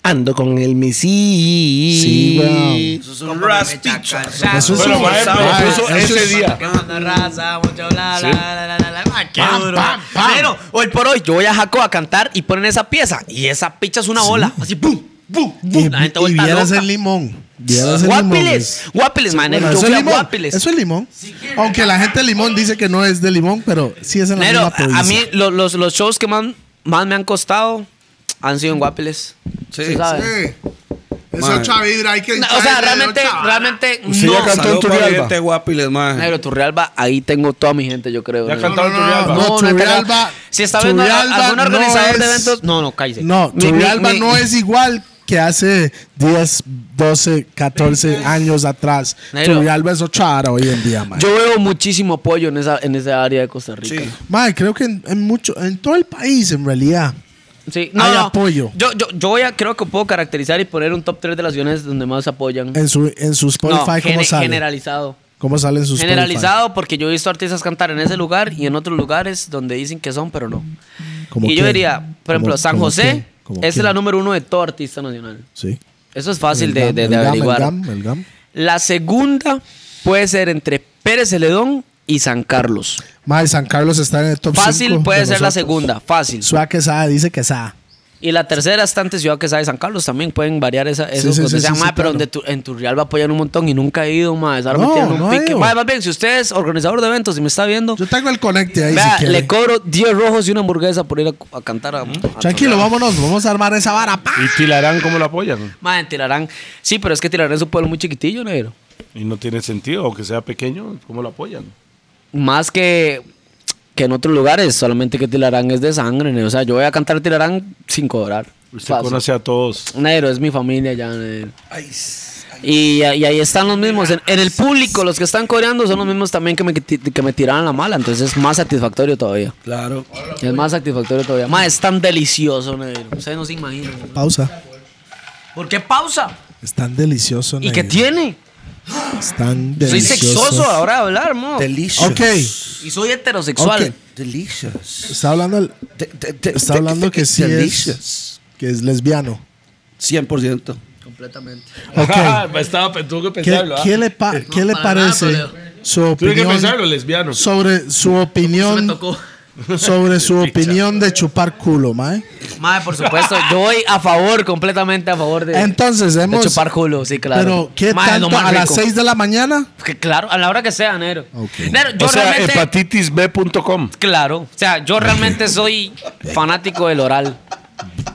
J: Ando con el Messi.
E: Sí, weón.
D: Eso es un raspicho.
E: Eso es
H: Bueno,
E: un-
H: mae,
E: mae,
D: pues,
H: pero puso
E: eso
H: ese
E: es-
H: día.
F: Ah, Pero hoy por hoy yo voy a Jaco a cantar y ponen esa pieza. Y esa picha es una bola. Así, ¡pum! ¡pum!
E: Y,
F: ¡pum! La gente
E: y
F: vuelta
E: vieras
F: loca.
E: el limón. Vieras el limón.
F: Guapiles,
E: es-
F: guapiles, man.
E: Bueno,
F: Nero, yo
E: eso,
F: fui
E: es
F: a
E: limón.
F: guapiles.
E: eso es limón. Aunque la gente de limón dice que no es de limón, pero sí es en la
F: Nero,
E: misma provincia.
F: a mí lo- los, los shows que más, más me han costado han sido en guapiles.
D: Sí.
F: ¿sabes?
E: Es
D: Mae.
E: otra vibra, hay que
F: No, O sea,
E: entrarle,
F: realmente,
E: otra vara.
F: realmente
J: Usted ya
F: no.
J: cantó en
D: Saludos para la
J: Turrialba.
D: gente guapiles, maje.
F: Negro, Turrialba, ahí tengo toda mi gente, yo creo.
H: Ya
F: Negro.
H: cantaba en Turrialba.
E: No,
F: no,
E: Turrialba-
F: Si está viendo a-
E: Turrialba
F: algún
E: no
F: organizador de
E: es-
F: eventos. No, no, cállese.
E: No,
F: Mi- mi-
E: Turrialba
F: mi-
E: no es igual que hace 10, 12, 14 años atrás.
F: Nero.
E: Turrialba es otra vara hoy en día, mae.
F: Yo veo muchísimo apoyo en esa, en esa área de Costa Rica. Sí.
E: Mae, creo que en, en mucho, en todo el país, en realidad.
F: no,
E: Hay
F: no.
E: apoyo.
F: Yo, yo, yo voy a- creo que puedo caracterizar y poner un top 3 de las ciudades donde más apoyan.
E: En su, en su
F: No,
E: Spotify, ¿cómo
F: gene-
E: sale?
F: generalizado.
E: ¿Cómo salen sus
F: Generalizado porque yo he visto artistas cantar en ese lugar y en otros lugares donde dicen que son, pero no. y yo diría, por ejemplo, San José es la número uno de todo artista nacional.
E: Sí.
F: Eso es fácil
E: El
F: de,
E: GAM,
F: de-
E: el
F: de
E: GAM,
F: averiguar.
E: El GAM, el GAM.
F: La segunda puede ser entre Pérez Celedón y San Carlos.
E: Mae, San Carlos está en el top 5.
F: Fácil puede ser la segunda, fácil.
E: Suá Quesada dice Quesada.
F: Y la tercera está ante Ciudad Quesada de San Carlos también. Pueden variar esa, eso
E: sí,
F: donde
E: sí,
F: sea,
E: sí,
F: mae,
E: sí,
F: pero
E: claro.
F: donde tu- en Turrialba apoyan un montón y nunca he ido, más. Ahora
E: No,
F: me tienen un
E: no he
F: pique.
E: ido.
F: Mae, más bien, si usted es organizador de eventos y me está viendo,
E: Yo tengo el conecte ahí
F: vea,
E: si quiere.
F: le cobro 10 rojos y una hamburguesa por ir a, a cantar a, a
E: Tranquilo, vámonos. Vamos a armar esa vara. pa.
H: Y Tilarán, ¿cómo lo apoyan?
F: Mae, en Tilarán. Sí, pero es que Tilarán es un pueblo muy chiquitillo, negro.
H: Y no tiene sentido, aunque sea pequeño, ¿cómo lo apoyan?
F: Más que, que en otros lugares, solamente que Tilarán es de sangre, negro. O sea, yo voy a cantar Tilarán sin cobrar.
H: Usted
F: Fácil.
H: conoce a todos.
F: Negro, es mi familia ya, negro. Y, y ahí están los mismos. En, en el público, los que están coreando son los mismos también que me, ti- que me tiraron la mala. Entonces es más satisfactorio todavía.
D: Claro.
F: Es más satisfactorio todavía. Más es tan delicioso, negro. Ustedes no se imaginan. ¿no?
E: Pausa.
F: ¿Por qué pausa?
E: Es tan delicioso.
F: ¿Y qué
E: negro.
F: tiene?
E: Es tan
F: Soy
E: delicioso.
F: sexoso ahora de hablar, mo.
D: Delicious.
E: Ok.
F: Y soy heterosexual.
E: Ok.
D: Delicious.
E: Está hablando, el-
D: Te- te- te-
E: está
D: te-
E: hablando
D: te-
E: que
D: te-
E: sí es,
D: delicious.
E: que es lesbiano.
D: 100%.
E: Ok.
H: Estaba, tuve que
E: ¿Qué,
H: ¿ah?
E: qué le, pa- qué le parece su
H: Tuve que
E: opinión
H: pensarlo, lesbiano.
E: sobre su opinión sobre su opinión de chupar culo, mae?
F: Madre, por supuesto, yo voy a favor, completamente a favor de,
E: Entonces
F: de
E: hemos
F: chupar culo, sí, claro.
E: Pero qué
F: Mae, es lo
E: tanto
F: más
E: a las
F: rico.
E: 6 de la mañana?
F: Que claro, a la hora que sea, Nero.
E: Ok.
F: Nero, yo
H: O sea,
F: realmente.
H: hepatitisb.com.
F: Claro. O sea, yo realmente soy fanático del oral.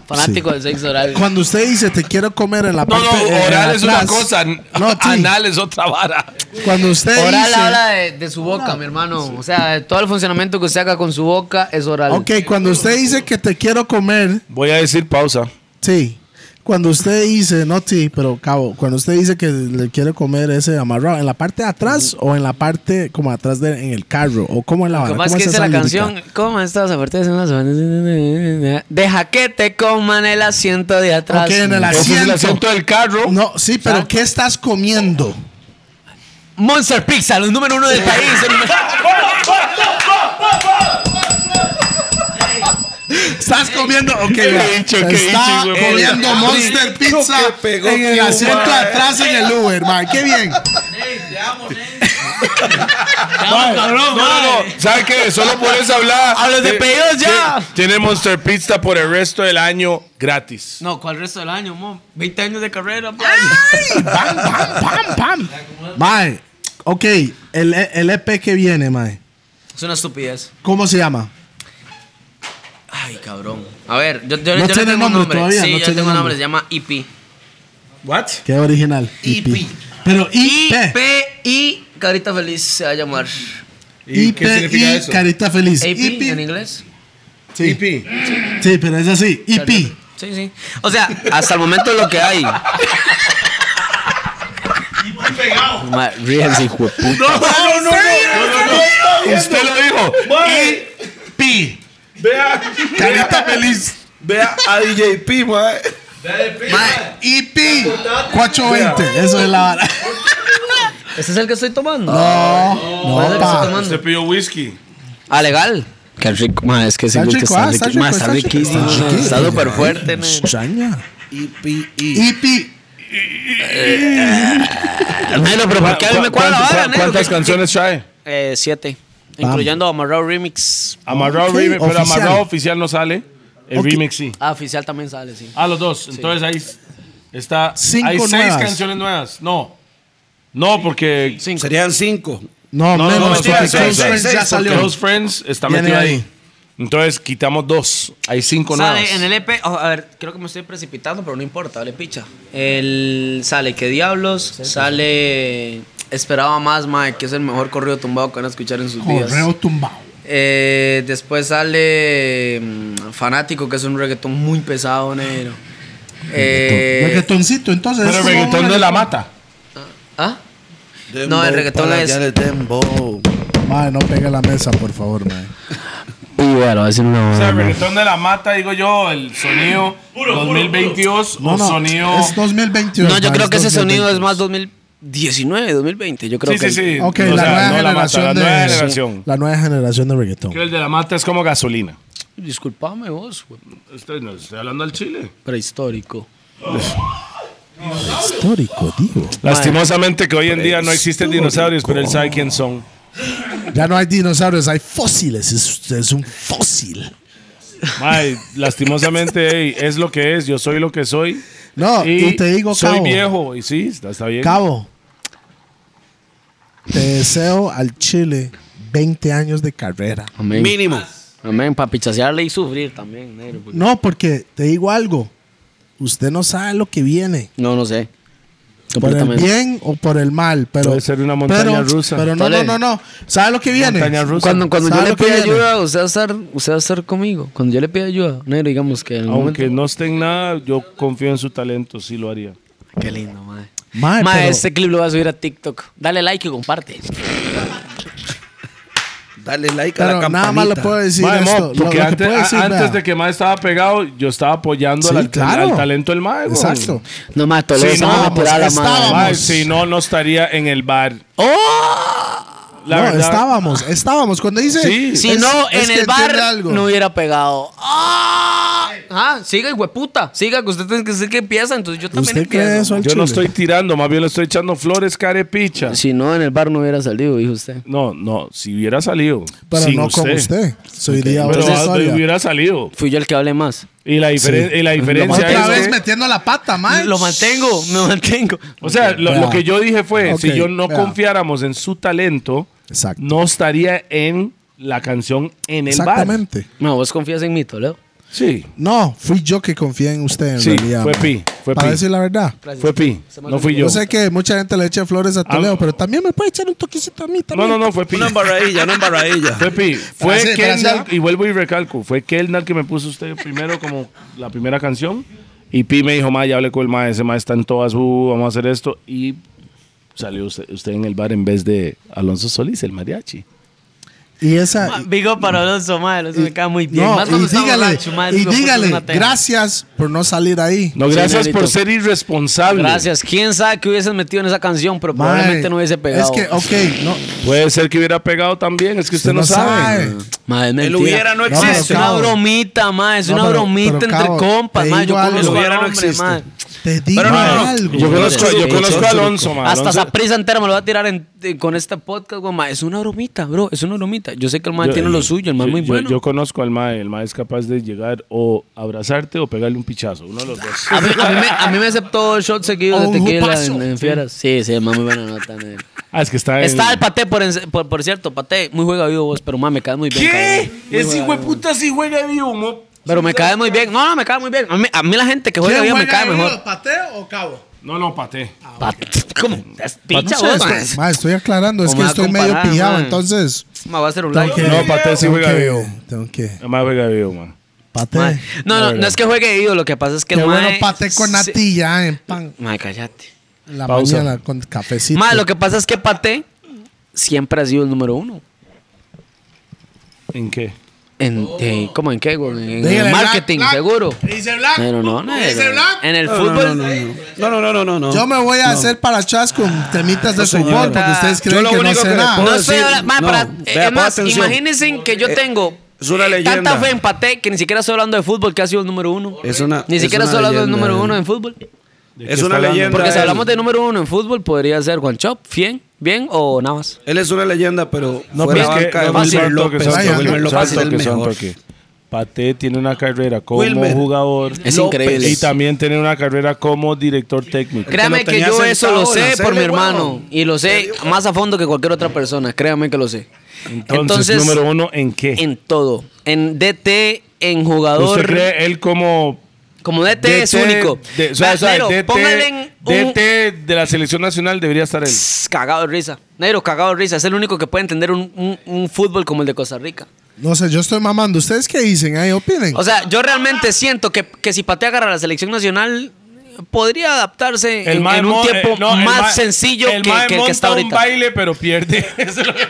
F: Fanático del sexo oral.
E: Cuando usted dice te quiero comer en la
H: No,
E: parte
H: no,
E: eh,
H: oral es una
E: atrás.
H: cosa,
E: No, sí.
H: anal es otra vara.
E: Cuando usted
F: Oral
E: dice
F: habla de, de su boca, mi hermano. O sea, de todo el funcionamiento que usted haga con su boca es oral.
E: Ok, cuando usted dice que te quiero comer,
H: Voy a decir pausa.
E: sí. Cuando usted dice, no, sí, pero cabo, cuando usted dice que le quiere comer ese amarrado, ¿en la parte de atrás o en la parte como atrás de, en el carro? ¿O cómo en la vara?
F: Lo más
E: ¿Cómo
F: que
E: es
F: dice
E: esa
F: la
E: lírica?
F: canción, ¿cómo estás? Aparte de unas Deja que te coman el asiento de atrás.
E: Ok, en el
J: Ese es el
E: asiento.
J: asiento del carro.
E: No, sí, pero ¿qué estás comiendo?
F: Monster Pizza, los número uno del país. el número-
E: Estás comiendo, ok,
J: Qué
E: ya.
J: bicho, qué
E: está
J: bicho, güey.
E: comiendo Monster Pizza en el asiento de atrás en el Uber, man. Qué bien.
J: No, no, no. ¿Sabe qué? Solo por eso hablar.
F: ¡A los de pedidos ya!
J: Tiene Monster Pizza por el resto del año gratis.
F: No, ¿cuál resto del año, mo? 20 años de
E: Ah.
F: carrera, pues. bla.
E: Mae, ok, el, el EP que viene, mae.
F: Es una estupidez.
E: ¿Cómo se llama?
F: Ay, cabrón. A ver, yo, yo-
E: No
F: yo le
E: tiene
F: tengo un
E: nombre
F: nombre.
E: todavía,
F: sí,
E: no
F: yo le
E: tiene
F: tengo un nombre,
E: nombre.
F: se llama IP.
E: Qué original. IP. Pero IP.
F: I Carita Feliz se va a llamar.
E: IP y Carita Feliz.
F: AP en
E: IP.
F: inglés.
E: Sí. Sí, pero es así. IP.
F: Sí, sí. O sea, hasta el momento es lo que hay. Ma- Ríense, hijo de puta.
J: Usted lo dijo.
E: Carita Feliz.
D: Vea a DJP, mae.
F: Ma,
E: IP. 420. Eso es la vara.
F: ¿Ese es el que estoy tomando?
E: No,
F: ¿Cuál es
E: no,
F: el que estoy
E: pa.
F: tomando?
C: Se pidió whisky.
F: Ah, legal. Qué rico, ma, es que sí,
E: Está
F: que
E: rico,
F: está
E: ah, está
F: riqui- ma, está
E: rico, está rico.
F: riquísimo.
E: Ah, chiquillo.
F: Está súper fuerte, man.
E: Chaña.
D: IPI.
E: IP.
F: Nelo, pero ¿por qué a mí me cuadra la
C: ¿Cuántas-
F: vara,
C: cua-
F: Nelo?
C: ¿Cuántas
F: ¿Qué-
C: canciones trae?
F: Eh, siete.
E: Vamos.
F: Incluyendo Amarrado Remix.
C: Amarrado
E: Ok,
C: remix, pero
E: oficial.
C: amarrado oficial no sale. El
E: Ok.
C: remix sí.
F: Ah, oficial también sale, sí.
C: Ah, los dos. Entonces ahí está.
E: Cinco
C: hay seis
E: nuevas.
C: canciones nuevas. No. No, porque
D: Serían cinco.
E: No,
C: No, no,
E: menos,
C: no, mentira,
E: porque
C: seis,
E: Close
C: seis,
E: Friends
D: seis,
E: ya
D: porque
E: salió.
C: Close Friends está
E: Viene
C: metido ahí.
E: ahí.
C: Entonces quitamos dos. Hay cinco nuevas.
F: Sale en el EP, oh, a ver, creo que me estoy precipitando, pero no importa, vale picha. El sale que diablos, sale esperaba más Mike, que es el mejor corrido tumbado que van a escuchar en sus
E: Correo
F: días.
E: tumbado.
F: Eh, después sale mm, Fanático, que es un reggaetón muy pesado, negro. Eh,
E: Reggaetoncito, entonces.
C: Pero el
E: es como
C: reggaetón
E: una-
C: de la mata.
F: ¿Ah? No, el reggaetón
D: para
F: es-
D: allá de dembow.
E: Mae, no pegue la mesa, por favor, mae.
F: Y bueno, es una
C: O sea, el reggaetón de la mata, digo yo, el sonido 2022
E: No,
C: o
E: no.
C: sonido.
E: Es 2021.
F: No, yo
E: mae,
F: creo que ese sonido
E: 2022.
F: es más 2019, 2020, yo creo
C: Sí,
F: que
C: sí, sí.
E: Ok,
C: O
E: la,
C: sea,
E: nueva
C: no la mata,
E: generación
C: la
E: de,
C: nueva generación.
E: la nueva generación de reggaetón.
C: Que el de la mata es como gasolina.
F: Disculpame vos, güey.
C: Estoy, no, estoy hablando al chile.
F: prehistórico.
E: Histórico, digo.
C: Lastimosamente que hoy en día no existen dinosaurios, pero él sabe quién son.
E: Ya no hay dinosaurios, hay fósiles. Es, es un fósil.
C: Mae, lastimosamente, ey, es lo que es, yo soy lo que soy.
E: No, y, te digo,
C: soy
E: cabo.
C: viejo, y sí, está, está bien.
E: Cabo. Te deseo al Chile 20 años de carrera.
F: Amén.
D: Mínimo.
F: Amén, para pichasearle y sufrir también, negro. porque-
E: No, porque te digo algo. Usted no sabe lo que viene.
F: No, no sé.
E: Por el
F: Completamente.
E: bien o por el mal. Pero,
C: Puede ser una montaña
E: pero-
C: rusa.
E: Pero no, no,
F: Dale.
E: no, no. ¿Sabe lo que viene?
C: Montaña rusa.
F: Cuando, cuando yo
E: ¿Sabe
F: le
E: lo que
F: pida
E: viene?
F: ayuda, usted va, a estar, usted va a estar conmigo. Cuando yo le pida ayuda, negro, digamos que en el
C: Aunque
F: momento...
C: no esté en nada, yo confío en su talento, sí lo haría.
F: Qué lindo, madre.
E: Mae,
F: Mae,
E: pero-
F: este clip lo voy a subir a TikTok. Dale like y comparte.
D: Dale like a la
E: Pero
D: campanita.
E: nada más le puedo decir
C: Mae, mo,
E: esto. Lo-
C: porque
E: lo que
C: antes,
E: puedo decir,
C: a- antes
E: vea.
C: de que Mae estaba pegado, yo estaba apoyando
E: Sí,
C: al, al-
E: claro.
C: al talento del Mae. weón.
E: Exacto.
F: No, más Toledo,
C: Sí, no,
F: no,
E: pues,
F: la
E: estábamos.
F: madre.
C: Mae, si no, no estaría en el bar. La
E: ¡Oh! no,
C: verdad,
E: estábamos, estábamos. Cuando dice.
C: Sí.
F: Si
E: es-
F: no,
E: es
F: en
E: que
F: el bar
E: entiende algo.
F: no hubiera pegado. ¡Ah! Ah, siga, hueputa. Siga, que usted tiene que decir que empieza, entonces yo también
E: ¿Usted cree
F: empiezo.
E: eso al
C: yo
E: chile?
C: no estoy tirando, más bien le estoy echando flores, carepicha.
F: Si no, en el bar no hubiera salido, dijo usted.
C: No, no, si hubiera salido.
E: Pero
C: sin
E: no con usted. Soy día
C: Pero
E: otra
C: ah,
E: historia.
C: hubiera salido.
F: Fui yo el que hablé más.
C: Y la, diferen- y la diferencia
E: Otra
C: es.
E: vez
C: que-
E: metiendo la pata, man.
F: Lo mantengo, me mantengo.
C: o sea, lo,
E: vea.
C: lo que yo dije fue:
E: Ok,
C: si yo no
E: vea.
C: confiáramos en su talento,
E: Exacto.
C: no estaría en la canción en el bar.
E: Exactamente.
F: No, vos confías en mí, Toledo.
C: Sí,
E: No, fui yo que confié en usted en
C: Sí,
E: realidad.
C: fue
E: man.
C: pi, fue
E: Para
C: pi.
E: decir la verdad.
C: fue Pi. No fui yo.
E: Yo sé que mucha gente le echa flores a Toledo, pero también me puede echar un toquecito a mí
C: No,
E: también.
C: no, no, fue Pi.
D: Una embarradilla, una embarradilla.
C: Fue Pi. Fue
E: Frase, frase.
C: Kendall, y vuelvo y recalco, fue Kendall que me puso usted primero como la primera canción. Y Pi me dijo, ma, ya hablé con el ma, ese ma está en todas, uh, vamos a hacer esto. Y salió usted, usted en el bar en vez de Alonso Solís, el mariachi.
E: Y esa.
F: Ah, Vigo para Alonso, madre, eso me cae muy bien.
E: No,
F: Más cuando
E: y
F: está
E: dígale,
F: borracho, madre,
E: y
F: digo, puta,
E: dígale,
F: una tela.
E: gracias por no salir ahí.
C: No, gracias
F: Nelito.
C: por ser irresponsable.
F: Gracias. ¿Quién sabe que hubiesen metido en esa canción? Pero
E: Mae,
F: probablemente no hubiese pegado.
E: Es que, ok, no.
C: Puede ser que hubiera pegado también, es que usted no, sabe.
F: Mae, es
H: El
F: mentira.
H: hubiera no
E: oh, No, pero
H: existe.
F: Es una
E: Cabo.
F: bromita, ma, es
E: No,
F: una
E: pero-
F: bromita
E: pero,
F: entre
E: cabo,
F: compas,
E: te
F: ma.
E: digo
F: Yo
E: algo.
F: conozco
H: Hubiera
F: al
H: no
F: hombre,
H: existe.
F: ma.
E: Te digo
H: Pero no, no, no.
E: algo.
C: Yo conozco, yo conozco a Alonso, ma.
F: Hasta
C: Alonso-
F: esa prisa entera me lo va a tirar en- eh, con este podcast, güey, ma. Es una bromita, bro. Es una bromita. Yo sé que el man
C: yo- eh,
F: tiene lo suyo, el man
C: yo-
F: muy
C: yo-
F: bueno.
C: Yo, conozco al mae, el mae es capaz de llegar o abrazarte o pegarle un pichazo, uno de los dos.
F: A mí, a mí me, a mí me aceptó shot seguido de
E: un
F: tequila
E: jupazo.
F: en, en Fieras. Sí, sí, ma, muy buena nota. nene.
C: Ah, es que está en-
F: Está el Paté, por, en- por, por cierto, Paté, muy juega vivo vos, pero ma, me caes muy bien.
H: ¿Qué?
F: cabrón. Muy
H: Ese
F: juega
H: hijo de
F: vivo.
H: puta sí juega de humo.
F: Pero me cae muy bien. No, no, me cae muy bien. A mí, a mí la gente que juega bien me cae mejor.
E: ¿Pateo o cabo?
C: No, no, pate.
F: Pat- ¿Cómo? Es Picha vos, ma.
E: Ma, estoy aclarando, es
F: ¿Cómo
E: que
F: va a
E: estoy medio
F: comparar,
E: pillado,
F: man?
E: entonces.
F: Ma, va a hacer un
E: Tengo
F: like.
E: que,
C: No, Pate sí
E: tengo
C: juega
E: que-
C: bien.
E: Tengo que.
C: El mae juega vivo, ma.
E: Pate.
F: Ma, No, no, no es que juegue ido, lo que pasa es que
E: Qué
F: el
E: bueno
F: mae
E: pate con
F: se-
E: natilla en pan.
F: Mae, cállate.
E: En la
C: Pausa.
E: mañana con cafecito.
F: Mae, lo que pasa es que Pate siempre ha sido el número uno.
C: ¿En qué?
F: En, eh, ¿Cómo en qué, güey? En el
E: Dígale,
F: marketing,
E: Black, Black.
F: seguro.
E: Dice Black.
F: Pero no, no.
E: Dice
F: en-
E: Black.
F: En el
D: No, no, no,
F: fútbol.
D: no, no. No, no, no, no, no, no.
E: Yo me voy a hacer para atrás con temitas de fútbol
F: Ah,
E: porque ustedes
D: Yo
E: creen
D: lo
E: que no
D: único
E: sé
D: que le
E: nada.
D: puedo-
F: No estoy
D: decir-
F: hablando. Mae,
D: no,
F: para.
D: vea,
F: eh, es
D: ponga
F: más,
D: atención.
F: imagínense que yo tengo.
D: es una
F: Tanta
D: leyenda.
F: fe en Pate que ni siquiera estoy hablando de fútbol, que ha sido el número uno.
D: Es una-
F: ni
D: es una
F: siquiera estoy hablando del
D: leyenda,
F: número
D: él.
C: eh.
F: uno en fútbol.
D: Es una leyenda.
F: Porque si
D: él.
F: hablamos de número uno en fútbol, podría ser Juan Chop, Fien, bien o Navas.
D: Él es una leyenda, pero
C: No,
D: fuera
C: pero es que
D: banca de
C: no,
D: Wilmer
C: Wilmer
D: López.
C: Toque, son
D: Vaya,
E: toque,
D: Wilmer
E: son
D: López es el
C: toque, son
D: mejor.
C: toque. Pate tiene una carrera como
D: Wilmer.
C: jugador
F: Es
D: López.
F: increíble.
C: y también tiene una carrera como director técnico.
D: Cre-
F: Créame
D: lo
F: que
D: tenía
F: yo eso
D: sentado
F: lo
D: en la
F: sé por mi
D: serie,
F: hermano
D: weón.
F: y lo sé más a fondo que cualquier otra persona. Créame que lo sé.
C: Entonces, número uno, ¿en qué?
F: en todo, en DT, en
C: ¿Usted
F: jugador,
C: cree él como
F: como DT, es único.
C: de- o sea, o sea,
F: Nero,
C: DT
F: póngale en un
C: DT de la selección nacional debería estar él.
F: Pss, cagado de risa. Negro, cagado de risa. Es el único que puede entender un, un- un fútbol como el de Costa Rica.
E: No sé, yo estoy mamando. ¿Ustedes qué dicen? Ahí opinen.
F: O sea, yo realmente siento que, que si Pate agarra la selección nacional, podría adaptarse en,
C: mae
F: en un
C: mo-
F: tiempo
C: eh, no, el
F: más
C: mae-
F: sencillo
C: el
F: que,
C: mae
F: que el que está
C: monta un
F: ahorita.
C: baile pero pierde. Eso es lo que-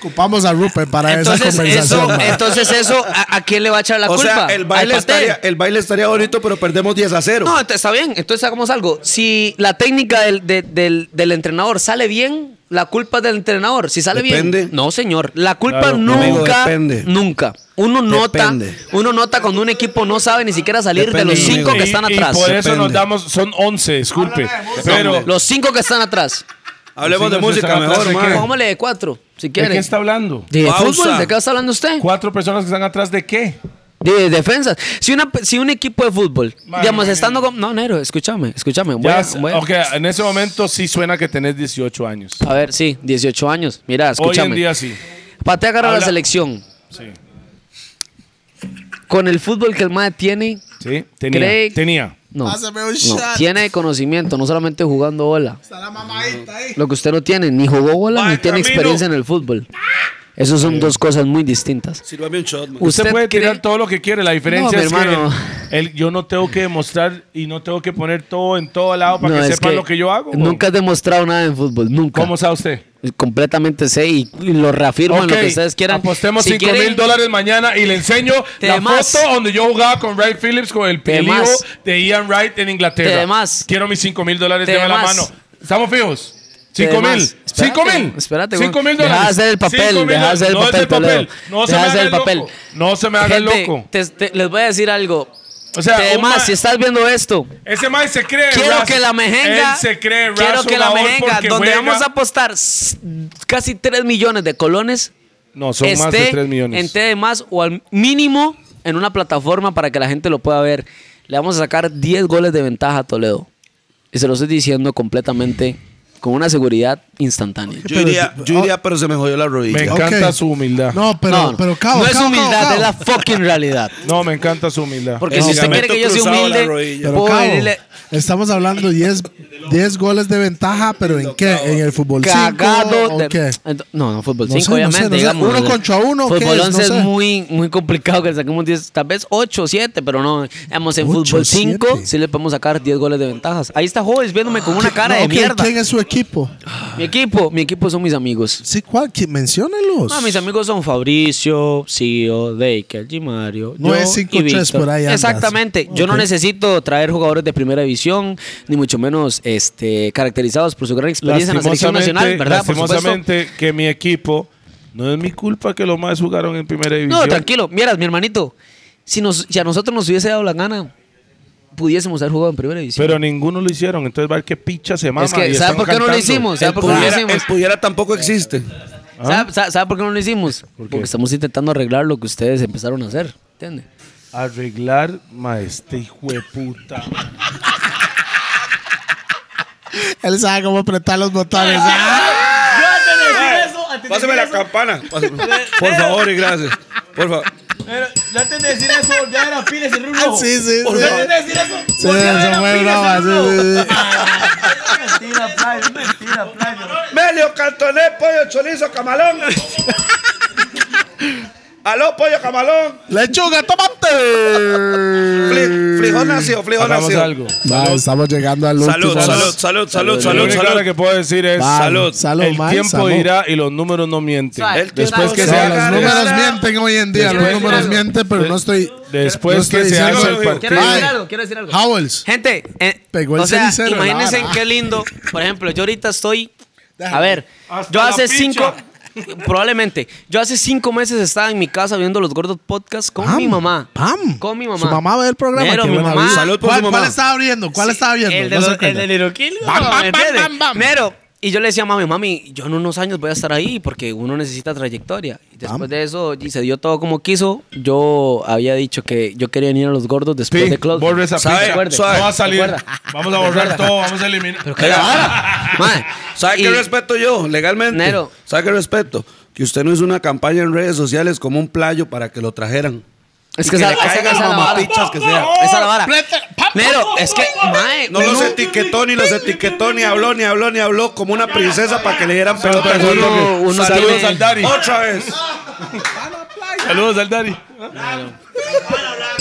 E: Ocupamos a Rupert para esa
F: Entonces
E: conversación.
F: eso,
E: man.
F: entonces eso, ¿a, a quién le va a echar la
D: O sea,
F: culpa?
D: el
F: ¿Al
D: baile,
F: Paté?
D: estaría, el baile estaría bonito, pero perdemos 10 a 0.
F: No, ent- está bien. Entonces hagamos algo. Si la técnica del, de- del, del entrenador sale bien, la culpa es del entrenador. Si sale
D: Depende.
F: bien. No, señor. La culpa
C: Claro,
F: nunca,
D: amigo, depende.
F: nunca. Uno nota,
D: Depende.
F: uno nota cuando un equipo no sabe ni siquiera salir de
D: Depende,
F: los cinco
D: amigo.
F: que están
C: y,
F: atrás.
C: Y por eso nos
D: Depende.
C: damos, son 11, disculpe. Pero,
F: Los cinco que están atrás.
D: Hablemos
C: Sí,
D: de
C: no sé,
D: música
C: estaba
D: mejor,
C: atrás de
D: man.
F: Póngale de cuatro, si
C: ¿de
F: quieren.
C: qué está hablando?
F: ¿De
D: Pausa.
F: fútbol? ¿De qué está hablando usted?
C: ¿Cuatro personas que están atrás de qué?
F: De defensa. Si, una, si un equipo de fútbol,
C: Madre
F: digamos,
C: mía.
F: estando con. No, Nero, escúchame, escúchame. Voy
C: Ya,
F: a- voy a-
C: ok, en ese momento sí suena que tenés 18 años.
F: A ver, sí, 18 años. Mira, escúchame.
C: Hoy en día sí.
F: Pate agarra
C: Habla-
F: la selección.
C: Sí.
F: Con el fútbol que el MAE tiene,
C: Sí, tenía.
F: Craig-
C: Tenía.
F: no.
E: Pásame un
F: no,
E: shot.
F: Tiene conocimiento, no solamente jugando bola.
E: Está la mamadita ahí.
F: Lo que usted no tiene, ni jugó bola,
H: Mae,
F: ni tiene
H: Camilo.
F: experiencia en el fútbol. Esas son dos cosas muy distintas.
D: Sírvame un shot, man.
F: ¿Usted
C: Usted puede
F: cree-
C: tirar todo lo que quiere. La diferencia
F: No, mi
C: es
F: hermano.
C: que el- yo no tengo que demostrar y no tengo que poner todo en todo lado para
F: No,
C: que
F: es
C: sepan lo que yo hago.
F: Nunca has demostrado nada en fútbol, nunca.
C: ¿Cómo sabe usted?
F: Completamente sé y, y lo reafirmo en lo
C: Ok,
F: que ustedes quieran.
C: Apostemos
F: Si
C: 5
F: quieren-
C: mil dólares mañana y le enseño
F: Temas.
C: la foto donde yo jugaba con Ray Phillips con el
F: Temas.
C: peligro de Ian Wright en Inglaterra.
F: Temas.
C: Quiero mis 5 mil dólares, deme la
F: Temas.
C: mano. ¿Estamos fijos? 5
F: Además,
C: mil. 5
F: espérate,
C: mil.
F: Espérate,
C: 5 mil
F: güey.
C: dólares.
F: Deja de hacer el papel.
C: Cinco mil
F: Deja de hacer el
C: dólares.
F: papel,
C: No es el papel.
F: Toledo.
C: No se
F: Deja
C: me
F: de hacer
C: haga
F: el papel.
C: loco. No se me haga el
F: Gente,
C: loco.
F: te- te- les voy a decir algo.
C: O sea, un
F: Además,
C: ma-
F: si estás viendo esto,
C: Ese mae se cree.
F: quiero
C: Raz-
F: que la mejenga.
C: Él se cree.
F: Quiero
C: Raz
F: que la
C: jugador
F: mejenga,
C: porque
F: donde
C: juega-
F: vamos a apostar s- casi 3 millones de colones,
C: No, son
F: esté
C: más de 3 millones.
F: en TD más o al mínimo en una plataforma para que la gente lo pueda ver. Le vamos a sacar 10 goles de ventaja a Toledo. Y se lo estoy diciendo completamente con una seguridad instantánea.
D: Yo iría, yo iría, pero se me jodió la rodilla.
H: Me encanta
E: Ok.
H: su humildad. No,
E: No, pero,
F: No, no.
E: pero Cabo,
F: no es
E: Cabo,
F: humildad,
E: Cabo,
F: es la
E: Cabo.
F: fucking realidad.
H: me encanta su humildad.
F: Porque
D: No,
F: si usted quiere que yo sea
D: cruzado la
F: humilde,
D: rodilla.
E: Pero
F: puedo
E: Cabo,
F: venirle
E: estamos hablando 10 10 goles de ventaja, pero ¿en qué? ¿En el fútbol 5?
F: cagado de...
E: ¿O qué?
F: Ento- No, no, fútbol
E: No
F: 5,
E: sé, no sé,
F: obviamente.
E: no sé.
F: digamos,
E: Uno
F: o sea,
E: contra uno, ¿qué
F: Fútbol
E: es?
F: 11
E: No
F: es
E: sé.
F: muy, muy complicado que saquemos 10, tal vez 8 o 7, pero no. Digamos, en
E: Ocho,
F: fútbol 5
E: siete. Ah,
F: sí le podemos sacar 10 goles de ventajas. Ahí está Joves viéndome con una cara
E: No,
F: de
E: ok,
F: mierda.
E: ¿Quién es su equipo?
F: Mi equipo, mi equipo son mis amigos.
E: Sí, ¿cuál? ¿Quién? Menciónelos.
F: Ah, mis amigos son Fabricio, Sio, Deiker, Gimario.
E: No es 5-3 por ahí andas.
F: Exactamente. Yo no
E: Ok.
F: necesito traer jugadores de primera división, ni mucho menos este, caracterizados por su gran experiencia en la selección nacional, ¿verdad? Por supuesto.
H: lastimosamente que mi equipo no es mi culpa que los más jugaron en primera división.
F: No, tranquilo. Mira, mi hermanito, si, nos, si a nosotros nos hubiese dado la gana, pudiésemos haber jugado en primera división.
H: Pero ninguno lo hicieron, entonces va a ver qué picha se mama.
F: es que,
H: y
F: ¿sabe
H: están
F: por qué no lo
H: cantando.
F: hicimos?
D: El
F: ¿Sabe por qué no lo
D: pudiera,
F: hicimos? Eh,
D: el pudiera tampoco existe.
E: ¿Ah?
F: ¿Sabe, sabe- sabe por qué no lo hicimos? Porque estamos intentando arreglar lo que ustedes empezaron a hacer. ¿Entiendes?
H: Arreglar, maestre, hijo de puta.
E: Él sabe cómo apretar los botones.
D: Pásame la campana. Pásame. Por favor y gracias. Por favor.
E: Ah, sí, sí, sí. Sí,
I: Volvió a ver
E: eso
I: a
E: fue
I: Pires,
E: broma,
I: hermano.
E: sí, sí, sí.
D: Melio, Cantoné, Pollo, Chorizo, Camalón. Aló, Pollo, Camalón.
E: ¡Lechuga, tomate!
D: Fli- Frijol nació, frijol
H: Hagamos
D: nació.
H: algo.
E: Va, estamos llegando al
D: Salud,
E: último.
D: salud, salud, salud,
H: Lo
D: salud,
H: único
D: salud.
H: que puedo decir es
E: Va,
D: Salud.
E: salud,
H: el
E: man,
H: tiempo
E: salud.
H: dirá y los números no mienten.
I: Suave.
H: Después que
E: No,
H: se
I: Suave.
H: haga-
E: los números
D: Ahora-
E: mienten hoy en día. Los
H: Después-
E: números mienten, pero no estoy.
H: Después
E: no estoy
H: que se
E: diciendo-
H: haga el partido.
I: Quiero decir algo, quiero decir algo.
E: Howells.
F: Gente, eh,
E: Pegó el
F: o sea,
E: cenicero, la
F: imagínense
E: vara.
F: qué lindo. Por ejemplo, yo ahorita estoy. A
E: Déjame.
F: ver, yo hace cinco. Probablemente. Yo hace cinco meses estaba en mi casa viendo los gordos podcasts con
E: Pam,
F: mi mamá.
E: Pam.
F: Con mi mamá.
E: Su mamá ve el programa.
F: Pero
E: qué
F: mi
E: buena
F: mamá-
E: vida.
D: Salud por
E: ¿Cuál,
D: su mamá.
E: cuál estaba viendo? ¿Cuál estaba viendo?
F: El de,
E: No se
F: los, el
E: acuerda.
F: de Little Kill,
E: Bam,
F: ¿me
E: bam,
F: entiendes?
E: bam, bam, bam.
F: Mero. Y yo le decía a mami, mami, yo en unos años voy a estar ahí porque uno necesita trayectoria. Y después
E: Bam.
F: de eso, y se dio todo como quiso. Yo había dicho que yo quería venir a los gordos después
H: Pi,
F: de Club.
H: borra esa
D: Sabe,
H: picha.
D: recuerde,
H: No Ah, va a salir.
F: recuerda.
H: Vamos a borrar todo, vamos a eliminar.
F: Pero qué la vara. Mae,
D: ¿Sabe
F: y-
D: qué respeto yo legalmente?
F: Nero.
D: ¿Sabe qué respeto? Que usted no hizo una campaña en redes sociales como un playo para que lo trajeran.
F: Es
D: Y
F: que, esa,
D: le
F: esa-
D: caigan
F: esa es la vara.
D: mamapichas que sea.
F: Esa es la vara. Pero es que, mae,
D: No los etiquetó ni los etiquetó ni habló ni habló ni habló como una princesa para que le dieran pelota.
F: uno, uno tiene-
H: Dari.
D: Otra vez.
H: Saludos al Dari.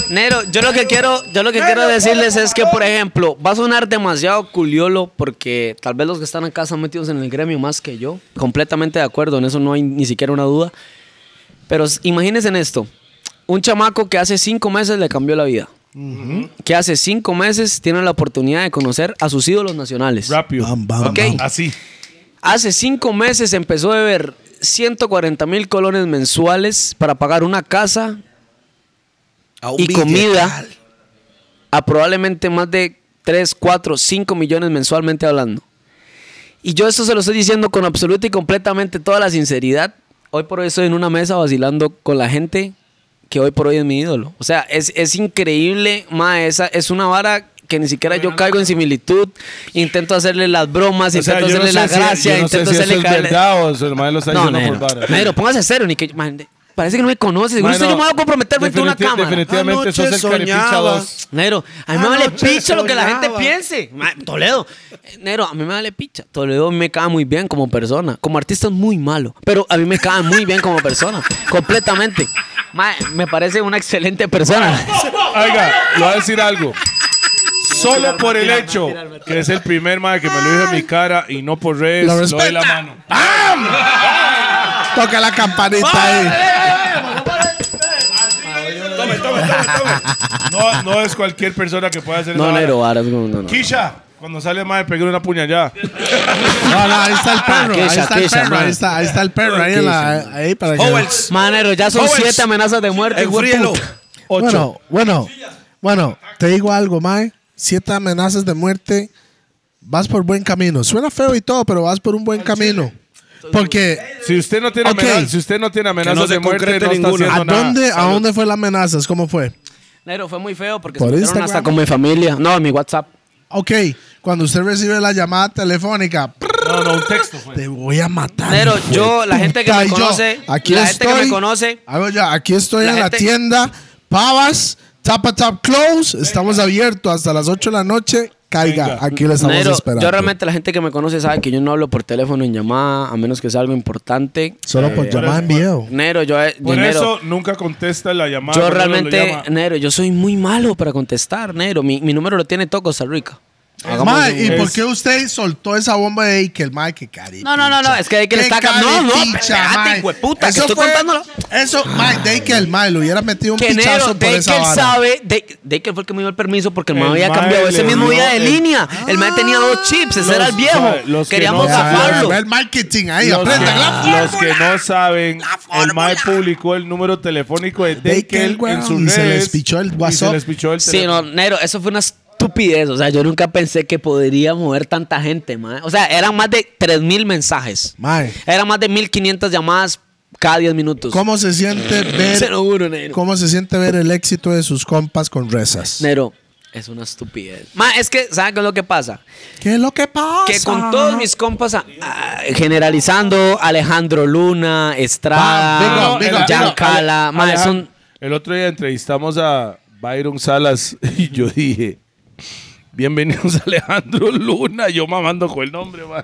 F: Nero, yo lo que quiero, yo lo que quiero decirles es que, por ejemplo, va a sonar demasiado culiolo porque tal vez los que están acá están metidos en el gremio más que yo. Completamente de acuerdo, en eso no hay ni siquiera una duda. Pero s- imagínense en esto. Un chamaco que hace cinco meses le cambió la vida. Que hace cinco meses tiene la oportunidad de conocer a sus ídolos nacionales.
H: Rápido.
E: Bam, bam,
F: Ok.
E: bam.
H: Así.
F: Hace cinco meses empezó a beber 140 mil colones mensuales para pagar una casa
D: A un
F: y
D: billete.
F: comida a probablemente más de 3, 4, 5 millones mensualmente hablando. Y yo eso se lo estoy diciendo con absoluta y completamente toda la sinceridad. Hoy por hoy estoy en una mesa vacilando con la gente que hoy por hoy es mi ídolo. O sea, es, es increíble, ma, esa es una vara que ni siquiera yo caigo en similitud. Intento hacerle las bromas,
H: O sea,
F: intento
H: yo no
F: hacerle la
H: sé si-
F: gracia,
H: yo no sé
F: intento
H: si eso
F: hacerle
H: es
F: caerle-
H: verdad o su hermano lo está
F: No,
H: diciendo
F: negro,
H: por vara.
F: negro, póngase serio, ni que, man, parece que no me conoce.
H: Mano,
F: Usted yo me voy a comprometer frente a una
H: definitiv-
F: cámara.
H: Definitivamente sos el
D: Anoche
H: caripicha
D: soñaba.
H: 2.
F: Negro, a mí
C: Ah,
F: me vale
D: Anoche
F: picha lo que la gente
D: soñaba.
F: piense. Ma- Toledo, eh, Negro, a mí me vale picha. Toledo me cae muy bien como persona. Como artista es muy malo, pero a mí me cae muy bien como persona. Completamente. Ma, me parece una excelente persona.
H: Oiga, le voy a decir algo. Solo por el hecho que es el primer madre que me lo dijo en mi cara y no por redes,
E: Lo
H: lo doy
E: respeta.
H: la mano.
E: Toca la campanita ahí.
D: Tome, tome, tome, tome.
H: No, no es cualquier persona que pueda hacer
F: No,
H: esa vara.
F: Negro, ahora es como- no, no.
H: Kisha, cuando sale madre, pegué una puñalada.
E: No, no, ahí está el perro. Ahí
F: quecha,
E: está el
F: quecha,
E: perro.
F: man.
E: Ahí está, ahí está el perro. Ahí, en la, ahí para que.
D: Howells,
F: Ma, Negro, ya son
D: Owens.
F: siete amenazas de muerte. hijo de
D: enfríelo.
F: puta.
E: Bueno, bueno, bueno, te digo algo, Mae. Siete amenazas de muerte. Vas por buen camino. Suena feo y todo, pero vas por un buen camino. Porque,
H: Si usted no tiene
E: Ok.
H: amenaza, si usted no tiene amenazas
D: Que no se
H: de muerte,
D: concrete
H: no está
D: ninguna.
H: haciendo
E: ¿a
H: nada.
E: dónde, ¿a dónde fue la amenaza? ¿Cómo fue?
F: Negro, fue muy feo porque
E: Por
F: se metieron
E: Instagram.
F: hasta con mi familia. No, en mi WhatsApp.
E: Ok, cuando usted recibe la llamada telefónica, prrr,
C: no, no, un texto pues. fue.
E: Te voy a matar.
F: Pero
E: hijo de
F: yo, la gente que
E: puta,
F: me
E: y yo,
F: conoce,
E: aquí
F: la gente
E: estoy,
F: que me conoce,
E: hago yo, aquí estoy
F: la
E: en
F: gente-
E: la tienda, pavas, tapa tap close, estamos abiertos hasta las 8 de la noche, caiga, aquí le estamos
F: Nero,
E: esperando.
F: yo realmente la gente que me conoce sabe que yo no hablo por teléfono en llamada, a menos que sea algo importante.
E: Solo
C: Eh,
E: por llamada en video.
F: Nero, yo, eh,
C: Por
F: Nero,
C: eso nunca contesta la llamada.
F: yo
C: cuando uno lo
F: realmente,
C: llama.
F: Nero, yo soy muy malo para contestar, Nero. Mi, mi número lo tiene todo Costa Rica.
E: Mae, ¿y
C: un-
E: por
C: es-
E: qué usted soltó esa bomba de Ikel, mae? Qué cari.
F: No, no, no, no, es que Ikel
E: Qué
F: está acá- no, no,
E: carepicha,
F: espérate,
E: mae.
F: hijueputa, que
E: Eso
F: estoy
E: fue-
F: contándolo.
E: Eso, mae, de Ikel, mae, le hubiera metido un
F: Que Nero,
E: pichazo por
F: de que
E: esa
F: él
E: vara.
F: sabe, de, de que él fue el que me dio el permiso porque el man
C: El
F: había
C: mae
F: cambiado ese
C: le
F: mismo
C: dio
F: día de
C: el-
F: línea. El man tenía dos chips, ese era el
C: Los-
F: viejo.
C: mae, los que
F: Queríamos
C: no saben-
F: zafarlo.
E: Ve el marketing ahí,
C: Los que,
E: aprendan la
C: los que no saben, el MAE publicó el número telefónico de
E: Deikel,
C: Deikel
E: weón,
C: en sus
E: y
C: redes.
E: se les pichó el
C: Y
E: WhatsApp.
C: se les pichó el
F: Sí, no,
C: teléfono.
F: Nero, eso fue una estupidez. O sea, yo nunca pensé que podría mover tanta gente, man. O sea, eran más de 3.000 mensajes.
E: Mae.
F: Eran más de 1.500 llamadas cada 10 minutos.
E: ¿Cómo se siente
F: Se
E: ver
F: lo juro, Nero.
E: cómo se siente ver el éxito de sus compas con rezas?
F: Nero, es una estupidez. Ma, es que, ¿saben qué es lo que pasa?
E: ¿Qué es lo que pasa?
F: Que con todos mis compas, ah, ah, generalizando, Alejandro Luna, Estrada,
C: Ah,
E: Va, venga, venga,
F: Jan
E: venga,
F: Cala, ma,
C: Alejandro,
F: son...
C: El otro día entrevistamos a Byron Salas y yo dije, bienvenidos a Alejandro Luna, yo mamando con el nombre, mae.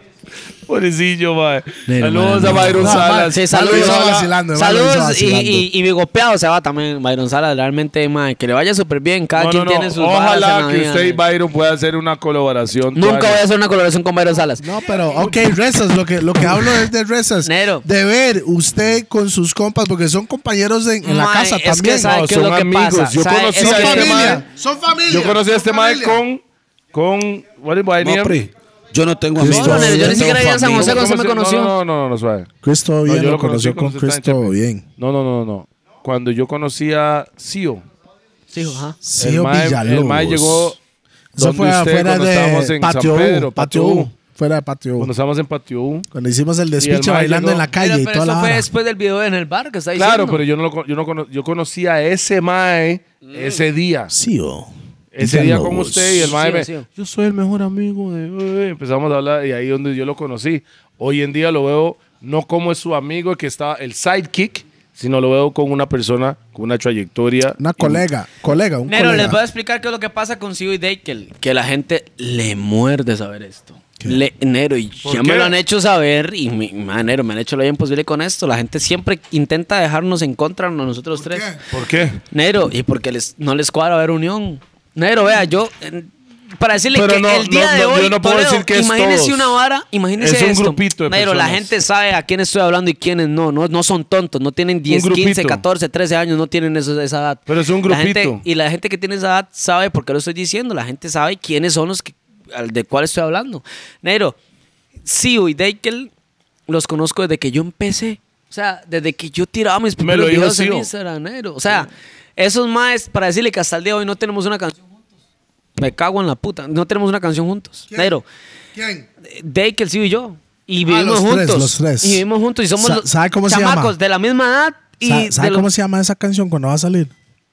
C: Pobrecillo, mae.
F: Nero,
C: Saludos
F: mae,
C: a Byron
F: no.
C: Salas.
F: Ah, Sí,
E: Lo
F: saludos.
E: hizo vacilando, hermano, lo hizo
F: Saludos y,
E: vacilando.
F: y, y bigopeado se va también, Byron Salas. Realmente, mae, que le vaya súper bien. Cada
C: No,
F: quien
C: no, no.
F: tiene sus varas en
C: Ojalá
F: la
C: que
F: vida,
C: usted y
F: mae.
C: Byron puedan hacer una colaboración.
F: Nunca
C: tuanis.
F: voy a hacer una colaboración con Byron Salas.
E: No, pero, ok, rezas, lo que, lo que hablo es de rezas.
F: Nero.
E: De ver usted con sus compas, porque son compañeros en, en la
F: Mae,
E: casa
F: es
E: también.
F: que sabe
C: No,
F: qué es lo
C: son
F: que
C: amigos.
F: pasa.
C: Yo
F: ¿Sabe?
C: conocí
F: Es
E: son
C: a
F: que-
C: este
E: familia,
C: mae.
E: son familia.
C: Yo conocí a
E: son
C: este mae
E: familia.
C: con... Con... What is my name?
D: Mopri, yo no tengo amigos.
F: No, Nero, yo ni siquiera vivía en San José
E: familia.
C: ¿Cómo
F: cuando se me
C: se-
F: conoció.
C: No, no, no, no, no, suave.
E: Cristo bien,
C: No, yo
E: lo,
C: lo conocí
E: conoció con
C: cuando se estaba en
E: Cristo
C: Chepe.
E: bien.
C: No, no, no, no. Cuando yo conocí a Sio,
F: Sí, ajá.
E: Sí,
C: el mae-
E: Villalobos.
C: el mae llegó
E: Eso
C: donde
E: fue
C: usted
E: afuera
C: cuando estábamos
E: de
C: en
E: Patio
C: San
E: U,
C: Pedro,
E: Patio
C: Patio
E: U,
C: U.
E: Fuera de Patio U.
C: cuando
E: Cuando,
C: estábamos en Patio U.
E: hicimos el despiche
C: mae
E: bailando
C: llegó-
E: en la calle
F: Pero,
E: y
F: pero
E: toda
F: eso
E: la
F: fue
E: vara.
F: después del video en el bar que está diciendo.
C: Claro, pero yo no lo con- yo no cono- yo conocí a ese mae
F: Mm.
C: ese día.
E: Sí, oh.
C: Ese día con
E: Villalobos.
C: usted y el mae
F: Sí,
C: me-
F: sí.
C: yo soy el mejor amigo de eh, empezamos a hablar y ahí donde yo lo conocí. Hoy en día lo veo no como es su amigo que está el sidekick, sino lo veo con una persona con una trayectoria
E: Una
C: y-
E: colega, colega, un
F: Nero,
E: colega.
F: les voy a explicar qué es lo que pasa con Sio y Deikel. Que la gente le muerde saber esto. Le, Nero, y ya me
C: qué?
F: lo han hecho saber y mi, ma, Nero, me han hecho lo imposible con esto. La gente siempre intenta dejarnos en contra a nosotros tres.
C: ¿Por qué?
F: Nero, y porque les, no les cuadra ver unión. Nero, vea, yo. eh, Para decirle
C: Pero
F: que
C: no,
F: el día
C: no,
F: de
C: no,
F: hoy,
C: yo no puedo
F: Toledo,
C: decir que es
F: imagínese
C: todos.
F: una vara, imagínese
C: Es un
F: esto.
C: grupito de
F: Nero, la
C: personas.
F: gente sabe a quién estoy hablando y quiénes no, no, no son tontos, no tienen 10, 15,
C: grupito.
F: 14, 13 años, no tienen eso- esa edad.
C: Pero es un
F: La gente-
C: grupito.
F: y la gente que tiene esa edad sabe por qué lo estoy diciendo, la gente sabe quiénes son los que, al de cuál estoy hablando. Nero, Sio y Deikel los conozco desde que yo empecé. O sea, desde que yo tiraba mis
C: Me
F: primeros
C: lo dijo
F: videos en
C: Sio.
F: Instagram, Nero. O sea, esos más, para decirle que hasta el día de hoy no tenemos una canción juntos. Me cago en la puta. No tenemos una canción juntos.
E: ¿Quién?
F: Nero,
E: ¿Quién?
F: Deikel, el Sio y yo. Y
E: Ah,
F: vivimos
E: los tres,
F: juntos.
E: los tres.
F: Y vivimos juntos y somos
E: Sa-
F: los
E: ¿sabe cómo se
F: chamacos
E: llama?
F: de la misma edad. Y
E: Sa- ¿Sabe
F: de los-
E: cómo se llama esa canción cuando va a salir?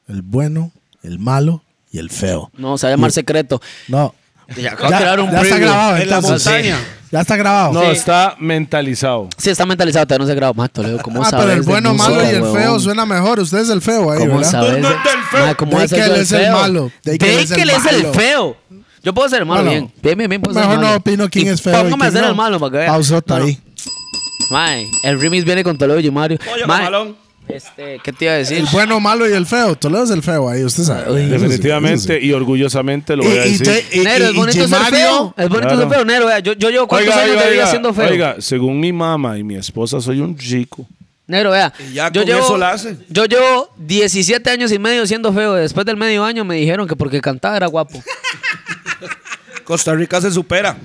E: El bueno, el malo y el feo.
F: No, se va a llamar secreto.
E: No.
F: Ya acabo de tirar un
E: ya está
F: preview.
E: grabado.
D: En la
E: entonces.
D: montaña.
E: Ya está grabado. Ah,
C: No, está mentalizado.
F: Sí, está mentalizado, todavía no se graba más, Toledo. ¿Cómo
E: Ah,
F: sabes?
E: pero el
F: de
E: bueno, malo y
F: música,
E: el feo
F: huevón?
E: suena mejor. Usted es el feo ahí,
F: ¿Cómo
E: ¿verdad?
F: sabes? Mae, ¿cómo vas a
E: Deikel
F: ser yo
E: es el
F: feo?
E: malo. Deikel es el
F: Deikel es el
E: malo.
F: feo. Yo puedo ser el malo
E: Bueno,
F: bien. Bien, bien, bien. puedo ser
E: Mejor
F: el
E: no
F: malo.
E: opino quién
F: Y
E: es feo. y
F: Póngame a
E: quién
F: ser
E: no.
F: el malo para que vea.
E: Pausota
F: No,
E: ahí.
F: Mae, el remix viene con Toledo y Mario. Mae, este, ¿qué te iba a decir?
E: El bueno, malo y el feo. Toledo es el feo ahí, usted sabe.
F: Uy.
C: Definitivamente y orgullosamente lo voy a
E: Y- y
C: decir.
E: te- y-
F: Nero,
E: y-
F: es
E: y
F: bonito ser
E: Gemario-
F: feo. Es bonito ser
C: Claro.
F: feo, Nero. vea, Yo, yo llevo cuántos años de vida siendo feo.
C: oiga, según mi mamá y mi esposa, soy un chico.
F: Nero, vea.
D: ya
F: yo
D: con
F: llevo,
D: eso la hace.
F: Yo llevo 17 años y medio siendo feo. Después del medio año me dijeron que porque cantaba era guapo.
D: Costa Rica se supera.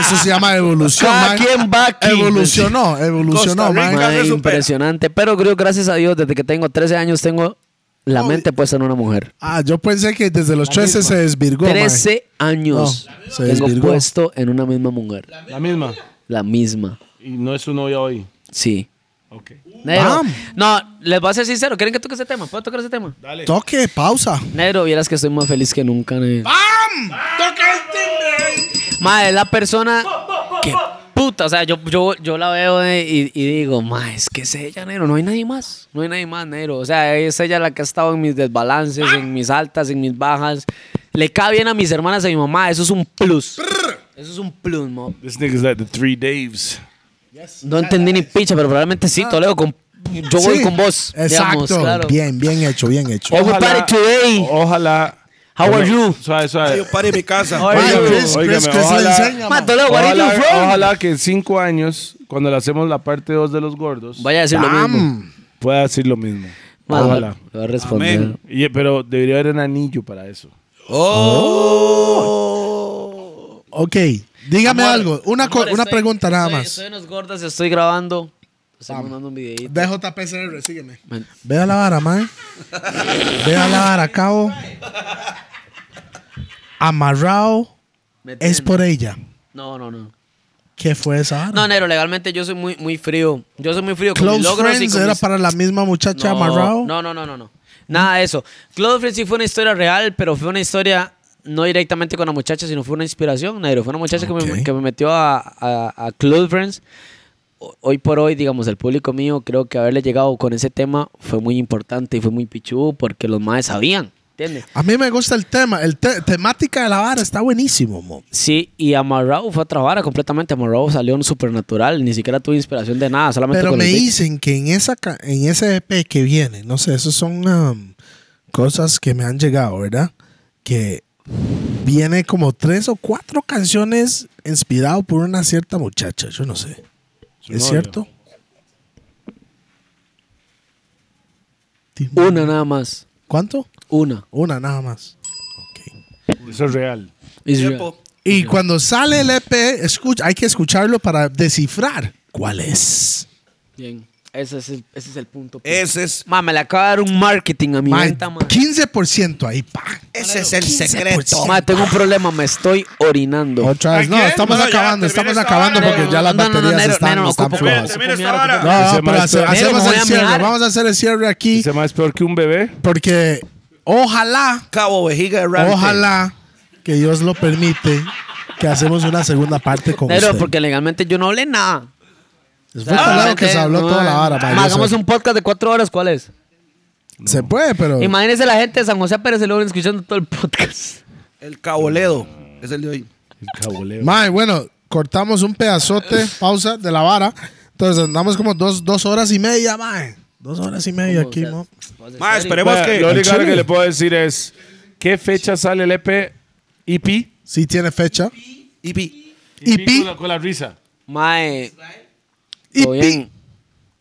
E: Eso se llama evolución.
F: Cada
E: man.
F: quien va aquí.
E: Evolucionó, evolucionó,
D: Costa
E: man.
D: Rica.
F: Mae,
D: se supera.
F: impresionante. Pero creo, gracias a Dios, desde que tengo 13 años, tengo la mente puesta en una mujer.
E: Ah, yo pensé que desde los 13 se desvirgó, man.
F: 13 años
E: No, se
F: tengo
E: desvirgó.
F: puesto en una misma mujer.
C: La misma.
F: La misma.
C: Y no es su novia hoy.
F: Sí.
C: Ok.
F: Negro.
E: Bam.
F: No, les voy a ser sincero. ¿Quieren que toque ese tema? ¿Puedo tocar ese tema?
E: Toque, pausa.
F: Negro, vieras que estoy más feliz que nunca, negro. ¡Bam! ¡Toca el timbre! Madre, la persona que puta, o sea, yo, yo, yo la veo de- y, y digo, ma, es que es ella, negro, no hay nadie más, no hay nadie más, negro. O sea, es ella la que ha estado en mis desbalances, en mis altas, en mis bajas. Le cae bien a mis hermanas y a mi mamá, eso es un plus. Eso es un plus, mo.
C: This nigga's like the three Daves.
F: No entendí ni picha, pero probablemente sí, Toledo, con, yo voy
E: Sí,
F: con vos.
E: Exacto.
F: digamos, claro.
E: Bien, bien hecho, bien hecho.
F: we party today.
C: Ojalá.
F: How are you?
C: Suave, suave.
D: Yo paré en mi casa.
E: Ay,
C: Óigame,
E: Chris, Chris,
C: óigame,
E: Chris le
C: ojalá-
E: enseña,
F: Ma,
E: man.
F: Toledo, what are you
C: Ojalá,
F: from?
C: ojalá que en cinco años, cuando le hacemos la parte 2 de los gordos,
F: Vaya a decir lo mismo.
C: pueda decir lo mismo.
F: Ma, lo-
C: Ojalá.
F: Lo va a responder.
C: Y- pero debería haber un anillo para eso.
E: Ok, dígame algo. Una, co- una pregunta nada más.
F: Estoy en los gordas, estoy grabando. Estoy mandando un videito.
E: Ve JPCR, sígueme.
F: Man.
E: Ve a la vara, man. Ve a la vara, cabo. Amarrado
F: ¿Me
E: es
F: entiendes?
E: por ella.
F: No, no, no.
E: ¿Qué fue esa vara?
F: No, Nero, legalmente yo soy muy, muy frío. Yo soy muy frío con mis
E: Close
F: logros y
E: Friends
F: con
E: era
F: mis-
E: para la misma muchacha
F: no,
E: amarrado.
F: No, no, no, no, no. Nada de eso. Close Friends sí fue una historia real, pero fue una historia no directamente con la muchacha, sino fue una inspiración, Nero. Fue una muchacha que,
E: Ok.
F: me, que me metió a, a, a Close Friends. O- Hoy por hoy, digamos, el público mío, creo que haberle llegado con ese tema fue muy importante y fue muy pichu porque los maes sabían, ¿entiendes?
E: A mí me gusta el tema. El te- temática de la vara está buenísimo, mo.
F: Sí, y Amarrao fue a trabajar completamente. Amarrao salió en supernatural, ni siquiera tuve inspiración de nada, solamente
E: Pero
F: con
E: me
F: el beat.
E: dicen que en esa ca- en ese EP que viene, no sé, esas son um, cosas que me han llegado, ¿verdad? Que viene como tres o cuatro canciones inspirado por una cierta muchacha, yo no sé. ¿Es cierto?
F: Una nada más,
E: ¿Cuánto?
F: una.
E: Una nada más. Ok.
C: Eso es real.
F: Israel.
E: Y cuando sale el EP, escucha, hay que escucharlo para descifrar cuál es.
F: Bien, ese es el, ese es el punto. pues.
D: Ese es,
F: Ma, me le acaba de dar un marketing a mi
E: Ma,
F: venta, ma.
E: 15% ahí, pa.
D: ese es el secreto.
F: Ma, tengo un problema, me estoy orinando.
E: Otra vez. No, estamos
J: No, ya,
E: acabando,
J: termina
E: estamos
J: esta
E: acabando
J: hora.
E: porque ya
F: No,
E: las
F: no, no,
E: baterías
F: Nero,
E: están,
F: Nero,
E: están
F: ocupo-
E: flojas.
F: ocupo
J: Termina
F: mi
J: esta
F: arco.
J: vara.
E: No,
C: Ese
E: pero
C: maestro-
E: hace- hacemos
F: Nero, voy
E: el
F: a
E: cierre.
F: mirar.
E: Vamos a hacer el cierre aquí
C: Ese más es peor que un bebé.
E: porque ojalá,
D: Cabo vejiga de rante.
E: ojalá que Dios lo permite que hacemos una segunda parte con
F: Nero,
E: usted.
F: porque legalmente yo no hablé nada.
E: Es muy claro que se habló toda la hora, ma,
F: Ma,
E: yo
F: Ah, hagamos
E: sé.
F: un podcast de cuatro horas, ¿cuál es?
E: Se puede, pero
F: Imagínense la gente de San José Pérez se logran escuchando todo el podcast.
D: El caboledo. Es el de hoy.
E: Mae, bueno, cortamos un pedazote, pausa de la vara. Entonces andamos como dos, dos horas y media, mae. Dos horas y media aquí, ¿no?
D: Ma, esperemos
C: Vea,
D: que.
C: lo único
E: Chile.
C: que le puedo decir es: ¿qué fecha sale el E EP?
D: E
C: EP.
E: Sí tiene fecha.
D: Ipi.
E: EP.
C: Con la, con la risa.
F: Mae, todo
E: EP.
F: bien.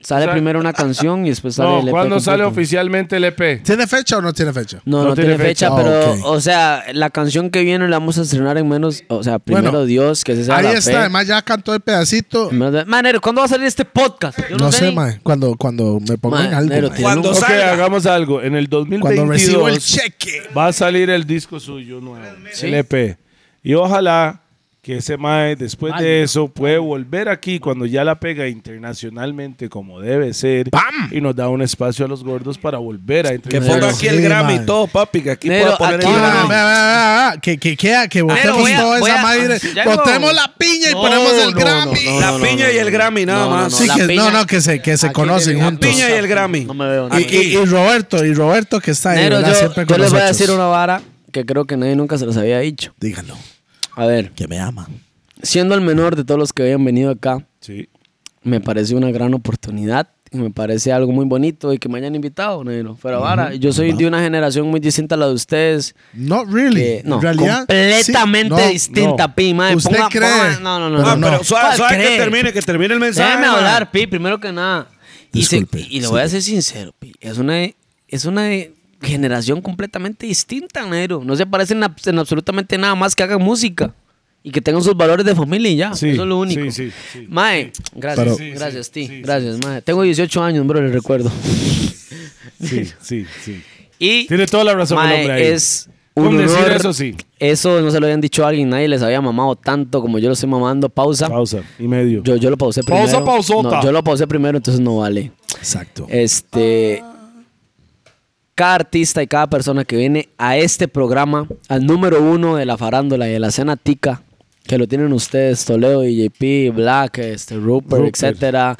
F: Sale primero una canción y después sale el
C: No,
F: EP
C: ¿cuándo sale
F: completo.
C: oficialmente el E EP?
E: ¿Tiene fecha o no tiene fecha?
F: No, no, tiene fecha,
E: Ah,
F: pero,
E: ok.
F: o sea, la canción que viene la vamos a estrenar en menos, o sea, primero
E: Bueno,
F: Dios, que se sea
E: Ahí
F: la
E: está,
F: fe.
E: además ya cantó el pedacito.
F: Primero Dios. Ma, Nero, ¿cuándo va a salir este podcast? Yo
E: No sé, mae. Cuando, cuando me pongan
F: Ma,
E: algo.
F: Nero,
E: mae.
F: tiene un-
D: Cuando
C: Ok,
D: salga.
C: hagamos algo. En el
E: Cuando
C: 2022
E: recibo el cheque.
C: va a salir el disco suyo nuevo, el EP. Y ojalá que ese mae, después de eso, puede volver aquí cuando ya la pega internacionalmente como debe ser. Y nos da un espacio a los gordos para volver a
D: Que
C: internacionalizar.
D: ponga
E: Nero.
D: aquí el
E: Sí,
D: Grammy
E: man.
D: y todo, papi. Que aquí pueda
F: Nero,
D: poner
F: aquí
D: el
E: No, no,
D: Grammy.
E: no, vea, vea, vea, Que, que, que, que botemos
F: voy a-
E: toda
F: voy
E: esa
F: a-
E: madre.
F: ya no.
E: Botemos la piña y ponemos el Grammy.
D: La piña y el Grammy, nada
F: No, no,
D: más.
F: no,
E: Ah, Sí,
F: la
E: que,
F: piña-
E: no, no, que se, que se
F: Aquí
E: conocen
F: viene la
E: juntos.
D: piña y el Grammy.
F: No me veo.
E: Y, y- y Roberto, y Roberto que está ahí,
F: Nero,
E: ¿verdad?
F: yo,
E: siempre
F: yo
E: con
F: les voy a
E: nosotros.
F: decir una vara que creo que nadie nunca se los había dicho.
E: Díganlo,
F: A ver,
E: que me ama.
F: siendo el menor de todos los que habían venido acá,
C: Sí.
F: me parece una gran oportunidad y me parece algo muy bonito y que me hayan invitado, Nero. Pero vara, yo soy de una generación muy distinta a la de ustedes.
E: No, really.
F: que- Eh, no,
E: en realidad,
F: completamente
E: sí, no,
F: distinta,
C: no.
F: Pi, mae,
E: ¿Usted
F: ponga-
E: cree?
F: ponga- no, no, no.
D: Ah,
F: no,
D: pero
F: no.
D: suave,
F: ¿Cuál
D: suave que
F: cree?
D: termine, que termine el mensaje.
F: Déjeme
D: man.
F: hablar, Pi, primero que nada. Y, se-
E: Disculpe,
F: y le voy a ser sincero, Pi. Es una, es una generación completamente distinta, Nero. No se parecen abs- en absolutamente nada más que hagan música. Y que tengan sus valores de familia y ya.
C: Sí,
F: Eso es lo único.
C: sí, sí, sí.
F: Mae, gracias.
E: Pero-
F: gracias, Ti. gracias, Mae. Tengo 18 años, bro, les recuerdo.
C: Sí, sí, sí.
F: Y,
C: Tiene toda la razón el
F: mae,
C: hombre ahí.
F: es
C: Con
F: un
C: decir
F: honor.
C: eso sí.
F: Eso no se lo habían dicho a alguien. Nadie les había mamado tanto como yo lo estoy mamando. Pausa.
C: Pausa y medio.
F: Yo, yo lo pausé
C: Pausa,
F: primero.
C: pausota.
F: No, yo lo pausé primero, entonces no vale.
E: Exacto.
F: Este. Cada artista y cada persona que viene a este programa, al número uno de la farándula y de la cena tica, que lo tienen ustedes, Toledo, JP, Black, este, Rupert, etcétera.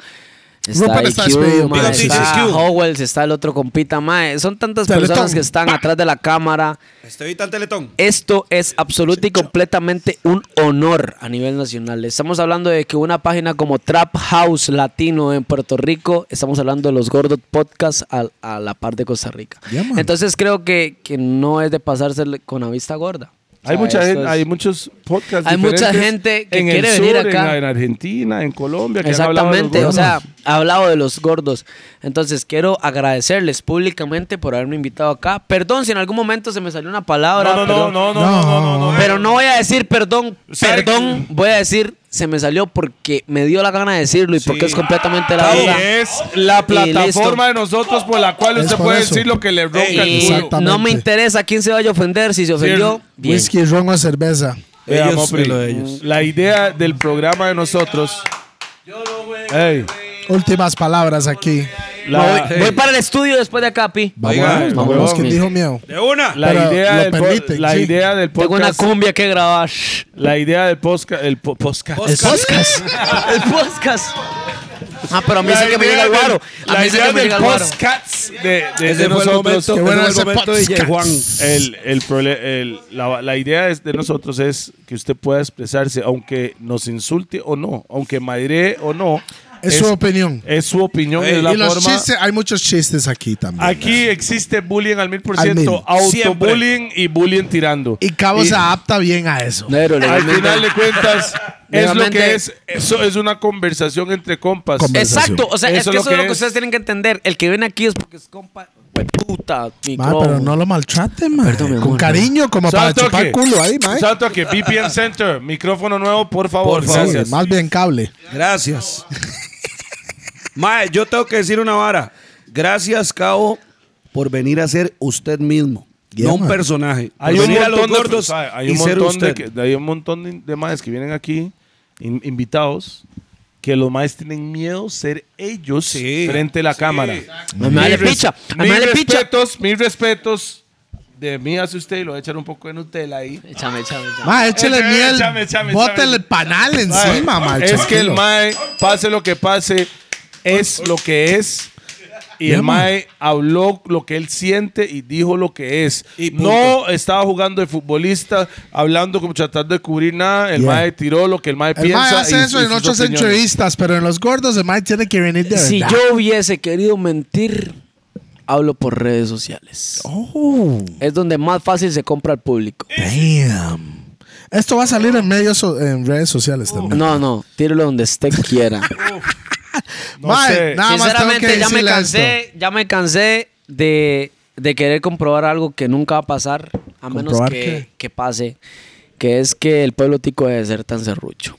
F: Está
E: Rupert está despedido,
F: IQ, mae,
E: pero sí, sí,
F: está
E: sí.
F: Howells, está el otro compita, mae. Son tantas
E: Teletón.
F: personas que están atrás de la cámara.
D: Estoy tan teletón.
F: Esto es absoluta y completamente un honor a nivel nacional. Estamos hablando de que una página como Trap House Latino en Puerto Rico, estamos hablando de los Gordos Podcast a, a la par de Costa Rica.
E: Yeah, man.
F: Entonces creo que, que no es de pasarse con la vista gorda. O
C: Hay
F: sea,
C: mucha
F: esto
C: gente,
F: es-
C: hay muchos podcasts.
F: Hay mucha
C: diferentes
F: gente que
C: en el
F: quiere venir
C: sur, en
F: acá.
C: la- En, Argentina, en Colombia. que han hablado de los
F: Exactamente, o
C: gobiernos.
F: sea, ha hablado de los gordos. Entonces, quiero agradecerles públicamente por haberme invitado acá. Perdón si en algún momento se me salió una palabra.
C: No, no, no,
F: perdón.
C: no, no, no, no, no, no.
F: Pero no voy a decir perdón,
C: ¿Sabe
F: perdón, voy a decir se me salió porque me dio la gana de decirlo y porque es completamente la
C: Y
F: verdad.
C: es la plataforma de nosotros por la cual
E: Es
C: usted
E: por
C: puede
E: eso.
C: decir lo que le ronca
E: Ey,
C: el culo.
E: exactamente.
F: No me interesa quién se vaya a ofender, si se ofendió, bien.
E: Whisky, ron o cerveza.
C: Vea,
D: Ellos,
C: Mopri,
D: lo de ellos.
C: La idea del programa de nosotros. Ey,
E: Últimas palabras aquí.
C: la,
F: Voy para el estudio después de acá, Pi.
E: Vamos,
D: Oiga,
E: a ver, vamos,
C: huevón.
E: ¿quién dijo miedo?
D: ¡De una!
C: la
E: Pero
C: idea
E: lo
C: del po-
E: permiten,
C: la
E: sí.
C: idea del
F: Tengo una
C: podcast.
F: cumbia que grabar.
C: La idea del podcast. El po- podcast.
E: El podcast.
F: El podcast. Ah, pero a mí
C: La
F: sí que me
C: idea
F: llega el
C: del-
F: guaro. A
C: La
F: mí sí que
C: idea
F: me
C: del
F: llega el guaro.
C: podcast de, de- de
D: Ese fue el
C: nosotros.
D: momento,
E: Qué
D: ese
E: bueno
D: fue el
E: ese
D: momento
E: podcast.
D: DJ Juan.
C: El, el prole- el- la, la idea es- de nosotros es que usted pueda expresarse, aunque nos insulte o no, aunque madre o no.
E: Es su opinión.
C: Es su opinión es la
E: y los
C: forma.
E: chistes, hay muchos chistes aquí también.
C: Aquí existe bullying al mil por
E: Al mil.
C: ciento, autobullying y bullying tirando.
E: Y Cabo se adapta bien a eso.
F: Pero
C: Al
F: legalmente-
C: final de cuentas, es lo que
F: Legalmente-
C: es. Eso es una conversación entre compas.
E: Conversación.
F: Exacto, o sea, es
C: Eso
F: que eso es lo que
C: es.
F: ustedes tienen que entender. El que viene aquí es porque es compa. Hue Puta,
E: Ma,
F: micrófono.
E: pero no lo maltraten, ma.
F: Perdón, mi amor,
E: Con
F: no.
E: cariño, como para
C: Santo
E: chupar
C: que-
E: culo ahí, ma.
C: Santo que VPN Center, micrófono nuevo, por favor.
E: Por favor,
C: gracias.
E: más bien cable.
D: Gracias. Mae, yo tengo que decir una vara. Gracias, Cabo, por venir a ser usted mismo.
E: Yeah,
D: no un
E: man.
D: personaje. Por
C: Hay un
D: venir a los
C: montón de
D: gordos
C: sabe, hay
D: y
C: un
D: ser
C: montón de
D: usted.
C: que- de- hay un montón de, de maes que vienen aquí in- invitados que los maes tienen miedo ser ellos
D: Sí.
C: frente a la cámara.
F: Me vale picha, me
C: mis
F: vale picha.
C: respetos, mis respetos. De mí hace usted y lo voy a echar un poco de Nutella ahí.
F: Échame, échame, échame.
E: Ma, échele
C: Échame,
E: miel.
C: échame, échame,
E: Bótele
C: échame.
E: el panal encima, ma.
C: es que el
E: tranquilo.
C: mae, pase lo que pase, es lo que es. Y
E: Yeah,
C: el
E: man.
C: Mae habló lo que él siente y dijo lo que es.
D: Y punto.
C: no estaba jugando de futbolista, hablando como tratando de cubrir nada. El
E: Yeah.
C: Mae tiró lo que el Mae
E: El
C: piensa.
E: ma hace
C: y-
E: eso
C: y
E: en
C: sus
E: otras
C: opiniones.
E: entrevistas, pero en los gordos el ma tiene que venir de
F: Si
E: verdad.
F: yo hubiese querido mentir, hablo por redes sociales.
E: Oh,
F: Es donde más fácil se compra al público.
E: damn. Esto va a salir en medios, so- en redes sociales también.
F: No, no, tírelo donde usted quiera.
C: No
E: Ma,
C: sé.
E: nada más tengo que
F: Sinceramente, ya me
E: decirle
F: cansé, ya me cansé de, de querer comprobar algo que nunca va a pasar, a menos
E: ¿Comprobar
F: que,
E: qué?
F: que pase, que es que el pueblo tico debe ser tan serrucho.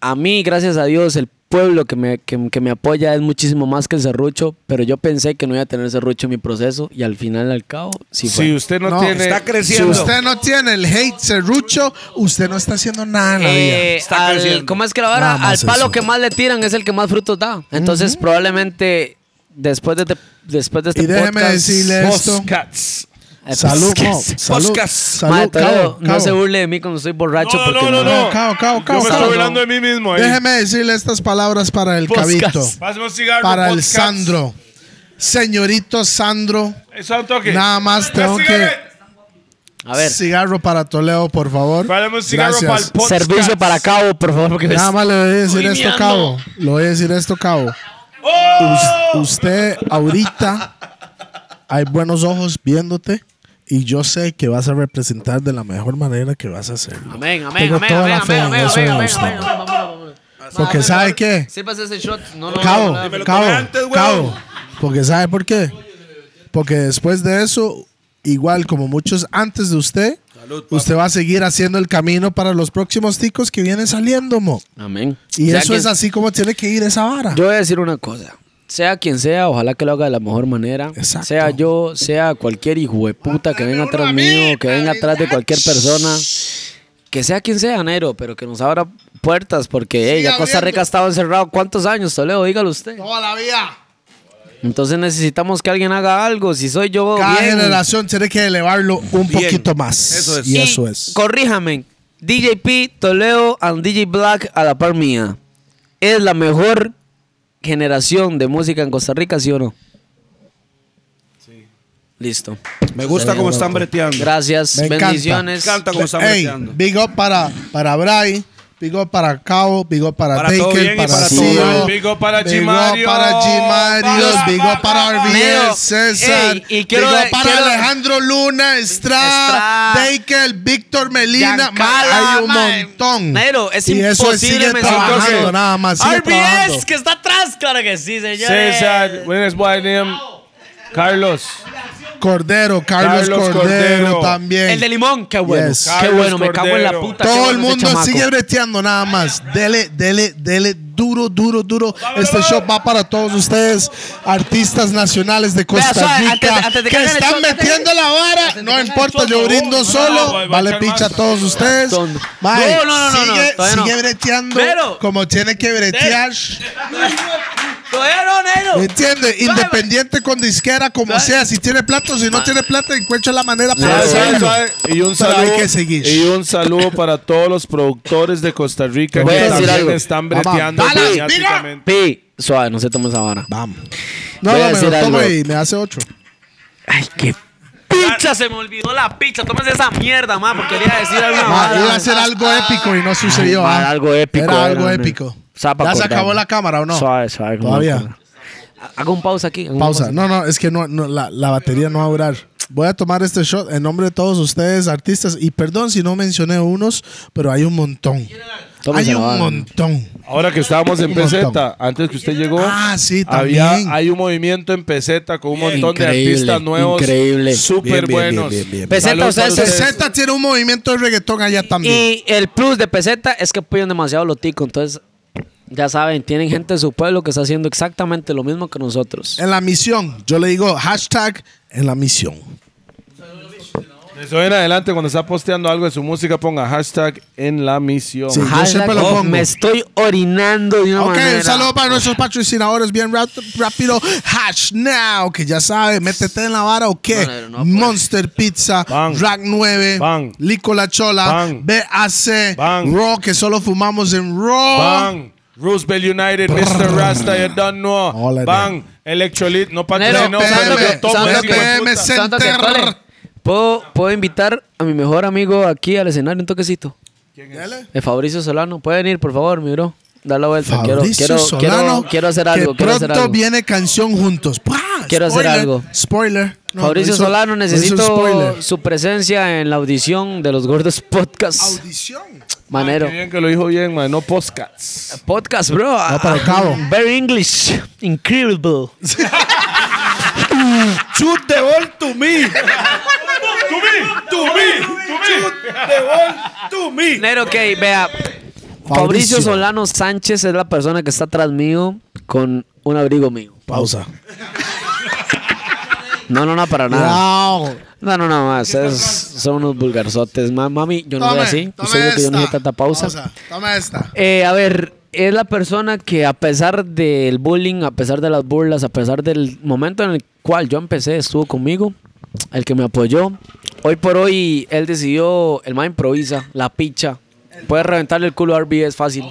F: A mí, gracias a Dios, el pueblo que me, que- que me apoya es muchísimo más que el serrucho, pero yo pensé que no iba a tener serrucho en mi proceso y al final, al cabo, sí fue.
C: Si usted no,
E: No,
C: tiene.
D: Está
E: Si
D: creciendo.
E: usted no tiene el hate serrucho, usted no está haciendo nada en la vida.
F: Eh,
D: Está
F: al-
D: creciendo.
F: ¿Cómo es que la
E: Nada
F: vara? Al
E: más
F: palo
E: eso.
F: que más le tiran es el que más frutos da. Entonces, probablemente después de, te- después de este
E: Y déjeme
F: podcast-
E: decirle esto.
C: Postcats.
F: Eh,
E: Salud,
F: pues,
E: mo,
F: que-
E: salud,
D: Podcast.
F: Mae,
E: salud,
F: Toledo,
E: cabo,
F: No se
E: cabo.
F: burle de mí cuando estoy borracho.
C: No,
F: porque
C: no, no, no.
E: Cabo, cabo,
C: Yo
E: cabo,
C: me
E: cabo.
C: estoy hablando de mí mismo. ahí.
E: Déjeme decirle estas palabras para el
F: Podcast.
E: cabito,
C: Pásame un cigarro.
E: para el
C: podcast.
E: Sandro. Señorito Sandro,
C: Eso al toque.
E: nada más tengo que...
F: A ver,
E: Cigarro para Toledo, por favor.
C: Párame un cigarro para el
E: Gracias.
C: podcast.
F: servicio para cabo, por favor. Porque
E: Nada más le voy a decir
C: Estoy
E: esto,
C: meando.
E: Cabo. Le voy a decir esto, Cabo.
C: ¡Oh!
E: Us- usted ahorita hay buenos ojos viéndote y yo sé que vas a representar de la mejor manera que vas a hacerlo.
F: Amén, amén,
E: Tengo
F: amén,
E: toda
F: amén,
E: la fe
F: amén,
E: en
F: amén,
E: eso
F: amén,
E: de
F: amén,
E: usted.
F: amén, amén, amén, amén.
E: Porque ¿sabe qué?
F: Sírvase ese shot. No, no, no,
E: Cabo,
F: no, no, no.
E: Cabo, Cabo. Porque ¿sabe por qué? Porque después de eso, igual como muchos antes de usted, usted va a seguir haciendo el camino para los próximos ticos que vienen saliendo, mo.
F: Amén.
E: Y
F: Sea
E: eso
F: quien-
E: es así como tiene que ir esa vara.
F: Yo voy a decir una cosa. Sea quien sea, ojalá que lo haga de la mejor manera.
E: Exacto.
F: Sea yo, sea cualquier hijo de puta que venga atrás mío, que venga atrás de cualquier persona. Que sea quien sea, Nero, pero que nos abra puertas, porque hey, ya Costa Rica ha estado encerrado. ¿Cuántos años, Toledo? Dígalo usted.
E: Toda la vida.
F: Entonces necesitamos que alguien haga algo. Si soy yo,
E: Cada
F: bien.
E: generación tiene que elevarlo un poquito más.
D: Eso es.
E: Y
F: Y
E: eso es.
F: Corríjame. DJ P, Toledo and DJ Black a la par mía. ¿Es la mejor generación de música en Costa Rica, sí o no? Sí. Listo.
D: Me gusta cómo están breteando.
F: Gracias.
E: Me encanta.
D: Me
F: Bendiciones.
D: encanta cómo están
E: Ey,
D: breteando.
E: big up para, para Bray, big up para Cabo, big up para,
D: Para todo bien
E: Taker,
D: y
E: para,
D: para todo
E: Sio,
D: mal.
H: Big up para
E: big
H: Gmario.
E: up para Gimarios,
H: Vamos,
E: big up para
H: vamos,
E: RBS,
F: vamos.
E: César,
F: Ey, y quiero-
E: big up para
F: quiero-
E: Alejandro Luna, Estrada,
F: Estrada,
E: Taker, Víctor Melina, ma,
F: Giancarlo,
E: hay un
F: mae.
E: montón.
F: Nero, es
E: y eso es,
F: imposible
E: sigue
F: mencionar.
E: trabajando nada más, sigue trabajando.
F: RBS, que está atrás, claro que sí, señores.
H: César, Williams William, Carlos.
E: Cordero, Carlos,
H: Carlos
E: Cordero,
H: Cordero.
E: también.
F: El de limón, qué bueno.
E: Yes.
F: Qué
H: Carlos
F: bueno, me cago en la
H: Cordero.
F: puta. qué
E: Todo
F: bueno
E: el
F: ese
E: mundo
F: chamaco.
E: sigue breteando nada más. Dele, dele, dele duro, duro, duro. Este show va para todos ustedes, artistas nacionales de
F: Vea,
E: Costa
F: suave, antes de-
E: Rica,
F: antes de que
E: que
F: hagan el
E: están
F: show, antes de-
E: metiendo la vara. No importa, yo brindo
H: voy a
E: solo. Vale
H: echar
E: picha a
H: más.
E: todos ustedes.
F: Tondo.
E: Mae,
F: No, no, no, no, no,
E: sigue,
F: todavía no.
E: sigue breteando
F: Pero-
E: como tiene que bretear.
F: Todavía no, Nero.
E: ¿Me entiende? Independiente con disquera, como sea. Si tiene plata o si no tiene plata, encuentra la manera para
H: Suave, suave,
E: hacerlo.
H: suave. Y un
E: Pero
H: saludo,
E: Ah, hay que seguir.
H: Y un saludo para todos los productores de Costa Rica
F: Voy a
H: que
F: decir
H: también
F: algo.
H: están breteando
E: Vamos, balas,
H: mediáticamente.
F: Pi, suave, no se tome esa vara.
E: Vamos. No,
F: Voy
E: no,
F: a
E: me
F: decir
E: lo tomo
F: algo.
E: y me hace ocho.
F: Ay, qué pizza, se me olvidó la pizza. Tómese esa mierda, ma, porque quería decir alguna
E: Ma,
F: vara.
E: iba a ser algo épico y no sucedió.
F: ma,
E: ah.
F: algo épico
E: Era
F: era,
E: algo
F: nene.
E: épico.
F: Sapa
E: ¿Ya se
F: acordado.
E: acabó la cámara o no?
F: Suave, suave. como-
E: Todavía.
F: Hago un pausa aquí. hago un
E: Pausa. No, no, es que no, no, la, la batería no va a durar. Voy a tomar este shot en nombre de todos ustedes, artistas. Y perdón si no mencioné unos, pero hay un montón.
F: Tómense
E: Hay
F: la
E: un
F: vara.
E: montón.
H: Ahora que estábamos en
E: Un
H: peseta, antes que usted llegó,
E: Ah, sí, también.
H: había, hay un movimiento en peseta con un montón de
F: Increíble,
H: artistas nuevos,
F: increíble.
H: súper buenos.
F: Peseta,
H: Saludos
F: ustedes
H: para
F: se-
E: Z tiene un movimiento de reggaetón allá también.
F: Y el plus de peseta es que apoyan demasiado los ticos. Entonces, ya saben, tienen gente de su pueblo que está haciendo exactamente lo mismo que nosotros.
E: En la misión. Yo le digo hashtag en la misión.
H: Desde hoy en adelante, cuando está posteando algo de su música, ponga hashtag en la misión.
E: Sí, yo
F: Hashtag,
E: siempre lo
F: oh,
E: pongo.
F: me estoy orinando de una
E: Ok,
F: manera.
E: un saludo para nuestros patrocinadores bien rap- rápido. Hash Now, que ya sabe, métete en la vara o qué.
F: pues.
E: Monster Pizza,
H: Bang.
E: Rack 9,
H: Bang.
E: Lico La Chola,
H: Bang.
E: BAC,
H: Bang.
E: Raw, que solo fumamos en Raw.
H: Bang. Roosevelt United, Mr. Rasta, you don't know.
E: All of
H: Bang. Electrolyte, no
F: Nero,
H: patrocinó,
E: Santo
H: pero
E: que-
H: lo tomo,
E: Santo
H: ese hijo de
E: que-
H: puta.
E: BM Center.
F: Santo que tole. ¿Puedo, puedo invitar a mi mejor amigo aquí al escenario un toquecito.
E: Dele.
F: El Fabricio Solano. Puede venir, por favor, mi bro. Da la vuelta. Quiero,
E: Fabricio
F: quiero,
E: Solano,
F: quiero, quiero hacer algo.
E: Que
F: quiero
E: pronto
F: hacer algo.
E: viene canción juntos. ¡Pah!
F: Quiero hacer
E: Spoiler,
F: algo.
E: Spoiler. No,
F: Fabricio
E: no hizo-
F: Solano,
E: no hizo spoiler.
F: necesito su presencia en la audición de los Gordos Podcast.
E: Audición.
F: Manero.
H: Qué bien que lo dijo bien, man. No podcasts.
F: Ah, Podcast, bro. Ah,
E: Va para el cabo.
F: Very English. Incredible.
D: Shoot the ball to me.
F: Nero, ok, vea. Fabricio Solano Sánchez es la persona que está atrás mío con un abrigo mío.
E: Pausa.
F: No, no, no, para nada.
E: Wow.
F: No, no, no, más. Ustedes son unos vulgarzotes. Ma- Mami, yo no soy así. Usted dijo que yo no hice tanta pausa.
E: Toma esta.
F: Eh, a ver, es la persona que a pesar del bullying, a pesar de las burlas, a pesar del momento en el cual yo empecé, estuvo conmigo, el que me apoyó. Hoy por hoy él decidió, el más improvisa, la picha. Puede reventarle el culo a RB, es fácil.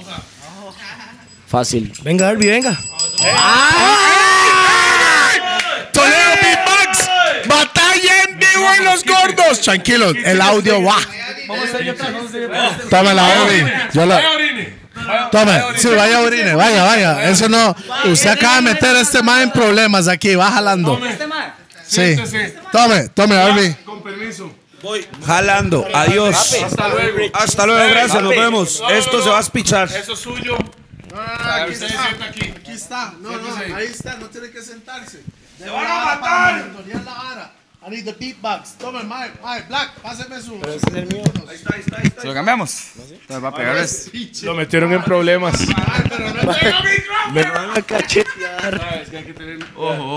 F: Fácil.
B: Venga, Arby, venga.
A: Toledo Beatbox, batalla en vivo en los gordos.
E: Tranquilo, el audio va. Toma la Obi. Yo la. Tome, sí, vaya orine, vaya, vaya. Eso no. Usted acaba de meter a este man en problemas aquí, va jalando. Sí. Tome, tome, Obi.
D: Voy jalando. Adiós. Hasta luego. Hasta luego, gracias. Nos vemos. Esto se va a espichar.
E: Aquí está, no, no, ahí está, no tiene que sentarse. ¡Se
D: van a matar!
E: I need the beatbox. Tome, Mike, Mike, Black, páseme su.
B: ¿Se lo cambiamos? Entonces va a
E: Ah,
B: pegar este.
H: Lo metieron en problemas.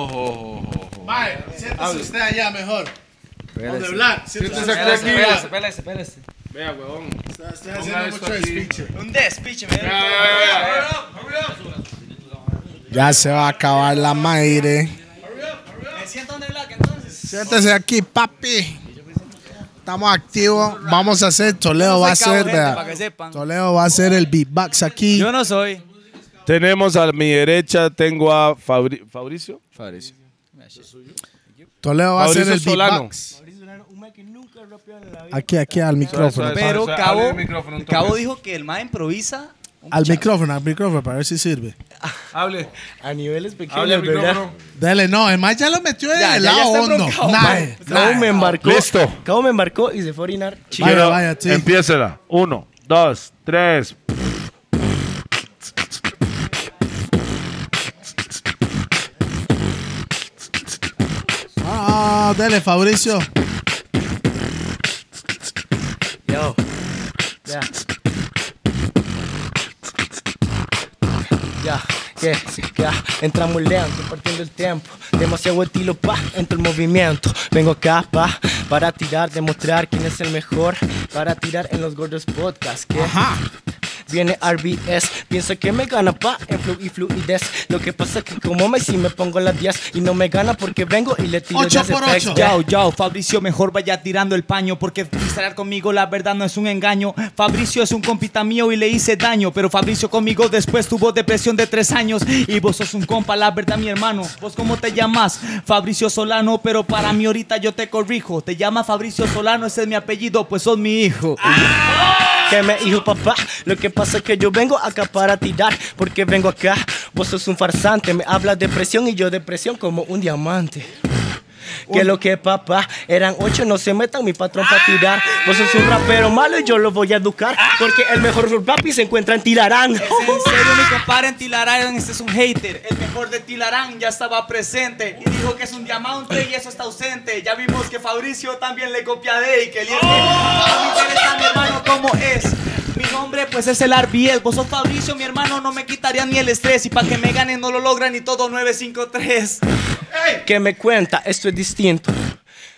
E: Mike, siéntese usted allá mejor. Donde Black, siéntese
H: Pela este, pela este,
B: pela este, pela este.
H: Vea, huevón.
E: Estoy haciendo mucho speech.
B: Un despiche, me
E: Ya se va a acabar la maire.
B: siento donde Black entonces.
E: Siéntese aquí, papi. Estamos activos. Vamos a hacer. Toledo
F: Yo no
E: va a
F: soy cabo,
E: ser.
F: gente,
E: vea.
F: para que sepan.
E: Toledo va a hacer el beatbox aquí.
F: Yo no soy.
C: Tenemos a mi derecha, tengo a Fabri- Fabricio.
E: Toledo va a hacer
C: Mauricio
E: el
C: Solano.
E: beatbox. Aquí, aquí, al micrófono.
C: suave.
F: Pero
C: Pasa, abre
F: Cabo,
J: Oh.
C: el micrófono un toque.
F: Cabo dijo que el más improvisa. un
E: Al
F: pichazo.
E: micrófono, al micrófono, para ver si sirve.
C: Hable.
J: A niveles pequeños,
C: Hable al
J: ¿verdad?
C: micrófono.
E: Dele, no, el más ya lo metió en
F: Ya,
E: el
F: ya, ya
E: lado
F: está
E: hondo.
F: broncado,
E: Nah,
J: Cabo me embarcó.
L: Listo.
J: Cabo me embarcó y se fue a orinar.
E: Vaya, vaya, sí.
L: Empiécela. Uno, dos, tres.
E: Ah, dele, Fabricio.
J: Yo. Ya. Ya, ya, ya. Entramos lento, partiendo el tiempo. Demasiado estilo, pa, entro el movimiento. Vengo acá, pa, para tirar, demostrar quién es el mejor. Para tirar en los gordos podcasts. Que Viene RBS, pienso que me gana pa en flow y fluidez. Lo que pasa que como Messi me pongo las 10 y no me gana porque vengo y le tiro
E: Ocho
J: jazz
E: por
J: effects.
E: ocho.
J: Ya,
B: Yao, yao, Fabricio, mejor vaya tirando el paño porque freestylear conmigo la verdad no es un engaño. Fabricio es un compita mío y le hice daño, pero Fabricio conmigo después tuvo depresión de tres años y vos sos un compa, la verdad, mi hermano. ¿Vos cómo te llamas? Fabricio Solano, pero para mí ahorita yo te corrijo. Te llamas Fabricio Solano, ese es mi apellido, pues sos mi hijo.
J: Que me dijo papá, lo que pasa es que yo vengo acá para tirar, porque vengo acá. Vos sos un farsante, me hablas de presión y yo de presión como un diamante. Que lo que papá, eran ocho, no se metan mi patrón para tirar. Vos sos un rapero malo y yo lo voy a educar, porque el mejor papi se encuentra en Tilarán.
B: Es en serio, mi compadre en Tilarán, este es un hater. El mejor de Tilarán ya estaba presente y dijo que es un diamante y eso está ausente. Ya vimos que Fabricio también le copia a Dey, que el IRB. A mí me interesa, mi hermano, cómo es. Mi nombre pues es el Arbiel, vos sos Fabricio, mi hermano, no me quitarían ni el estrés y para que me ganen no lo logran ni todo 953.
J: que me cuenta, esto es distinto.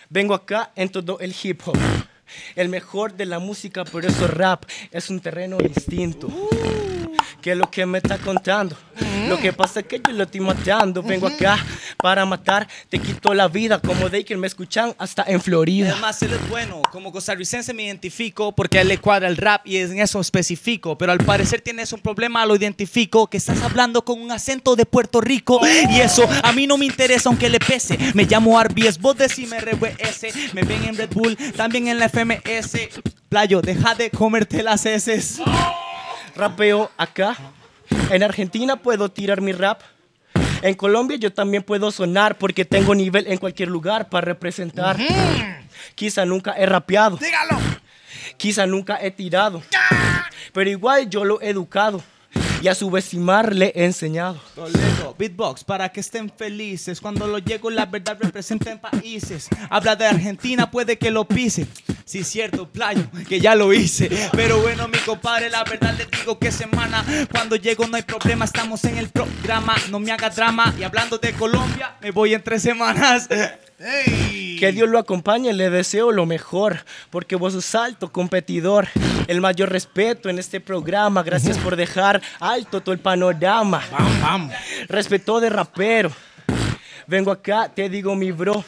J: Vengo acá en todo el hip hop. El mejor de la música, por eso rap es un terreno distinto. ¿Qué es lo que me está contando? Lo que pasa es que yo lo estoy matando. Vengo acá para matar, te quito la vida. Como de que me escuchan hasta en Florida.
B: Además, él es bueno. Como costarricense me identifico porque a él le cuadra el rap y en eso especifico. Pero al parecer tienes un problema, lo identifico, que estás hablando con un acento de Puerto Rico. Y eso a mí no me interesa aunque le pese. Me llamo RBS, vos decime RBS. Me ven en Red Bull, también en la FMS. Playo, deja de comerte las heces.
J: rapeo acá. En Argentina puedo tirar mi rap. En Colombia yo también puedo sonar porque tengo nivel en cualquier lugar para representar. Quizá nunca he rapeado. Dígalo. Quizá nunca he tirado. Pero igual yo lo he educado. Y a subestimar le he enseñado.
B: Toledo, beatbox, para que estén felices. Cuando lo llego, la verdad representen países. Habla de Argentina, puede que lo pise. Sí, cierto, playo, que ya lo hice. Pero bueno, mi compadre, la verdad les digo que semana. Cuando llego, no hay problema, estamos en el programa. No me haga drama. Y hablando de Colombia, me voy en tres semanas.
J: Que Dios lo acompañe, le deseo lo mejor, porque vos sos alto competidor. El mayor respeto en este programa, gracias por dejar alto todo el panorama. Respeto de rapero. Vengo acá, te digo mi bro.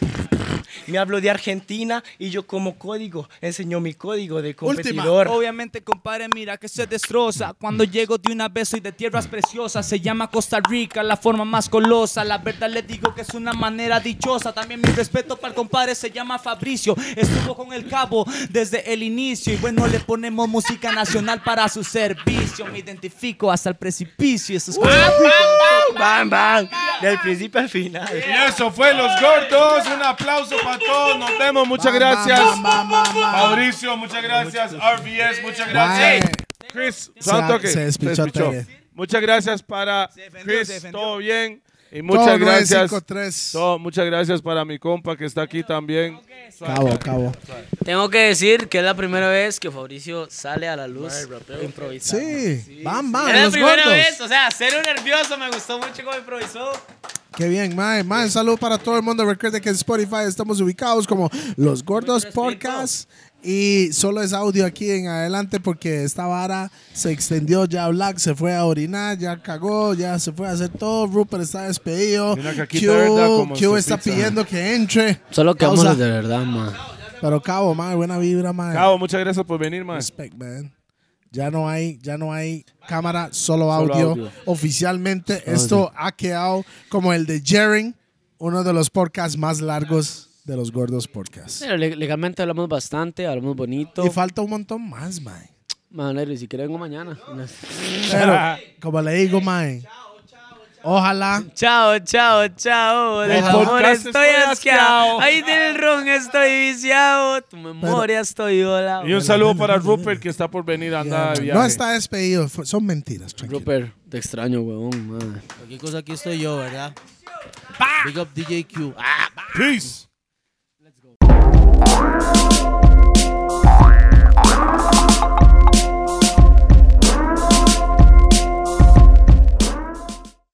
J: Me hablo de Argentina y yo como código enseño mi código de competidor.
B: Obviamente, compadre, mira que se destroza. Cuando llego de una vez soy de tierras preciosas. Se llama Costa Rica, la forma más colosa. La verdad les digo que es una manera dichosa. También mi respeto para el compadre se llama Fabricio. Estuvo con el cabo desde el inicio. Y bueno, le ponemos música nacional para su servicio. Me identifico hasta el precipicio. Eso es Costa Rica.
J: Bam, bam, del principio al final.
C: Y eso fue Los Gordos. Un aplauso para todos. Nos vemos. Muchas gracias. Fabricio, muchas gracias. RBS, muchas gracias. Chris, santo que
E: se despichó,
C: despichó.
E: Tere.
C: Muchas gracias para
B: defendió, se
C: Chris.
B: defendió.
C: Todo bien. Y muchas gracias.
E: 953.
C: Todo- muchas gracias para mi compa que está aquí también.
E: Cabo, cabo.
F: Tengo que decir que es la primera vez que Fabricio sale a la luz improvisando.
E: Sí, van, van,
F: Es la
E: los
F: primera
E: gordos.
F: vez, o sea, cero nervioso, me gustó mucho cómo improvisó.
E: Qué bien, mae. Mae, salud para todo el mundo. Recuerde que en Spotify estamos ubicados como Los Gordos Podcast. Y solo es audio aquí en adelante porque esta vara se extendió. Ya Black se fue a orinar, ya cagó, ya se fue a hacer todo. Rupert está despedido.
C: Mira que aquí
E: Q,
C: tarda como
E: Q
C: su
E: está
C: pizza.
E: pidiendo que entre.
M: Solo que
E: Pausa.
M: vámonos de verdad, man.
E: Pero Cabo, madre, buena vibra, madre.
C: Cabo, muchas gracias por venir, man.
E: Respect, man. Ya no hay, ya no hay cámara, solo audio.
C: audio.
E: Oficialmente, esto ha quedado como el de Jering, uno de los podcasts más largos de los gordos podcasts.
F: Pero le- legalmente hablamos bastante, hablamos bonito.
E: Y falta un montón más, mae.
F: Manero, y si quiere vengo mañana.
E: Pero, como le digo, mae, ojalá
F: Chao, chao, chao. Del
E: Ojalá.
F: amor
C: Podcast
F: estoy
C: estoy
F: asqueado.
C: asqueado.
F: Ahí del ron estoy viciado. Tu memoria estoy volado.
C: Y un saludo para Rupert que está por venir a andar de viaje.
E: no está despedido. Fu- Son mentiras, tranquilo.
F: Rupert, te extraño, weón. madre.
N: Cualquier cosa aquí estoy yo, ¿verdad? Big up DJQ.
C: Peace.